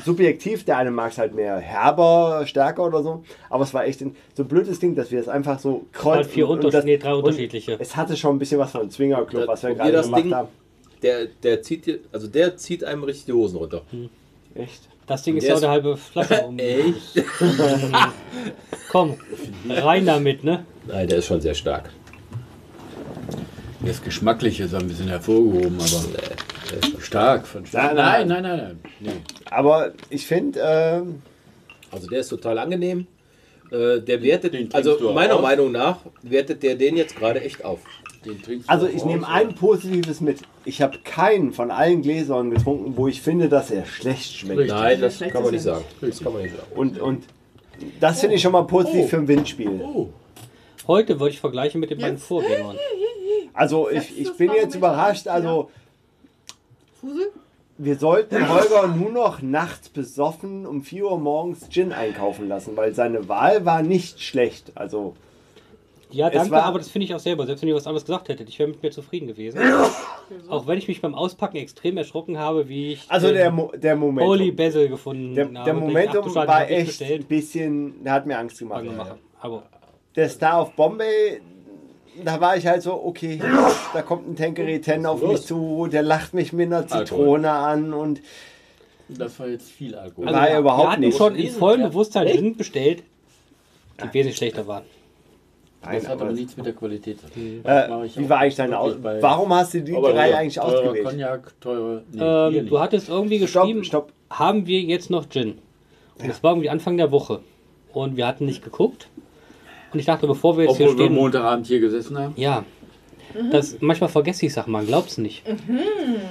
Speaker 2: subjektiv. Der eine mag es halt mehr herber, stärker oder so, aber es war echt ein, so ein blödes Ding, dass wir es einfach so
Speaker 3: Halt
Speaker 2: kreuzen.
Speaker 3: vier
Speaker 2: und- und
Speaker 3: Unterschied,
Speaker 2: das-
Speaker 3: nee, drei
Speaker 2: und
Speaker 3: unterschiedliche.
Speaker 2: Es hatte schon ein bisschen was von Zwingerclub,
Speaker 6: Ja,
Speaker 2: was wir gerade
Speaker 6: probier das
Speaker 2: gemacht
Speaker 6: Ding.
Speaker 2: haben.
Speaker 6: Der, der zieht dir, also der zieht einem richtig die Hosen runter.
Speaker 2: Echt?
Speaker 3: Das Ding ist
Speaker 6: Der
Speaker 3: ja
Speaker 6: ist-
Speaker 3: eine halbe Flasche um.
Speaker 6: Echt?
Speaker 3: Komm, rein damit, ne?
Speaker 6: Nein, der ist schon sehr stark.
Speaker 1: das Geschmackliche ist ein bisschen hervorgehoben, aber äh, stark. Von stark.
Speaker 2: Nein,
Speaker 1: Nein, nein, nein, nein. Nee.
Speaker 2: Aber ich finde, ähm,
Speaker 6: Also der ist total angenehm. Äh, Der wertet,
Speaker 1: Den trinkst du
Speaker 6: also
Speaker 1: auch
Speaker 6: meiner
Speaker 1: aus?
Speaker 6: Meinung nach, wertet der den jetzt gerade echt auf.
Speaker 1: Den trinkst du
Speaker 2: Also
Speaker 1: auch
Speaker 2: ich
Speaker 3: Oh,
Speaker 1: aus,
Speaker 2: nehme
Speaker 1: oder?
Speaker 2: ein positives mit. Ich habe keinen von allen Gläsern getrunken, wo ich finde, dass er schlecht schmeckt.
Speaker 1: Richtig.
Speaker 6: Nein, das
Speaker 9: Schlecht
Speaker 6: kann man nicht
Speaker 9: ist er
Speaker 6: sagen. Das kann man nicht sagen.
Speaker 2: Und, und das finde ich schon mal positiv für ein Windspiel.
Speaker 1: Oh,
Speaker 3: Heute würde ich vergleichen mit den beiden Vorgängern.
Speaker 2: Also ich, ich bin jetzt überrascht. Also
Speaker 9: Fusel?
Speaker 2: wir sollten Holger nur noch nachts besoffen um 4 Uhr morgens Gin einkaufen lassen, weil seine Wahl war nicht schlecht. Also
Speaker 3: Ja,
Speaker 2: Es
Speaker 3: danke,
Speaker 2: war-
Speaker 3: aber das finde ich auch selber. Selbst wenn ihr was anderes gesagt hättet, ich wäre mit mir zufrieden gewesen. auch wenn ich mich beim Auspacken extrem erschrocken habe, wie ich
Speaker 2: also
Speaker 3: den
Speaker 2: der, Mo der Moment.
Speaker 3: Holy Bezel gefunden
Speaker 2: Der,
Speaker 3: habe.
Speaker 2: der
Speaker 3: Denk, ach du
Speaker 2: Momentum
Speaker 3: Schade,
Speaker 2: war
Speaker 3: hab ich
Speaker 2: echt ein
Speaker 3: bestellt.
Speaker 2: bisschen, der hat mir Angst gemacht.
Speaker 3: Angemacht. Aber also,
Speaker 2: der Star of Bombay, da war ich halt so, okay,
Speaker 1: Ah,
Speaker 2: da kommt ein Tankeray 10 auf mich zu, der lacht mich mit einer Zitrone an und
Speaker 1: Das war jetzt viel Alkohol.
Speaker 2: Also- War er überhaupt
Speaker 3: wir hatten
Speaker 2: nicht.
Speaker 3: schon in vollem
Speaker 1: Ja.
Speaker 3: Bewusstsein Gin bestellt, die wesentlich schlechter waren.
Speaker 1: das
Speaker 2: Nein,
Speaker 1: hat aber
Speaker 2: aber
Speaker 1: nichts mit der Qualität zu tun.
Speaker 2: äh,
Speaker 1: Mach ich
Speaker 2: wie
Speaker 1: auch
Speaker 2: war eigentlich deine
Speaker 1: wirklich
Speaker 2: Aus
Speaker 1: bei-
Speaker 2: Warum hast du die
Speaker 1: Aber
Speaker 2: drei
Speaker 1: hier,
Speaker 2: eigentlich
Speaker 1: teurer
Speaker 2: ausgewählt?
Speaker 1: Cognac, teure. Nee, hier
Speaker 3: Ähm,
Speaker 1: nicht.
Speaker 3: du hattest irgendwie geschrieben,
Speaker 2: Stopp, stopp.
Speaker 3: haben wir jetzt noch Gin? Und es war irgendwie Anfang der Woche. Und wir hatten nicht geguckt. Und ich dachte, bevor wir jetzt
Speaker 1: Obwohl
Speaker 3: hier
Speaker 1: wir
Speaker 3: stehen.
Speaker 1: Montagabend hier gesessen haben.
Speaker 3: ja. Das, manchmal vergesse ich Sachen, man glaubt's nicht.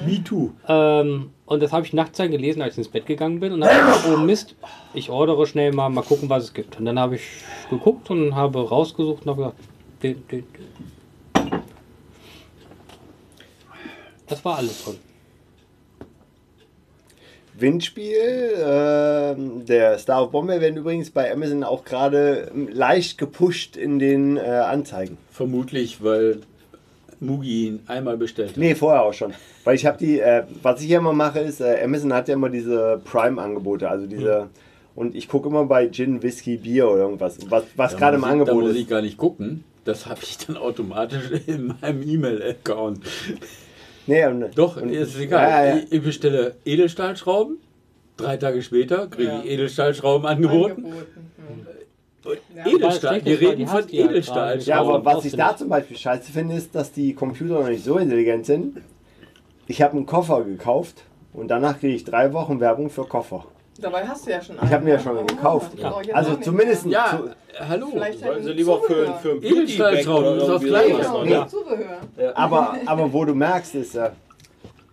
Speaker 1: Me too.
Speaker 3: Ähm, und das habe ich nachts dann gelesen, als ich ins Bett gegangen bin. Und dann habe ich gedacht, oh Mist, ich ordere schnell mal, mal gucken, was es gibt. Und dann habe ich geguckt und habe rausgesucht und habe gesagt, dün, dün, dün. das war alles drin.
Speaker 2: Windspiel, ähm, der Star of Bombay werden übrigens bei Amazon auch gerade ähm, leicht gepusht in den äh, Anzeigen.
Speaker 1: Vermutlich, weil Mugi ihn einmal bestellt hat.
Speaker 2: Nee, vorher auch schon. Weil ich habe die, äh, was ich ja immer mache, ist, äh, Amazon hat ja immer diese Prime-Angebote, also
Speaker 1: Hm.
Speaker 2: diese, und ich gucke immer bei Gin, Whisky, Bier oder irgendwas, was, was
Speaker 1: Da
Speaker 2: gerade im
Speaker 1: muss ich- Da
Speaker 2: Angebot
Speaker 1: muss
Speaker 2: ist.
Speaker 1: ich gar nicht gucken. Das habe ich dann automatisch in meinem E-Mail-Account.
Speaker 2: Nee, und,
Speaker 1: Doch,
Speaker 2: und,
Speaker 1: ist egal.
Speaker 2: Ja, ja, ja.
Speaker 1: Ich, ich bestelle Edelstahlschrauben. Drei Tage später kriege ich Edelstahlschrauben angeboten.
Speaker 9: Hm.
Speaker 1: Edelstahl,
Speaker 3: Ja,
Speaker 1: wir
Speaker 3: das war die
Speaker 1: reden von
Speaker 3: Hass, die ja
Speaker 1: Edelstahlschrauben.
Speaker 2: Ja, aber
Speaker 3: Schrauben
Speaker 2: was ich da
Speaker 3: ausfindig.
Speaker 2: zum Beispiel scheiße finde, ist, dass die Computer noch nicht so intelligent sind. Ich habe einen Koffer gekauft und danach kriege ich drei Wochen Werbung für Koffer.
Speaker 9: Dabei hast du ja schon einen.
Speaker 2: Ich habe mir ja schon einen gekauft.
Speaker 9: Oh, jetzt
Speaker 2: Also
Speaker 9: auch nicht
Speaker 2: zumindest.
Speaker 9: mehr.
Speaker 1: Ja,
Speaker 2: zu,
Speaker 1: hallo.
Speaker 9: Vielleicht hätten
Speaker 5: Wollen sie lieber für,
Speaker 9: Zubehör.
Speaker 5: für ein
Speaker 1: Edelstahlschrauben, das ist was Kleines.
Speaker 9: Genau,
Speaker 5: ne?
Speaker 2: Ja.
Speaker 9: mit Zubehör.
Speaker 2: aber, aber wo du merkst, ist, äh,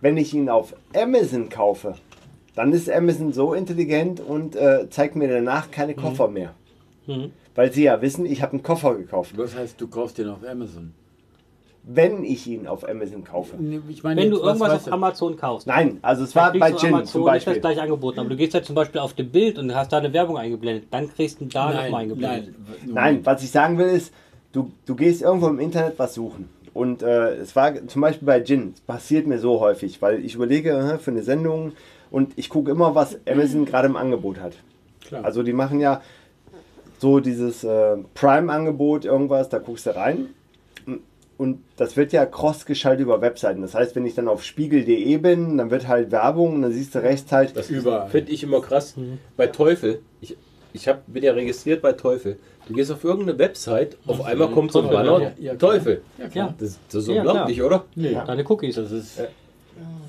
Speaker 2: wenn ich ihn auf Amazon kaufe, dann ist Amazon so intelligent und äh, zeigt mir danach keine Koffer mehr.
Speaker 3: Mhm.
Speaker 2: Weil sie ja wissen, ich habe einen Koffer gekauft.
Speaker 1: Was heißt, du kaufst den auf Amazon?
Speaker 2: Wenn ich ihn auf Amazon kaufe.
Speaker 3: Mhm.
Speaker 1: Nee, Ich meine,
Speaker 3: Wenn du
Speaker 1: jetzt, was
Speaker 3: irgendwas
Speaker 1: weißt
Speaker 3: auf Amazon kaufst,
Speaker 2: Nein, also es
Speaker 3: dann
Speaker 2: war
Speaker 3: kriegst
Speaker 2: bei
Speaker 3: du auf
Speaker 2: Gin
Speaker 3: Amazon
Speaker 2: zum
Speaker 3: nicht das
Speaker 2: Beispiel.
Speaker 3: gleich angeboten, aber du gehst ja zum Beispiel auf dem Bild und hast da eine Werbung eingeblendet, dann kriegst du da
Speaker 1: nein,
Speaker 3: nochmal eingeblendet.
Speaker 1: nein,
Speaker 2: Nein, was ich sagen will ist, du, du gehst irgendwo im Internet was suchen. Und äh, es war zum Beispiel bei Gin, es passiert mir so häufig, weil ich überlege hä, für eine Sendung und ich gucke immer, was Amazon gerade im Angebot hat.
Speaker 1: Klar.
Speaker 2: Also die machen ja so dieses äh, Prime-Angebot, irgendwas, da guckst du rein. Und das wird ja cross geschaltet über Webseiten. Das heißt, wenn ich dann auf spiegel.de bin, dann wird halt Werbung und dann siehst du rechts halt,
Speaker 5: Das
Speaker 1: Überall.
Speaker 5: finde ich immer krass. Bei Teufel, ich, ich hab, bin ja registriert bei Teufel. Du gehst auf irgendeine Website, auf einmal kommt so ein
Speaker 3: Teufel,
Speaker 5: Banner,
Speaker 1: ja, ja, klar.
Speaker 5: Teufel.
Speaker 3: klar.
Speaker 5: Das, das ist
Speaker 3: Ja,
Speaker 5: unglaublich, oder?
Speaker 1: Nee,
Speaker 3: Deine Cookies.
Speaker 1: das ist. äh,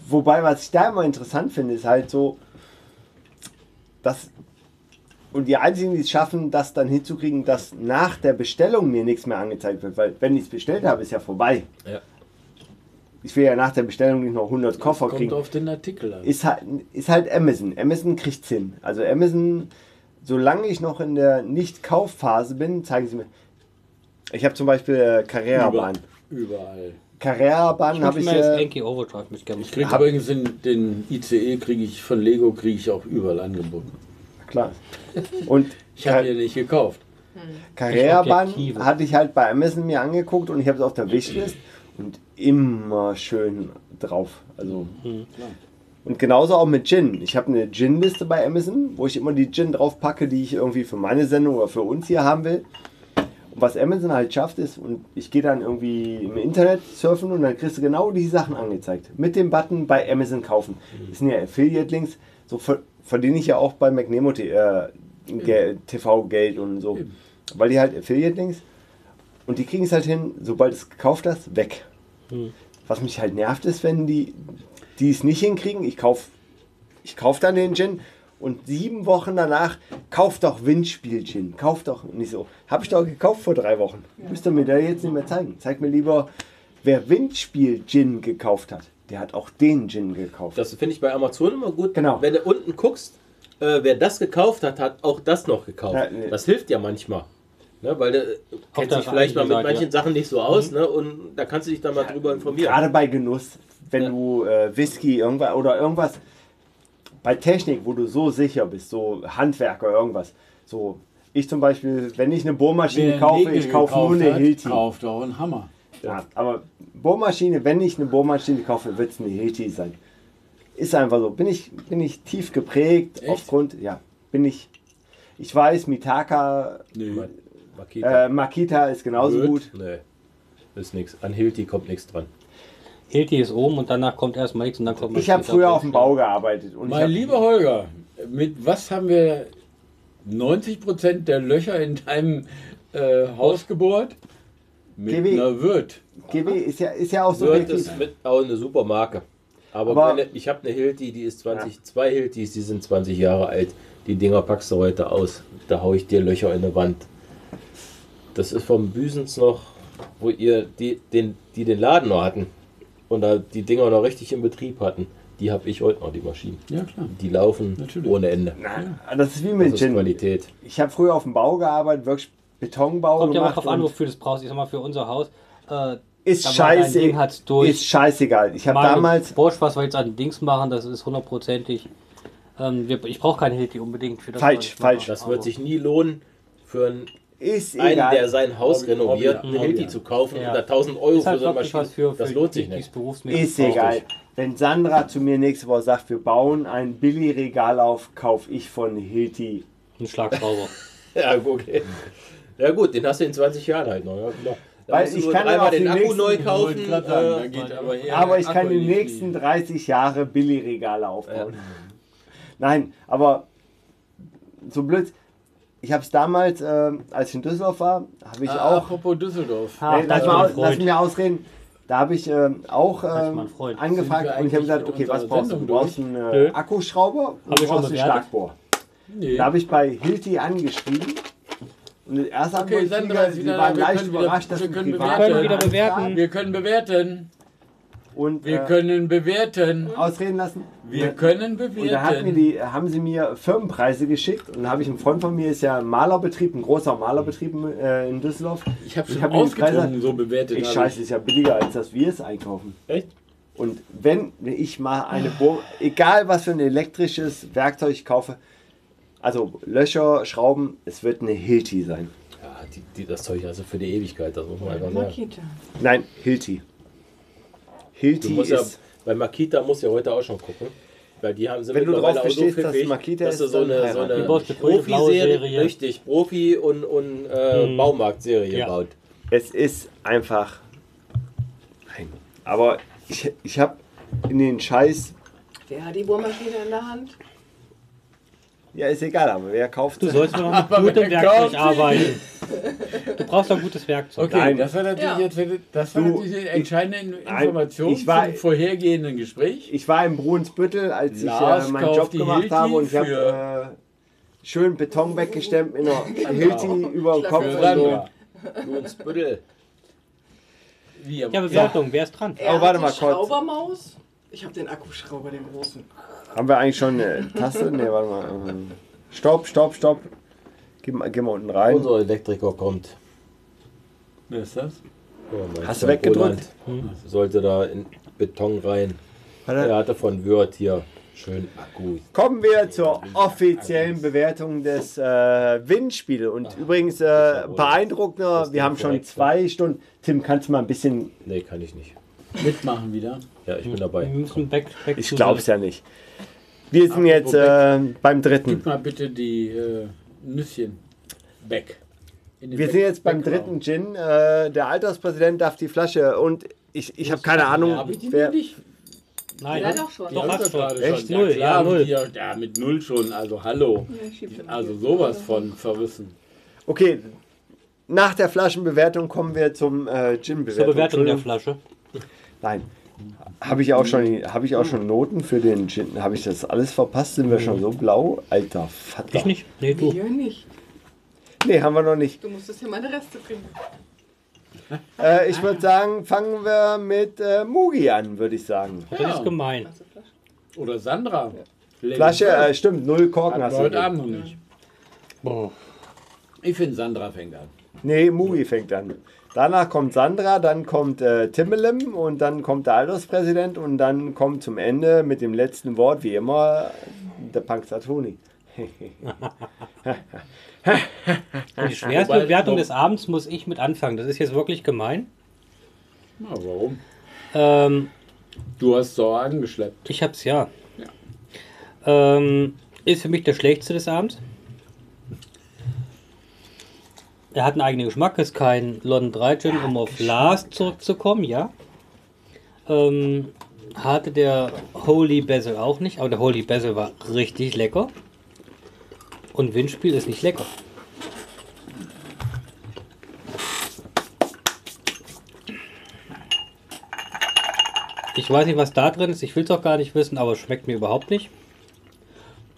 Speaker 2: Wobei, was ich da immer interessant finde, ist halt so, dass. Und die einzigen, die es schaffen, das dann hinzukriegen, dass nach der Bestellung mir nichts mehr angezeigt wird. Weil, wenn ich es bestellt habe, ist ja vorbei.
Speaker 5: Ja.
Speaker 2: Ich will ja nach der Bestellung nicht noch 100 Koffer
Speaker 1: kommt
Speaker 2: kriegen.
Speaker 1: auf den Artikel an.
Speaker 2: Ist halt, ist halt Amazon. Amazon kriegt's hin. Also, Amazon, solange ich noch in der Nicht-Kaufphase bin, zeigen sie mir. Ich habe zum Beispiel äh, Carrera-Bahn.
Speaker 1: Überall.
Speaker 2: Carrera-Bahn habe ich.
Speaker 3: mal das
Speaker 2: Äh,
Speaker 3: Enki Overdrive mit gerne.
Speaker 1: Ich krieg übrigens den, den ICE kriege ich von Lego kriege ich auch überall angeboten.
Speaker 2: klar. Und
Speaker 1: Ich habe ihn nicht gekauft.
Speaker 2: Carrera-Bahn
Speaker 3: Objektive.
Speaker 2: hatte ich halt bei Amazon mir angeguckt und ich habe es auf der Wishlist und immer schön drauf. Also. Und genauso auch mit Gin. Ich habe eine Gin-Liste bei Amazon, wo ich immer die Gin draufpacke, die ich irgendwie für meine Sendung oder für uns hier haben will. Und was Amazon halt schafft ist, und ich gehe dann irgendwie im Internet surfen und dann kriegst du genau die Sachen angezeigt. Mit dem Button bei Amazon kaufen. Das sind ja Affiliate-Links, so ver verdiene ich ja auch bei McNemo T- äh, Ge- TV Geld und so. Weil die halt Affiliate-Links und die kriegen es halt hin, sobald du es gekauft hast, weg. Was mich halt nervt ist, wenn die die es nicht hinkriegen, ich kaufe ich kauf dann den Gin und sieben Wochen danach, kauf doch Windspiel-Gin, kauf doch nicht so. Habe ich doch gekauft vor drei Wochen. Müsst ihr mir da jetzt nicht mehr zeigen. Zeig mir lieber, wer Windspiel-Gin gekauft hat, der hat auch den Gin gekauft.
Speaker 5: Das finde ich bei Amazon immer gut.
Speaker 2: Genau.
Speaker 5: Wenn du unten guckst, äh, wer das gekauft hat, hat auch das noch gekauft.
Speaker 2: Ja, nee.
Speaker 5: Das hilft ja manchmal. Ne, weil du äh, kennst
Speaker 3: der
Speaker 5: dich vielleicht mal
Speaker 3: anderen
Speaker 5: mit
Speaker 3: Seite,
Speaker 5: manchen Sachen nicht so aus ne, und da kannst du dich dann mal drüber informieren.
Speaker 2: Gerade bei Genuss, wenn
Speaker 5: Ja.
Speaker 2: du äh, Whisky irgendwas oder irgendwas bei Technik, wo du so sicher bist, so Handwerker irgendwas, so ich zum Beispiel, wenn ich eine Bohrmaschine
Speaker 1: Wer
Speaker 2: kaufe,
Speaker 1: Nägel
Speaker 2: ich kaufe nur
Speaker 1: gekauft
Speaker 2: eine
Speaker 1: hat,
Speaker 2: Hilti.
Speaker 1: Kauft auch einen Hammer.
Speaker 2: Ja, aber Bohrmaschine, wenn ich eine Bohrmaschine kaufe, wird es eine Hilti sein. Ist einfach so. Bin ich, bin ich tief geprägt
Speaker 1: Echt?
Speaker 2: aufgrund, ja, bin ich. Ich weiß, Mitaka,
Speaker 1: Nee.
Speaker 5: Makita.
Speaker 2: äh, Makita ist genauso
Speaker 1: Wird.
Speaker 2: gut.
Speaker 5: Nee, ist nichts. An Hilti kommt nichts dran.
Speaker 3: Hilti ist oben und danach kommt erstmal nichts und dann kommt man
Speaker 2: Ich habe
Speaker 3: später
Speaker 2: früher
Speaker 3: drauf.
Speaker 2: auf dem Bau gearbeitet. Und ich
Speaker 1: Mein
Speaker 2: hab,
Speaker 1: lieber Holger, mit was haben wir 90% der Löcher in deinem äh, Haus gebohrt? Mit
Speaker 2: GW.
Speaker 1: einer Wirt.
Speaker 2: GW ist ja, ist ja auch so
Speaker 6: Wirt ist
Speaker 2: objektiv.
Speaker 6: mit auch eine super Marke. Aber,
Speaker 2: Aber-
Speaker 6: meine, ich habe eine Hilti, die ist 20, zwei Hiltis, die sind 20 Jahre alt. Die Dinger packst du heute aus. Da hau ich dir Löcher in die Wand. Das ist vom Büsens noch, wo ihr die den, die den Laden noch hatten und da die Dinger noch richtig im Betrieb hatten. Die habe ich heute noch, die Maschinen.
Speaker 1: Ja, klar.
Speaker 6: Die laufen
Speaker 1: Natürlich.
Speaker 6: ohne Ende.
Speaker 2: Na, Ah, das ist wie
Speaker 6: Das
Speaker 2: mit
Speaker 6: ist
Speaker 2: Gin.
Speaker 6: Qualität.
Speaker 2: Ich habe früher auf dem Bau gearbeitet, wirklich Betonbau
Speaker 3: Kommt ja mal
Speaker 2: gemacht.
Speaker 3: drauf an,
Speaker 2: und
Speaker 3: wofür du es brauchst. Ich sag mal, für unser Haus. Äh,
Speaker 2: ist,
Speaker 3: da war dein
Speaker 2: scheiße,
Speaker 3: Ding hat's durch.
Speaker 2: ist scheißegal. Ich habe
Speaker 3: Mal
Speaker 2: damals.
Speaker 3: Bosch, was wir jetzt an Dings machen, das ist hundertprozentig. Ähm, wir- ich brauche kein Hilti unbedingt für das.
Speaker 2: Falsch,
Speaker 3: was ich
Speaker 2: falsch.
Speaker 3: mache.
Speaker 6: Das
Speaker 3: Aber-
Speaker 6: wird sich nie lohnen, für einen,
Speaker 2: Ist
Speaker 6: einen der
Speaker 2: egal.
Speaker 6: sein Haus
Speaker 1: Hobby-
Speaker 6: renoviert,
Speaker 1: Hobby-
Speaker 6: eine Hilti zu kaufen
Speaker 3: Ja.
Speaker 6: und da 1000 Euro
Speaker 3: ist halt
Speaker 6: für so eine
Speaker 3: wirklich
Speaker 6: Maschine.
Speaker 3: was für, für
Speaker 6: das lohnt sich
Speaker 3: die- die's
Speaker 6: nicht.
Speaker 3: berufsmäßig
Speaker 2: Ist
Speaker 3: braucht.
Speaker 2: egal. Wenn Sandra zu mir nächste Woche sagt, wir bauen ein Billigregal auf, kaufe ich von Hilti.
Speaker 3: Ein Schlagschrauber.
Speaker 6: Ja, okay. Ja gut, den hast du in 20 Jahren halt noch. Ja, genau. Da
Speaker 2: Weil
Speaker 6: musst du
Speaker 2: ich
Speaker 6: nur
Speaker 2: kann
Speaker 6: dreimal
Speaker 2: auf
Speaker 6: den
Speaker 2: die
Speaker 6: Akku
Speaker 2: nächsten-
Speaker 6: neu
Speaker 1: Ich
Speaker 6: kaufen.
Speaker 1: wollte gerade sagen,
Speaker 6: äh,
Speaker 1: da geht aber eher
Speaker 2: aber
Speaker 1: der
Speaker 2: ich
Speaker 1: Akku
Speaker 2: kann die
Speaker 1: in die
Speaker 2: nächsten
Speaker 1: Knie.
Speaker 2: 30 Jahre Billigregale aufbauen. Nein, aber so blöd. Ich habe es damals, ähm, als ich in Düsseldorf war, habe ich
Speaker 1: Ah,
Speaker 2: auch.
Speaker 1: Apropos Düsseldorf.
Speaker 3: Ah,
Speaker 2: nee, lass,
Speaker 3: ist mein
Speaker 2: mal,
Speaker 3: Freund.
Speaker 2: lass mich ausreden. Da habe ich ähm, auch
Speaker 3: Das ist
Speaker 2: ähm,
Speaker 3: mein Freund.
Speaker 1: Sind
Speaker 2: angefragt
Speaker 1: wir
Speaker 2: und ich habe
Speaker 1: eigentlich
Speaker 2: gesagt,
Speaker 1: mit
Speaker 2: okay, was
Speaker 1: unserer
Speaker 2: brauchst du? Du
Speaker 1: Sendung
Speaker 2: brauchst
Speaker 1: durch?
Speaker 2: einen
Speaker 3: Nö.
Speaker 2: äh, Akkuschrauber und du
Speaker 3: wir schon
Speaker 2: brauchst einen
Speaker 3: bewertet?
Speaker 2: Schlagbohr.
Speaker 1: Nee.
Speaker 2: Da habe ich bei Hilti angeschrieben. Und erst haben
Speaker 1: Okay,
Speaker 2: wir
Speaker 1: Sandra ist
Speaker 2: die
Speaker 1: wieder
Speaker 2: waren
Speaker 1: da. Wir
Speaker 2: leicht
Speaker 1: können wieder-
Speaker 2: überrascht, dass
Speaker 1: wir
Speaker 2: ein
Speaker 1: können
Speaker 2: Privat-
Speaker 1: bewerten. Wir können
Speaker 3: wieder bewerten.
Speaker 2: Anfragen
Speaker 1: Wir können bewerten.
Speaker 2: Und
Speaker 1: Wir
Speaker 2: äh,
Speaker 1: können bewerten.
Speaker 2: ausreden lassen.
Speaker 1: Wir können bewerten.
Speaker 2: Und da hat mir die, haben sie mir Firmenpreise geschickt und da habe ich einen Freund von mir, ist ja ein Malerbetrieb, ein großer Malerbetrieb in, äh, in Düsseldorf.
Speaker 1: ich habe
Speaker 2: ich
Speaker 1: schon
Speaker 2: hab mir die Preise-
Speaker 1: ausgetrunken, so bewertet.
Speaker 2: Ich
Speaker 1: habe ich.
Speaker 2: scheiße, ist ja billiger, als dass wir es einkaufen.
Speaker 6: Echt?
Speaker 2: Und wenn ich mal eine Bohr, egal was für ein elektrisches Werkzeug ich kaufe, also Löcher, Schrauben, es wird eine Hilti sein.
Speaker 6: Ja, die, die, das Zeug also für die Ewigkeit, das muss man einfach sagen.
Speaker 4: Makita.
Speaker 2: Nein, Hilti.
Speaker 6: Du
Speaker 2: Hilti
Speaker 6: musst ja,
Speaker 2: ist.
Speaker 6: bei Makita musst du ja heute auch schon gucken. Weil die haben sind
Speaker 2: Wenn du
Speaker 6: mittlerweile
Speaker 2: drauf
Speaker 6: auch
Speaker 2: bestehst,
Speaker 6: so
Speaker 2: dass
Speaker 6: pfiffig,
Speaker 2: Makita
Speaker 6: dass du
Speaker 2: ist,
Speaker 6: so
Speaker 2: dann
Speaker 6: eine, so
Speaker 2: heiraten.
Speaker 6: eine
Speaker 3: Die Bosse grüne blaue
Speaker 6: Profi-Serie,
Speaker 3: Serie.
Speaker 6: richtig, Profi- und, und äh,
Speaker 3: Mhm.
Speaker 6: Baumarktserie
Speaker 3: Ja.
Speaker 6: baut.
Speaker 2: Es ist einfach. Nein. Aber ich, ich habe in den Scheiß.
Speaker 4: Wer hat die Bohrmaschine in der Hand?
Speaker 2: Oh, Ja, ist egal, aber wer kauft
Speaker 3: Du sollst noch mit
Speaker 1: wer
Speaker 3: gutem
Speaker 1: kauft
Speaker 3: Werkzeug
Speaker 1: sie?
Speaker 3: arbeiten. Du brauchst doch gutes Werkzeug.
Speaker 1: Okay,
Speaker 2: Nein.
Speaker 1: das war natürlich
Speaker 4: Ja.
Speaker 1: jetzt das war
Speaker 2: Du,
Speaker 1: natürlich die entscheidende
Speaker 2: nein,
Speaker 1: Information
Speaker 2: ich war-
Speaker 1: zum vorhergehenden Gespräch.
Speaker 2: Ich war im Brunsbüttel, als ich
Speaker 1: Lars
Speaker 2: äh, meinen
Speaker 1: kauft
Speaker 2: Job
Speaker 1: die
Speaker 2: gemacht
Speaker 1: Hilti
Speaker 2: habe und ich habe
Speaker 1: für-
Speaker 2: äh, schön Beton weggestemmt in der Hilti über den Kopf
Speaker 1: Für
Speaker 2: und so.
Speaker 1: Sandra.
Speaker 6: Du ins Büttel.
Speaker 1: Wie, aber-
Speaker 3: Ja, Bewertung, wer ist dran?
Speaker 4: Er
Speaker 2: Oh, warte
Speaker 4: hat
Speaker 2: mal
Speaker 4: die
Speaker 2: kurz.
Speaker 4: Schraubermaus. Ich habe den Akkuschrauber, den großen.
Speaker 2: Haben wir eigentlich schon eine Tasse? Ne, warte mal. ähm, Stopp, stopp, stopp. Geh mal, geh mal unten rein.
Speaker 1: Also.
Speaker 6: Unser Elektriker kommt.
Speaker 1: Wer ist das?
Speaker 6: Ja,
Speaker 5: Oh,
Speaker 6: mein
Speaker 2: Hast du
Speaker 6: Freund
Speaker 2: weggedrückt?
Speaker 5: hm?
Speaker 6: Roland Sollte da in Beton rein.
Speaker 2: Hat
Speaker 6: Er
Speaker 2: er-
Speaker 6: hatte von Wörth hier schön Akku.
Speaker 2: Kommen wir zur offiziellen Bewertung des äh, Windspiels. Und übrigens äh, beeindruckender, wir haben schon zwei Stunden. Tim, kannst du mal ein bisschen.
Speaker 6: Nee, kann ich nicht.
Speaker 1: Mitmachen wieder.
Speaker 6: Ja, ich
Speaker 3: Wir
Speaker 6: bin
Speaker 2: Mhm.
Speaker 6: dabei.
Speaker 3: müssen weg, weg
Speaker 2: Ich
Speaker 3: zu-
Speaker 2: glaub's ja nicht. Wir sind jetzt äh, beim dritten.
Speaker 1: Gib mal bitte die äh, Nüsschen weg. In den
Speaker 2: Wir
Speaker 1: Back-
Speaker 2: sind jetzt beim
Speaker 3: Genau.
Speaker 1: Background.
Speaker 2: dritten Gin. Äh, der Alterspräsident darf die Flasche und ich, ich habe keine Ahnung,
Speaker 1: Hab ich die
Speaker 2: wer.
Speaker 1: nicht?
Speaker 3: Nein,
Speaker 4: Ja, doch schon.
Speaker 3: Doch,
Speaker 1: Die
Speaker 3: hast
Speaker 1: hab ich
Speaker 3: du.
Speaker 1: gerade
Speaker 2: Echt?
Speaker 1: schon.
Speaker 3: Null,
Speaker 1: ja, klar,
Speaker 3: ja, null.
Speaker 1: mit dir- ja, mit null schon. Also hallo. Also sowas von verrissen.
Speaker 2: Okay, nach der Flaschenbewertung kommen wir zum äh,
Speaker 3: Zur
Speaker 2: Gin-Bewertung.
Speaker 3: Bewertung der
Speaker 2: Entschuldigung.
Speaker 3: Flasche.
Speaker 2: Nein. Habe ich, auch schon, hab ich auch schon Noten für den Gin? Habe ich das alles verpasst? Sind wir schon so blau? Alter Vater.
Speaker 3: Ich nicht. Nee, du.
Speaker 4: Hier nicht.
Speaker 2: Nee, haben wir noch nicht.
Speaker 4: Du musstest ja meine Reste bringen.
Speaker 2: Äh, ich würde sagen, fangen wir mit äh, Mugi an, würde ich sagen.
Speaker 3: Das ist gemein.
Speaker 4: Hast du Flasche?
Speaker 1: Oder Sandra. Lady
Speaker 2: Flasche, äh,
Speaker 1: First.
Speaker 2: stimmt, null Korken
Speaker 1: Hatten
Speaker 2: hast
Speaker 1: wir
Speaker 2: du.
Speaker 1: heute
Speaker 2: drin.
Speaker 1: Abend noch nicht.
Speaker 3: Boah.
Speaker 1: Ich finde, Sandra fängt an.
Speaker 2: Nee, Mugi fängt an. Danach kommt Sandra, dann kommt äh, Timmelem und dann kommt der Alterspräsident und dann kommt zum Ende mit dem letzten Wort, wie immer, der Punxsutawney.
Speaker 3: Die schwerste
Speaker 1: Wobei-
Speaker 3: Bewertung
Speaker 1: wo-
Speaker 3: des Abends muss ich mit anfangen. Das ist jetzt wirklich gemein.
Speaker 1: Na, warum?
Speaker 3: Ähm,
Speaker 1: Du hast Sauer angeschleppt.
Speaker 3: ich hab's ja. Ähm, ist für mich der schlechteste des Abends. Er hat einen eigenen Geschmack, ist kein London 3 Gin, um auf Lars zurückzukommen, ja. Ähm, hatte der Holy Basil auch nicht, aber der Holy Basil war richtig lecker. Und Windspiel ist nicht lecker. Ich weiß nicht, was da drin ist, ich will es auch gar nicht wissen, aber es schmeckt mir überhaupt nicht.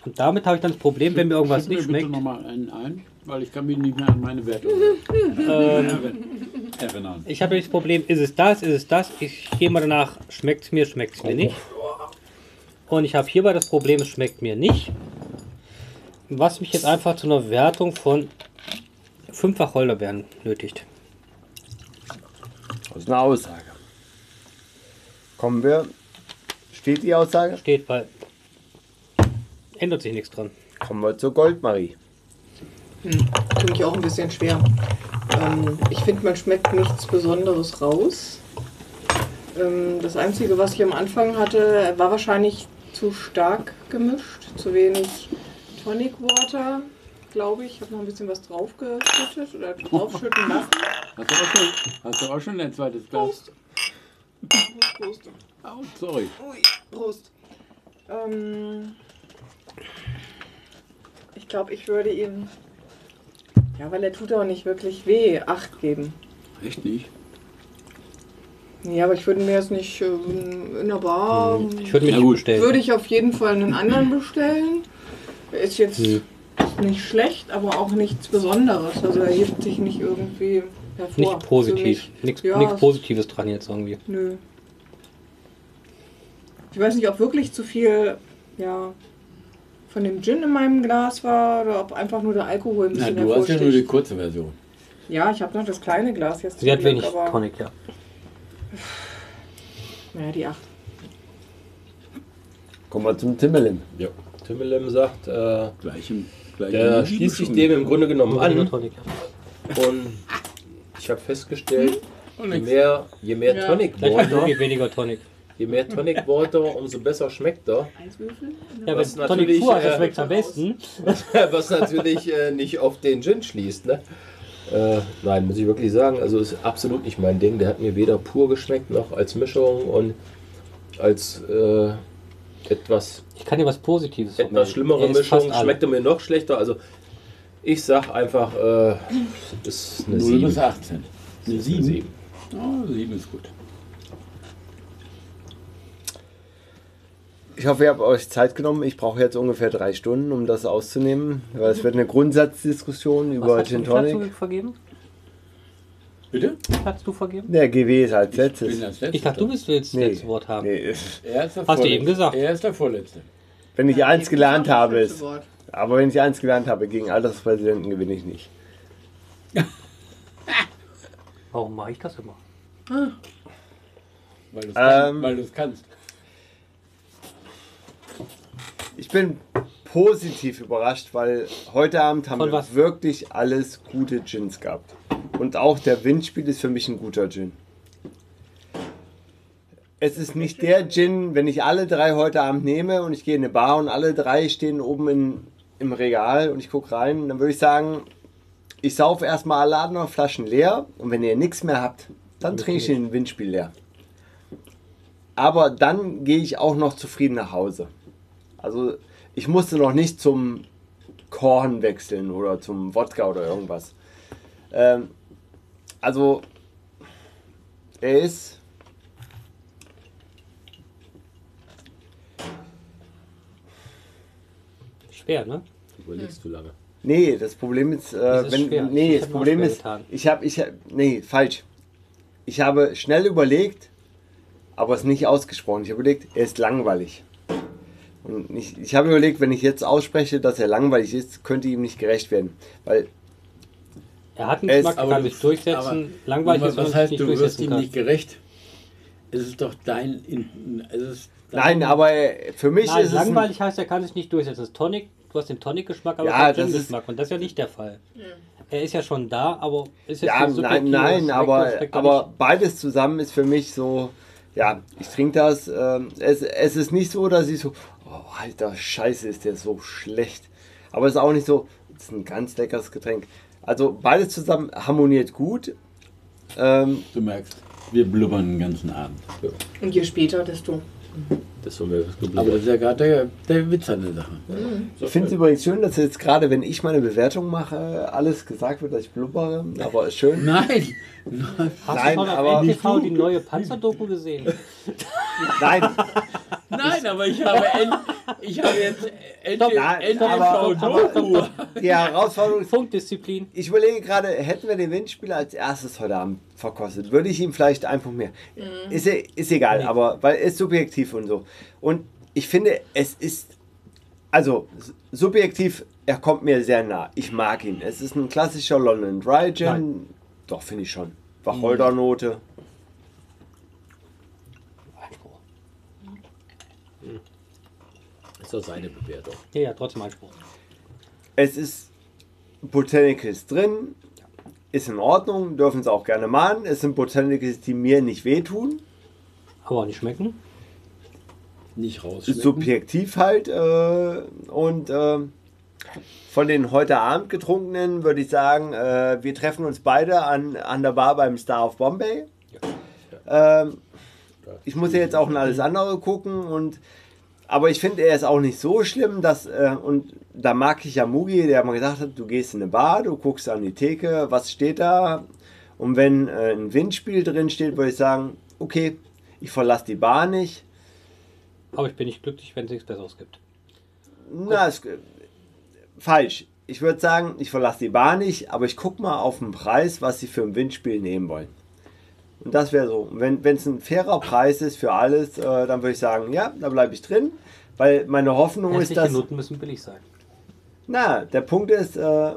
Speaker 3: Und damit habe ich dann das Problem, wenn mir irgendwas
Speaker 1: Schütt mir
Speaker 3: nicht
Speaker 1: bitte
Speaker 3: schmeckt.
Speaker 1: nochmal einen ein, weil ich kann mich nicht mehr an meine Werte Äh, erinnern.
Speaker 3: Ich habe ja nicht das Problem, ist es das, ist es das? Ich gehe mal danach, schmeckt es mir, schmeckt es mir nicht. Und ich habe hierbei das Problem, es schmeckt mir nicht. Was mich jetzt einfach zu einer Wertung von fünf Wacholderbeeren nötigt.
Speaker 2: Das ist eine Aussage. Kommen wir. Steht die Aussage?
Speaker 3: Steht bei. Ändert sich nichts dran.
Speaker 2: Kommen wir zur Goldmarie.
Speaker 4: Finde ich auch ein bisschen schwer. Ähm, ich finde, man schmeckt nichts Besonderes raus. Ähm, das Einzige, was ich am Anfang hatte, war wahrscheinlich zu stark gemischt. Zu wenig Tonic Water, glaube ich. Ich habe noch ein bisschen was draufgeschüttet oder draufschütten lassen.
Speaker 1: Hast du, auch schon, hast du auch schon dein zweites Glas?
Speaker 4: Prost.
Speaker 1: Oh, sorry.
Speaker 4: Ui, Prost. Ähm, ich glaube, ich würde ihm, ja, weil er tut auch nicht wirklich weh, acht geben.
Speaker 1: Echt nicht.
Speaker 4: Ja, aber ich würde mir jetzt nicht ähm, in der Bar.
Speaker 3: Hm,
Speaker 4: ähm,
Speaker 3: Ich würde mich
Speaker 1: Ja,
Speaker 3: nicht
Speaker 1: gut.
Speaker 3: bestellen.
Speaker 4: Würde ich auf jeden Fall einen anderen bestellen. Ist jetzt
Speaker 3: Hm.
Speaker 4: nicht schlecht, aber auch nichts Besonderes. Also er hebt sich nicht irgendwie hervor.
Speaker 3: nicht
Speaker 4: Für
Speaker 3: positiv.
Speaker 4: mich.
Speaker 3: Nichts
Speaker 4: Ja,
Speaker 3: nichts
Speaker 4: es-
Speaker 3: Positives dran jetzt irgendwie.
Speaker 4: Nö. Ich weiß nicht, ob wirklich zu viel ja, von dem Gin in meinem Glas war oder ob einfach nur der Alkohol ein
Speaker 1: Na,
Speaker 4: bisschen
Speaker 1: du hast ja nur die
Speaker 4: hervorsticht.
Speaker 1: kurze Version.
Speaker 4: Ja, ich habe noch das kleine Glas jetzt.
Speaker 3: Sie hat
Speaker 4: zum Glück,
Speaker 3: wenig
Speaker 4: aber-
Speaker 3: Tonic, ja.
Speaker 4: Naja, die acht.
Speaker 2: Kommen wir zum Timmelin.
Speaker 5: Ja. Timmelem sagt, äh,
Speaker 1: Gleichem. gleichem
Speaker 5: der
Speaker 1: Liebe
Speaker 5: schließt sich
Speaker 1: schon.
Speaker 5: dem im Grunde
Speaker 2: Mhm.
Speaker 5: genommen
Speaker 6: Mhm.
Speaker 5: an.
Speaker 3: Tonic, ja.
Speaker 5: Und ich habe festgestellt, je
Speaker 1: Mhm. Oh, nix.
Speaker 5: mehr, je mehr
Speaker 4: Ja.
Speaker 5: Tonic
Speaker 3: Vielleicht ein
Speaker 5: Water,
Speaker 3: Tonic, weniger Tonic.
Speaker 5: je mehr Tonic Water, umso besser schmeckt er.
Speaker 3: Ja,
Speaker 5: Was
Speaker 3: wenn Tonic
Speaker 5: natürlich,
Speaker 3: zu hat,
Speaker 5: äh,
Speaker 3: das schmeckt am besten.
Speaker 5: Was natürlich äh, nicht auf den Gin schließt, ne? Äh, nein, muss ich wirklich sagen, also ist absolut nicht mein Ding. Der hat mir weder pur geschmeckt noch als Mischung und als äh, etwas
Speaker 3: Ich kann dir was Positives
Speaker 5: etwas
Speaker 3: vermelden.
Speaker 5: schlimmere
Speaker 3: Er ist
Speaker 5: Mischung,
Speaker 3: fast alle.
Speaker 5: schmeckte mir noch schlechter. Also ich sag einfach, äh, ist eine
Speaker 1: 0
Speaker 5: 7.
Speaker 1: bis 18. Eine
Speaker 5: Ist eine
Speaker 1: 7? Oh, 7 ist gut.
Speaker 2: Ich hoffe, ihr habt euch Zeit genommen. Ich brauche jetzt ungefähr drei Stunden, um das auszunehmen. Weil es wird eine Grundsatzdiskussion über
Speaker 3: Was hast du-
Speaker 2: Gin
Speaker 3: wie viel hast
Speaker 2: Tonic.
Speaker 3: du vergeben?
Speaker 1: Bitte?
Speaker 3: Hast du vergeben?
Speaker 2: Der GW ist als letztes.
Speaker 1: bin als letzter.
Speaker 3: Ich dachte, du bist, willst
Speaker 2: Nee.
Speaker 3: das letzte Wort haben.
Speaker 2: Nee,
Speaker 1: Er ist der
Speaker 3: Hast du
Speaker 1: Vorletzte.
Speaker 3: eben gesagt.
Speaker 1: Er ist der Vorletzte.
Speaker 2: wenn ich eins gelernt habe,
Speaker 4: Das
Speaker 2: ist.
Speaker 4: letzte Wort.
Speaker 2: Aber wenn ich eins gelernt habe, gegen Alterspräsidenten gewinne ich nicht.
Speaker 3: Warum mache ich das immer?
Speaker 1: Weil du es
Speaker 2: Ähm.
Speaker 1: kannst, weil du's kannst.
Speaker 2: Ich bin positiv überrascht, weil heute Abend haben
Speaker 3: Von
Speaker 2: wir
Speaker 3: was?
Speaker 2: wirklich alles gute Gins gehabt. Und auch der Windspiel ist für mich ein guter Gin. Es ist nicht der Gin, wenn ich alle drei heute Abend nehme und ich gehe in eine Bar und alle drei stehen oben in, im Regal und ich gucke rein, dann würde ich sagen, ich saufe erstmal alle anderen Flaschen leer und wenn ihr nichts mehr habt, dann trinke ich den Windspiel leer. Aber dann gehe ich auch noch zufrieden nach Hause. Also ich musste noch nicht zum Korn wechseln oder zum Wodka oder irgendwas. Ähm, also er ist
Speaker 3: Schwer, ne?
Speaker 5: Überlegst du lange.
Speaker 2: Nee, das Problem ist, äh,
Speaker 3: Es ist
Speaker 2: wenn,
Speaker 3: schwer.
Speaker 2: nee,
Speaker 3: Ich
Speaker 2: das
Speaker 3: hab
Speaker 2: Problem
Speaker 3: nur schwer
Speaker 2: ist,
Speaker 3: getan.
Speaker 2: ich habe, ich hab, nee, falsch. Ich habe schnell überlegt, aber es nicht ausgesprochen. Ich habe überlegt, er ist langweilig. Und ich, ich habe überlegt, wenn ich jetzt ausspreche, dass er langweilig ist, könnte ihm nicht gerecht werden. Weil
Speaker 3: Er hat einen
Speaker 2: Es-
Speaker 3: Geschmack,
Speaker 1: aber
Speaker 3: kann
Speaker 1: du-
Speaker 3: sich durchsetzen.
Speaker 1: aber-
Speaker 3: Langweilig ist, wenn
Speaker 1: was
Speaker 3: man sich
Speaker 1: heißt,
Speaker 3: nicht
Speaker 1: du wirst
Speaker 3: durchsetzen
Speaker 1: ihm
Speaker 3: kann.
Speaker 1: nicht gerecht? Es ist doch dein. In, es ist dein
Speaker 2: nein, aber er- für mich
Speaker 3: Nein,
Speaker 2: ist es ein,
Speaker 3: langweilig heißt, er kann sich nicht durchsetzen. Das Tonic, du hast den Tonic-Geschmack, aber
Speaker 2: Ja,
Speaker 3: keinen
Speaker 2: das ist-
Speaker 3: Gin-Geschmack. Und das ist ja nicht der Fall. Er ist ja schon da, aber ist jetzt
Speaker 2: Ja,
Speaker 3: so
Speaker 2: nein,
Speaker 3: subjektiv,
Speaker 2: nein,
Speaker 3: schmeckt er,
Speaker 2: aber,
Speaker 3: schmeckt er
Speaker 2: aber beides zusammen ist für mich so, ja, ich trinke das. Ähm, es, es ist nicht so, dass ich so, oh, alter Scheiße, ist der so schlecht. Aber es ist auch nicht so, es ist ein ganz leckeres Getränk. Also beides zusammen harmoniert gut. Ähm,
Speaker 1: Du merkst. wir blubbern den ganzen Abend.
Speaker 9: Und je später, desto.
Speaker 5: Das haben wir geblieben.
Speaker 1: Aber das ist ja gerade der, der Witz an der Sache.
Speaker 2: Ich finde es übrigens schön, dass jetzt gerade, wenn ich meine Bewertung mache, alles gesagt wird, dass ich blubbere. Aber ist schön.
Speaker 1: Nein!
Speaker 3: Hast
Speaker 2: Nein,
Speaker 3: du von der
Speaker 2: aber-
Speaker 3: NTV die neue Panzerdoku gesehen?
Speaker 2: Nein,
Speaker 1: Nein, aber ich habe, end, ich habe jetzt
Speaker 2: Nein, aber-
Speaker 1: NTV-Doku.
Speaker 2: die Herausforderung ist.
Speaker 3: Funkdisziplin.
Speaker 2: Ich überlege gerade, hätten wir den Windspieler als erstes heute Abend verkostet, würde ich ihm vielleicht einen Punkt mehr. Ist, e- ist egal, aber weil es subjektiv und so. Und ich finde, es ist. Also, s- subjektiv, er kommt mir sehr nah. Ich mag ihn. Es ist ein klassischer London Dry Gin. Doch, finde ich schon. Wacholdernote.
Speaker 5: Das ist doch seine Bewertung.
Speaker 3: Ja, ja, trotzdem Einspruch.
Speaker 2: Es ist Botanicals drin, ist in Ordnung, dürfen es auch gerne mahnen. Es sind Botanicals, die mir nicht wehtun.
Speaker 3: Aber auch nicht schmecken.
Speaker 1: Nicht raus.
Speaker 2: Subjektiv halt. Äh, und äh, von den heute Abend getrunkenen würde ich sagen, äh, wir treffen uns beide an, an der Bar beim Star of Bombay. Ähm, ich muss ja jetzt auch in alles andere gucken und aber ich finde, er ist auch nicht so schlimm, dass, äh, und da mag ich ja Mugi, der mal gesagt hat, du gehst in eine Bar, du guckst an die Theke, was steht da? Und wenn äh, ein Windspiel drin steht, würde ich sagen, okay, ich verlasse die Bar nicht,
Speaker 3: Aber ich bin nicht glücklich, wenn es nichts Besseres gibt.
Speaker 2: Na, ist, äh, falsch. Ich würde sagen, ich verlasse die Bar nicht, aber ich gucke mal auf den Preis, was sie für ein Windspiel nehmen wollen. Und das wäre so. Wenn es ein fairer Preis ist für alles, äh, dann würde ich sagen, ja, da bleibe ich drin, weil meine Hoffnung ist,
Speaker 3: Hässliche
Speaker 2: dass.
Speaker 3: Noten müssen billig sein.
Speaker 2: Na, der Punkt ist, äh,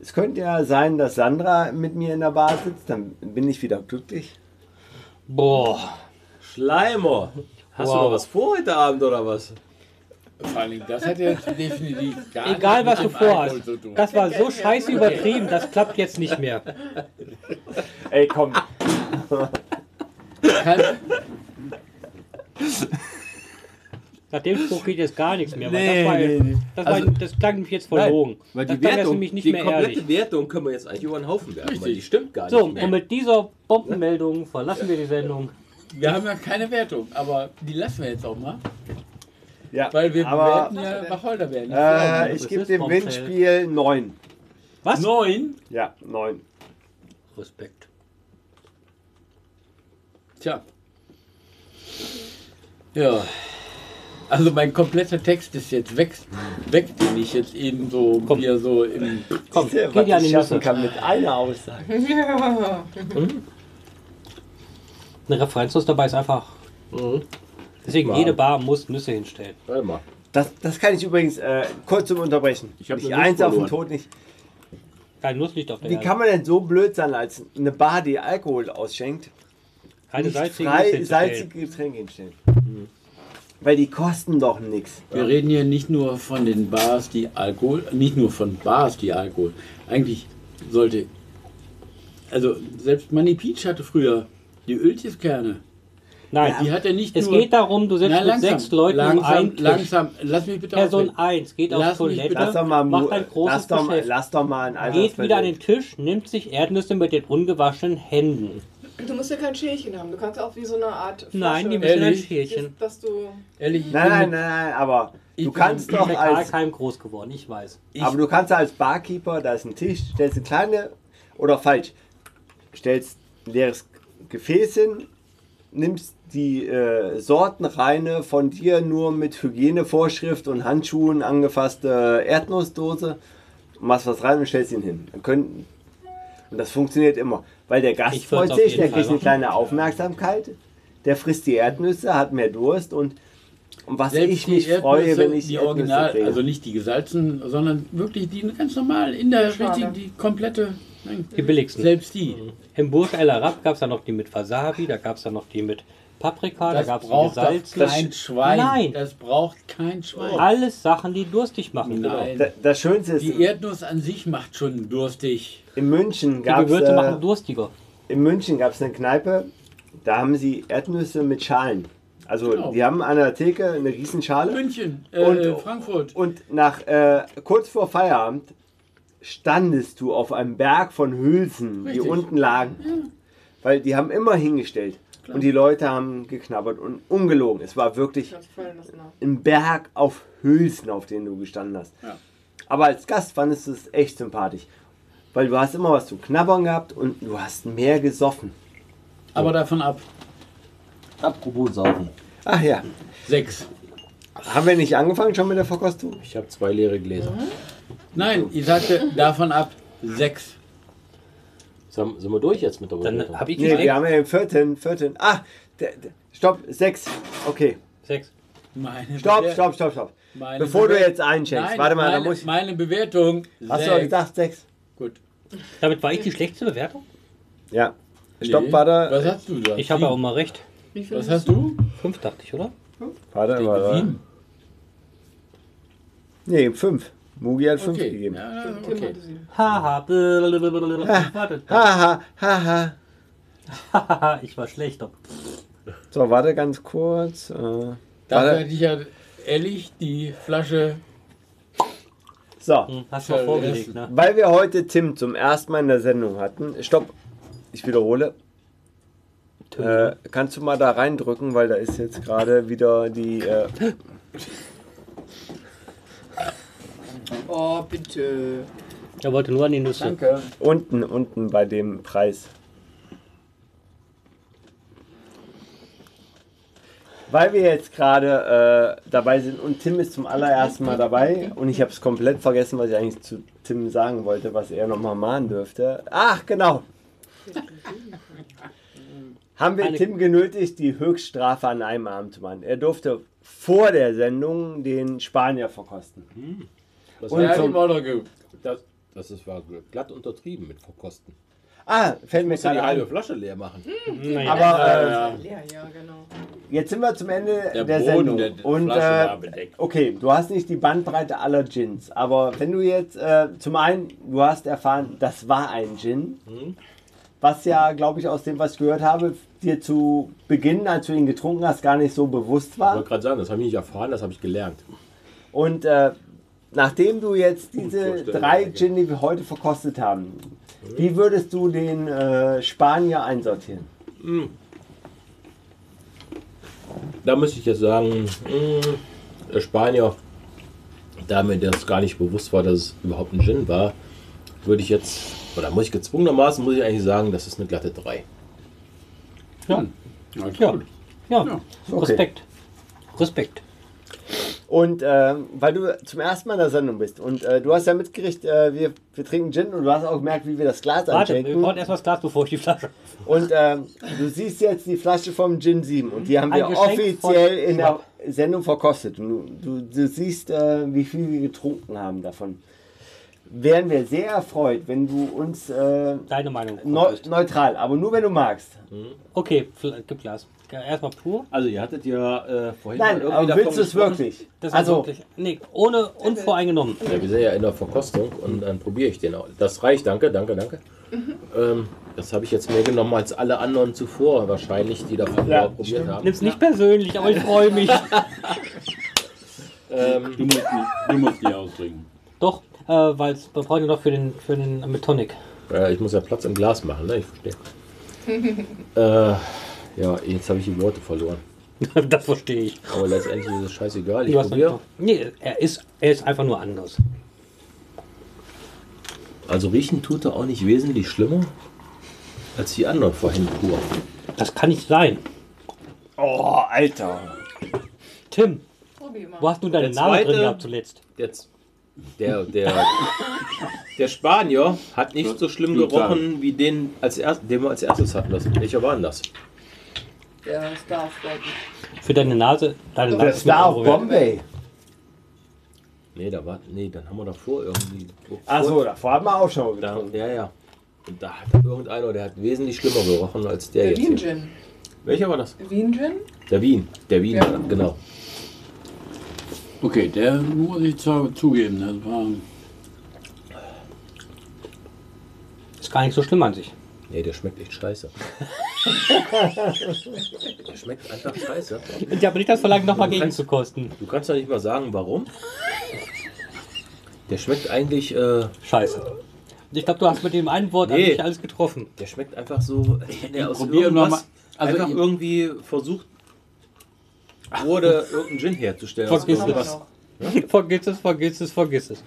Speaker 2: es könnte ja sein, dass Sandra mit mir in der Bar sitzt, dann bin ich wieder glücklich.
Speaker 3: Boah.
Speaker 5: Schleimer! Hast
Speaker 3: Wow.
Speaker 5: du noch was vor heute Abend oder was?
Speaker 1: Vor allen Dingen, das hat jetzt definitiv gar
Speaker 3: Egal, was
Speaker 1: nichts mit
Speaker 3: du
Speaker 1: dem Alkohol
Speaker 3: vorhast.
Speaker 1: zu tun.
Speaker 3: Das war so scheiße übertrieben, das klappt jetzt nicht mehr.
Speaker 2: Ey, komm.
Speaker 1: Kann,
Speaker 3: Nach dem Spruch geht jetzt gar nichts mehr. weil
Speaker 5: Nee,
Speaker 3: das, war,
Speaker 5: nee, nee.
Speaker 3: das,
Speaker 5: Also-
Speaker 3: war, das klang mich jetzt verlogen.
Speaker 5: weil
Speaker 3: das
Speaker 5: die
Speaker 3: klang jetzt
Speaker 5: Wertung,
Speaker 3: nämlich nicht
Speaker 5: die
Speaker 3: mehr
Speaker 5: komplette
Speaker 3: ehrlich.
Speaker 5: Wertung können wir jetzt eigentlich über den Haufen werfen, weil
Speaker 1: Richtig.
Speaker 5: die stimmt gar
Speaker 3: So,
Speaker 5: nicht mehr.
Speaker 3: und mit dieser Bombenmeldung verlassen wir die Sendung.
Speaker 1: wir haben ja keine Wertung, aber die lassen wir jetzt auch mal.
Speaker 2: Ja,
Speaker 1: Weil wir
Speaker 2: aber,
Speaker 1: werden ja Wacholder werden.
Speaker 2: äh,
Speaker 3: Das
Speaker 2: ich gebe
Speaker 3: ist
Speaker 2: dem
Speaker 3: vom Feld.
Speaker 2: Windspiel 9.
Speaker 3: Was?
Speaker 1: Neun?
Speaker 2: Ja, 9.
Speaker 3: Respekt.
Speaker 1: Tja. Ja. Also mein kompletter Text ist jetzt weg, weg den ich jetzt eben so
Speaker 3: Komm.
Speaker 1: hier so im.
Speaker 3: Komm,
Speaker 2: Siehst du,
Speaker 3: geh dir an
Speaker 2: was
Speaker 3: die
Speaker 2: ich schaffen
Speaker 3: Nüsse.
Speaker 2: kann mit einer Aussage.
Speaker 3: Eine Referenznuss dabei ist einfach...
Speaker 2: Mhm.
Speaker 3: Deswegen, jede Bar muss Nüsse hinstellen.
Speaker 5: Warte mal.
Speaker 2: Das, das kann ich übrigens äh, kurz zum Unterbrechen. Ich
Speaker 5: hab
Speaker 2: nicht
Speaker 5: eine Nuss
Speaker 2: eins auf den
Speaker 5: verloren.
Speaker 2: Tod nicht.
Speaker 3: Keine Nuss liegt auf der
Speaker 2: Wie
Speaker 3: Erde.
Speaker 2: kann man denn so blöd sein, als eine Bar, die Alkohol ausschenkt,
Speaker 3: Keine
Speaker 2: nicht
Speaker 3: salzige Nuss
Speaker 2: frei
Speaker 3: hinzustellen.
Speaker 2: salzige Getränke hinstellen? Weil die kosten doch nichts.
Speaker 1: Wir reden hier nicht nur von den Bars, die Alkohol, nicht nur von Bars, die Alkohol. Eigentlich sollte, also selbst Manny Peach hatte früher die Öltiskerne.
Speaker 3: Nein,
Speaker 1: Die hat er nicht
Speaker 3: es
Speaker 1: nur.
Speaker 3: geht darum, du sitzt
Speaker 1: Na,
Speaker 3: mit
Speaker 1: langsam,
Speaker 3: sechs Leuten um
Speaker 1: langsam,
Speaker 3: einen Tisch.
Speaker 1: langsam. Lass mich bitte
Speaker 3: Person
Speaker 1: ausreden.
Speaker 3: 1 geht
Speaker 1: Lass
Speaker 3: auf
Speaker 1: mich
Speaker 3: Toilette,
Speaker 1: bitte-
Speaker 2: Lass doch mal, Mu-
Speaker 3: macht ein großes
Speaker 2: lass doch, mal-
Speaker 3: Geschäft,
Speaker 2: lass doch mal ein
Speaker 3: geht wieder an den
Speaker 2: Einsatz-
Speaker 3: Tisch, nimmt sich Erdnüsse mit den ungewaschenen Händen.
Speaker 9: Du musst ja kein Schälchen haben. Du kannst auch wie so eine Art. Flasche,
Speaker 3: Nein, die müssen ein
Speaker 1: Ehrlich?
Speaker 3: Schälchen.
Speaker 9: Dass du.
Speaker 1: Ehrlich, ich
Speaker 2: Nein,
Speaker 1: bin
Speaker 2: nein, nein,
Speaker 1: mit-
Speaker 2: nein, aber
Speaker 1: Ich
Speaker 2: du
Speaker 1: bin-
Speaker 2: kannst
Speaker 3: Ich
Speaker 2: doch
Speaker 3: bin
Speaker 2: als
Speaker 3: keinem groß geworden, ich weiß.
Speaker 1: Ich-
Speaker 2: Aber du kannst als Barkeeper, da ist ein Tisch, stellst eine kleine, oder falsch, stellst ein leeres Gefäß hin, nimmst die äh, Sortenreine von dir nur mit Hygienevorschrift und Handschuhen angefasste Erdnussdose, machst was rein und stellst ihn hin. Dann können, und das funktioniert immer, weil der Gast
Speaker 3: Ich würd's
Speaker 2: freut
Speaker 3: auf
Speaker 2: sich,
Speaker 3: jeden
Speaker 2: der
Speaker 3: Fall
Speaker 2: kriegt eine
Speaker 3: machen.
Speaker 2: kleine Aufmerksamkeit, der frisst die Erdnüsse, hat mehr Durst und, und was
Speaker 1: selbst
Speaker 2: ich
Speaker 1: die
Speaker 2: mich freue,
Speaker 1: Erdnüsse,
Speaker 2: wenn ich
Speaker 1: die
Speaker 2: Erdnüsse
Speaker 1: Original,
Speaker 2: kriege.
Speaker 1: also nicht die gesalzen, sondern wirklich die ganz normal in der
Speaker 9: Schade.
Speaker 1: richtigen, die komplette. Nein,
Speaker 3: Die billigsten.
Speaker 1: selbst die.
Speaker 2: Mhm.
Speaker 3: Im Burj El Arab gab es dann noch die mit Wasabi, da gab es dann noch die mit Paprika,
Speaker 1: Das
Speaker 3: da gab es die
Speaker 1: braucht doch
Speaker 3: gesalzen.
Speaker 1: kein Schwein.
Speaker 3: Nein.
Speaker 1: Das braucht kein
Speaker 2: Oh.
Speaker 1: Schwein.
Speaker 3: Alles Sachen, die durstig machen.
Speaker 1: Nein.
Speaker 2: Da- das Schönste ist,
Speaker 1: Die Erdnuss an sich macht schon durstig.
Speaker 2: In München
Speaker 3: Die
Speaker 2: gab es
Speaker 3: Gewürze machen
Speaker 2: äh,
Speaker 3: durstiger.
Speaker 2: in München gab's eine Kneipe, da haben sie Erdnüsse mit Schalen. Also
Speaker 1: Genau.
Speaker 2: die haben an der Theke eine Riesenschale
Speaker 1: München, äh,
Speaker 2: Und-
Speaker 1: Frankfurt.
Speaker 2: und nach äh, kurz vor Feierabend standest du auf einem Berg von Hülsen, die
Speaker 1: Richtig.
Speaker 2: unten lagen. Weil die haben immer hingestellt. Und die Leute haben geknabbert und ungelogen. Es war wirklich
Speaker 9: Das ist voll das Nah.
Speaker 2: ein Berg auf Hülsen, auf denen du gestanden hast.
Speaker 1: Ja.
Speaker 2: Aber als Gast fandest du es echt sympathisch. Weil du hast immer was zu knabbern gehabt und du hast mehr gesoffen.
Speaker 1: Aber davon ab.
Speaker 6: Apropos Saufen.
Speaker 2: Ach ja.
Speaker 1: Sechs.
Speaker 2: Haben wir nicht angefangen schon mit der Verkostung?
Speaker 6: Ich habe zwei leere Gläser.
Speaker 1: Nein, ich sagte davon ab sechs.
Speaker 6: Sind sind wir durch jetzt mit der
Speaker 3: Dann
Speaker 6: Runde?
Speaker 3: habe ich
Speaker 2: Nee,
Speaker 3: geschenkt.
Speaker 2: wir haben ja den vierten, vierten. Ah, der, der, stopp, sechs. Okay,
Speaker 3: Sechs.
Speaker 1: Meine
Speaker 2: stopp,
Speaker 1: Bewer-
Speaker 2: stopp, stopp, stopp.
Speaker 1: meine
Speaker 2: Bevor du
Speaker 1: Bewer-
Speaker 2: jetzt einschenkst,
Speaker 1: Nein,
Speaker 2: warte mal,
Speaker 1: meine,
Speaker 2: da muss ich.
Speaker 1: meine Bewertung.
Speaker 2: Hast du doch
Speaker 1: sechs.
Speaker 2: gesagt sechs?
Speaker 1: Gut.
Speaker 3: Damit war ich die schlechteste Bewertung.
Speaker 2: Ja. Stopp,
Speaker 1: Nee.
Speaker 2: warte.
Speaker 1: Was hast du da?
Speaker 3: Ich habe ja auch
Speaker 1: Sieben.
Speaker 3: mal recht.
Speaker 9: Wie viel
Speaker 1: Was hast du?
Speaker 3: Fünf dachte ich, oder?
Speaker 2: Warte, warte.
Speaker 1: Sieben.
Speaker 2: Nee, fünf. Mugi hat fünf
Speaker 1: Okay.
Speaker 2: gegeben.
Speaker 1: Ja, ja,
Speaker 9: Tim
Speaker 1: okay.
Speaker 9: hatte sie.
Speaker 3: Haha. Warte.
Speaker 2: Haha, haha.
Speaker 3: Ich war schlechter.
Speaker 2: So, warte ganz kurz. Äh,
Speaker 1: Dafür
Speaker 2: warte.
Speaker 1: hätte ich ja ehrlich die Flasche.
Speaker 2: So,
Speaker 3: Hast du mal vorgelegt, ne?
Speaker 2: weil wir heute Tim zum ersten Mal in der Sendung hatten. Stopp, ich wiederhole. Äh, kannst du mal da reindrücken, weil da ist jetzt gerade wieder die. Äh,
Speaker 4: Oh, bitte.
Speaker 3: Er wollte nur an die Nüsse.
Speaker 1: Danke.
Speaker 2: Unten, unten bei dem Preis. Weil wir jetzt gerade äh, dabei sind und Tim ist zum allerersten Mal dabei und ich habe es komplett vergessen, was ich eigentlich zu Tim sagen wollte, was er nochmal mahnen dürfte. Ach, genau. Haben wir
Speaker 3: Eine-
Speaker 2: Tim genötigt, die Höchststrafe an einem Abend zu machen. Er durfte vor der Sendung den Spanier verkosten.
Speaker 6: Das,
Speaker 1: Ja,
Speaker 6: war,
Speaker 1: die Mordorge.
Speaker 6: das, das ist, war glatt untertrieben mit Verkosten.
Speaker 2: Ah, fällt mir
Speaker 6: Musst du die
Speaker 2: gerade
Speaker 6: halbe
Speaker 2: ein.
Speaker 6: Flasche leer machen.
Speaker 3: Naja.
Speaker 2: Aber äh,
Speaker 1: Ja,
Speaker 9: Ja, ja, genau.
Speaker 2: Jetzt sind wir zum Ende der,
Speaker 1: Der Boden
Speaker 2: Sendung.
Speaker 1: der Flasche
Speaker 2: und
Speaker 1: war
Speaker 2: äh,
Speaker 1: bedeckt.
Speaker 2: okay, du hast nicht die Bandbreite aller Gins, aber wenn du jetzt äh, zum einen, du hast erfahren, das war ein Gin,
Speaker 1: Mhm.
Speaker 2: was ja, glaube ich, aus dem, was ich gehört habe, dir zu Beginn, als du ihn getrunken hast, gar nicht so bewusst
Speaker 6: Ich
Speaker 2: war.
Speaker 6: wollte gerade sagen, das habe ich nicht erfahren, das habe ich gelernt.
Speaker 2: Und äh, nachdem du jetzt diese
Speaker 1: Unvorstellbar,
Speaker 2: drei
Speaker 1: danke. Mhm.
Speaker 2: Gin, die wir heute verkostet haben, wie würdest du den äh, Spanier einsortieren?
Speaker 6: Da müsste ich jetzt sagen, mh, der Spanier, da mir das gar nicht bewusst war, dass es überhaupt ein Gin war, würde ich jetzt, oder muss ich gezwungenermaßen, muss ich eigentlich sagen, das ist eine glatte 3.
Speaker 1: Alles
Speaker 3: Ja.
Speaker 1: gut.
Speaker 3: Ja.
Speaker 2: Okay.
Speaker 3: Respekt. Respekt.
Speaker 2: Und äh, weil du zum ersten Mal in der Sendung bist und äh, du hast ja mitgerichtet, äh, wir, wir trinken Gin und du hast auch gemerkt, wie wir das Glas
Speaker 3: Warte, wir
Speaker 2: anschenken.
Speaker 3: brauchen erstmal das Glas, bevor ich die Flasche.
Speaker 2: Und äh, du siehst jetzt die Flasche vom Gin 7 und die haben
Speaker 3: Ein
Speaker 2: wir
Speaker 3: Geschenk
Speaker 2: offiziell
Speaker 3: von Genau.
Speaker 2: in der Sendung verkostet. Und du, du, du siehst, äh, wie viel wir getrunken haben davon. Wären wir sehr erfreut, wenn du uns äh,
Speaker 3: Deine Meinung.
Speaker 2: neu, neutral, aber nur wenn du magst.
Speaker 3: Okay, Fl- gib Glas. Erstmal pur.
Speaker 6: Also ihr hattet ja äh, vorhin
Speaker 2: Nein,
Speaker 6: mal irgendwie
Speaker 2: aber
Speaker 6: davon
Speaker 2: willst du es
Speaker 6: gesprochen.
Speaker 2: wirklich?
Speaker 3: Das ist
Speaker 2: also,
Speaker 3: wirklich. Nee, ohne unvoreingenommen.
Speaker 6: Ja, wir sind ja in der Verkostung und dann probiere ich den auch. Das reicht, danke, danke, danke. Ähm, das habe ich jetzt mehr genommen als alle anderen zuvor wahrscheinlich, die davon
Speaker 2: Ja,
Speaker 6: probiert haben.
Speaker 3: Nimm's nicht persönlich, aber ich freue mich.
Speaker 6: Ähm,
Speaker 1: Du, musst die, du musst die austrinken.
Speaker 3: Doch, äh, weil es wir brauchen ja noch für den, für den mit Tonic.
Speaker 6: Ja, ich muss ja Platz im Glas machen, ne? Ich verstehe. äh, ja, jetzt habe ich die Worte verloren.
Speaker 3: das verstehe ich.
Speaker 6: Aber letztendlich ist es scheißegal. Ich
Speaker 3: Du hast
Speaker 6: probiere.
Speaker 3: noch- nee, er ist, er ist einfach nur anders.
Speaker 6: Also riechen tut er auch nicht wesentlich schlimmer als die anderen vorhin pur.
Speaker 3: Das kann nicht sein.
Speaker 2: oh, Alter.
Speaker 3: Tim,
Speaker 9: Probier mal.
Speaker 3: wo hast du deine
Speaker 6: Der
Speaker 3: Nase drin
Speaker 6: zweite-
Speaker 3: gehabt zuletzt?
Speaker 6: Jetzt. Der, der, der Spanier hat nicht so schlimm
Speaker 1: Blutan.
Speaker 6: gerochen wie den, als erst, den wir als erstes hatten. Das, welcher war denn das?
Speaker 9: Ja, das darf, glaub ich.
Speaker 3: Für deine Nase? Deine Nase
Speaker 2: Der
Speaker 3: mir
Speaker 2: Star auf
Speaker 3: auch wert.
Speaker 2: Bombay.
Speaker 6: Nee, da war, nee, dann haben wir davor irgendwie.
Speaker 2: Achso, davor haben wir auch schon mal
Speaker 6: Da,
Speaker 2: getrunken.
Speaker 6: ja, ja. Und da hat irgendeiner, der hat wesentlich schlimmer gerochen als der,
Speaker 9: Der
Speaker 6: jetzt.
Speaker 9: Wien
Speaker 6: Hier.
Speaker 9: Gin.
Speaker 6: Welcher war das?
Speaker 9: Wien Gin?
Speaker 6: Der Wien. Der Wien,
Speaker 9: Ja.
Speaker 6: genau.
Speaker 1: Okay, der muss ich zu, zugeben. Das war.
Speaker 3: Ist gar nicht so schlimm an sich.
Speaker 6: Nee, der schmeckt echt scheiße. der schmeckt einfach scheiße.
Speaker 3: Ich habe nicht das Verlangen, nochmal gegen zu kosten.
Speaker 6: Du kannst doch nicht mal sagen, warum. Der schmeckt eigentlich, äh,
Speaker 3: Scheiße. Ich glaube, du hast mit dem einen Wort
Speaker 6: Nee.
Speaker 3: eigentlich alles getroffen.
Speaker 6: Der schmeckt einfach so, als wenn
Speaker 5: Ich
Speaker 6: der aus
Speaker 5: probiere noch
Speaker 6: irgendwas
Speaker 5: mal- also
Speaker 6: einfach
Speaker 5: ich-
Speaker 6: irgendwie versucht wurde, irgendeinen Gin herzustellen. aus
Speaker 3: Vergiss
Speaker 6: irgendwas.
Speaker 3: es. Vergiss es, vergiss es, vergiss es.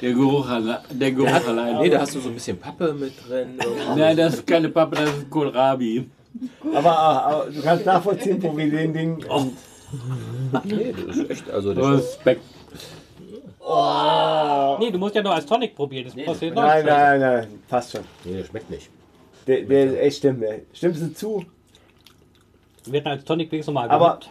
Speaker 5: Der Geruch, alle- der Geruch
Speaker 6: Der hat,
Speaker 5: allein.
Speaker 6: nee, da hast du so ein bisschen Pappe mit drin. irgendwie.
Speaker 5: Nein, das ist keine Pappe, das ist Kohlrabi.
Speaker 2: Aber, aber du kannst nachvollziehen, wo wir den Ding.
Speaker 6: Nee, das ist echt, also der schmeckt-
Speaker 5: Respekt.
Speaker 3: Nee, du musst ja noch als Tonic probieren. Das passiert noch.
Speaker 2: Nein, nein, nein, passt schon.
Speaker 6: nee, der schmeckt nicht.
Speaker 2: Der, der, ey, stimmt, ey. Stimmst du zu?
Speaker 3: Wir hätten als Tonic wenigstens normal
Speaker 2: Aber
Speaker 3: gehabt.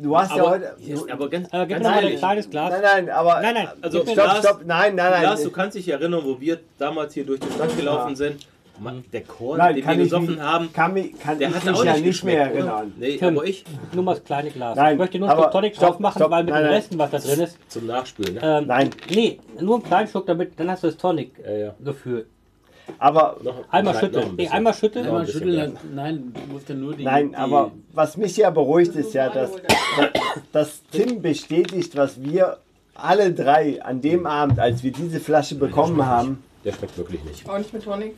Speaker 2: du hast ja
Speaker 6: Aber,
Speaker 2: heute.
Speaker 6: aber ganz,
Speaker 3: Aber gib mir
Speaker 6: ganz
Speaker 3: noch mal
Speaker 6: ehrlich,
Speaker 3: ein kleines Glas.
Speaker 2: Nein, nein, aber.
Speaker 3: Nein, nein,
Speaker 6: also
Speaker 3: gib mir-
Speaker 2: Stopp,
Speaker 6: Lars-
Speaker 2: stopp, nein, nein, nein.
Speaker 6: Lars, du kannst dich erinnern, wo wir damals hier durch die Stadt gelaufen sind. Mann, der Korn,
Speaker 2: nein,
Speaker 6: den wir
Speaker 2: kann ich
Speaker 6: gesoffen
Speaker 2: nicht-
Speaker 6: haben,
Speaker 2: Kann, mich- kann
Speaker 6: der
Speaker 2: ich
Speaker 6: hat
Speaker 2: mich
Speaker 6: auch
Speaker 2: ja
Speaker 6: nicht,
Speaker 2: nicht mehr genau.
Speaker 6: geschmeckt, oder?
Speaker 2: erinnern.
Speaker 6: Nee,
Speaker 3: Tim.
Speaker 6: aber ich
Speaker 3: Nur mal das kleine Glas.
Speaker 2: Nein,
Speaker 3: ich möchte nur noch
Speaker 2: aber-
Speaker 3: Tonic
Speaker 2: stopp,
Speaker 3: drauf machen,
Speaker 2: stopp,
Speaker 3: weil mit
Speaker 2: nein,
Speaker 3: dem
Speaker 2: nein.
Speaker 3: Resten, was da drin ist.
Speaker 6: zum Nachspülen. Ne?
Speaker 3: Ähm,
Speaker 2: Nein.
Speaker 3: Nee, nur einen kleinen Schluck damit, dann hast du das
Speaker 6: Ja, ja.
Speaker 3: Tonic-Gefühl.
Speaker 2: Aber.
Speaker 6: Noch-
Speaker 3: Einmal
Speaker 6: noch
Speaker 3: schütteln.
Speaker 6: ein
Speaker 3: nee,
Speaker 6: bisschen.
Speaker 3: einmal schütteln.
Speaker 6: Ja.
Speaker 5: Einmal schütteln, dann- nein, du musst ja nur die.
Speaker 2: Nein,
Speaker 5: die,
Speaker 2: aber was mich ja beruhigt, ist ja, dass, dass Tim bestätigt, was wir alle drei an dem
Speaker 6: Hm.
Speaker 2: Abend, als wir diese Flasche bekommen haben.
Speaker 6: Der schmeckt wirklich nicht.
Speaker 4: Auch nicht mit Tonic.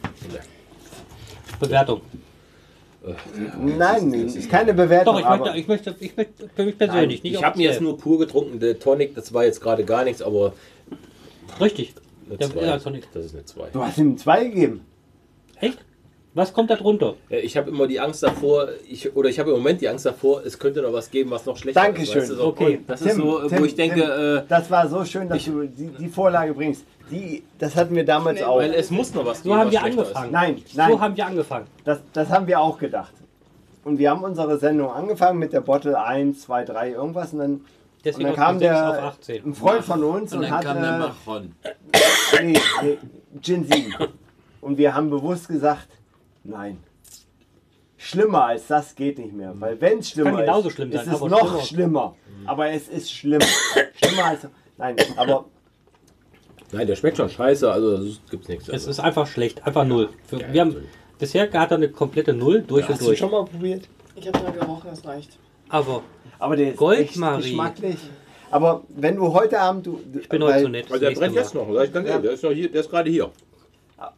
Speaker 3: Bewertung.
Speaker 6: Oh,
Speaker 2: Nein, keine Bewertung.
Speaker 3: Doch, ich
Speaker 2: aber
Speaker 3: möchte, ich möchte, ich möchte für mich persönlich Also nicht.
Speaker 6: Ich habe mir jetzt
Speaker 3: offiziell.
Speaker 6: nur pur getrunken. Der Tonic, das war jetzt gerade gar nichts, aber
Speaker 3: Richtig.
Speaker 6: eine
Speaker 3: Der ist
Speaker 6: zwei.
Speaker 3: als Tonic.
Speaker 6: Das ist eine 2.
Speaker 2: du hast ihm zwei gegeben.
Speaker 3: Echt? Was kommt da drunter?
Speaker 6: Äh, Ich habe immer die Angst davor, ich, oder ich habe im Moment die Angst davor, es könnte noch was geben, was noch schlechter
Speaker 2: Dankeschön.
Speaker 6: ist. Weißt du, so,
Speaker 3: Okay.
Speaker 6: Das ist
Speaker 2: Tim,
Speaker 6: so, äh, wo
Speaker 2: Tim,
Speaker 6: ich denke,
Speaker 2: Tim,
Speaker 6: äh,
Speaker 2: das war so schön, dass du die, die Vorlage bringst. Die, das hatten wir damals auch.
Speaker 6: weil äh, es muss noch was
Speaker 3: So
Speaker 6: geben.
Speaker 3: haben
Speaker 6: was
Speaker 3: wir
Speaker 6: schlechter
Speaker 3: angefangen.
Speaker 2: Nein, nein,
Speaker 3: So haben wir angefangen.
Speaker 2: das, das haben wir auch gedacht. Und wir haben unsere Sendung angefangen mit der Bottle 1, 2, 3, irgendwas. Und dann, und
Speaker 3: Deswegen
Speaker 2: dann
Speaker 3: aus
Speaker 2: kam
Speaker 3: 6
Speaker 2: der,
Speaker 3: auf 18.
Speaker 2: ein Freund von uns
Speaker 5: und
Speaker 2: und,
Speaker 5: dann
Speaker 2: hat
Speaker 5: kam der
Speaker 2: äh,
Speaker 5: Machon.
Speaker 2: nee, nee, Gin 7. Und wir haben bewusst gesagt, nein. Schlimmer als das geht nicht mehr. Weil wenn es schlimmer
Speaker 3: genauso
Speaker 2: ist,
Speaker 3: schlimm
Speaker 2: ist
Speaker 3: sein,
Speaker 2: es
Speaker 3: aber
Speaker 2: noch schlimmer.
Speaker 3: schlimmer.
Speaker 2: Aber es ist schlimm. schlimmer als... Nein, aber
Speaker 6: ist. Nein, der schmeckt schon scheiße, also das ist- gibt's nichts.
Speaker 3: Es
Speaker 6: Also.
Speaker 3: ist einfach schlecht, einfach null. Für,
Speaker 6: Ja,
Speaker 3: wir haben,
Speaker 6: natürlich.
Speaker 3: bisher hat er eine komplette Null durch und durch.
Speaker 2: mal probiert?
Speaker 4: Ich habe da gerochen, das reicht.
Speaker 3: Aber
Speaker 2: Aber der ist
Speaker 3: Gold,
Speaker 2: echt
Speaker 3: Marie.
Speaker 2: geschmacklich. Aber wenn du heute Abend... Du,
Speaker 3: ich bin heute
Speaker 2: weil-
Speaker 3: so nett.
Speaker 6: Also der
Speaker 3: Nächstes
Speaker 6: brennt
Speaker 3: Mal.
Speaker 6: jetzt noch, sag ich ganz ehrlich, der ist, noch hier, der ist gerade hier.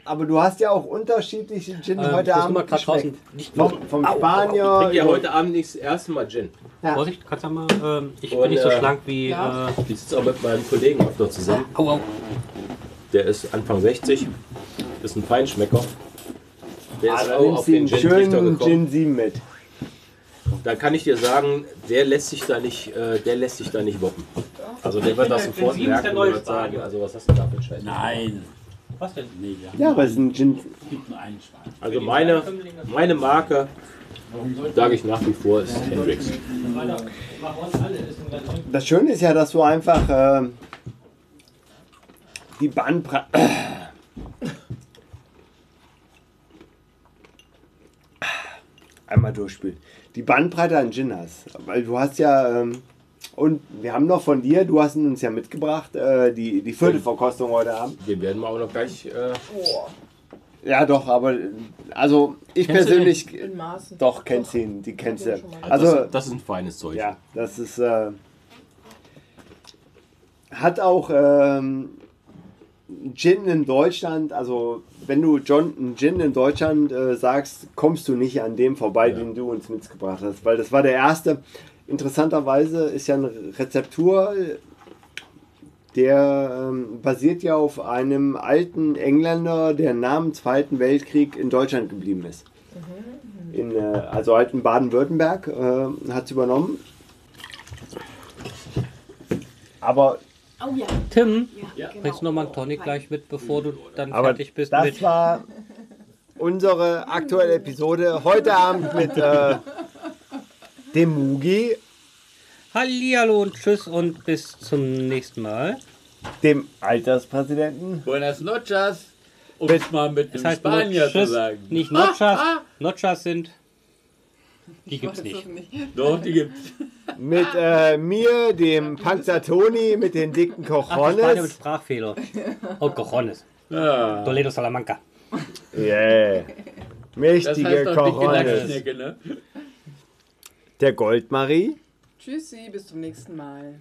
Speaker 2: Aber du hast ja auch unterschiedliche Gin
Speaker 3: Ähm,
Speaker 2: heute
Speaker 3: ich muss
Speaker 2: Abend
Speaker 3: immer grad
Speaker 2: geschmeckt.
Speaker 3: draußen- nicht-
Speaker 2: Vom, vom
Speaker 6: Ich
Speaker 2: Spanier...
Speaker 6: trinke ja heute Abend nicht das erste Mal Gin.
Speaker 2: Ja.
Speaker 3: Vorsicht, kannst du mal. Ähm, ich
Speaker 6: Und,
Speaker 3: bin nicht so
Speaker 6: äh,
Speaker 3: schlank wie.
Speaker 4: ja.
Speaker 3: Äh,
Speaker 6: Ich sitze auch mit meinem Kollegen oft noch zusammen.
Speaker 3: au, au.
Speaker 6: Der ist Anfang 60, ist ein Feinschmecker. Der ist
Speaker 2: Ah,
Speaker 6: auch auf den Gin-Trichter
Speaker 2: schönen
Speaker 6: gekommen.
Speaker 2: Gin 7 mit.
Speaker 6: Da kann ich dir sagen, der lässt sich da nicht, äh, der lässt sich da nicht woppen. Also der wird das
Speaker 3: Wenn
Speaker 6: sofort
Speaker 3: Sie ihm der
Speaker 6: merken
Speaker 3: neue
Speaker 6: und wird
Speaker 3: Spanien.
Speaker 6: sagen, also was hast du da für einen Scheiß?
Speaker 5: Nein,
Speaker 3: Was denn?
Speaker 5: nee, wir haben
Speaker 2: Ja, aber es ist ein Gin...
Speaker 5: nur einen Schwein.
Speaker 6: Also meine, meine Marke, sage ich nach wie vor, ist Hendrix.
Speaker 2: Das Schöne ist ja, dass du einfach ähm, die Bandbreite... Einmal durchspielen. Die Bandbreite an Gin hast. Weil du hast ja... Ähm, und wir haben noch von dir, du hast uns ja mitgebracht, äh, die, die vierte Verkostung heute Abend.
Speaker 6: Den werden wir auch noch gleich... Äh,
Speaker 2: Ja, doch, aber also ich
Speaker 5: Kennst du
Speaker 2: persönlich
Speaker 4: In Maßen.
Speaker 2: doch kennst ihn, die kennst du.
Speaker 4: Schon mal.
Speaker 2: Also
Speaker 6: das, das ist ein feines Zeug.
Speaker 2: ja, das ist äh, hat auch ähm, Gin in Deutschland, also wenn du John einen Gin in Deutschland äh, sagst, kommst du nicht an dem vorbei, den du uns mitgebracht hast, weil das war der erste. Interessanterweise ist ja eine Rezeptur, der ähm, basiert ja auf einem alten Engländer, der nach dem Zweiten Weltkrieg in Deutschland geblieben ist. In, äh, also alten Baden-Württemberg äh, hat es übernommen. Aber
Speaker 13: Oh ja.
Speaker 3: Tim,
Speaker 13: ja genau.
Speaker 3: bringst du nochmal einen Tonic gleich mit, bevor du dann
Speaker 2: Aber
Speaker 3: fertig bist
Speaker 2: das
Speaker 3: mit.
Speaker 2: war unsere aktuelle Episode heute Abend mit äh, dem Mugi,
Speaker 3: Hallihallo und tschüss und bis zum nächsten Mal.
Speaker 2: dem Alterspräsidenten.
Speaker 5: Buenas noches, um es mal mit
Speaker 3: Das
Speaker 5: dem
Speaker 3: heißt nur
Speaker 5: Spanier zu
Speaker 3: tschüss,
Speaker 5: sagen. Ah,
Speaker 3: nicht Notchas. Notchas sind. Die gibt's
Speaker 4: Weiß
Speaker 3: nicht.
Speaker 4: das nicht.
Speaker 5: Doch, die gibt's.
Speaker 2: Mit äh, mir, dem Panzertoni, mit den dicken
Speaker 3: Ach, das war der mit
Speaker 2: Cojones.
Speaker 3: Sprachfehler. Oh, Cojones.
Speaker 5: Ja.
Speaker 3: Toledo Salamanca.
Speaker 2: Yeah.
Speaker 5: Das
Speaker 2: Mächtige
Speaker 5: heißt doch dicke
Speaker 2: Cojones.
Speaker 5: Nacktschnecke, ne?
Speaker 2: Der Goldmarie.
Speaker 4: Tschüssi, bis zum nächsten Mal.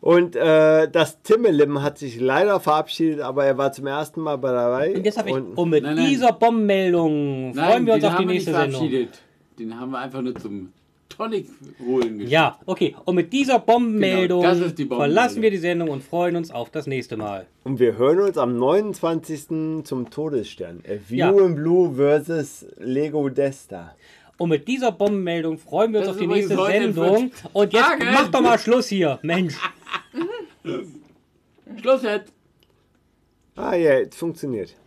Speaker 2: Und äh, das Timmelim hat sich leider verabschiedet, aber er war zum ersten Mal bei dabei.
Speaker 3: Und jetzt habe ich,
Speaker 2: Und-
Speaker 3: und mit
Speaker 5: Nein, nein.
Speaker 3: dieser Bombenmeldung freuen
Speaker 5: Nein,
Speaker 3: wir uns
Speaker 5: den
Speaker 3: auf
Speaker 5: haben
Speaker 3: die nächste
Speaker 5: wir nicht
Speaker 3: Sendung.
Speaker 5: verabschiedet. Den haben wir einfach nur zum Tonic holen geschickt.
Speaker 3: Ja, okay. Und mit dieser Bombenmeldung
Speaker 5: Genau, das ist die Bombenmeldung.
Speaker 3: verlassen wir die Sendung und freuen uns auf das nächste Mal.
Speaker 2: Und wir hören uns am 29. zum Todesstern. A View
Speaker 3: Ja.
Speaker 2: in Blue versus Lego Desta.
Speaker 3: Und mit dieser Bombenmeldung freuen wir uns
Speaker 5: Das
Speaker 3: auf
Speaker 5: ist
Speaker 3: die nächste
Speaker 5: übrigens heute in
Speaker 3: Sendung. Und jetzt
Speaker 5: Tagen.
Speaker 3: mach doch mal Schluss hier, Mensch.
Speaker 5: Schluss jetzt!
Speaker 2: Ah ja, jetzt funktioniert.